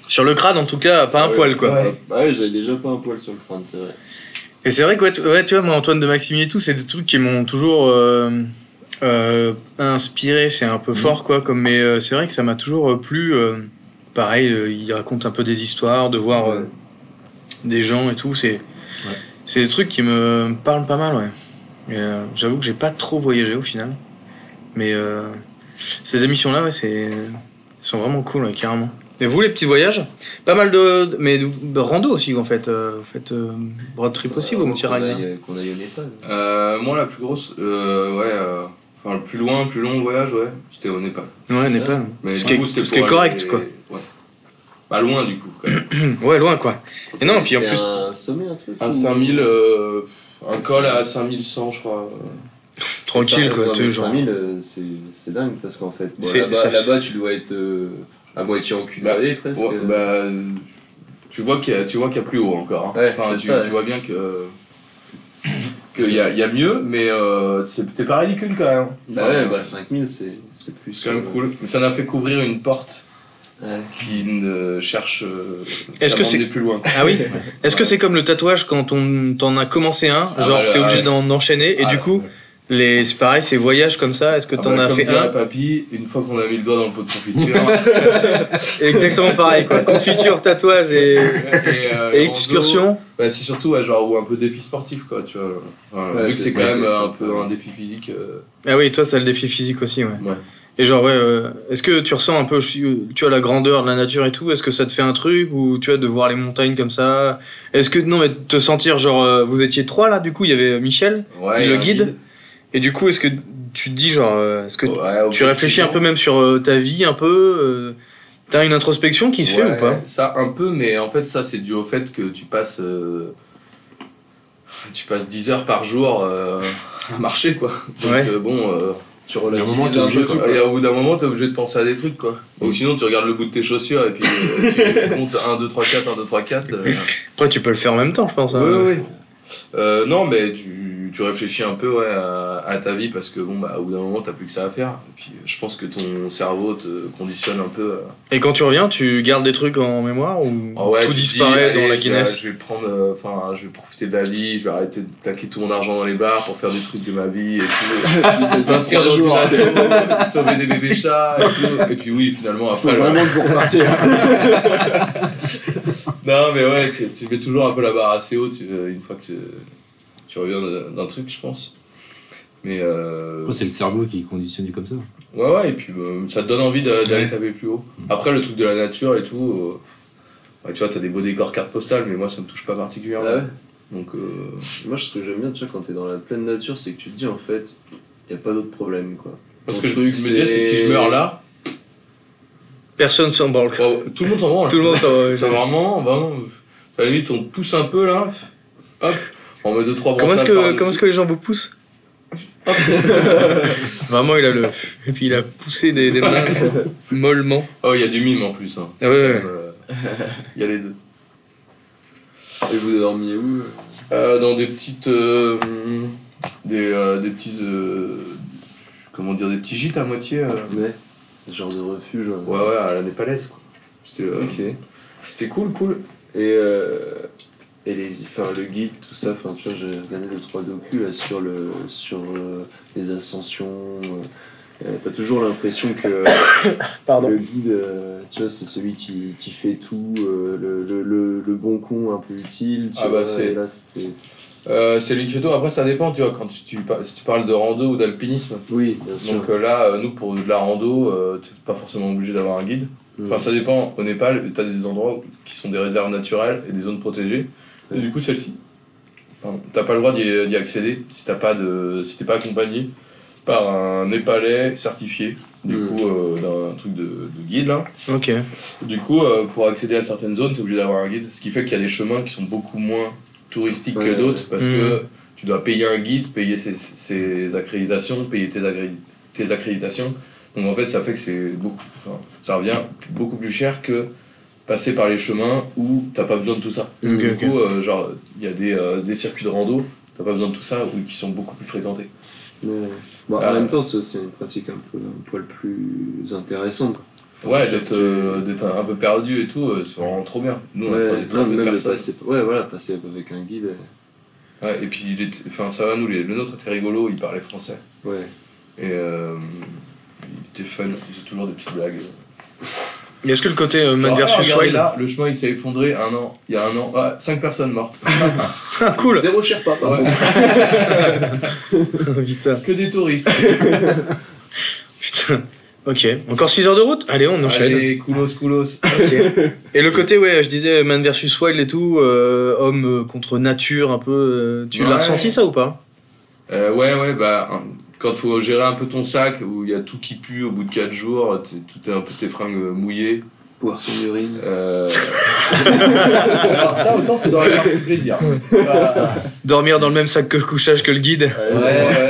Speaker 2: sur le crâne, en tout cas, pas un
Speaker 3: Ah ouais.
Speaker 2: poil quoi.
Speaker 3: Ouais, Bah ouais, j'avais déjà pas un poil sur le crâne, c'est vrai.
Speaker 2: Et c'est vrai que, ouais, tu- ouais, tu vois, moi, Antoine de Maximi et tout, c'est des trucs qui m'ont toujours euh, euh, inspiré, c'est un peu fort, quoi. Comme, mais euh, c'est vrai que ça m'a toujours euh, plu. euh, pareil, euh, il raconte un peu des histoires, de voir euh,
Speaker 3: Ouais.
Speaker 2: des gens et tout. C'est c'est des trucs qui me parlent pas mal, ouais. Et, euh, J'avoue que j'ai pas trop voyagé au final. Mais euh, ces émissions-là, ouais, c'est elles sont vraiment cool, ouais, carrément. Et vous, les petits voyages Pas mal de. Mais de rando aussi, en fait. euh, Vous faites euh, road trip aussi, vous,
Speaker 3: Avant
Speaker 2: mon petit
Speaker 3: qu'on
Speaker 2: Ryan
Speaker 3: aille- Qu'on aille au Népal.
Speaker 4: Euh, Moi, la plus grosse, euh, ouais, euh, enfin le plus loin, plus long voyage, ouais, c'était au Népal.
Speaker 2: Ouais, Népal.
Speaker 4: Mais
Speaker 2: Ce
Speaker 4: du
Speaker 2: qui est-
Speaker 4: coup, c'était
Speaker 2: ce
Speaker 4: pour
Speaker 2: qui est
Speaker 4: aller-
Speaker 2: correct, quoi.
Speaker 4: Ouais. Pas loin du coup. Quand même.
Speaker 2: Ouais, loin, quoi. Et non, puis en
Speaker 3: C'était
Speaker 2: plus-
Speaker 3: un sommet, un truc
Speaker 4: Un
Speaker 3: ou-
Speaker 4: 5000, euh, un
Speaker 3: Ouais,
Speaker 4: col
Speaker 3: c'est-
Speaker 4: à 5100, je crois. euh.
Speaker 2: Tranquille,
Speaker 3: Ça,
Speaker 2: quoi.
Speaker 3: non,
Speaker 2: tu
Speaker 3: mais
Speaker 2: sais, genre.
Speaker 3: 5000, euh, c'est c'est dingue parce qu'en fait, bon,
Speaker 2: C'est- ça-
Speaker 3: là-bas, là-bas, tu dois être euh, à moitié enculé presque.
Speaker 4: Ouais, bah, tu vois qu'il y, a- tu vois qu'il y a plus haut encore. hein.
Speaker 3: Ouais,
Speaker 4: Enfin,
Speaker 3: c'est
Speaker 4: tu,
Speaker 3: ça,
Speaker 4: tu
Speaker 3: ouais.
Speaker 4: vois bien que.
Speaker 3: <coughs>
Speaker 4: qu'il y a, il y a mieux, mais euh, c'est- t'es pas ridicule quand même.
Speaker 3: Bah ouais, bah 5000, c'est c'est plus.
Speaker 4: C'est quand même
Speaker 3: euh,
Speaker 4: cool. Mais ça m'a fait couvrir une porte
Speaker 3: ouais.
Speaker 4: qui ne cherche. euh,
Speaker 2: Est-ce
Speaker 4: à
Speaker 2: que c'est-
Speaker 4: m'emmener plus loin.
Speaker 2: Ah oui Est-ce que c'est comme le tatouage quand on t'en a commencé un
Speaker 4: Ah
Speaker 2: Genre,
Speaker 4: bah là,
Speaker 2: t'es obligé
Speaker 4: ouais.
Speaker 2: d'en enchaîner. Et
Speaker 4: Ah
Speaker 2: du
Speaker 4: là,
Speaker 2: coup, les... c'est pareil, ces voyages comme ça, est-ce que
Speaker 4: Ah
Speaker 2: t'en
Speaker 4: bah,
Speaker 2: as
Speaker 4: comme
Speaker 2: fait
Speaker 4: dirait
Speaker 2: un
Speaker 4: papy, une fois qu'on a mis le doigt dans le pot de confiture.
Speaker 2: <laughs> Exactement pareil, quoi. Confiture, tatouage et,
Speaker 4: et, euh,
Speaker 2: et
Speaker 4: rando,
Speaker 2: excursion.
Speaker 4: Bah, c'est surtout ouais, genre ou un peu défi sportif quoi, tu vois. Voilà.
Speaker 3: Ouais,
Speaker 4: Vu que
Speaker 3: c'est
Speaker 4: c'est quand
Speaker 3: ça,
Speaker 4: même
Speaker 3: c'est
Speaker 4: euh, un
Speaker 3: ça.
Speaker 4: peu un défi physique. euh,
Speaker 2: Ah oui, toi, t'as le défi physique aussi, ouais.
Speaker 4: ouais.
Speaker 2: Et genre, ouais, euh, est-ce que tu ressens un peu, je suis- tu vois, la grandeur de la nature et tout Est-ce que ça te fait un truc Ou tu vois, de voir les montagnes comme ça Est-ce que, non, mais te sentir, genre, euh, vous étiez trois là, du coup, il y avait Michel
Speaker 4: Ouais,
Speaker 2: Le
Speaker 4: il y a un
Speaker 2: guide Et du coup, est-ce que tu te dis, genre, euh, est-ce que
Speaker 4: Ouais, au
Speaker 2: tu
Speaker 4: bout
Speaker 2: réfléchis
Speaker 4: du
Speaker 2: un peu même sur euh, ta vie, un peu euh, T'as une introspection qui se fait
Speaker 4: Ouais,
Speaker 2: ou pas
Speaker 4: Ça un peu, mais en fait ça c'est dû au fait que tu passes. euh, tu passes 10 heures par jour euh, <laughs> à marcher, quoi. Donc,
Speaker 2: Ouais.
Speaker 4: euh, bon, euh,
Speaker 3: Tu
Speaker 4: il y a un
Speaker 3: relativises
Speaker 4: moment, t'es
Speaker 3: un
Speaker 4: obligé,
Speaker 3: peu tout.
Speaker 4: quoi. Mm.
Speaker 3: quoi.
Speaker 4: Et au bout d'un moment, t'es obligé de penser à des trucs, quoi. Ou sinon, tu regardes le bout de tes chaussures et
Speaker 2: <laughs>
Speaker 4: puis euh, tu comptes 1, 2, 3, 4, 1, 2, 3, 4. euh,
Speaker 2: Après, tu peux le faire en même temps, je pense. hein.
Speaker 4: oui, oui. Euh, non, mais tu, tu réfléchis un peu ouais, à, à ta vie parce que, bon, bah, au bout d'un moment, t'as plus que ça à faire. Et puis, je pense que ton cerveau te conditionne un peu. à-
Speaker 2: Et quand tu reviens, tu gardes des trucs en mémoire ou
Speaker 4: Ah ouais,
Speaker 2: tout
Speaker 4: tu te dis,
Speaker 2: disparaît
Speaker 4: allez,
Speaker 2: dans la
Speaker 4: je vais-
Speaker 2: Guinness
Speaker 4: Je vais, prendre, euh, enfin, je vais profiter de la vie, je vais arrêter de plaquer tout mon argent dans les bars pour faire des trucs de ma vie
Speaker 3: <laughs>
Speaker 4: et tout.
Speaker 3: Mais c'est pas
Speaker 4: <laughs> M'inscrire dans une
Speaker 3: jours.
Speaker 4: asso,
Speaker 3: C'est
Speaker 4: euh, <laughs> sauver des bébés chats et tout. Et puis oui, finalement,
Speaker 3: faut
Speaker 4: après, le-
Speaker 3: vraiment pour repartir.
Speaker 4: <laughs> Non, mais ouais, tu, tu mets toujours un peu la barre assez haut tu- euh, une fois que tu- tu reviens d'un- d'un truc, je pense. Mais euh,
Speaker 5: Après, c'est le cerveau qui est conditionné comme ça.
Speaker 4: ouais, ouais, et puis euh, ça te donne envie d'a- d'aller taper plus haut. Après, le truc de la nature et tout, euh, ouais, tu vois, t'as des beaux décors cartes postales, mais moi ça me touche pas particulièrement.
Speaker 3: Ah ouais.
Speaker 4: Donc, euh,
Speaker 3: Moi, ce que j'aime bien, tu vois, quand t'es dans la pleine nature, c'est que tu te dis, en fait, y a pas d'autre problème, quoi.
Speaker 4: parce
Speaker 3: Mon
Speaker 4: que je,
Speaker 3: truc,
Speaker 4: je me disais,
Speaker 3: c'est-
Speaker 4: c'est si je meurs là,
Speaker 2: Personne s'en branle.
Speaker 4: bon, tout le monde s'en
Speaker 2: <laughs>
Speaker 4: branle.
Speaker 2: Tout le monde s'en
Speaker 4: Ça
Speaker 2: branle.
Speaker 4: vraiment, vraiment, à la limite, on te pousse un peu là, hop, on met deux, trois
Speaker 2: Comment est-ce
Speaker 4: branchages
Speaker 2: que,
Speaker 4: par-dessus.
Speaker 2: comment est-ce que les gens vous poussent
Speaker 4: <laughs>
Speaker 2: Vraiment, il a le. Et puis il a poussé des, des mains mollement.
Speaker 4: Oh, il y a du mime en plus. hein.
Speaker 2: Ah ouais, ouais.
Speaker 4: Euh, Il y a les deux.
Speaker 3: Et vous dormiez où
Speaker 4: Euh, dans des petites euh, des, euh, des petits euh, comment dire des petits gîtes à moitié euh,
Speaker 3: Ouais. Ce Genre de refuge. hein.
Speaker 4: ouais ouais à la népalaise quoi c'était euh,
Speaker 3: Ok. Et
Speaker 4: c'était cool cool
Speaker 3: euh, et les, enfin, le guide, tout ça. Enfin, tu vois, j'ai regardé deux trois docus là sur le, sur euh, les ascensions. euh, euh, T'as toujours l'impression que euh,
Speaker 2: Pardon.
Speaker 3: le guide, euh, tu vois, c'est celui qui, qui fait tout, euh, le, le, le, le bon con un peu utile. Tu
Speaker 4: Ah bah,
Speaker 3: vois,
Speaker 4: c'est-
Speaker 3: et là, c'était.
Speaker 4: Euh, c'est lui qui fait tout après ça dépend tu vois quand tu, tu par- si tu parles de rando ou d'alpinisme
Speaker 3: Oui, bien sûr.
Speaker 4: donc euh, là euh, nous pour de la rando euh, t'es pas forcément obligé d'avoir un guide
Speaker 3: Mm.
Speaker 4: euh, Enfin, ça dépend. Au Népal, tu as des endroits où- qui sont des réserves naturelles et des zones protégées. Et du coup, celle-ci, pardon, t'as pas le droit d'y d'y accéder si t'as pas de, si t'es pas accompagné par un Népalais certifié. Du
Speaker 3: Mm.
Speaker 4: coup, euh, d'un truc de, de guide là.
Speaker 2: Ok.
Speaker 4: Du coup, euh, pour accéder à certaines zones, t'es obligé d'avoir un guide. Ce qui fait qu'il y a des chemins qui sont beaucoup moins touristiques
Speaker 3: Ouais,
Speaker 4: que d'autres parce
Speaker 2: Mm.
Speaker 4: que tu dois payer un guide, payer ses, ses accréditations, payer tes, agré- tes accréditations. Donc en fait, ça fait que c'est beaucoup, enfin, ça revient beaucoup plus cher que passer par les chemins où t'as pas besoin de tout ça.
Speaker 2: Ok,
Speaker 4: du
Speaker 2: ok.
Speaker 4: coup, euh, genre, il y a des, euh, des circuits de rando, t'as pas besoin de tout ça ou qui sont beaucoup plus fréquentés.
Speaker 3: Mais- bon,
Speaker 4: Ah.
Speaker 3: en même temps, c'est aussi une pratique un peu un poil plus intéressante. quoi.
Speaker 4: Ouais, d'être euh, d'être un peu perdu et tout, euh, c'est vraiment trop bien. Nous, on a
Speaker 3: ouais,
Speaker 4: croisé très
Speaker 3: non,
Speaker 4: peu de
Speaker 3: même de
Speaker 4: personnes.
Speaker 3: passer, ouais, voilà, passer avec un guide. euh,
Speaker 4: Ouais, et puis il était- enfin, ça va, nous, les- le nôtre était rigolo, il parlait français.
Speaker 3: euh, Ouais.
Speaker 4: Et euh, il était fun, il faisait toujours des petites blagues.
Speaker 2: Mais est-ce que le côté euh, Man
Speaker 4: Ah,
Speaker 2: versus
Speaker 4: regardez
Speaker 2: Wild.
Speaker 4: là, le chemin il s'est effondré un an, il y a un an, ah, 5 personnes mortes. <laughs>
Speaker 2: Ah, <laughs> cool
Speaker 3: Zéro Sherpa, par
Speaker 4: Ouais.
Speaker 3: contre.
Speaker 2: Oh, Putain,
Speaker 4: que des touristes.
Speaker 2: putain. Ok. Encore 6 heures de route Allez, <laughs> on enchaîne.
Speaker 4: Allez, coulos, coulos. <laughs>
Speaker 2: Ok. Et le côté, ouais, je disais Man versus Wild et tout, euh, homme euh, contre nature un peu. euh, tu
Speaker 4: Ouais.
Speaker 2: l'as ressenti ça ou pas
Speaker 4: Euh, ouais, ouais, bah, un- quand faut gérer un peu ton sac, où il y a tout qui pue au bout de 4 jours, t'es- tout est un peu tes fringues mouillées.
Speaker 3: Poisson d'urine.
Speaker 4: Euh... Alors, ça, autant c'est dans la partie plaisir.
Speaker 2: Dormir dans le même sac que le couchage que le guide
Speaker 4: Ouais,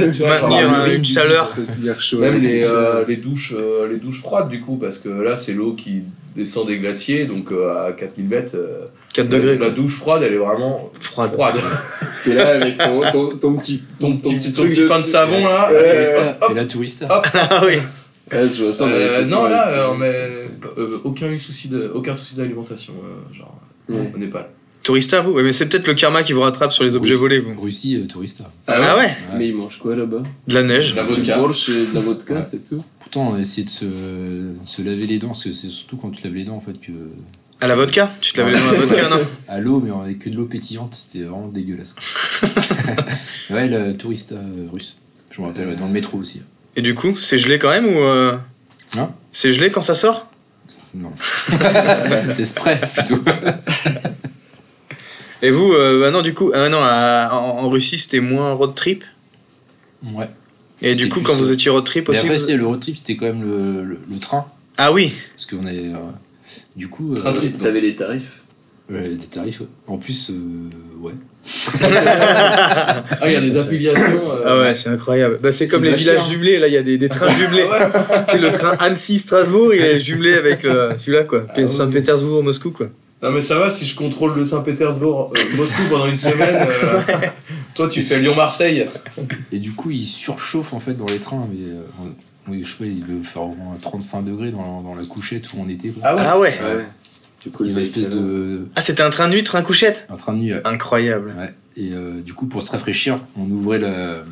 Speaker 4: ouais, tu vois, genre,
Speaker 2: Maintenir
Speaker 4: le-
Speaker 2: un- une chaleur
Speaker 3: C'est Hyper chaud.
Speaker 4: Même les, euh,
Speaker 3: euh,
Speaker 4: les, douches, euh, les douches froides, du coup, parce que là, c'est l'eau qui descend des glaciers, donc euh, à 4000 mètres. euh,
Speaker 2: 4 degrés,
Speaker 4: la,
Speaker 2: quoi.
Speaker 4: la douche froide, elle est vraiment
Speaker 2: Froide.
Speaker 4: froide.
Speaker 3: T'es là avec ton, ton, ton petit.
Speaker 4: ton, petit,
Speaker 3: petit
Speaker 4: ton
Speaker 3: truc
Speaker 4: petit
Speaker 3: de-
Speaker 4: pain de savon, là.
Speaker 3: Ouais,
Speaker 4: tu
Speaker 3: ouais,
Speaker 4: restes-
Speaker 3: ouais.
Speaker 4: hop,
Speaker 5: Et la tourista.
Speaker 2: Ah oui
Speaker 3: Ouais, je vois ça, on avait
Speaker 4: Euh,
Speaker 3: fait ça
Speaker 4: non,
Speaker 3: avec-
Speaker 4: là, euh, on a euh, aucun souci de- aucun souci d'alimentation, euh, genre
Speaker 3: Ouais.
Speaker 4: au Népal.
Speaker 2: Tourista, vous Ouais, mais c'est peut-être le karma qui vous rattrape sur les objets
Speaker 5: Oui.
Speaker 2: volés, vous.
Speaker 5: Russie, euh, tourista.
Speaker 2: Ah ouais
Speaker 3: Mais ils mangent quoi là-bas
Speaker 2: De la neige
Speaker 4: La
Speaker 3: Du
Speaker 4: vodka.
Speaker 3: borscht et de la vodka,
Speaker 5: Ouais.
Speaker 3: c'est tout.
Speaker 5: Pourtant, on a essayé de se, de se laver les dents, parce que c'est surtout quand tu te laves les dents en fait que.
Speaker 2: À la vodka Tu te l'avais dans la vodka, <laughs> non
Speaker 5: À l'eau, mais avec que de l'eau pétillante, c'était vraiment dégueulasse.
Speaker 2: <laughs>
Speaker 5: ouais, le tourista euh, russe. Je me rappelle, ouais, dans le métro aussi.
Speaker 2: Et du coup, c'est gelé quand même ou. euh,
Speaker 5: Hein
Speaker 2: C'est gelé quand ça sort
Speaker 5: Non.
Speaker 2: <laughs>
Speaker 5: c'est spray plutôt.
Speaker 2: Et vous, euh, bah non, du coup, ah non, à- en, en Russie c'était moins road trip.
Speaker 5: Ouais.
Speaker 2: Et du
Speaker 5: C'était
Speaker 2: coup,
Speaker 5: plus
Speaker 2: quand vous
Speaker 5: ça.
Speaker 2: étiez road trip
Speaker 5: Mais
Speaker 2: aussi.
Speaker 5: après,
Speaker 2: vous-
Speaker 5: si, le road trip, c'était quand même le, le- le train.
Speaker 2: Ah oui
Speaker 5: Parce qu'on est. euh, du coup. euh,
Speaker 4: Train trip.
Speaker 3: T'avais les tarifs.
Speaker 5: Ouais, des tarifs, ouais. En plus, euh, ouais.
Speaker 4: Ah, il y a des affiliations. euh,
Speaker 2: Ah ouais, c'est incroyable. Bah, c'est
Speaker 5: C'est
Speaker 2: comme
Speaker 5: de
Speaker 2: les
Speaker 5: la
Speaker 2: villages
Speaker 5: chair.
Speaker 2: jumelés, là, il y a des, des <laughs> trains jumelés. T'sais, le train Annecy-Strasbourg, il est jumelé avec euh, celui-là, quoi.
Speaker 4: Ah oui.
Speaker 2: Saint-Pétersbourg-Moscou, quoi.
Speaker 4: Non, mais ça va, si je contrôle le Saint-Pétersbourg, euh, Moscou pendant une semaine, euh, toi tu fais Lyon-Marseille.
Speaker 5: Et du coup, il surchauffe en fait dans les trains. Mais euh, on- oui, je sais pas, il veut faire au moins 35 degrés dans la, dans la couchette ou en été. Quoi.
Speaker 4: Ah ouais
Speaker 2: Ah ouais.
Speaker 3: Ouais. Du coup,
Speaker 5: il y a une
Speaker 3: mec,
Speaker 5: espèce
Speaker 3: euh,
Speaker 5: de.
Speaker 2: Ah, c'était un train de nuit, train couchette.
Speaker 5: un train de nuit. ouais.
Speaker 2: Incroyable.
Speaker 5: Ouais. Et euh, du coup, pour se rafraîchir, on ouvrait la,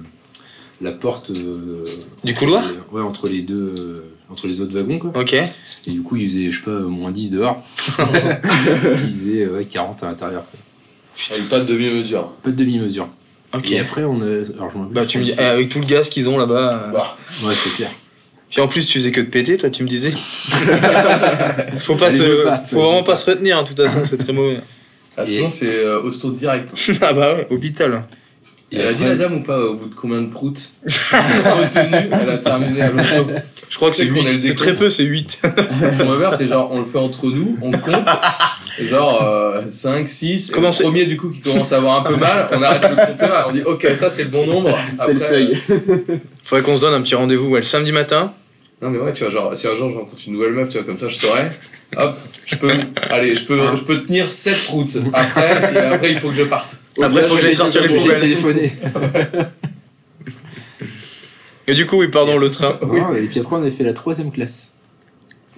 Speaker 5: la porte. euh,
Speaker 2: Du
Speaker 5: entre
Speaker 2: couloir
Speaker 5: les- Ouais, entre les deux. euh, entre les autres wagons, quoi.
Speaker 2: Ok.
Speaker 5: Et du coup, il faisait, je sais pas, moins
Speaker 2: <laughs>
Speaker 5: 10 dehors. il faisait ouais, 40 à l'intérieur. quoi.
Speaker 4: Avec pas de demi-mesure.
Speaker 5: Pas de demi-mesure.
Speaker 2: Ok.
Speaker 5: Et après, on a. Alors, je me rappelle
Speaker 2: Bah,
Speaker 5: plus
Speaker 2: tu me
Speaker 5: comment
Speaker 2: dis,
Speaker 5: il
Speaker 2: eh, avec tout le gaz qu'ils ont là-bas. euh,
Speaker 4: Bah.
Speaker 5: fait. Ouais, c'est clair.
Speaker 2: Puis en plus, tu faisais que de péter, toi, tu me
Speaker 4: <laughs>
Speaker 2: disais. faut pas
Speaker 5: Fallait
Speaker 2: se,
Speaker 5: le pas,
Speaker 2: faut vraiment pas se retenir, hein, de toute façon, c'est très
Speaker 4: <laughs>
Speaker 2: mauvais.
Speaker 4: Ah, sinon, c'est euh, hosto direct.
Speaker 2: ah bah ouais, hôpital.
Speaker 5: Et
Speaker 4: elle a dit
Speaker 5: après-
Speaker 4: la dame ou pas au bout de combien de proutes retenue Elle a terminé à l'hosto.
Speaker 2: Je crois que c'est
Speaker 4: C'est qu'on a
Speaker 2: 8.
Speaker 4: le
Speaker 2: C'est
Speaker 4: décompte.
Speaker 2: très peu, c'est 8.
Speaker 4: Mon revers, c'est genre on le fait entre nous, on compte. et Genre euh, 5, 6,
Speaker 2: Comment
Speaker 4: le
Speaker 2: c'est-
Speaker 4: premier du coup qui commence à avoir un peu mal, on arrête le compteur et on dit ok ça c'est le bon nombre.
Speaker 3: C'est le
Speaker 4: Après, euh,
Speaker 3: seuil.
Speaker 2: <laughs> Faudrait qu'on se donne un petit rendez-vous, ouais, le samedi matin.
Speaker 4: Non mais ouais, tu vois, genre, si un jour je rencontre une nouvelle meuf, tu vois, comme ça je saurais, hop, je peux, allez, je peux, je peux tenir 7 routes. Après, et après il faut que je parte.
Speaker 2: Après, faut que j'aille sortir les
Speaker 5: J'ai
Speaker 2: poubelles.
Speaker 5: téléphoné.
Speaker 2: Et du coup, <laughs> oui, pardon, le train.
Speaker 5: Non, et puis après, on avait fait la troisième classe.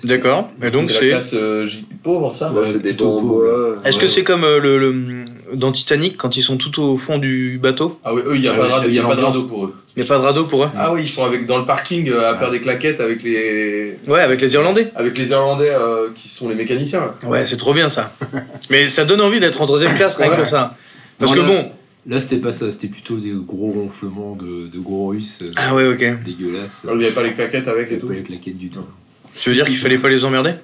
Speaker 2: D'accord. Et donc,
Speaker 4: la
Speaker 2: c'est.
Speaker 4: classe euh, J- pauvre ça.
Speaker 3: Ouais, c'est des
Speaker 5: plutôt
Speaker 3: bons
Speaker 5: pauvre.
Speaker 3: bois.
Speaker 2: Est-ce que c'est comme euh, le, le- Dans Titanic, quand ils sont tout au fond du bateau
Speaker 4: Ah oui, eux, il n'y a,
Speaker 5: Ah
Speaker 4: pas
Speaker 5: ouais,
Speaker 4: de radeau-
Speaker 5: il y
Speaker 4: y
Speaker 5: a
Speaker 4: a pas de
Speaker 5: l'ambiance.
Speaker 4: radeau pour eux.
Speaker 2: Il n'y a pas de radeau pour eux
Speaker 4: Ah oui, ils sont avec, dans le parking euh, à faire des claquettes avec les,
Speaker 2: Ouais, avec les Irlandais.
Speaker 4: avec les Irlandais euh, qui sont les mécaniciens. là.
Speaker 2: Ouais, c'est trop bien <laughs> ça. Mais ça donne envie d'être en troisième classe, rien que
Speaker 4: Ouais.
Speaker 2: pour ça. Parce
Speaker 5: Non,
Speaker 2: que
Speaker 5: là-
Speaker 2: bon.
Speaker 5: Là, c'était pas ça, c'était plutôt des gros ronflements de, de gros russes euh,
Speaker 2: Ah ouais, ok.
Speaker 5: dégueulasses.
Speaker 4: Il n'y avait pas les claquettes avec et
Speaker 5: Avec
Speaker 4: tout.
Speaker 5: pas les claquettes du temps.
Speaker 2: Tu veux dire qu'il fallait pas les emmerder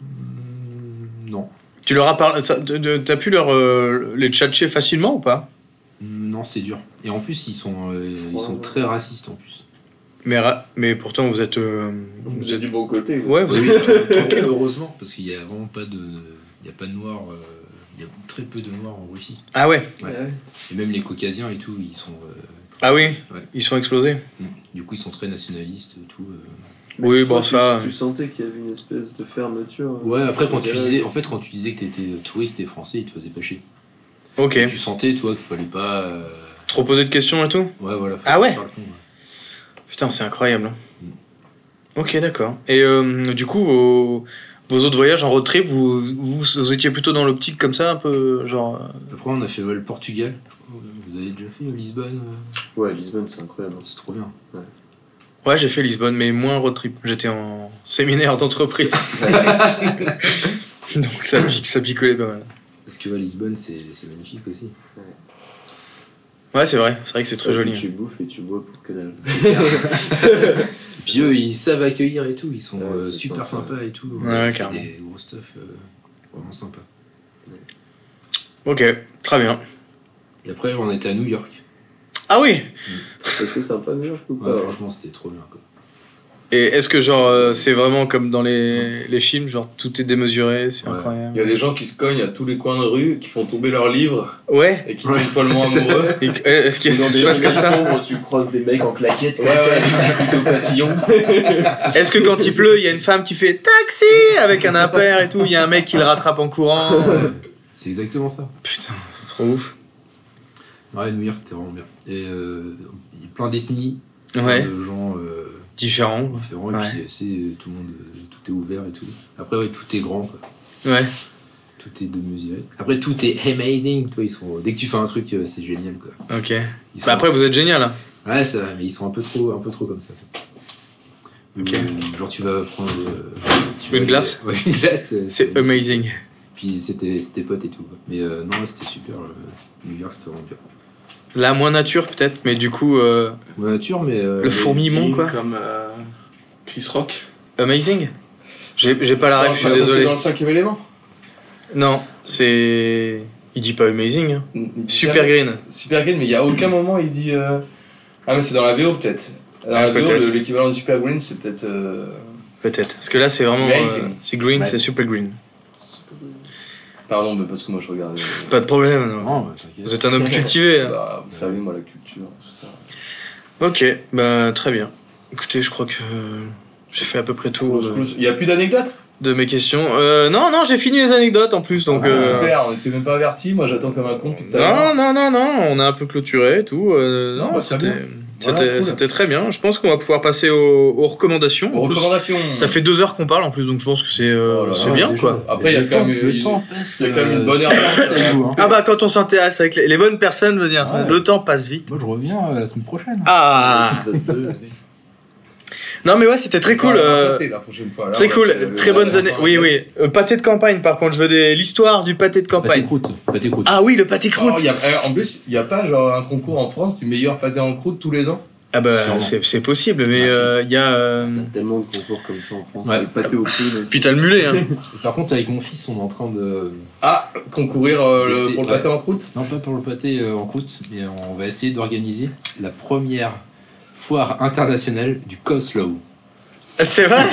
Speaker 2: Hmm,
Speaker 5: Non.
Speaker 2: Tu leur as parlé. ça- de- de- T'as pu leur euh, les tchatcher facilement ou pas
Speaker 5: Non, c'est dur. Et en plus, ils sont, euh, ils
Speaker 3: Ouais,
Speaker 5: sont
Speaker 3: ouais.
Speaker 5: très racistes en plus.
Speaker 2: mais, ra- mais pourtant, vous êtes. euh, vous êtes.
Speaker 3: du bon côté.
Speaker 2: Ouais, vous êtes.
Speaker 5: <laughs> heureusement. Parce qu'il y a vraiment pas de. Il y a pas de noirs. euh, Il y a très peu de noirs en Russie.
Speaker 2: Ah ouais.
Speaker 5: Et même les caucasiens et tout, ils sont. euh,
Speaker 2: Ah oui.
Speaker 5: Ouais.
Speaker 2: Ils sont explosés.
Speaker 5: du coup, ils sont très nationalistes et tout. euh.
Speaker 2: Oui, bon, ça.
Speaker 3: Tu sentais qu'il y avait une espèce de fermeture. hein
Speaker 5: Ouais, après, quand tu
Speaker 3: Ouais.
Speaker 5: disais, en fait, quand tu disais que t'étais touriste et français, ils te faisaient pas chier.
Speaker 2: Ok.
Speaker 5: Tu sentais, toi, qu'il fallait pas. euh,
Speaker 2: Trop poser de questions et tout
Speaker 5: Ouais, voilà. faut
Speaker 2: Ah ouais
Speaker 5: faire le con, ouais.
Speaker 2: Putain, c'est incroyable. hein. Ok, d'accord. Et euh, du coup, vos, vos autres voyages en road trip, vous, vous, vous étiez plutôt dans l'optique comme ça, un peu genre. euh,
Speaker 5: Après, on a fait ouais, le Portugal. Vous avez déjà fait euh, Lisbonne euh,
Speaker 3: Ouais, Lisbonne, c'est incroyable.
Speaker 5: C'est trop bien.
Speaker 2: Ouais, j'ai fait Lisbonne, mais moins road trip. J'étais en séminaire d'entreprise. Donc ça, pique- ça picolait pas mal.
Speaker 5: Parce que ouais, Lisbonne, c'est c'est magnifique aussi.
Speaker 2: Ouais, c'est vrai. C'est vrai que c'est très joli. hein.
Speaker 3: Tu bouffes et tu bois pour que dalle.
Speaker 5: Puis eux, ils savent accueillir et tout. Ils sont
Speaker 3: Ouais,
Speaker 5: euh,
Speaker 3: c'est
Speaker 5: super
Speaker 3: sympa.
Speaker 5: sympas et tout.
Speaker 2: Ouais,
Speaker 5: On a
Speaker 2: ouais,
Speaker 5: fait
Speaker 2: carrément.
Speaker 5: Des gros stuff euh, vraiment sympa.
Speaker 2: Ok, très bien.
Speaker 5: Et après, on était à New York.
Speaker 2: Ah oui
Speaker 3: <laughs> Et c'est sympa New York ou
Speaker 5: Ouais,
Speaker 3: pas hein.
Speaker 5: Franchement, c'était trop bien. Quoi.
Speaker 2: Et est-ce que genre euh, c'est vraiment comme dans les, les films, genre tout est démesuré, c'est
Speaker 5: Ouais.
Speaker 4: Il y a
Speaker 2: incroyable.
Speaker 4: des gens qui se cognent à tous les coins de rue, qui font tomber leurs livres
Speaker 2: Ouais.
Speaker 4: et qui
Speaker 5: Ouais.
Speaker 4: tombent follement amoureux.
Speaker 2: Et- euh, Est-ce qu'il y a- ça se passe comme ça
Speaker 3: sombres, tu croises des mecs en claquettes
Speaker 4: Ouais, ouais.
Speaker 3: avec des couteaux papillons.
Speaker 2: Est-ce que quand il pleut, il y a une femme qui fait taxi avec un impair et tout, il y a un mec qui le rattrape en courant
Speaker 5: C'est exactement ça.
Speaker 2: Putain, c'est trop ouf.
Speaker 5: Ouais, New York, c'était vraiment bien. Et euh, il y a plein d'ethnies, plein
Speaker 2: Ouais,
Speaker 5: de gens euh,
Speaker 2: différent.
Speaker 5: différents.
Speaker 2: Ouais.
Speaker 5: Et puis, euh, c'est tout le monde, euh, tout est ouvert et tout. Après, ouais, tout est grand. Quoi.
Speaker 2: Ouais.
Speaker 5: Tout est démesuré. Après, tout est amazing. Toi, ils sont... Dès que tu fais un truc, euh, c'est génial. Quoi.
Speaker 2: Ok.
Speaker 5: Ils sont-
Speaker 2: Bah après, vous êtes génial. hein.
Speaker 5: Ouais, ça va, mais ils sont un peu trop, un peu trop comme ça.
Speaker 2: Ok.
Speaker 5: Euh, Genre, tu vas prendre. euh, tu
Speaker 2: Une
Speaker 5: vas-
Speaker 2: glace
Speaker 5: <laughs> Ouais, une glace. euh,
Speaker 2: C'est amazing.
Speaker 5: Puis c'était c'était potes et tout. quoi. Mais euh, non, ouais, c'était super. euh, New York, c'était vraiment bien.
Speaker 2: La moins nature peut-être, mais du coup, euh,
Speaker 5: Moins nature, mais. euh,
Speaker 2: le fourmillement quoi.
Speaker 4: Comme euh, Chris Rock.
Speaker 2: Amazing J'ai j'ai pas la
Speaker 4: Ah,
Speaker 2: rêve, je suis
Speaker 4: bah, C'est dans
Speaker 2: désolé.
Speaker 4: le cinquième élément.
Speaker 2: Non, c'est. Il dit pas amazing. hein. Super
Speaker 4: Super
Speaker 2: green.
Speaker 4: Super Green, mais il n'y a aucun moment il dit. euh, Ah, mais c'est dans la VO peut-être. Dans la
Speaker 2: Ah,
Speaker 4: VO,
Speaker 2: peut-être.
Speaker 4: le- l'équivalent de Super Green, c'est peut-être. euh,
Speaker 2: Peut-être. Parce que là, c'est vraiment. euh,
Speaker 4: Amazing.
Speaker 2: c'est green,
Speaker 5: Ouais.
Speaker 2: c'est super green.
Speaker 4: Pardon, mais parce que moi je regarde. euh,
Speaker 2: Pas de problème, non.
Speaker 5: Non, bah, t'inquiète.
Speaker 2: Vous êtes un homme cultivé.
Speaker 4: <laughs>
Speaker 2: hein.
Speaker 4: bah, vous savez, moi, la culture, tout ça.
Speaker 2: Ok, bah très bien. Écoutez, je crois que euh, j'ai fait à peu près tout
Speaker 4: Close,
Speaker 2: euh,
Speaker 4: close. Il y a plus d'anecdotes
Speaker 2: de mes questions. Euh, non, non, j'ai fini les anecdotes en plus, donc.
Speaker 4: Ah,
Speaker 2: euh,
Speaker 4: Super, on était même pas avertis. Moi, j'attends comme un con. depuis tout à l'heure.
Speaker 2: Non, non, non, non, on a un peu clôturé et tout. euh, non,
Speaker 4: Bah, très
Speaker 2: c'était.
Speaker 4: bien.
Speaker 2: C'était
Speaker 4: Voilà, cool.
Speaker 2: c'était très bien. Je pense qu'on va pouvoir passer aux, aux recommandations.
Speaker 4: Aux
Speaker 2: En plus,
Speaker 4: recommandations.
Speaker 2: ça fait deux heures qu'on parle en plus, donc je pense que c'est euh,
Speaker 4: Oh là
Speaker 2: c'est
Speaker 4: là,
Speaker 2: bien
Speaker 5: déjà.
Speaker 2: quoi.
Speaker 4: Après, il y a
Speaker 5: Le
Speaker 4: quand
Speaker 5: temps-
Speaker 4: même-
Speaker 5: Le temps passe.
Speaker 4: Il y a quand même une
Speaker 5: euh,
Speaker 4: bonne
Speaker 5: <laughs>
Speaker 4: heure.
Speaker 2: <laughs>
Speaker 5: c'est
Speaker 4: euh,
Speaker 5: beau, hein.
Speaker 2: Ah bah quand on s'intéresse avec les, les bonnes personnes, je veux dire,
Speaker 4: Ah
Speaker 5: Ouais.
Speaker 2: le temps passe vite.
Speaker 5: Moi, je reviens euh, la semaine prochaine.
Speaker 2: <laughs> Ah
Speaker 3: Épisode 2.
Speaker 2: Non mais ouais, c'était très
Speaker 4: on
Speaker 2: cool.
Speaker 4: va
Speaker 2: euh,
Speaker 4: raconter la prochaine fois. Là, Euh,
Speaker 2: Très
Speaker 4: on va-
Speaker 2: cool,
Speaker 4: on va-
Speaker 2: très
Speaker 4: on va-
Speaker 2: bonnes années. Oui, oui. Euh, pâté de campagne, par contre, je veux des... l'histoire du pâté de
Speaker 5: Pas
Speaker 2: campagne.
Speaker 5: Bah, t'écoutes. Pas t'écoutes.
Speaker 2: Ah oui, le pâté
Speaker 4: Oh,
Speaker 2: croûte.
Speaker 4: il y a- eh, en plus, il n'y a pas genre un concours en France du meilleur pâté en croûte tous les ans
Speaker 2: Ah bah
Speaker 5: Sûrement.
Speaker 2: c'est c'est possible, mais euh, il y a. euh,
Speaker 3: T'as tellement de concours comme ça en France.
Speaker 5: Ouais.
Speaker 3: Le pâté au clou.
Speaker 2: Puis t'as le mulet. Hein.
Speaker 5: Par contre, avec mon fils, on est en train de.
Speaker 4: Ah, concourir euh,
Speaker 5: Je
Speaker 4: le-
Speaker 5: sais,
Speaker 4: pour le
Speaker 5: ouais.
Speaker 4: pâté en croûte
Speaker 5: Non, pas pour le pâté euh, en croûte, mais on va essayer d'organiser la première foire internationale du Coslow.
Speaker 2: c'est vrai.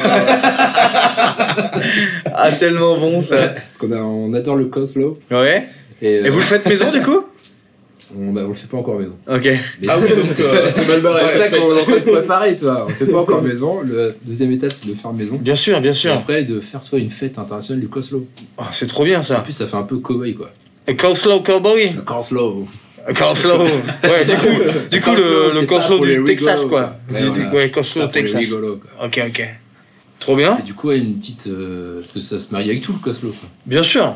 Speaker 2: ah tellement bon ça.
Speaker 5: Parce qu'on a- on adore le Coslow.
Speaker 2: Ouais.
Speaker 5: Et,
Speaker 2: Et
Speaker 5: euh,
Speaker 2: vous le faites maison du coup
Speaker 5: on, ne le fait pas encore maison.
Speaker 2: Ok.
Speaker 5: Mais
Speaker 4: Ah
Speaker 5: c'est-
Speaker 4: oui, donc euh,
Speaker 5: c'est mal barré.
Speaker 4: Ouais,
Speaker 5: C'est ça
Speaker 4: fait.
Speaker 5: qu'on est en train de préparer, toi. On fait pas encore maison. La deuxième étape, c'est de faire maison.
Speaker 2: Bien sûr, bien
Speaker 5: Et
Speaker 2: sûr.
Speaker 5: après, de faire toi une fête internationale du Coslow.
Speaker 2: Oh, c'est trop bien
Speaker 5: En
Speaker 2: ça.
Speaker 5: plus, ça fait un peu cowboy, quoi.
Speaker 2: Et Coslow Cowboy
Speaker 5: Le Coslow.
Speaker 2: Coslow. Ouais,
Speaker 5: <laughs>
Speaker 2: du coup, du coup le, le
Speaker 5: Coslow, c'est pas
Speaker 2: Coslow
Speaker 5: pour les
Speaker 2: du
Speaker 5: rigolos,
Speaker 2: Texas quoi.
Speaker 5: quoi. Ouais,
Speaker 2: Du- du-
Speaker 5: voilà.
Speaker 2: Ouais, Coslow
Speaker 5: Ça, pour les
Speaker 2: Texas. Hein
Speaker 5: rigolos, quoi.
Speaker 2: Ok, ok. Trop bien.
Speaker 5: Et du coup, ouais, une petite. euh, parce que ça se marie avec tout le Coslow, quoi.
Speaker 2: Bien sûr.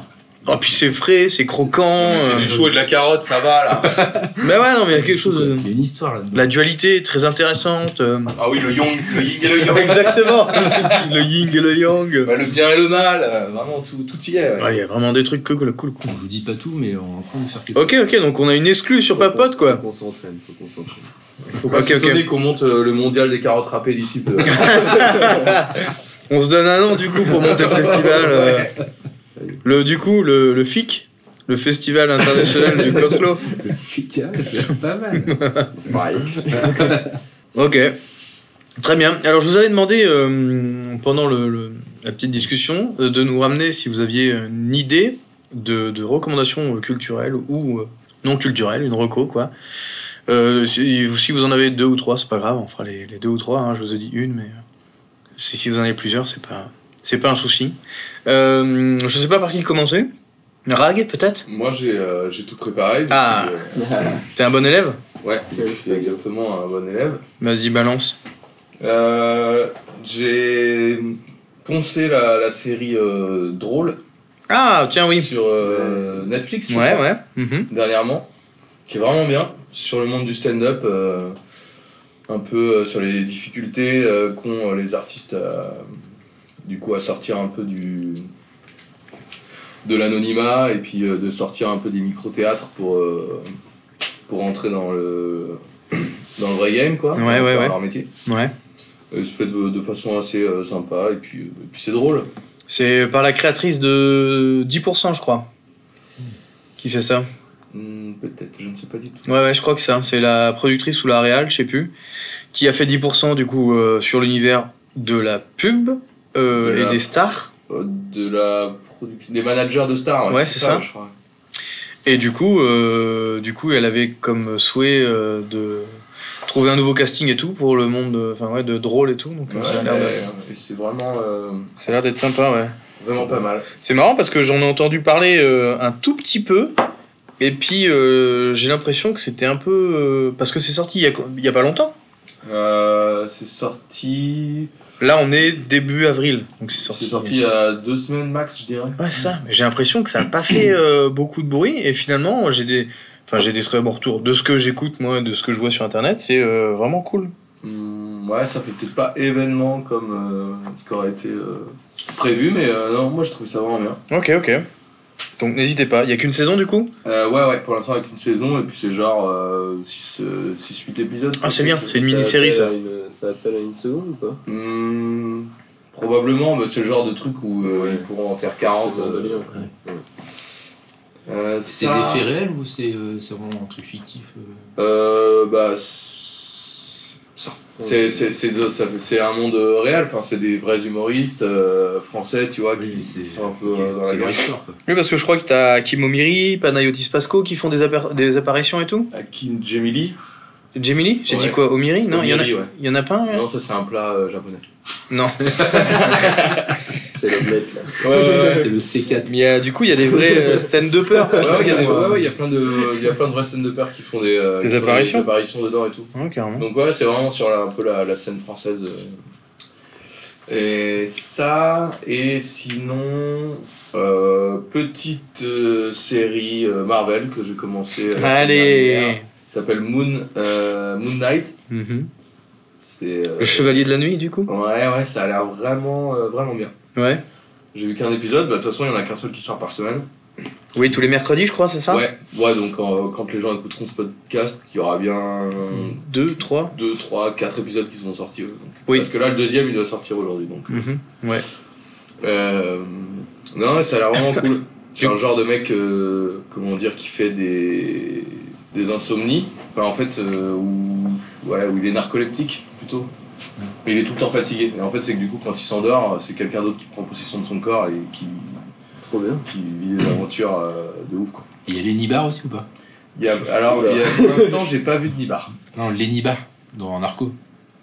Speaker 2: Oh, puis c'est frais, c'est croquant.
Speaker 4: c'est
Speaker 2: euh.
Speaker 4: du chou et de la carotte, ça va là.
Speaker 2: Mais ouais, non, mais il y a quelque chose. euh, de-
Speaker 5: Il y a une histoire là-dedans.
Speaker 2: La dualité est très intéressante. euh.
Speaker 4: Ah oui, le yong, le yin et
Speaker 2: <laughs>
Speaker 4: le yang.
Speaker 2: Exactement. le yin et le yang.
Speaker 4: Bah, le bien et le mal, euh, vraiment tout, tout y est. ouais.
Speaker 2: Ouais, Il y a vraiment des trucs cool, cool, cool. cool.
Speaker 5: Je vous dis pas tout, mais on est en train de faire quelque
Speaker 2: Ok, ok, donc on a une exclue sur Papote, quoi.
Speaker 3: Faut qu'on s'entraîne, faut qu'on s'entraîne.
Speaker 4: Faut pas
Speaker 2: Ok, ok.
Speaker 4: s'étonner qu'on monte euh, le mondial des carottes râpées d'ici
Speaker 2: <laughs>
Speaker 4: peu.
Speaker 2: On se donne un an, du coup, pour monter le festival. euh.
Speaker 4: Ouais.
Speaker 2: Le, du coup, le, le FIC, le Festival International du Coslo.
Speaker 5: Efficace, c'est pas mal.
Speaker 2: Ok. Très bien. Alors, je vous avais demandé, euh, pendant le, le- la petite discussion, euh, de nous ramener si vous aviez une idée de, de recommandation euh, culturelle ou euh, non culturelle, une reco, quoi. Euh, si, si vous en avez deux ou trois, c'est pas grave, on fera les, les deux ou trois. hein. je vous ai dit une, mais euh, si, si vous en avez plusieurs, c'est pas, c'est pas un souci. Euh, je sais pas par qui commencer. Rag, peut-être
Speaker 4: Moi j'ai euh, j'ai tout préparé. donc,
Speaker 2: Ah.
Speaker 4: euh,
Speaker 2: T'es un bon élève
Speaker 4: ouais, je suis exactement un bon élève.
Speaker 2: Vas-y, balance.
Speaker 4: Euh, j'ai poncé la, la série euh, Drôle
Speaker 2: Ah, tiens, oui.
Speaker 4: sur euh, Netflix je
Speaker 2: Ouais,
Speaker 4: crois,
Speaker 2: ouais. Mhm.
Speaker 4: dernièrement, qui est vraiment bien sur le monde du stand-up, euh, un peu euh, sur les difficultés euh, qu'ont euh, les artistes à- du coup à sortir un peu du de l'anonymat et puis euh, de sortir un peu des micro-théâtres pour, euh, pour entrer dans le dans le vrai game quoi,
Speaker 2: Ouais,
Speaker 4: pour
Speaker 2: ouais,
Speaker 4: faire
Speaker 2: ouais.
Speaker 4: leur métier.
Speaker 2: Ouais.
Speaker 4: Euh, C'est fait de, de façon assez euh, sympa et puis, euh, et puis c'est drôle.
Speaker 2: C'est par la créatrice de 10%, je crois, qui fait ça.
Speaker 4: Hmm, Peut-être, je ne sais pas du tout.
Speaker 2: Ouais, ouais, je crois que ça. C'est la productrice ou la réal, je sais plus, qui a fait 10% du coup euh, sur l'univers de la pub euh,
Speaker 4: De la-
Speaker 2: et des stars.
Speaker 4: Euh, De la production. Des managers de stars. hein,
Speaker 2: Ouais, c'est ça.
Speaker 4: Je crois.
Speaker 2: Et du coup, euh, du coup, elle avait comme souhait euh, de trouver un nouveau casting et tout pour le monde, euh, enfin ouais, de drôle et tout. Donc euh,
Speaker 4: Ouais,
Speaker 2: ça a l'air de-
Speaker 4: mais- et c'est vraiment, euh,
Speaker 2: ça a l'air d'être sympa, ouais.
Speaker 4: vraiment pas mal.
Speaker 2: C'est marrant parce que j'en ai entendu parler euh, un tout petit peu. Et puis euh, j'ai l'impression que c'était un peu. euh, parce que c'est sorti il y, a, co- il y a pas longtemps.
Speaker 4: Euh, c'est sorti.
Speaker 2: Là on est début avril. Donc c'est
Speaker 4: C'est
Speaker 2: sorti.
Speaker 4: sorti il y a deux semaines max, je dirais.
Speaker 2: Ouais, c'est ça. Mais J'ai l'impression que ça n'a pas fait euh, beaucoup de bruit. Et finalement j'ai des. Enfin j'ai des très bons retours. De ce que j'écoute moi, de ce que je vois sur internet, c'est euh, vraiment cool.
Speaker 4: Hmm, ouais, ça fait peut-être pas événement comme euh, ce qu'aurait été euh, prévu, mais euh, non, moi je trouve ça vraiment bien.
Speaker 2: Ok, ok. Donc n'hésitez pas. Il y a qu'une saison du coup
Speaker 4: Euh, ouais, ouais, pour l'instant avec une saison, et puis c'est genre euh, 6-8 épisodes.
Speaker 2: Ah c'est bien, c'est une mini-série
Speaker 3: appelle
Speaker 2: ça.
Speaker 3: à une- Ça appelle à une seconde ou pas
Speaker 4: Hmm, probablement, mais c'est le genre de truc où euh, ils pourront en faire 40.
Speaker 3: C'est
Speaker 4: euh,
Speaker 3: bandolier,
Speaker 4: euh,
Speaker 5: C'est
Speaker 4: ça-
Speaker 5: des faits réels ou c'est euh, c'est vraiment un truc fictif euh
Speaker 4: Euh, bah. c'est- C'est- C'est c'est de- ça fait- c'est un monde euh, réel, enfin, c'est des vrais humoristes euh, français, tu vois,
Speaker 5: Oui, mais
Speaker 4: qui
Speaker 5: c'est
Speaker 4: sont un peu
Speaker 5: ok,
Speaker 4: euh, dans la
Speaker 5: c'est leur
Speaker 4: guerre.
Speaker 5: histoire. Quoi.
Speaker 2: Oui, parce que je crois que t'as Kimomiri, Panayotis Pasco qui font des, appar- des apparitions et tout.
Speaker 4: Akin Ah, Jemili
Speaker 2: Jemili J'ai
Speaker 4: Ouais.
Speaker 2: dit quoi Omiri Non, il y en a-
Speaker 4: Omiri, ouais.
Speaker 2: il y en a pas un euh
Speaker 4: Non, ça c'est un plat euh,
Speaker 5: <laughs>
Speaker 4: japonais.
Speaker 2: Non.
Speaker 3: C'est l'omelette là.
Speaker 2: Ouais, ouais,
Speaker 5: <laughs>
Speaker 2: ouais.
Speaker 5: Euh, C'est le C4.
Speaker 2: Il y a- du coup, il y a des vrais euh, stand-uppers.
Speaker 4: Ouais, ouais, il y, a des-
Speaker 2: Ouais.
Speaker 4: ouais, ouais, il y a plein de, il y a plein de vrais scènes de père qui font des, euh,
Speaker 2: Des
Speaker 4: qui font
Speaker 2: apparitions
Speaker 4: apparitions dedans et tout.
Speaker 2: <laughs> Ouais, carrément.
Speaker 4: Donc ouais, c'est vraiment sur la, un peu la, la scène française. euh. Et ça, et sinon, euh, petite euh, série euh, Marvel que j'ai commencé. euh, la semaine dernière.
Speaker 2: Allez
Speaker 4: Ça s'appelle Moon, euh, Moon Knight.
Speaker 2: Mhm.
Speaker 4: C'est, euh,
Speaker 2: Le chevalier de la nuit, du coup
Speaker 4: Ouais, ouais, ça a l'air vraiment, euh, vraiment bien.
Speaker 2: Ouais.
Speaker 4: J'ai vu qu'un épisode, bah, de toute façon, il y en a qu'un seul qui sort par semaine.
Speaker 2: Oui, tous les mercredis, je crois, c'est ça
Speaker 4: ouais, ouais, donc euh, quand les gens écouteront ce podcast, il y aura bien
Speaker 2: Deux, trois
Speaker 4: 2, 3, 4 épisodes qui seront sortis. euh, donc.
Speaker 2: Oui.
Speaker 4: Parce que là, le deuxième, il doit sortir aujourd'hui. Donc.
Speaker 2: Mhm.
Speaker 4: Euh, non, mais ça a l'air vraiment cool. C'est un genre de mec, euh, comment dire, qui fait des, des insomnies. Enfin, en fait, euh, où, ouais, où il est narcoleptique, plutôt. Mais il est tout le temps fatigué. Et en fait, c'est que du coup, quand il s'endort, c'est quelqu'un d'autre qui prend possession de son corps et qui,
Speaker 3: Trop bien.
Speaker 4: qui vit des aventures euh, de ouf, quoi.
Speaker 5: Il y a Lenny Bar aussi ou pas
Speaker 4: Il y a- alors, il y a- pour l'instant, j'ai pas vu de Nibar.
Speaker 5: Non, Lenny Bar, dans Narco.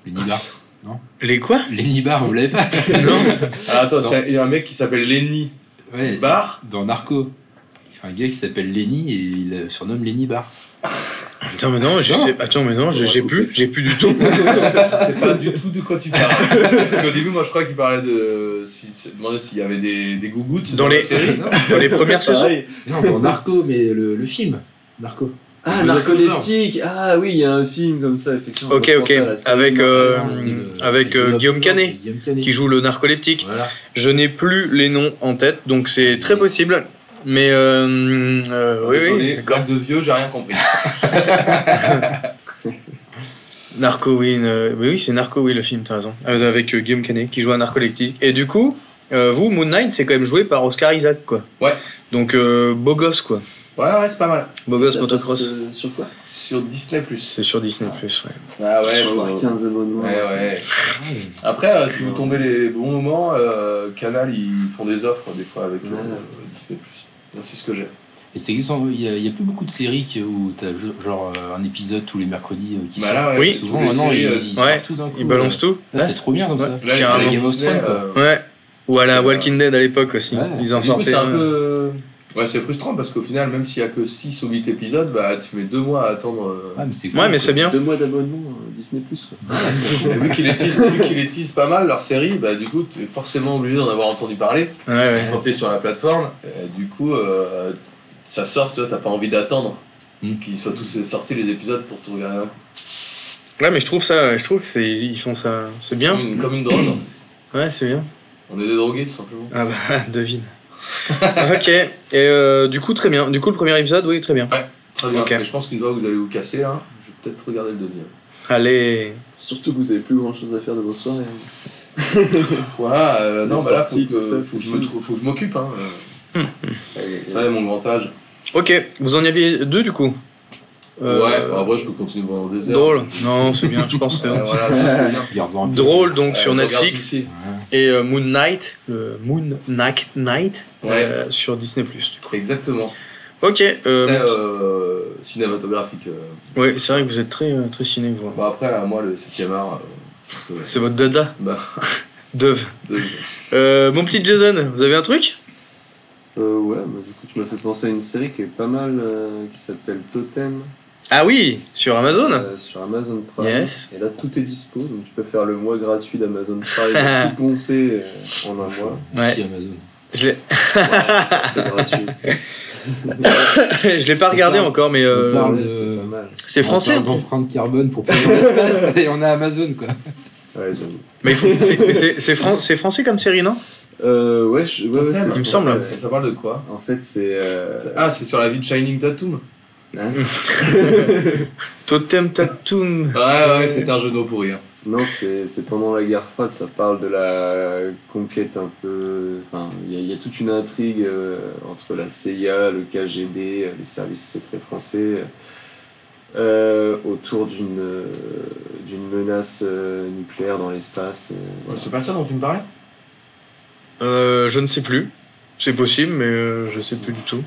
Speaker 5: Lenny Bar. <laughs>
Speaker 2: Les quoi
Speaker 5: Lenny Bar, vous l'avez pas
Speaker 4: Alors, attends,
Speaker 5: Non.
Speaker 4: c'est- il y a un mec qui s'appelle Lenny
Speaker 5: Ouais,
Speaker 4: Bar.
Speaker 5: Bah, dans Narco. Il y a un gars qui s'appelle Lenny et il le surnomme Lenny Bar.
Speaker 2: Attends, mais non, je
Speaker 5: Non.
Speaker 2: sais- Attends, mais non, je-
Speaker 3: On va
Speaker 2: j'ai
Speaker 3: couper
Speaker 2: plus, j'ai plus du <laughs> tout.
Speaker 4: C'est pas du tout de quoi tu parles. Parce qu'au début, moi, je crois qu'il parlait de. Si, se demandait s'il y avait des, des gougouttes
Speaker 2: Dans les-
Speaker 4: la série.
Speaker 2: <laughs> Dans les premières saisons
Speaker 3: Pareil.
Speaker 5: Non, dans Narco, mais le, le film. Narco.
Speaker 3: Ah,
Speaker 5: Vous
Speaker 3: narcoleptique Ah oui, il y a un film comme ça, effectivement.
Speaker 2: Ok,
Speaker 3: Je pense
Speaker 2: ok.
Speaker 3: à la série
Speaker 2: Avec, euh,
Speaker 5: Ah,
Speaker 3: Marvel.
Speaker 5: c'était le-
Speaker 2: avec, euh, Guillaume Canet,
Speaker 5: Guillaume Canet.
Speaker 2: qui joue le narcoleptique.
Speaker 5: Voilà.
Speaker 2: Je n'ai plus les noms en tête, donc c'est très possible. Mais euh, euh, oui, oui,
Speaker 4: Désolé,
Speaker 2: d'accord.
Speaker 4: blague de vieux, j'ai rien compris.
Speaker 2: Narco, oui, euh, oui, oui, c'est Narco, oui, le film, t'as raison. Euh, Avec euh, Guillaume Canet, qui joue un narcoleptique. Et du coup, euh, vous, Moon Knight, c'est quand même joué par Oscar Isaac, quoi.
Speaker 4: Ouais.
Speaker 2: Donc, euh, beau gosse, quoi.
Speaker 4: Ouais, ouais, c'est pas mal.
Speaker 2: Beau gosse
Speaker 3: Ça
Speaker 2: quand on
Speaker 3: passe,
Speaker 2: cross.
Speaker 3: euh, Sur quoi
Speaker 4: Sur Disney.
Speaker 2: C'est sur Disney, ouais.
Speaker 4: Ah ouais,
Speaker 3: Je vais
Speaker 4: faut-
Speaker 3: avoir
Speaker 2: hein.
Speaker 3: 15 abonnements.
Speaker 4: Ouais, ouais. Après, euh, si vous tombez les bons moments, euh, Canal, ils font des offres des fois avec euh,
Speaker 3: Ouais.
Speaker 4: Disney. Moi, C'est ce que j'ai.
Speaker 5: Et c'est existant, il n'y a, plus beaucoup de séries qui- où t'as jo- genre euh, un épisode tous les mercredis euh, qui
Speaker 4: Bah là, ouais,
Speaker 2: Oui.
Speaker 5: souvent
Speaker 4: tous les
Speaker 5: maintenant,
Speaker 4: séries,
Speaker 5: ils,
Speaker 4: euh,
Speaker 5: ils
Speaker 2: ouais,
Speaker 5: sortent tout d'un coup.
Speaker 2: Il balance tout
Speaker 5: Là, c'est trop bien comme ça.
Speaker 4: Là,
Speaker 2: Carrément.
Speaker 4: c'est Game of
Speaker 5: Disney,
Speaker 4: Thrones, quoi.
Speaker 5: euh,
Speaker 2: Ouais. Ou à la
Speaker 4: C'est, euh,
Speaker 2: Walking Dead à l'époque aussi.
Speaker 5: ouais.
Speaker 2: Ils en
Speaker 4: Du coup,
Speaker 2: sortaient.
Speaker 4: c'est un
Speaker 2: euh,
Speaker 4: peu. Ouais, c'est frustrant parce qu'au final, même s'il y a que 6 ou 8 épisodes, bah tu mets 2 mois à attendre. euh,
Speaker 5: Ouais, mais c'est
Speaker 2: Ouais, mais c'est bien.
Speaker 3: Deux mois d'abonnement euh, Disney Plus.
Speaker 4: Et vu qu'ils les teasent, vu qu'ils les teasent pas mal leur série, bah du coup t'es forcément obligé d'en avoir entendu parler
Speaker 2: Ouais, ouais.
Speaker 4: quand t'es sur la plateforme. euh, du coup euh, ça sort, tu vois, t'as pas envie d'attendre
Speaker 2: Hmm.
Speaker 5: Mm.
Speaker 4: qu'ils soient tous sortis les épisodes pour tout regarder. d'un coup.
Speaker 2: Là, mais je trouve ça, je trouve que c'est, ils font ça, c'est bien.
Speaker 4: Comme une, comme une drogue.
Speaker 2: Ouais, c'est bien.
Speaker 4: On est des drogués tout simplement.
Speaker 2: Ah bah, <laughs> devine. ok. Et euh, du coup, très bien. Du coup, le premier épisode, oui, très bien.
Speaker 4: Très bien.
Speaker 2: Ok.
Speaker 4: Mais je pense qu'une fois que vous allez vous casser là, je vais peut-être regarder le deuxième.
Speaker 2: Allez.
Speaker 3: Surtout que vous avez plus grand chose à faire de vos soirées. hein.
Speaker 4: Voilà, euh,
Speaker 3: Les
Speaker 4: non, bah là faut
Speaker 3: sorties,
Speaker 4: que,
Speaker 3: tout ça,
Speaker 4: faut,
Speaker 3: c'est
Speaker 4: que je me
Speaker 3: fini.
Speaker 4: trouve- faut que je
Speaker 2: <laughs>
Speaker 4: m'occupe. Hein. euh.
Speaker 3: hein.
Speaker 4: Ouais, mon grand âge.
Speaker 2: Ok. Vous en aviez deux du coup.
Speaker 4: Ouais,
Speaker 2: Euh,
Speaker 4: bah, après je peux continuer pendant des heures.
Speaker 2: Drôle. Non, c'est bien. Je pense. que c'est
Speaker 4: Ouais,
Speaker 2: bon.
Speaker 4: <laughs> voilà, ça, c'est bien.
Speaker 5: Garde-en un peu.
Speaker 2: Drôle donc sur
Speaker 4: Ouais, regarde
Speaker 2: Netflix
Speaker 4: celui-ci.
Speaker 2: et euh, Moon Knight, le Moon Knight Knight
Speaker 4: Ouais.
Speaker 2: euh, sur Disney Plus.
Speaker 4: Exactement.
Speaker 2: Ok. euh,
Speaker 4: Très euh, cinématographique. euh.
Speaker 2: Ouais, c'est vrai que vous êtes très euh, très ciné vous. hein.
Speaker 4: Bon, après, euh, moi, le 7ème art, euh, c'est un peu-
Speaker 2: C'est votre dada,
Speaker 4: <laughs> Bah,
Speaker 2: Dove.
Speaker 4: de-
Speaker 2: Euh, mon petit Jason, vous avez un truc
Speaker 3: Euh, ouais, bah, du coup, tu m'as fait penser à une série qui est pas mal, euh, qui s'appelle Totem.
Speaker 2: Ah oui, sur Amazon.
Speaker 3: Euh, sur Amazon Prime.
Speaker 2: Yes.
Speaker 3: Et là, tout est dispo, donc tu peux faire le mois gratuit
Speaker 2: <laughs>
Speaker 3: d'Amazon Prime, tout poncer euh, en un mois.
Speaker 5: Ouais.
Speaker 2: Ouais.
Speaker 5: Amazon.
Speaker 2: Je l'ai-
Speaker 3: C'est gratuit.
Speaker 2: je l'ai <laughs> pas regardé
Speaker 5: parle-
Speaker 2: encore, mais
Speaker 5: on
Speaker 2: <laughs> euh,
Speaker 5: parle-
Speaker 3: Ouais, c'est pas mal.
Speaker 2: c'est
Speaker 4: Ah,
Speaker 2: français.
Speaker 5: D'empreinte carbone pour payer l'espace <laughs> et on a Amazon quoi.
Speaker 3: Ouais, j'aime.
Speaker 2: Mais il faut- c'est- mais c'est c'est fran- c'est français comme série, non
Speaker 3: Euh, ouais, je- ouais, ouais,
Speaker 4: Totem,
Speaker 3: c'est
Speaker 2: il me
Speaker 3: français.
Speaker 2: semble.
Speaker 4: Ça, ça parle de quoi
Speaker 3: En fait, c'est. euh,
Speaker 4: Ah, c'est sur la vie de Shining Tatum
Speaker 3: hein
Speaker 2: Totem Tatum.
Speaker 4: Ouais, ouais, c'était un jeu de mots pourri. hein.
Speaker 3: Non, c'est c'est pendant la guerre froide, ça parle de la conquête un peu. Enfin, il y, a- il y a toute une intrigue euh, entre la CIA, le KGB, euh, les services secrets français. euh, autour d'une euh, d'une menace euh, nucléaire dans l'espace. euh, voilà.
Speaker 4: C'est pas ça dont tu me parlais
Speaker 2: Euh, je ne sais plus. C'est possible, mais euh, je sais plus du tout.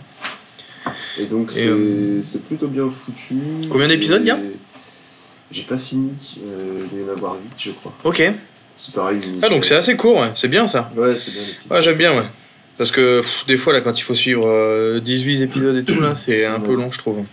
Speaker 3: Et donc
Speaker 2: Et, euh,
Speaker 3: c'est c'est plutôt bien foutu.
Speaker 2: Combien d'épisodes,
Speaker 3: Et-
Speaker 2: il y a
Speaker 3: J'ai pas fini, euh, il doit y en avoir 8 je crois.
Speaker 2: Ok.
Speaker 3: C'est pareil. une
Speaker 2: Ah donc c'est Ah,
Speaker 3: histoire.
Speaker 2: assez court, ouais. c'est bien ça.
Speaker 3: Ouais, c'est bien. les petites
Speaker 2: Ouais, j'aime bien, ouais. Parce que pff, des fois, là, quand il faut suivre euh, 18 épisodes et tout, là, c'est un peu
Speaker 3: Ouais.
Speaker 2: long, je trouve.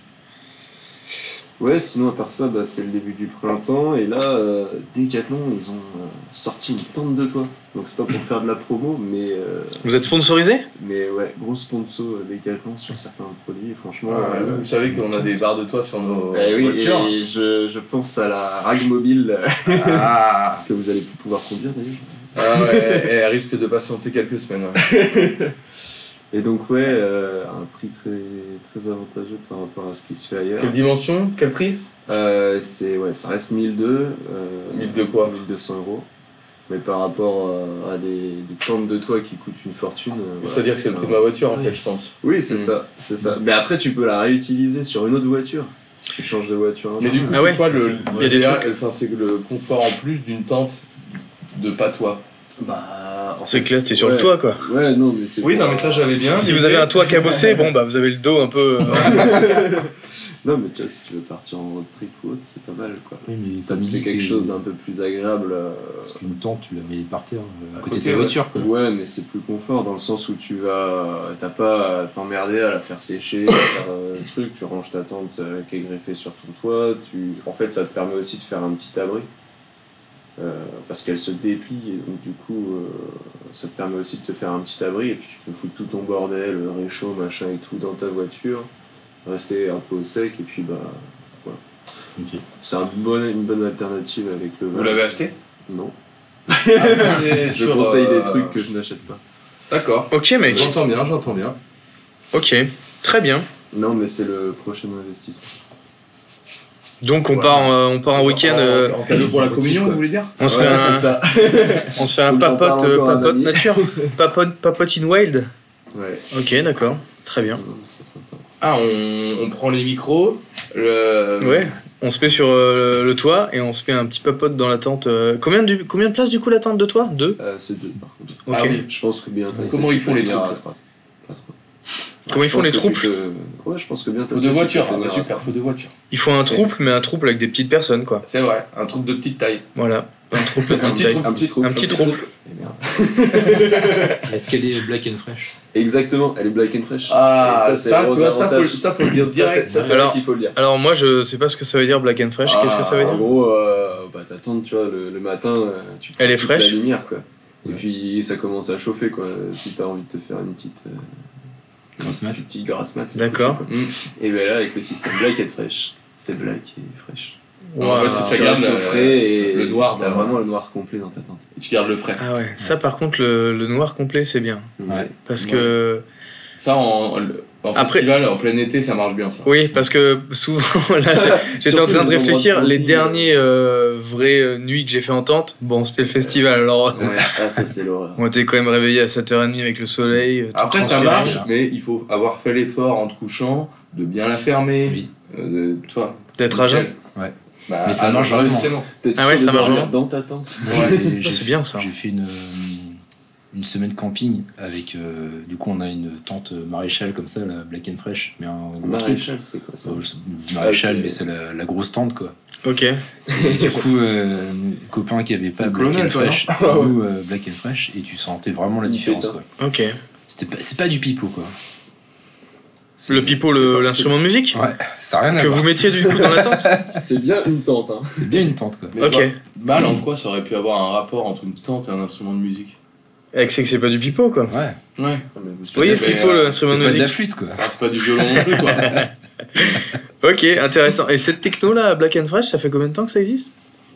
Speaker 3: Ouais, sinon à part ça, bah, c'est le début du printemps et là, euh, Decathlon, ils ont euh, sorti une tente de toit. Donc c'est pas pour faire de la promo, mais euh,
Speaker 2: Vous êtes sponsorisé
Speaker 3: mais ouais, gros sponsor euh, Decathlon sur certains produits. et Franchement, euh,
Speaker 4: Vous savez qu'on a des barres de toit sur nos
Speaker 3: eh oui,
Speaker 4: voitures.
Speaker 3: et je, je pense à la rag mobile euh,
Speaker 4: Ah,
Speaker 3: <laughs> que vous allez plus pouvoir conduire d'ailleurs.
Speaker 4: ah ouais, elle risque de patienter quelques semaines. hein. ouais.
Speaker 3: Et donc ouais, euh, un prix très très avantageux par rapport à ce qui se fait ailleurs.
Speaker 4: Quelle dimension Quel prix
Speaker 3: Euh, c'est ouais, ça reste 1002. Euh,
Speaker 4: 1002 quoi
Speaker 3: 1200 euros. Mais par rapport euh, à des, des tentes de toit qui coûtent une fortune. euh, voilà,
Speaker 4: C'est-à-dire que c'est Ah le
Speaker 3: un-
Speaker 4: prix de ma voiture en fait, je pense.
Speaker 3: Oui, c'est
Speaker 4: Mm.
Speaker 3: ça, c'est ça. Mais après, tu peux la réutiliser sur une autre voiture si tu changes de voiture. un
Speaker 4: Mais
Speaker 3: jour.
Speaker 4: du coup,
Speaker 2: Ah ouais
Speaker 4: c'est quoi le,
Speaker 2: Il y a des
Speaker 4: l'idéal,
Speaker 2: trucs.
Speaker 4: enfin, c'est le confort en plus d'une tente de patois.
Speaker 3: bah, en
Speaker 2: C'est
Speaker 3: fait,
Speaker 2: que là, t'es sur le
Speaker 3: Ouais.
Speaker 2: toit, quoi.
Speaker 3: ouais, non, mais c'est. pour-
Speaker 4: j'avais bien.
Speaker 2: Si vous avez un toit cabossé, bon, bah, vous avez le dos un peu. euh,
Speaker 3: Non, mais tu vois, si tu veux partir en road trip ou autre, c'est pas mal, quoi.
Speaker 5: Oui, mais
Speaker 3: Ça
Speaker 5: comme
Speaker 3: te fait
Speaker 5: dit,
Speaker 3: quelque
Speaker 5: c'est-
Speaker 3: chose hein. d'un peu plus agréable. euh,
Speaker 5: Parce qu'une tente, tu la mets par terre, euh, à côté de
Speaker 4: côté,
Speaker 5: ta
Speaker 4: ouais.
Speaker 5: voiture, quoi.
Speaker 3: Ouais, mais c'est plus confort dans le sens où tu vas, t'as pas à t'emmerder à la faire sécher, à faire euh, le truc, tu ranges ta tente euh, qui est greffée sur ton toit, tu, en fait ça te permet aussi de faire un petit abri, Euh, parce qu'elle se déplie et donc du coup euh, ça te permet aussi de te faire un petit abri et puis tu peux foutre tout ton bordel, euh, réchaud, machin et tout dans ta voiture, rester un peu au sec et puis bah voilà.
Speaker 5: Ok.
Speaker 3: C'est un bon, une bonne alternative avec le
Speaker 4: Vous
Speaker 3: van.
Speaker 4: l'avez acheté
Speaker 3: Non.
Speaker 4: Je
Speaker 3: Je conseille des trucs que je n'achète pas.
Speaker 4: Ah, euh, D'accord.
Speaker 2: <laughs> Ok, mec.
Speaker 4: J'entends bien, j'entends bien.
Speaker 2: Ok. Très bien.
Speaker 3: Non, mais c'est le prochain investissement.
Speaker 2: Donc, on
Speaker 4: Ouais.
Speaker 2: part, en- on part en week-end.
Speaker 4: En-
Speaker 2: euh,
Speaker 4: En cadeau pour la
Speaker 3: Boutique,
Speaker 4: communion,
Speaker 3: quoi.
Speaker 4: vous voulez dire
Speaker 2: on se fait
Speaker 3: Ouais,
Speaker 2: un,
Speaker 3: c'est ça.
Speaker 2: on se fait un
Speaker 3: Faut que j'en
Speaker 2: papote,
Speaker 3: parle
Speaker 2: euh,
Speaker 3: encore à
Speaker 2: papote
Speaker 3: mamie.
Speaker 2: nature. papote, papote in wild.
Speaker 3: Ouais.
Speaker 2: Ok, d'accord. Très bien.
Speaker 3: Non, mais c'est sympa.
Speaker 4: Ah, on, on prend les micros. Le...
Speaker 2: Ouais. Euh, On se met sur euh, le toit et on se fait un petit papote dans la tente. euh, Combien, du, combien de places du coup la tente de toi Deux
Speaker 3: Euh, c'est deux, par contre.
Speaker 2: Ok.
Speaker 4: Ah oui.
Speaker 3: Je pense que bien. t'as-
Speaker 4: Comment ils font les
Speaker 3: tu peux tenir
Speaker 4: troupes
Speaker 3: à droite. À droite.
Speaker 2: Comment ils
Speaker 3: Je
Speaker 2: font
Speaker 3: pense
Speaker 2: les
Speaker 3: que
Speaker 2: troupes
Speaker 3: tu peux- Ouais, je pense que bien. t'as ça,
Speaker 4: Faut de
Speaker 3: tu peux
Speaker 4: voiture. Ah
Speaker 3: tenir
Speaker 4: bah
Speaker 3: à
Speaker 4: super,
Speaker 3: droite.
Speaker 4: faut de voiture.
Speaker 2: Il faut un trouble, mais un trouble avec des petites personnes, quoi.
Speaker 4: C'est vrai, un troupe de petite taille.
Speaker 2: Voilà. Un trouble,
Speaker 4: Un petit troupe.
Speaker 3: Un petit troupe.
Speaker 2: Un petit trouble.
Speaker 3: Eh merde.
Speaker 5: Est-ce qu'elle est black and fresh
Speaker 3: Exactement, elle est black and fresh.
Speaker 4: Ah,
Speaker 3: Et
Speaker 4: ça,
Speaker 3: c'est
Speaker 4: tu
Speaker 3: gros
Speaker 4: vois, ça, faut,
Speaker 3: avantage.
Speaker 4: ça, faut le dire
Speaker 3: Ça, c'est-
Speaker 4: direct.
Speaker 3: ça, c'est
Speaker 2: Alors-
Speaker 3: là qu'il faut le dire.
Speaker 2: Alors moi je sais pas ce que ça veut dire black and fresh, qu'est-ce que ça veut
Speaker 3: En
Speaker 2: dire
Speaker 3: gros, euh, bah, t'attends, tu vois, le, le matin, euh, tu prends
Speaker 2: Elle est
Speaker 3: toute
Speaker 2: fraîche
Speaker 3: la lumière, quoi. Et
Speaker 5: Ouais.
Speaker 3: puis ça commence à chauffer, quoi. Si t'as envie de te faire une petite, euh,
Speaker 5: Grasse
Speaker 3: une
Speaker 5: mat.
Speaker 3: petite grasse mat. c'est
Speaker 2: D'accord. Mm.
Speaker 3: cool, quoi. Et ben là, avec le système black and fresh, c'est black et fraîche.
Speaker 4: En fait,
Speaker 2: Waouh.
Speaker 4: euh, c'est ça.
Speaker 3: Tu
Speaker 4: garde
Speaker 3: restes au
Speaker 4: le-
Speaker 3: frais et
Speaker 4: le noir
Speaker 3: T'as
Speaker 4: dans la
Speaker 3: vraiment le noir complet dans ta tente.
Speaker 4: Tu gardes le frais.
Speaker 2: Ah ouais, ça par contre le, le noir complet c'est bien.
Speaker 5: Ouais.
Speaker 2: Parce que...
Speaker 4: Ça, en, en
Speaker 2: Après-
Speaker 4: festival, en plein été, ça marche bien, ça.
Speaker 2: Oui, parce que souvent, <laughs> là j'ai- j'étais en
Speaker 3: Surtout
Speaker 2: train de
Speaker 3: les endroits
Speaker 2: réfléchir,
Speaker 3: de
Speaker 2: les
Speaker 3: camping.
Speaker 2: derniers euh, vraies euh, nuits que j'ai fait en tente, bon c'était le festival, alors <laughs>
Speaker 3: Ouais, ah, ça c'est l'horreur.
Speaker 2: on était quand même réveillés à 7h30 avec le soleil. euh, tout
Speaker 4: Après, ça
Speaker 2: transpirant.
Speaker 4: marche, mais il faut avoir fait l'effort en te couchant de bien la fermer.
Speaker 5: Oui.
Speaker 4: Euh, de- toi.
Speaker 2: D'être à jeun.
Speaker 5: Ouais.
Speaker 4: Bah,
Speaker 5: Mais ça
Speaker 4: ah,
Speaker 5: marche
Speaker 4: non,
Speaker 5: vraiment.
Speaker 4: forcément.
Speaker 3: T'es
Speaker 2: Ah ouais,
Speaker 3: sûr
Speaker 2: ça
Speaker 3: de
Speaker 2: marche
Speaker 3: dormir dans ta tente.
Speaker 5: Moi, j'ai-
Speaker 2: Ah,
Speaker 5: j'ai-
Speaker 2: c'est bien, ça.
Speaker 5: J'ai fait une, euh, une semaine camping avec. euh, du coup, on a une tente maréchale comme ça, la black and fresh, mais un
Speaker 3: Bah,
Speaker 5: gros truc.
Speaker 3: Maréchal, c'est quoi ça
Speaker 5: Euh, maréchale,
Speaker 3: Ah, c'est-
Speaker 5: mais c'est la, la grosse tente, quoi.
Speaker 2: Ok.
Speaker 5: Et du coup, euh, copain qui avait pas
Speaker 4: Le
Speaker 5: black
Speaker 4: colonel,
Speaker 5: and
Speaker 4: toi,
Speaker 5: fresh, nous, euh, black and fresh, et tu sentais vraiment la
Speaker 3: Il
Speaker 5: différence,
Speaker 3: fait
Speaker 5: quoi.
Speaker 2: Ok.
Speaker 5: C'était pas- C'est pas du pipeau, quoi. C'est-
Speaker 2: Le pipeau, le-
Speaker 5: c'est-
Speaker 2: l'instrument de musique
Speaker 5: Ouais, ça a rien à
Speaker 2: Que
Speaker 5: voir.
Speaker 2: vous mettiez du coup dans la <laughs> tente
Speaker 3: C'est bien une tente, hein.
Speaker 5: C'est bien une tente, quoi.
Speaker 4: Mais
Speaker 2: Ok.
Speaker 4: genre, mal en quoi ça aurait pu avoir un rapport entre une tente et un instrument de musique
Speaker 2: Avec c'est que c'est pas du pipeau quoi.
Speaker 5: Ouais,
Speaker 4: Ouais.
Speaker 3: Ah,
Speaker 2: Vous voyez le
Speaker 4: Mais,
Speaker 2: pipeau,
Speaker 4: euh,
Speaker 5: c'est
Speaker 2: l'instrument
Speaker 5: pas
Speaker 2: de
Speaker 5: de la
Speaker 2: musique
Speaker 5: flûte, quoi.
Speaker 4: Ah, c'est pas du violon non plus, quoi.
Speaker 2: Ok, intéressant. Et cette techno là, Black and Fresh, ça fait combien de temps que ça existe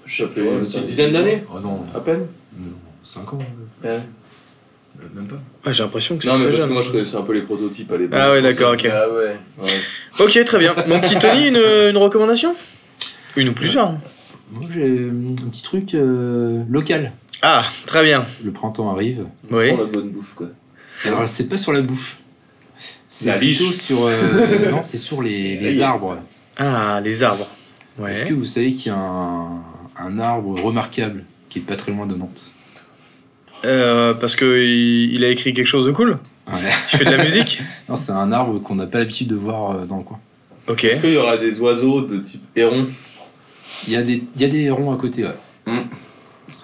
Speaker 4: Ça fait euh, une petite dizaine d'années,
Speaker 5: Oh non,
Speaker 4: à peine.
Speaker 5: 5 ans, euh,
Speaker 4: Ouais.
Speaker 5: euh, même pas.
Speaker 2: ah, J'ai l'impression que c'est
Speaker 4: Non, mais
Speaker 2: très
Speaker 4: parce que
Speaker 2: jeune.
Speaker 4: moi je connaissais un peu les prototypes à l'époque.
Speaker 2: Ah ouais, d'accord, ok.
Speaker 3: Ah ouais. <laughs>
Speaker 4: Ouais.
Speaker 2: Ok, très bien. Mon petit Tony, une, une recommandation Une ou plusieurs
Speaker 5: Moi, j'ai un petit truc euh, local.
Speaker 2: Ah, très bien.
Speaker 5: Le printemps arrive.
Speaker 2: Oui.
Speaker 3: Sans la bonne bouffe, quoi.
Speaker 5: Alors, c'est pas sur la bouffe. C'est
Speaker 4: La
Speaker 5: plutôt
Speaker 4: liche.
Speaker 5: sur. euh, non, c'est sur les, les arbres.
Speaker 2: Ah, les arbres. Ouais.
Speaker 5: Est-ce que vous savez qu'il y a un, un arbre remarquable qui est pas très loin de Nantes
Speaker 2: Euh, parce que il, il a écrit quelque chose de cool.
Speaker 5: Ouais. <laughs>
Speaker 2: Je fais de
Speaker 4: <laughs>
Speaker 2: la musique.
Speaker 5: Non, c'est un arbre qu'on n'a pas l'habitude de voir euh, dans le coin.
Speaker 2: Ok.
Speaker 4: Est-ce qu'il y aura des oiseaux de type héron <laughs>
Speaker 5: Il y, a des- il y a des ronds à côté, ouais.
Speaker 2: Hmm.
Speaker 4: Mm.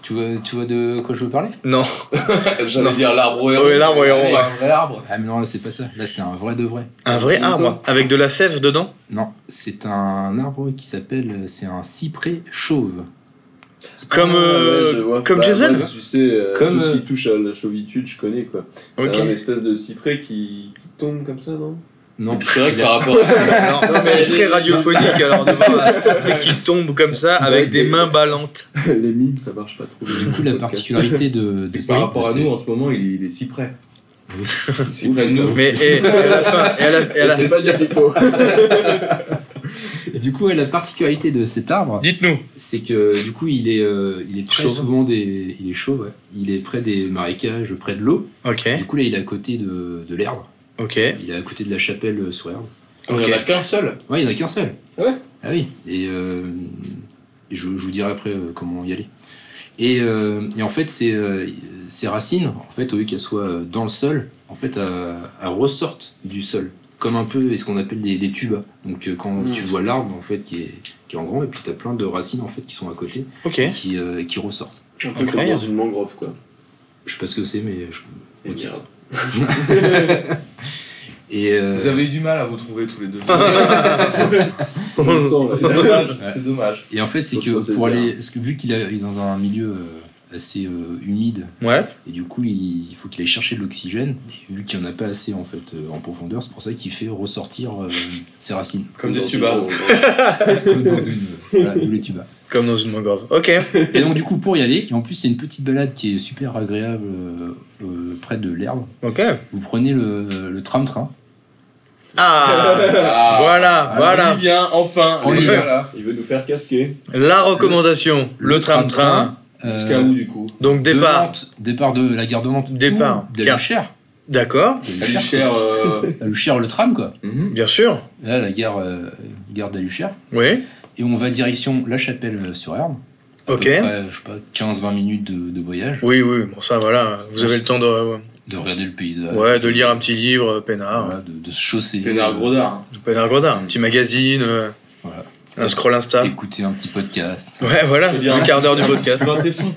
Speaker 5: Tu, vois, tu vois de quoi je veux parler
Speaker 2: Non.
Speaker 4: J'allais
Speaker 2: Non. Ah
Speaker 4: dire l'arbre héron.
Speaker 2: Ouais, l'arbre héron,
Speaker 4: C'est
Speaker 2: ouais.
Speaker 4: un vrai arbre.
Speaker 5: Ah, mais non, là, c'est pas ça. Là, c'est un vrai de vrai.
Speaker 2: Un vrai arbre avec de la sève dedans.
Speaker 5: Non, c'est un arbre qui s'appelle. C'est un cyprès chauve.
Speaker 2: Comme
Speaker 4: Ah,
Speaker 2: euh,
Speaker 3: Ouais, je vois.
Speaker 2: comme
Speaker 3: Bah,
Speaker 2: Jason.
Speaker 3: bah, Tu sais, euh,
Speaker 5: Comme,
Speaker 3: tout ce
Speaker 5: euh,
Speaker 3: qui touche à la chauvitude, je connais quoi.
Speaker 2: Ok.
Speaker 3: C'est un espèce de cyprès qui, qui tombe comme ça, non
Speaker 5: Non,
Speaker 4: C'est vrai que par rapport à.
Speaker 2: Alors, non, mais elle est très radiophonique alors de voir un cyprès qui tombe comme ça avec des mains ballantes.
Speaker 3: Les mimes, ça marche pas trop.
Speaker 5: du
Speaker 2: <laughs>
Speaker 5: coup, la particularité de, de
Speaker 4: Par
Speaker 5: ça,
Speaker 4: rapport à
Speaker 5: c'est-
Speaker 4: nous, en ce moment, il est, il est si près. si près de nous.
Speaker 2: Mais et, et à la
Speaker 3: <laughs>
Speaker 2: fin, et à la, et à la-
Speaker 3: C'est pas du pipeau.
Speaker 4: hein.
Speaker 5: Et Du coup, ouais, la particularité de cet arbre,
Speaker 2: Dites-nous.
Speaker 5: c'est que du coup, il est, euh, il est très
Speaker 2: Chauve.
Speaker 5: souvent des, il est chaud. ouais. Il est près des marécages, près de l'eau.
Speaker 2: Ok.
Speaker 5: Du coup, là, il est à côté de, de l'herbe.
Speaker 2: Ok.
Speaker 5: Il est à côté de la chapelle euh, sur herbe.
Speaker 4: Il n'y en a qu'un seul.
Speaker 5: Ouais, il n'y en a qu'un seul.
Speaker 3: Ah ouais
Speaker 5: Ah oui. Et, euh, et je, je vous dirai après euh, comment y aller. Et, euh, et en fait, ces, euh, ces racines, en fait, au lieu qu'elles soient euh, dans le sol, en fait, elles, elles ressortent du sol. Comme un peu ce qu'on appelle des, des tubas. Donc euh, quand
Speaker 3: Mmh.
Speaker 5: tu vois l'arbre, en fait, qui est, qui est en grand, et puis tu as plein de racines, en fait, qui sont à côté,
Speaker 2: Ok.
Speaker 5: qui, euh, qui ressortent.
Speaker 3: Un peu comme dans
Speaker 2: Incroyable.
Speaker 3: une mangrove quoi.
Speaker 5: Je sais pas ce que c'est, mais... je-
Speaker 3: Et
Speaker 5: Ok.
Speaker 3: merde.
Speaker 5: Et, euh,
Speaker 4: Vous avez eu du mal à vous trouver tous les <laughs> deux.
Speaker 3: On le sent,
Speaker 4: c'est
Speaker 3: là.
Speaker 4: dommage. C'est dommage.
Speaker 5: et en fait, c'est
Speaker 3: Faut se
Speaker 5: que pour
Speaker 3: ressaisir.
Speaker 5: aller... Parce que vu qu'il est il est dans un milieu euh, assez euh, humide,
Speaker 2: Ouais.
Speaker 5: Et du coup, il il faut qu'il aille chercher de l'oxygène. Et Vu qu'il n'y en a pas assez en fait euh, en profondeur, c'est pour ça qu'il fait ressortir euh, ses racines.
Speaker 4: <laughs> Comme des
Speaker 3: Dans une
Speaker 4: tubas.
Speaker 3: mangrove.
Speaker 5: Comme dans une- voilà, d'où les tubas.
Speaker 2: Comme dans une mangrove. Ok.
Speaker 5: Et donc du coup, pour y aller, et en plus c'est une petite balade qui est super agréable euh, euh, près de l'herbe.
Speaker 2: Ok.
Speaker 5: Vous prenez le, le tram-train.
Speaker 2: Ah.
Speaker 4: Ah,
Speaker 2: Voilà.
Speaker 4: On
Speaker 2: voilà.
Speaker 4: y vient, enfin.
Speaker 5: On
Speaker 4: les
Speaker 5: y
Speaker 4: gars,
Speaker 5: va.
Speaker 4: là.
Speaker 3: Il veut nous faire casquer.
Speaker 2: La recommandation. Le tram-train.
Speaker 5: euh,
Speaker 4: Jusqu'à où, du coup
Speaker 2: Donc
Speaker 5: de
Speaker 2: départ.
Speaker 5: Nantes, départ de la gare de Nantes.
Speaker 2: Départ.
Speaker 5: Ou De
Speaker 2: Gare.
Speaker 5: Luchère.
Speaker 2: D'accord.
Speaker 5: De
Speaker 4: À
Speaker 5: Luchère.
Speaker 4: Luchère. <laughs> euh,
Speaker 5: À Luchère, le tram quoi.
Speaker 2: Bien sûr.
Speaker 5: Là, la gare, euh, gare d'Aluchère.
Speaker 2: Oui.
Speaker 5: Et on va direction La Chapelle-sur-Erne.
Speaker 2: Ok.
Speaker 5: je sais pas, 15-20 minutes de, de voyage.
Speaker 2: Oui, oui, bon ça voilà, vous avez le temps de,
Speaker 5: de regarder le paysage,
Speaker 2: ouais, de lire un petit livre, euh, Peinard,
Speaker 5: voilà, de, de se chausser,
Speaker 4: Pénard
Speaker 5: euh,
Speaker 4: Grodard.
Speaker 2: Peinard Godard, un petit magazine, euh,
Speaker 5: Voilà.
Speaker 2: un scroll Insta.
Speaker 5: euh, écouter un petit podcast.
Speaker 2: Ouais, voilà,
Speaker 4: C'est bien.
Speaker 2: le quart
Speaker 5: <laughs>
Speaker 2: d'heure du podcast.
Speaker 4: Dans tes sons.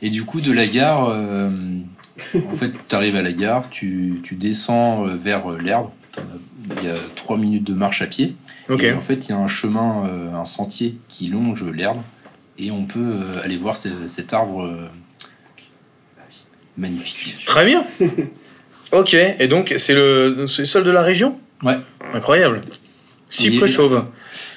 Speaker 5: Et du coup, de la gare, euh, en fait, tu arrives à la gare, tu, tu descends euh, vers euh, l'herbe. T'en as- Il y a 3 minutes de marche à pied.
Speaker 2: Ok,
Speaker 5: Et en fait, il y a un chemin, euh, un sentier qui longe l'herbe. Et on peut euh, aller voir ce- cet arbre euh, magnifique.
Speaker 2: très
Speaker 5: <laughs>
Speaker 2: bien. Ok, et donc c'est le, c'est le seul de la région
Speaker 5: Ouais.
Speaker 2: Incroyable. Cyprès
Speaker 5: Il est-
Speaker 2: chauve.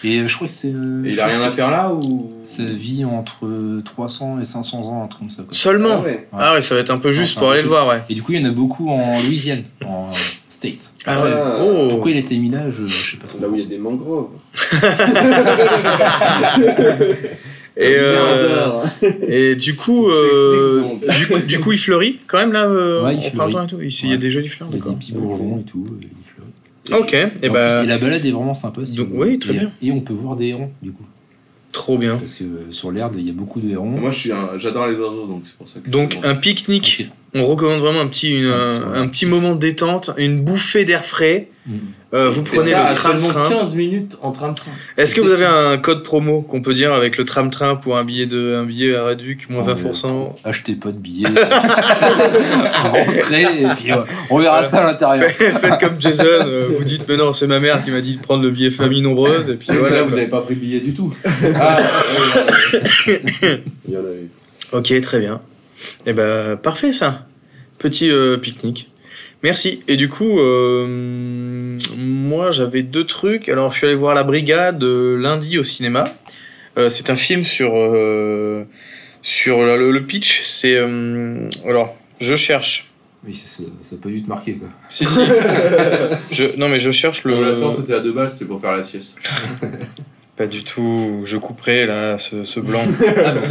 Speaker 5: Et euh, je crois que c'est. euh,
Speaker 4: Et il a rien à faire là ou
Speaker 5: Ça vit entre 300 et 500 ans, un truc comme ça. quoi.
Speaker 2: Seulement
Speaker 3: Ah ouais.
Speaker 2: Ah ouais, ça va être un peu juste
Speaker 5: c'est
Speaker 2: pour
Speaker 5: un
Speaker 2: aller
Speaker 5: peu-
Speaker 2: le voir, ouais.
Speaker 5: Et du coup, il y en a beaucoup en Louisiane, en euh, State.
Speaker 2: Ah ouais,
Speaker 3: Ah.
Speaker 2: oh
Speaker 5: Pourquoi il a été mis là, je, je sais pas trop.
Speaker 3: Là où il y a des mangroves.
Speaker 2: Et,
Speaker 3: Comme par
Speaker 2: euh,
Speaker 3: hasard.
Speaker 2: et du coup,
Speaker 4: Ça
Speaker 2: euh,
Speaker 4: explique
Speaker 2: du, coup- du coup, il fleurit quand même là euh,
Speaker 5: Ouais, il
Speaker 2: au
Speaker 5: fleurit.
Speaker 2: printemps et tout. Ici, il y a
Speaker 5: Ouais.
Speaker 2: des jolies fleurs,
Speaker 5: Il y a
Speaker 2: d'accord.
Speaker 5: des petits bourgeons et tout. et il fleurit.
Speaker 2: Ok, et
Speaker 5: en
Speaker 2: bah,
Speaker 5: plus, et la balade est vraiment sympa. si
Speaker 2: donc,
Speaker 5: vous voulez.
Speaker 2: oui, très
Speaker 5: et,
Speaker 2: bien.
Speaker 5: Et on peut voir des hérons, du coup.
Speaker 2: trop bien.
Speaker 5: Parce que euh, sur l'herbe, il y a beaucoup de hérons.
Speaker 4: Moi je suis un- j'adore les oiseaux donc c'est pour ça que
Speaker 2: Donc
Speaker 4: c'est
Speaker 2: un pique-nique,
Speaker 5: Ok.
Speaker 2: on recommande vraiment un petit, une,
Speaker 5: Ouais.
Speaker 2: un petit moment de détente, une bouffée d'air frais.
Speaker 5: Mm.
Speaker 2: Euh, vous
Speaker 4: bon. Et
Speaker 2: prenez
Speaker 4: ça, à
Speaker 2: le
Speaker 4: seulement
Speaker 2: tram-train.
Speaker 4: 15 minutes en train de train.
Speaker 2: Est-ce que vous avez un code promo qu'on peut dire avec le tram-train pour un billet, de, un billet à réduc, moins
Speaker 5: Ah, mais,
Speaker 2: <laughs> 20%
Speaker 5: Achetez pas de billets. <laughs> Rentrez, et puis euh, on verra
Speaker 2: Voilà.
Speaker 5: ça à l'intérieur.
Speaker 2: Faites comme Jason, euh, vous dites mais non c'est ma mère qui m'a dit de prendre le billet famille nombreuse et puis voilà.
Speaker 4: là, vous
Speaker 2: quoi.
Speaker 4: n'avez pas pris le billet du tout. Ah, ouais, ouais.
Speaker 3: Il y en a eu.
Speaker 2: Ok très bien. Et ben parfait ça, petit euh, pique-nique. Merci. Et du coup, euh, moi j'avais deux trucs. Alors je suis allé voir La Brigade euh, lundi au cinéma. Euh, c'est un film sur euh, sur le, le pitch. C'est euh, alors je cherche.
Speaker 5: Oui, ça, ça- ça peut vite marquer, quoi.
Speaker 2: Si
Speaker 4: <laughs>
Speaker 2: si. je, non mais je cherche le.
Speaker 4: Comme la séance était à deux balles, c'était pour faire la sieste.
Speaker 2: Pas du tout. Je couperai là ce, ce
Speaker 4: <laughs>
Speaker 2: blanc.
Speaker 5: Ah bon.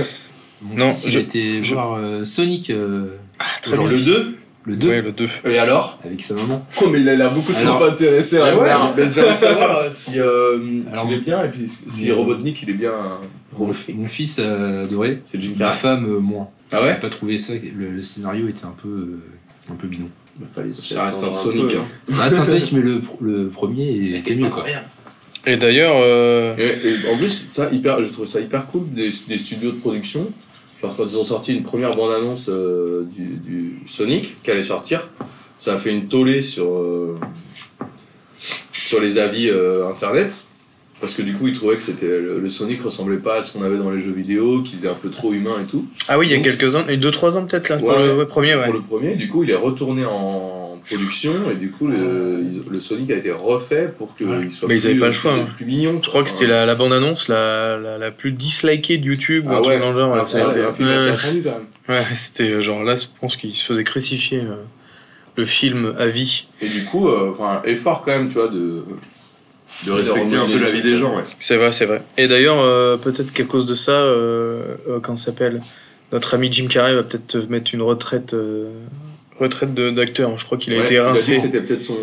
Speaker 5: Mon
Speaker 2: Non,
Speaker 5: fils, il
Speaker 2: je-
Speaker 5: était
Speaker 2: je-
Speaker 5: voir euh, Sonic. euh,
Speaker 2: Ah, très
Speaker 4: Genre
Speaker 2: bien.
Speaker 4: le 2
Speaker 5: Le 2
Speaker 6: Ouais, le 2.
Speaker 4: Et alors
Speaker 5: avec sa maman.
Speaker 3: <laughs> Oh, mais il a l'air beaucoup trop
Speaker 4: Alors-
Speaker 3: intéressé à
Speaker 4: Ah ouais,
Speaker 3: voir.
Speaker 4: mais j'aimerais savoir euh, si, euh,
Speaker 5: Alors-
Speaker 4: s'il est bien et puis si
Speaker 5: Mais-
Speaker 4: Robotnik il est bien. euh,
Speaker 5: Mon, mon fils a adoré.
Speaker 4: C'est Jim
Speaker 5: Ma
Speaker 4: Carrey.
Speaker 5: femme euh, moins.
Speaker 4: Ah
Speaker 5: J'ai
Speaker 4: ouais
Speaker 5: pas trouvé ça. Le, le scénario était un peu euh, un peu bidon.
Speaker 4: Ça reste un
Speaker 3: attendre un
Speaker 4: Sonic.
Speaker 3: peu.
Speaker 4: hein.
Speaker 5: Ça reste un Sonic, mais le, pr- le premier était mieux quoi.
Speaker 6: Et d'ailleurs, euh,
Speaker 4: Et, et en plus, ça, hyper, je trouve ça hyper cool des, des studios de production. Genre, quand ils ont sorti une première bande-annonce euh, du, du Sonic qui allait sortir, ça a fait une tollée sur, euh, sur les avis euh, internet. Parce que du coup, ils trouvaient que c'était le, le Sonic ressemblait pas à ce qu'on avait dans les jeux vidéo, qu'il faisait un peu trop humain et tout.
Speaker 2: Ah oui, il y a quelques ans, 2-3 ans peut-être là, pour
Speaker 4: Ouais,
Speaker 2: le ouais, premier, ouais.
Speaker 4: Pour le premier, du coup, il est retourné en production et du coup, le, ils- le Sonic a été refait pour qu'il soit
Speaker 2: Mais ils
Speaker 4: plus,
Speaker 2: avaient pas le choix,
Speaker 4: plus-
Speaker 2: hein.
Speaker 4: plus mignon.
Speaker 2: Je crois que c'était la, la bande-annonce la, la, la plus dislikée de YouTube ou
Speaker 4: Ah
Speaker 2: un
Speaker 4: ouais.
Speaker 2: truc dans le genre. ouais, ça a été-
Speaker 4: un film
Speaker 2: ouais,
Speaker 4: assez attendu quand même.
Speaker 2: ouais, c'était euh, genre là, je pense qu'il se faisait crucifier euh, le film à vie.
Speaker 4: Et du coup, euh, enfin, effort quand même, tu vois, de, de respecter un peu la vie des gens, ouais.
Speaker 2: C'est vrai, c'est vrai. Et d'ailleurs, euh, peut-être qu'à cause de ça, euh, euh, quand ça s'appelle, notre ami Jim Carrey va peut-être mettre une retraite, euh, retraite de- d'acteur. hein. Je crois qu'il a
Speaker 4: Ouais,
Speaker 2: été
Speaker 4: il a dit
Speaker 2: rincé.
Speaker 4: que C'était peut-être son,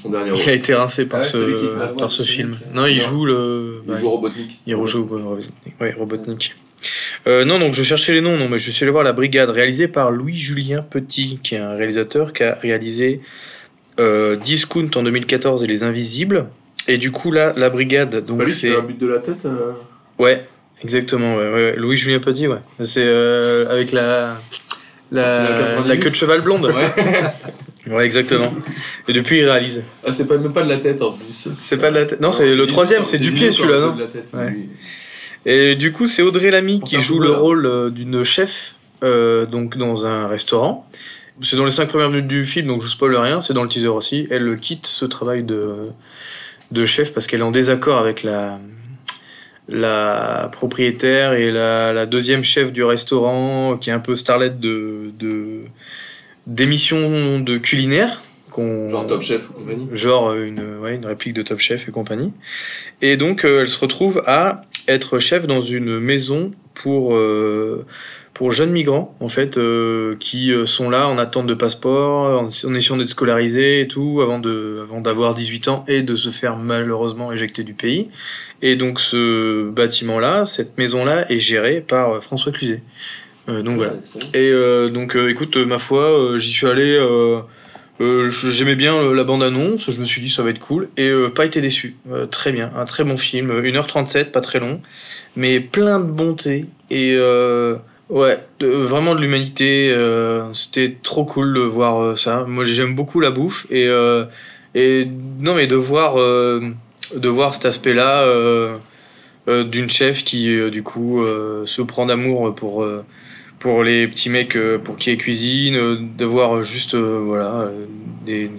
Speaker 4: son dernier rôle.
Speaker 2: Il a été rincé par
Speaker 3: Ah ouais, c'est lui qui fait la
Speaker 2: ce,
Speaker 3: voix
Speaker 2: par
Speaker 3: de
Speaker 2: ce
Speaker 3: Sonic,
Speaker 2: film.
Speaker 3: là.
Speaker 2: Non, il
Speaker 4: Non.
Speaker 2: joue le.
Speaker 4: Le
Speaker 2: bah,
Speaker 4: jeu Robotnik.
Speaker 2: Il rejoue ouais, Robotnik. Ouais, Robotnik. Euh, non, donc je cherchais les noms, non, mais je suis allé voir La Brigade, réalisée par Louis-Julien Petit, qui est un réalisateur qui a réalisé euh, Discount en 2014 et Les Invisibles. Et du coup, là, La Brigade,
Speaker 4: Pas
Speaker 2: donc
Speaker 4: lui, c'est
Speaker 2: c'est.
Speaker 4: un but de la tête. euh,
Speaker 2: Ouais, exactement, ouais, ouais, ouais. Louis-Julien Petit, ouais. C'est euh, avec la.
Speaker 4: La
Speaker 2: La,
Speaker 4: 98.
Speaker 2: la queue de cheval blonde. <laughs>
Speaker 4: Ouais.
Speaker 2: ouais, exactement. Et depuis, il réalise.
Speaker 4: Ah, c'est pas, même pas de la tête en plus.
Speaker 2: C'est pas de la tête. Non, c'est le
Speaker 4: du-
Speaker 2: troisième, c'est du
Speaker 4: du
Speaker 2: pied
Speaker 4: dos,
Speaker 2: celui-là,
Speaker 4: un peu
Speaker 2: non
Speaker 4: de la tête,
Speaker 2: Ouais.
Speaker 4: lui.
Speaker 2: Et du coup, c'est Audrey Lamy
Speaker 4: On
Speaker 2: qui
Speaker 4: s'en
Speaker 2: joue
Speaker 4: fout,
Speaker 2: le
Speaker 4: là.
Speaker 2: rôle euh, d'une chef euh, donc dans un restaurant. C'est dans les cinq premières minutes du film, donc je spoil rien, c'est dans le teaser aussi. Elle euh, quitte ce travail de, de chef parce qu'elle est en désaccord avec la, la propriétaire et la, la deuxième chef du restaurant, qui est un peu starlette de, de, d'émissions de culinaire. qu'on-
Speaker 4: Genre Top Chef ou compagnie.
Speaker 2: genre euh, une, ouais, une réplique de Top Chef et compagnie. Et donc euh, elle se retrouve à être chef dans une maison pour, euh, pour jeunes migrants, en fait, euh, qui euh, sont là en attente de passeport, en, en essayant d'être scolarisés et tout, avant de avant d'avoir 18 ans et de se faire malheureusement éjecter du pays. Et donc ce bâtiment-là, cette maison-là, est gérée par euh, François Cluzet. Euh, donc voilà. Et euh, donc, euh, écoute, euh, ma foi, euh, j'y suis allé. euh, euh, j- J'aimais bien euh, la bande-annonce, je me suis dit ça va être cool, et euh, pas été déçu. Euh, très bien, un très bon film, euh, 1h37, pas très long, mais plein de bonté, et euh, ouais, de- vraiment de l'humanité, euh, c'était trop cool de voir euh, ça. Moi j'aime beaucoup la bouffe, et, euh, et non mais de voir, euh, de voir cet aspect-là euh, euh, d'une chef qui euh, du coup euh, se prend d'amour pour... euh, pour les petits mecs euh, pour qui est cuisine, euh, d'avoir juste euh, voilà euh, des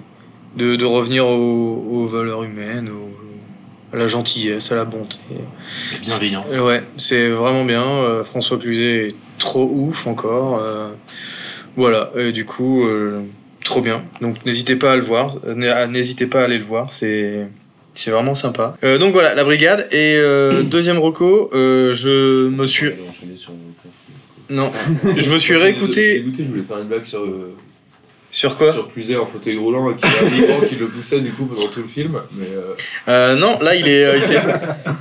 Speaker 2: de, de revenir aux, aux valeurs humaines, aux- à la gentillesse, à la bonté.
Speaker 5: La bienveillance.
Speaker 2: Et ouais, c'est vraiment bien. euh, François Cluzet est trop ouf encore. euh, voilà, et du coup, euh, trop bien. Donc n'hésitez pas à le voir, n- à- n'hésitez pas à aller le voir, c'est c'est vraiment sympa. Euh, donc voilà, la brigade. Et euh, deuxième reco, euh, je me suis
Speaker 4: On va enchaîner sur-
Speaker 2: non, je me suis
Speaker 4: Moi,
Speaker 2: réécouté
Speaker 4: dégoûté, Je voulais faire une blague sur, euh,
Speaker 2: sur quoi
Speaker 4: sur Cluzet en fauteuil roulant et qu'il y a un migrant qui le poussait du coup pendant tout le film. Mais euh,
Speaker 2: Euh, non, là il est, euh, il s'est-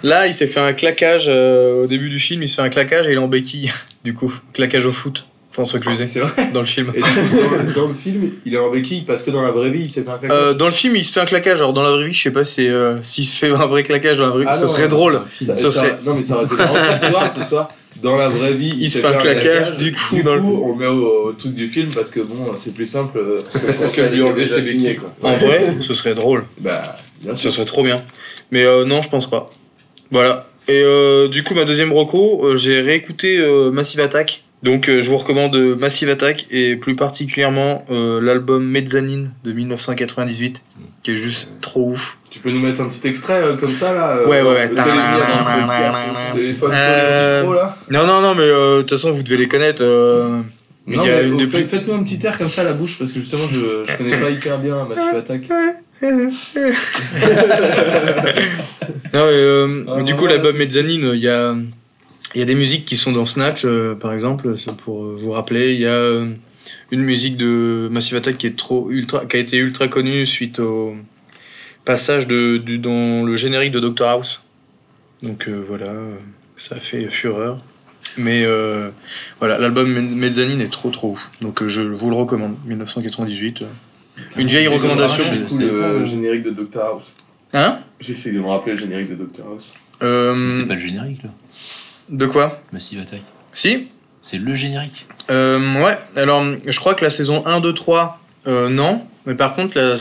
Speaker 2: là il s'est fait un claquage euh, au début du film, il se fait un claquage et il est en béquille. <laughs> Du coup, claquage au foot, François Cluzet
Speaker 4: c'est vrai.
Speaker 2: dans le film.
Speaker 4: Et du coup, dans, dans le film, il est en béquille parce que dans la vraie vie, il s'est fait un claquage.
Speaker 2: Euh, dans le film, il se fait un claquage. Alors dans la vraie vie, je sais pas si euh, s'il se fait un vrai claquage dans la vraie,
Speaker 4: Ah
Speaker 2: vie, ce
Speaker 4: non,
Speaker 2: serait
Speaker 4: non,
Speaker 2: drôle.
Speaker 4: Ça,
Speaker 2: Ce
Speaker 4: ça-
Speaker 2: serait-
Speaker 4: Non, mais ça aurait été marrant ce soir, ce soir, dans la vraie vie,
Speaker 2: Il se
Speaker 4: s'est
Speaker 2: fait un
Speaker 4: fait
Speaker 2: claquage, du coup, dans le-
Speaker 4: on met au, au truc du film parce que bon, c'est plus simple euh, que de lui enlever ses béquilles, quoi.
Speaker 2: En vrai, ce serait drôle.
Speaker 4: Bah, bien
Speaker 2: Ce
Speaker 4: sûr.
Speaker 2: serait trop bien. Mais euh, non, je pense pas. Voilà. Et euh, du coup, ma deuxième reco, euh, j'ai réécouté euh, Massive Attack. Donc, euh, je vous recommande euh, Massive Attack et plus particulièrement euh, l'album Mezzanine de 1998, qui est juste trop ouf.
Speaker 4: Tu peux nous mettre un petit extrait euh, comme ça, là euh,
Speaker 2: Ouais, ouais, ouais.
Speaker 4: le télémire, hein, le podcast, le téléphone,
Speaker 2: Euh,
Speaker 4: le micro, là.
Speaker 2: Non, non, non, mais euh, de toute façon, vous devez les connaître. euh, mais
Speaker 4: Non,
Speaker 2: il y a
Speaker 4: mais
Speaker 2: une
Speaker 4: au-
Speaker 2: des
Speaker 4: fait-
Speaker 2: plus-
Speaker 4: Faites-nous un petit air comme ça à la bouche parce que justement, je, je connais pas hyper bien Massive Attack.
Speaker 2: <laughs> Non, mais, euh,
Speaker 4: Ah,
Speaker 2: du coup,
Speaker 4: voilà,
Speaker 2: l'album
Speaker 4: c'est-
Speaker 2: Mezzanine, il y a, il y a des musiques qui sont dans Snatch, euh, par exemple, c'est pour euh, vous rappeler. Il y a euh, une musique de Massive Attack qui est trop ultra, qui a été ultra connue suite au passage de, du, dans le générique de Doctor House. Donc euh, voilà, euh, ça a fait fureur. Mais euh, voilà, l'album Me- Mezzanine est trop trop ouf. Donc euh, je vous le recommande. 1998. euh. Une vieille recommandation.
Speaker 7: je-
Speaker 4: Du coup, le euh, générique de Doctor House.
Speaker 2: Hein
Speaker 4: J'essaie de me rappeler le générique de Doctor House.
Speaker 2: Euh,
Speaker 5: C'est pas le générique là,
Speaker 2: De quoi
Speaker 5: Massive Attack.
Speaker 2: Si
Speaker 5: C'est le générique.
Speaker 2: Euh, ouais, alors je crois que la saison 1, 2, 3, euh, non. Mais par contre, la-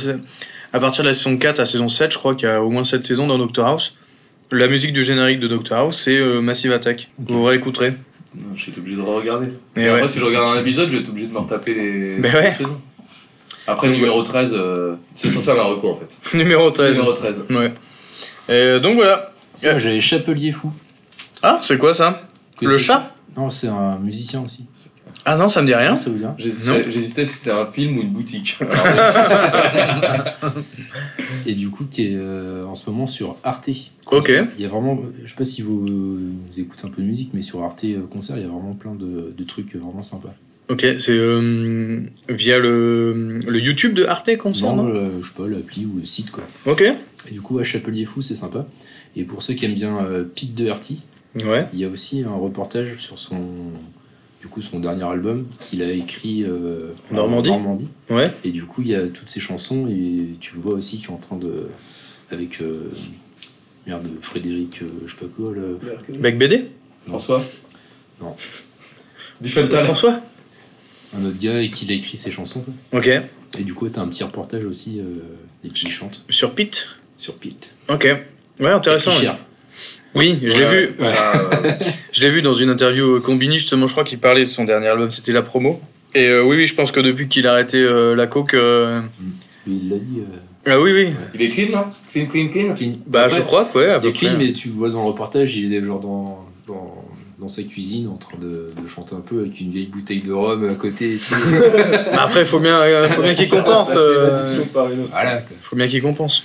Speaker 2: à partir de la saison 4 à la saison 7, je crois qu'il y a au moins 7 saisons dans Doctor House. La musique du générique de Doctor House, c'est euh, Massive Attack. Vous réécouterez. <laughs>
Speaker 4: Non, J'étais obligé de regarder.
Speaker 2: Mais
Speaker 4: Et
Speaker 2: ouais.
Speaker 4: après, si je regarde un épisode, je vais être obligé de me retaper les.
Speaker 2: Mais ouais.
Speaker 4: les saisons. Après, numéro 13, euh, c'est sur ça ma recours en fait.
Speaker 2: Numéro 13.
Speaker 4: Numéro 13.
Speaker 2: Ouais. Et euh, donc voilà.
Speaker 5: Ça, J'avais Chapelier Fou.
Speaker 2: Ah, c'est quoi ça
Speaker 5: Que
Speaker 2: Le
Speaker 5: c'est-
Speaker 2: chat
Speaker 5: Non, c'est un musicien aussi.
Speaker 2: Ah non, ça me dit rien.
Speaker 5: Ça vous dit rien
Speaker 4: J'hésitais j'hésitais si c'était un film ou une boutique. <laughs>
Speaker 5: Et du coup, qui est euh, en ce moment sur Arte.
Speaker 2: Ok.
Speaker 5: Il y a vraiment, je sais pas si vous, vous écoutez un peu de musique, mais sur Arte euh, Concert, il y a vraiment plein de, de trucs euh, vraiment sympas.
Speaker 2: Ok, c'est euh, via le, le YouTube de Arte qu'on sort,
Speaker 5: Non,
Speaker 2: non
Speaker 5: le- euh, je sais pas, l'appli ou le site quoi.
Speaker 2: Ok.
Speaker 5: Et du coup, à Chapelier Fou, c'est sympa. Et pour ceux qui aiment bien euh, Pete Doherty,
Speaker 2: Ouais.
Speaker 5: Il y a aussi un reportage sur son, du coup, son dernier album qu'il a écrit euh, en
Speaker 2: Normandie. Ouais.
Speaker 5: Et du coup, il y a toutes ces chansons et tu le vois aussi qui est en train de. avec. euh, merde, Frédéric, euh, je sais pas quoi, là.
Speaker 2: Bec BD
Speaker 4: François
Speaker 5: Non.
Speaker 4: Diffental
Speaker 2: François
Speaker 5: un autre gars et qu'il a écrit ses chansons. quoi.
Speaker 2: Ok.
Speaker 5: Et du coup, t'as un petit reportage aussi euh, et qui chante
Speaker 2: Sur Pete
Speaker 5: sur Pete.
Speaker 2: Ok. Ouais, intéressant.
Speaker 5: Et qui
Speaker 2: ouais.
Speaker 5: chère.
Speaker 2: Oui, je l'ai vu. Euh,
Speaker 4: Ah,
Speaker 2: Je l'ai vu dans une interview au Combini, justement, je crois qu'il parlait de son dernier album, c'était la promo. Et euh, oui, oui, je pense que depuis qu'il a arrêté euh, la coke. euh,
Speaker 5: Mais il l'a dit. euh,
Speaker 2: Ah oui, oui.
Speaker 4: Il est clean là Clean, clean, clean
Speaker 5: Clean.
Speaker 2: Bah,
Speaker 5: Après,
Speaker 2: je crois que, ouais. à
Speaker 5: Il est
Speaker 2: peu
Speaker 5: clean,
Speaker 2: près. hein.
Speaker 5: mais tu le vois dans le reportage, il est genre dans, dans, dans sa cuisine en train de, de chanter un peu avec une vieille bouteille de rhum à côté
Speaker 2: <laughs>
Speaker 5: et tout.
Speaker 2: Mais après, faut bien, euh, faut bien qu'il
Speaker 5: Bah,
Speaker 2: compense. euh,
Speaker 3: Passer l'addiction par Bah, une autre.
Speaker 5: voilà. quoi.
Speaker 2: Faut bien qu'il compense.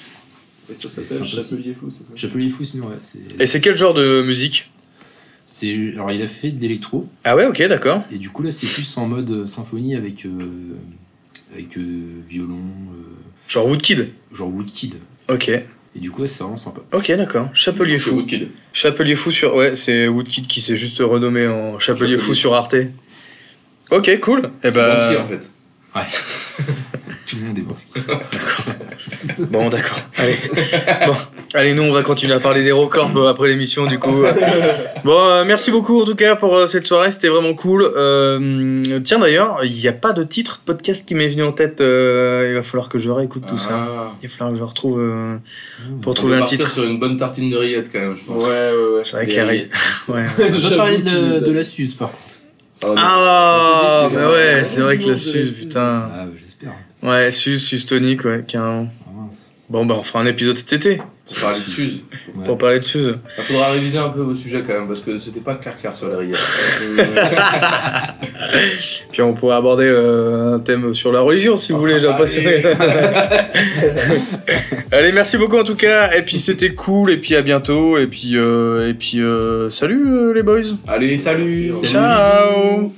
Speaker 3: Et ça
Speaker 5: C'est
Speaker 3: s'appelle
Speaker 5: sympa aussi.
Speaker 3: Chapelier Fou, c'est ça
Speaker 5: Chapelier fou, sinon, ouais. C'est,
Speaker 2: Et c'est quel genre de musique
Speaker 5: c'est- alors, il a fait de l'électro,
Speaker 2: Ah ouais, ok, d'accord.
Speaker 5: et du coup, là, c'est plus en mode euh, symphonie avec, euh, avec euh, violon, euh,
Speaker 2: Genre Woodkid.
Speaker 5: genre Woodkid.
Speaker 2: Ok,
Speaker 5: Et du coup, ouais, c'est vraiment sympa.
Speaker 2: ok, d'accord. Chapelier
Speaker 4: C'est
Speaker 2: Fou.
Speaker 4: Woodkid.
Speaker 2: Chapelier Fou sur. Ouais, c'est Woodkid qui s'est juste renommé en Chapelier, Fou
Speaker 4: Chapelier.
Speaker 2: sur Arte. Ok, cool. Et
Speaker 4: Banksy,
Speaker 2: bah.
Speaker 4: en fait.
Speaker 5: Tout le monde est parce
Speaker 2: <laughs> Bon,
Speaker 4: <laughs>
Speaker 2: d'accord. Allez. Bon. Allez, nous, on va continuer à parler des records bah, après l'émission, du coup.
Speaker 4: <laughs>
Speaker 2: Bon, euh, merci beaucoup, en tout cas, pour euh, cette soirée. C'était vraiment cool. Euh, tiens, d'ailleurs, il n'y a pas de titre de podcast qui m'est venu en tête. Euh, il va falloir que je réécoute tout ça.
Speaker 4: Ah.
Speaker 2: Il va falloir que je retrouve euh, pour
Speaker 4: On
Speaker 2: trouver
Speaker 4: peut
Speaker 2: un
Speaker 4: partir
Speaker 2: titre.
Speaker 4: sur une bonne tartine de rillettes quand même, je pense.
Speaker 3: Ouais, ouais, ouais.
Speaker 2: C'est vrai
Speaker 3: Et-
Speaker 2: qu'il arrive. <laughs> Ouais.
Speaker 4: <laughs>
Speaker 5: On va pas parler de,
Speaker 3: J'avoue qu'il
Speaker 5: la- de
Speaker 3: nous a-
Speaker 5: la Suze, par contre.
Speaker 3: Oh,
Speaker 5: euh,
Speaker 3: non.
Speaker 2: Ah,
Speaker 3: On
Speaker 2: mais
Speaker 3: oublie, c'est
Speaker 2: ouais,
Speaker 3: vrai.
Speaker 2: c'est vrai que la
Speaker 3: On oublie de la
Speaker 2: Suze,
Speaker 3: Suze.
Speaker 2: putain.
Speaker 5: Ah, j'espère.
Speaker 2: Ouais, Suze, Suze tonique, ouais, carrément.
Speaker 5: Ah, mince.
Speaker 2: Bon, bah, on fera un épisode cet été
Speaker 4: On parlait de Suze.
Speaker 5: Ouais.
Speaker 2: pour parler de Suze.
Speaker 4: Il faudra réviser un peu vos sujets quand même, parce que c'était pas clair clair sur
Speaker 2: <laughs>
Speaker 4: les rillettes. Euh,
Speaker 2: Puis on pourrait aborder euh, un thème sur la religion si vous voulez, j'ai l'impression. <laughs> Allez, merci beaucoup en tout cas. Et puis c'était cool. Et puis à bientôt. Et puis, euh, et puis euh, salut euh, les boys.
Speaker 4: Allez, salut
Speaker 2: Ciao.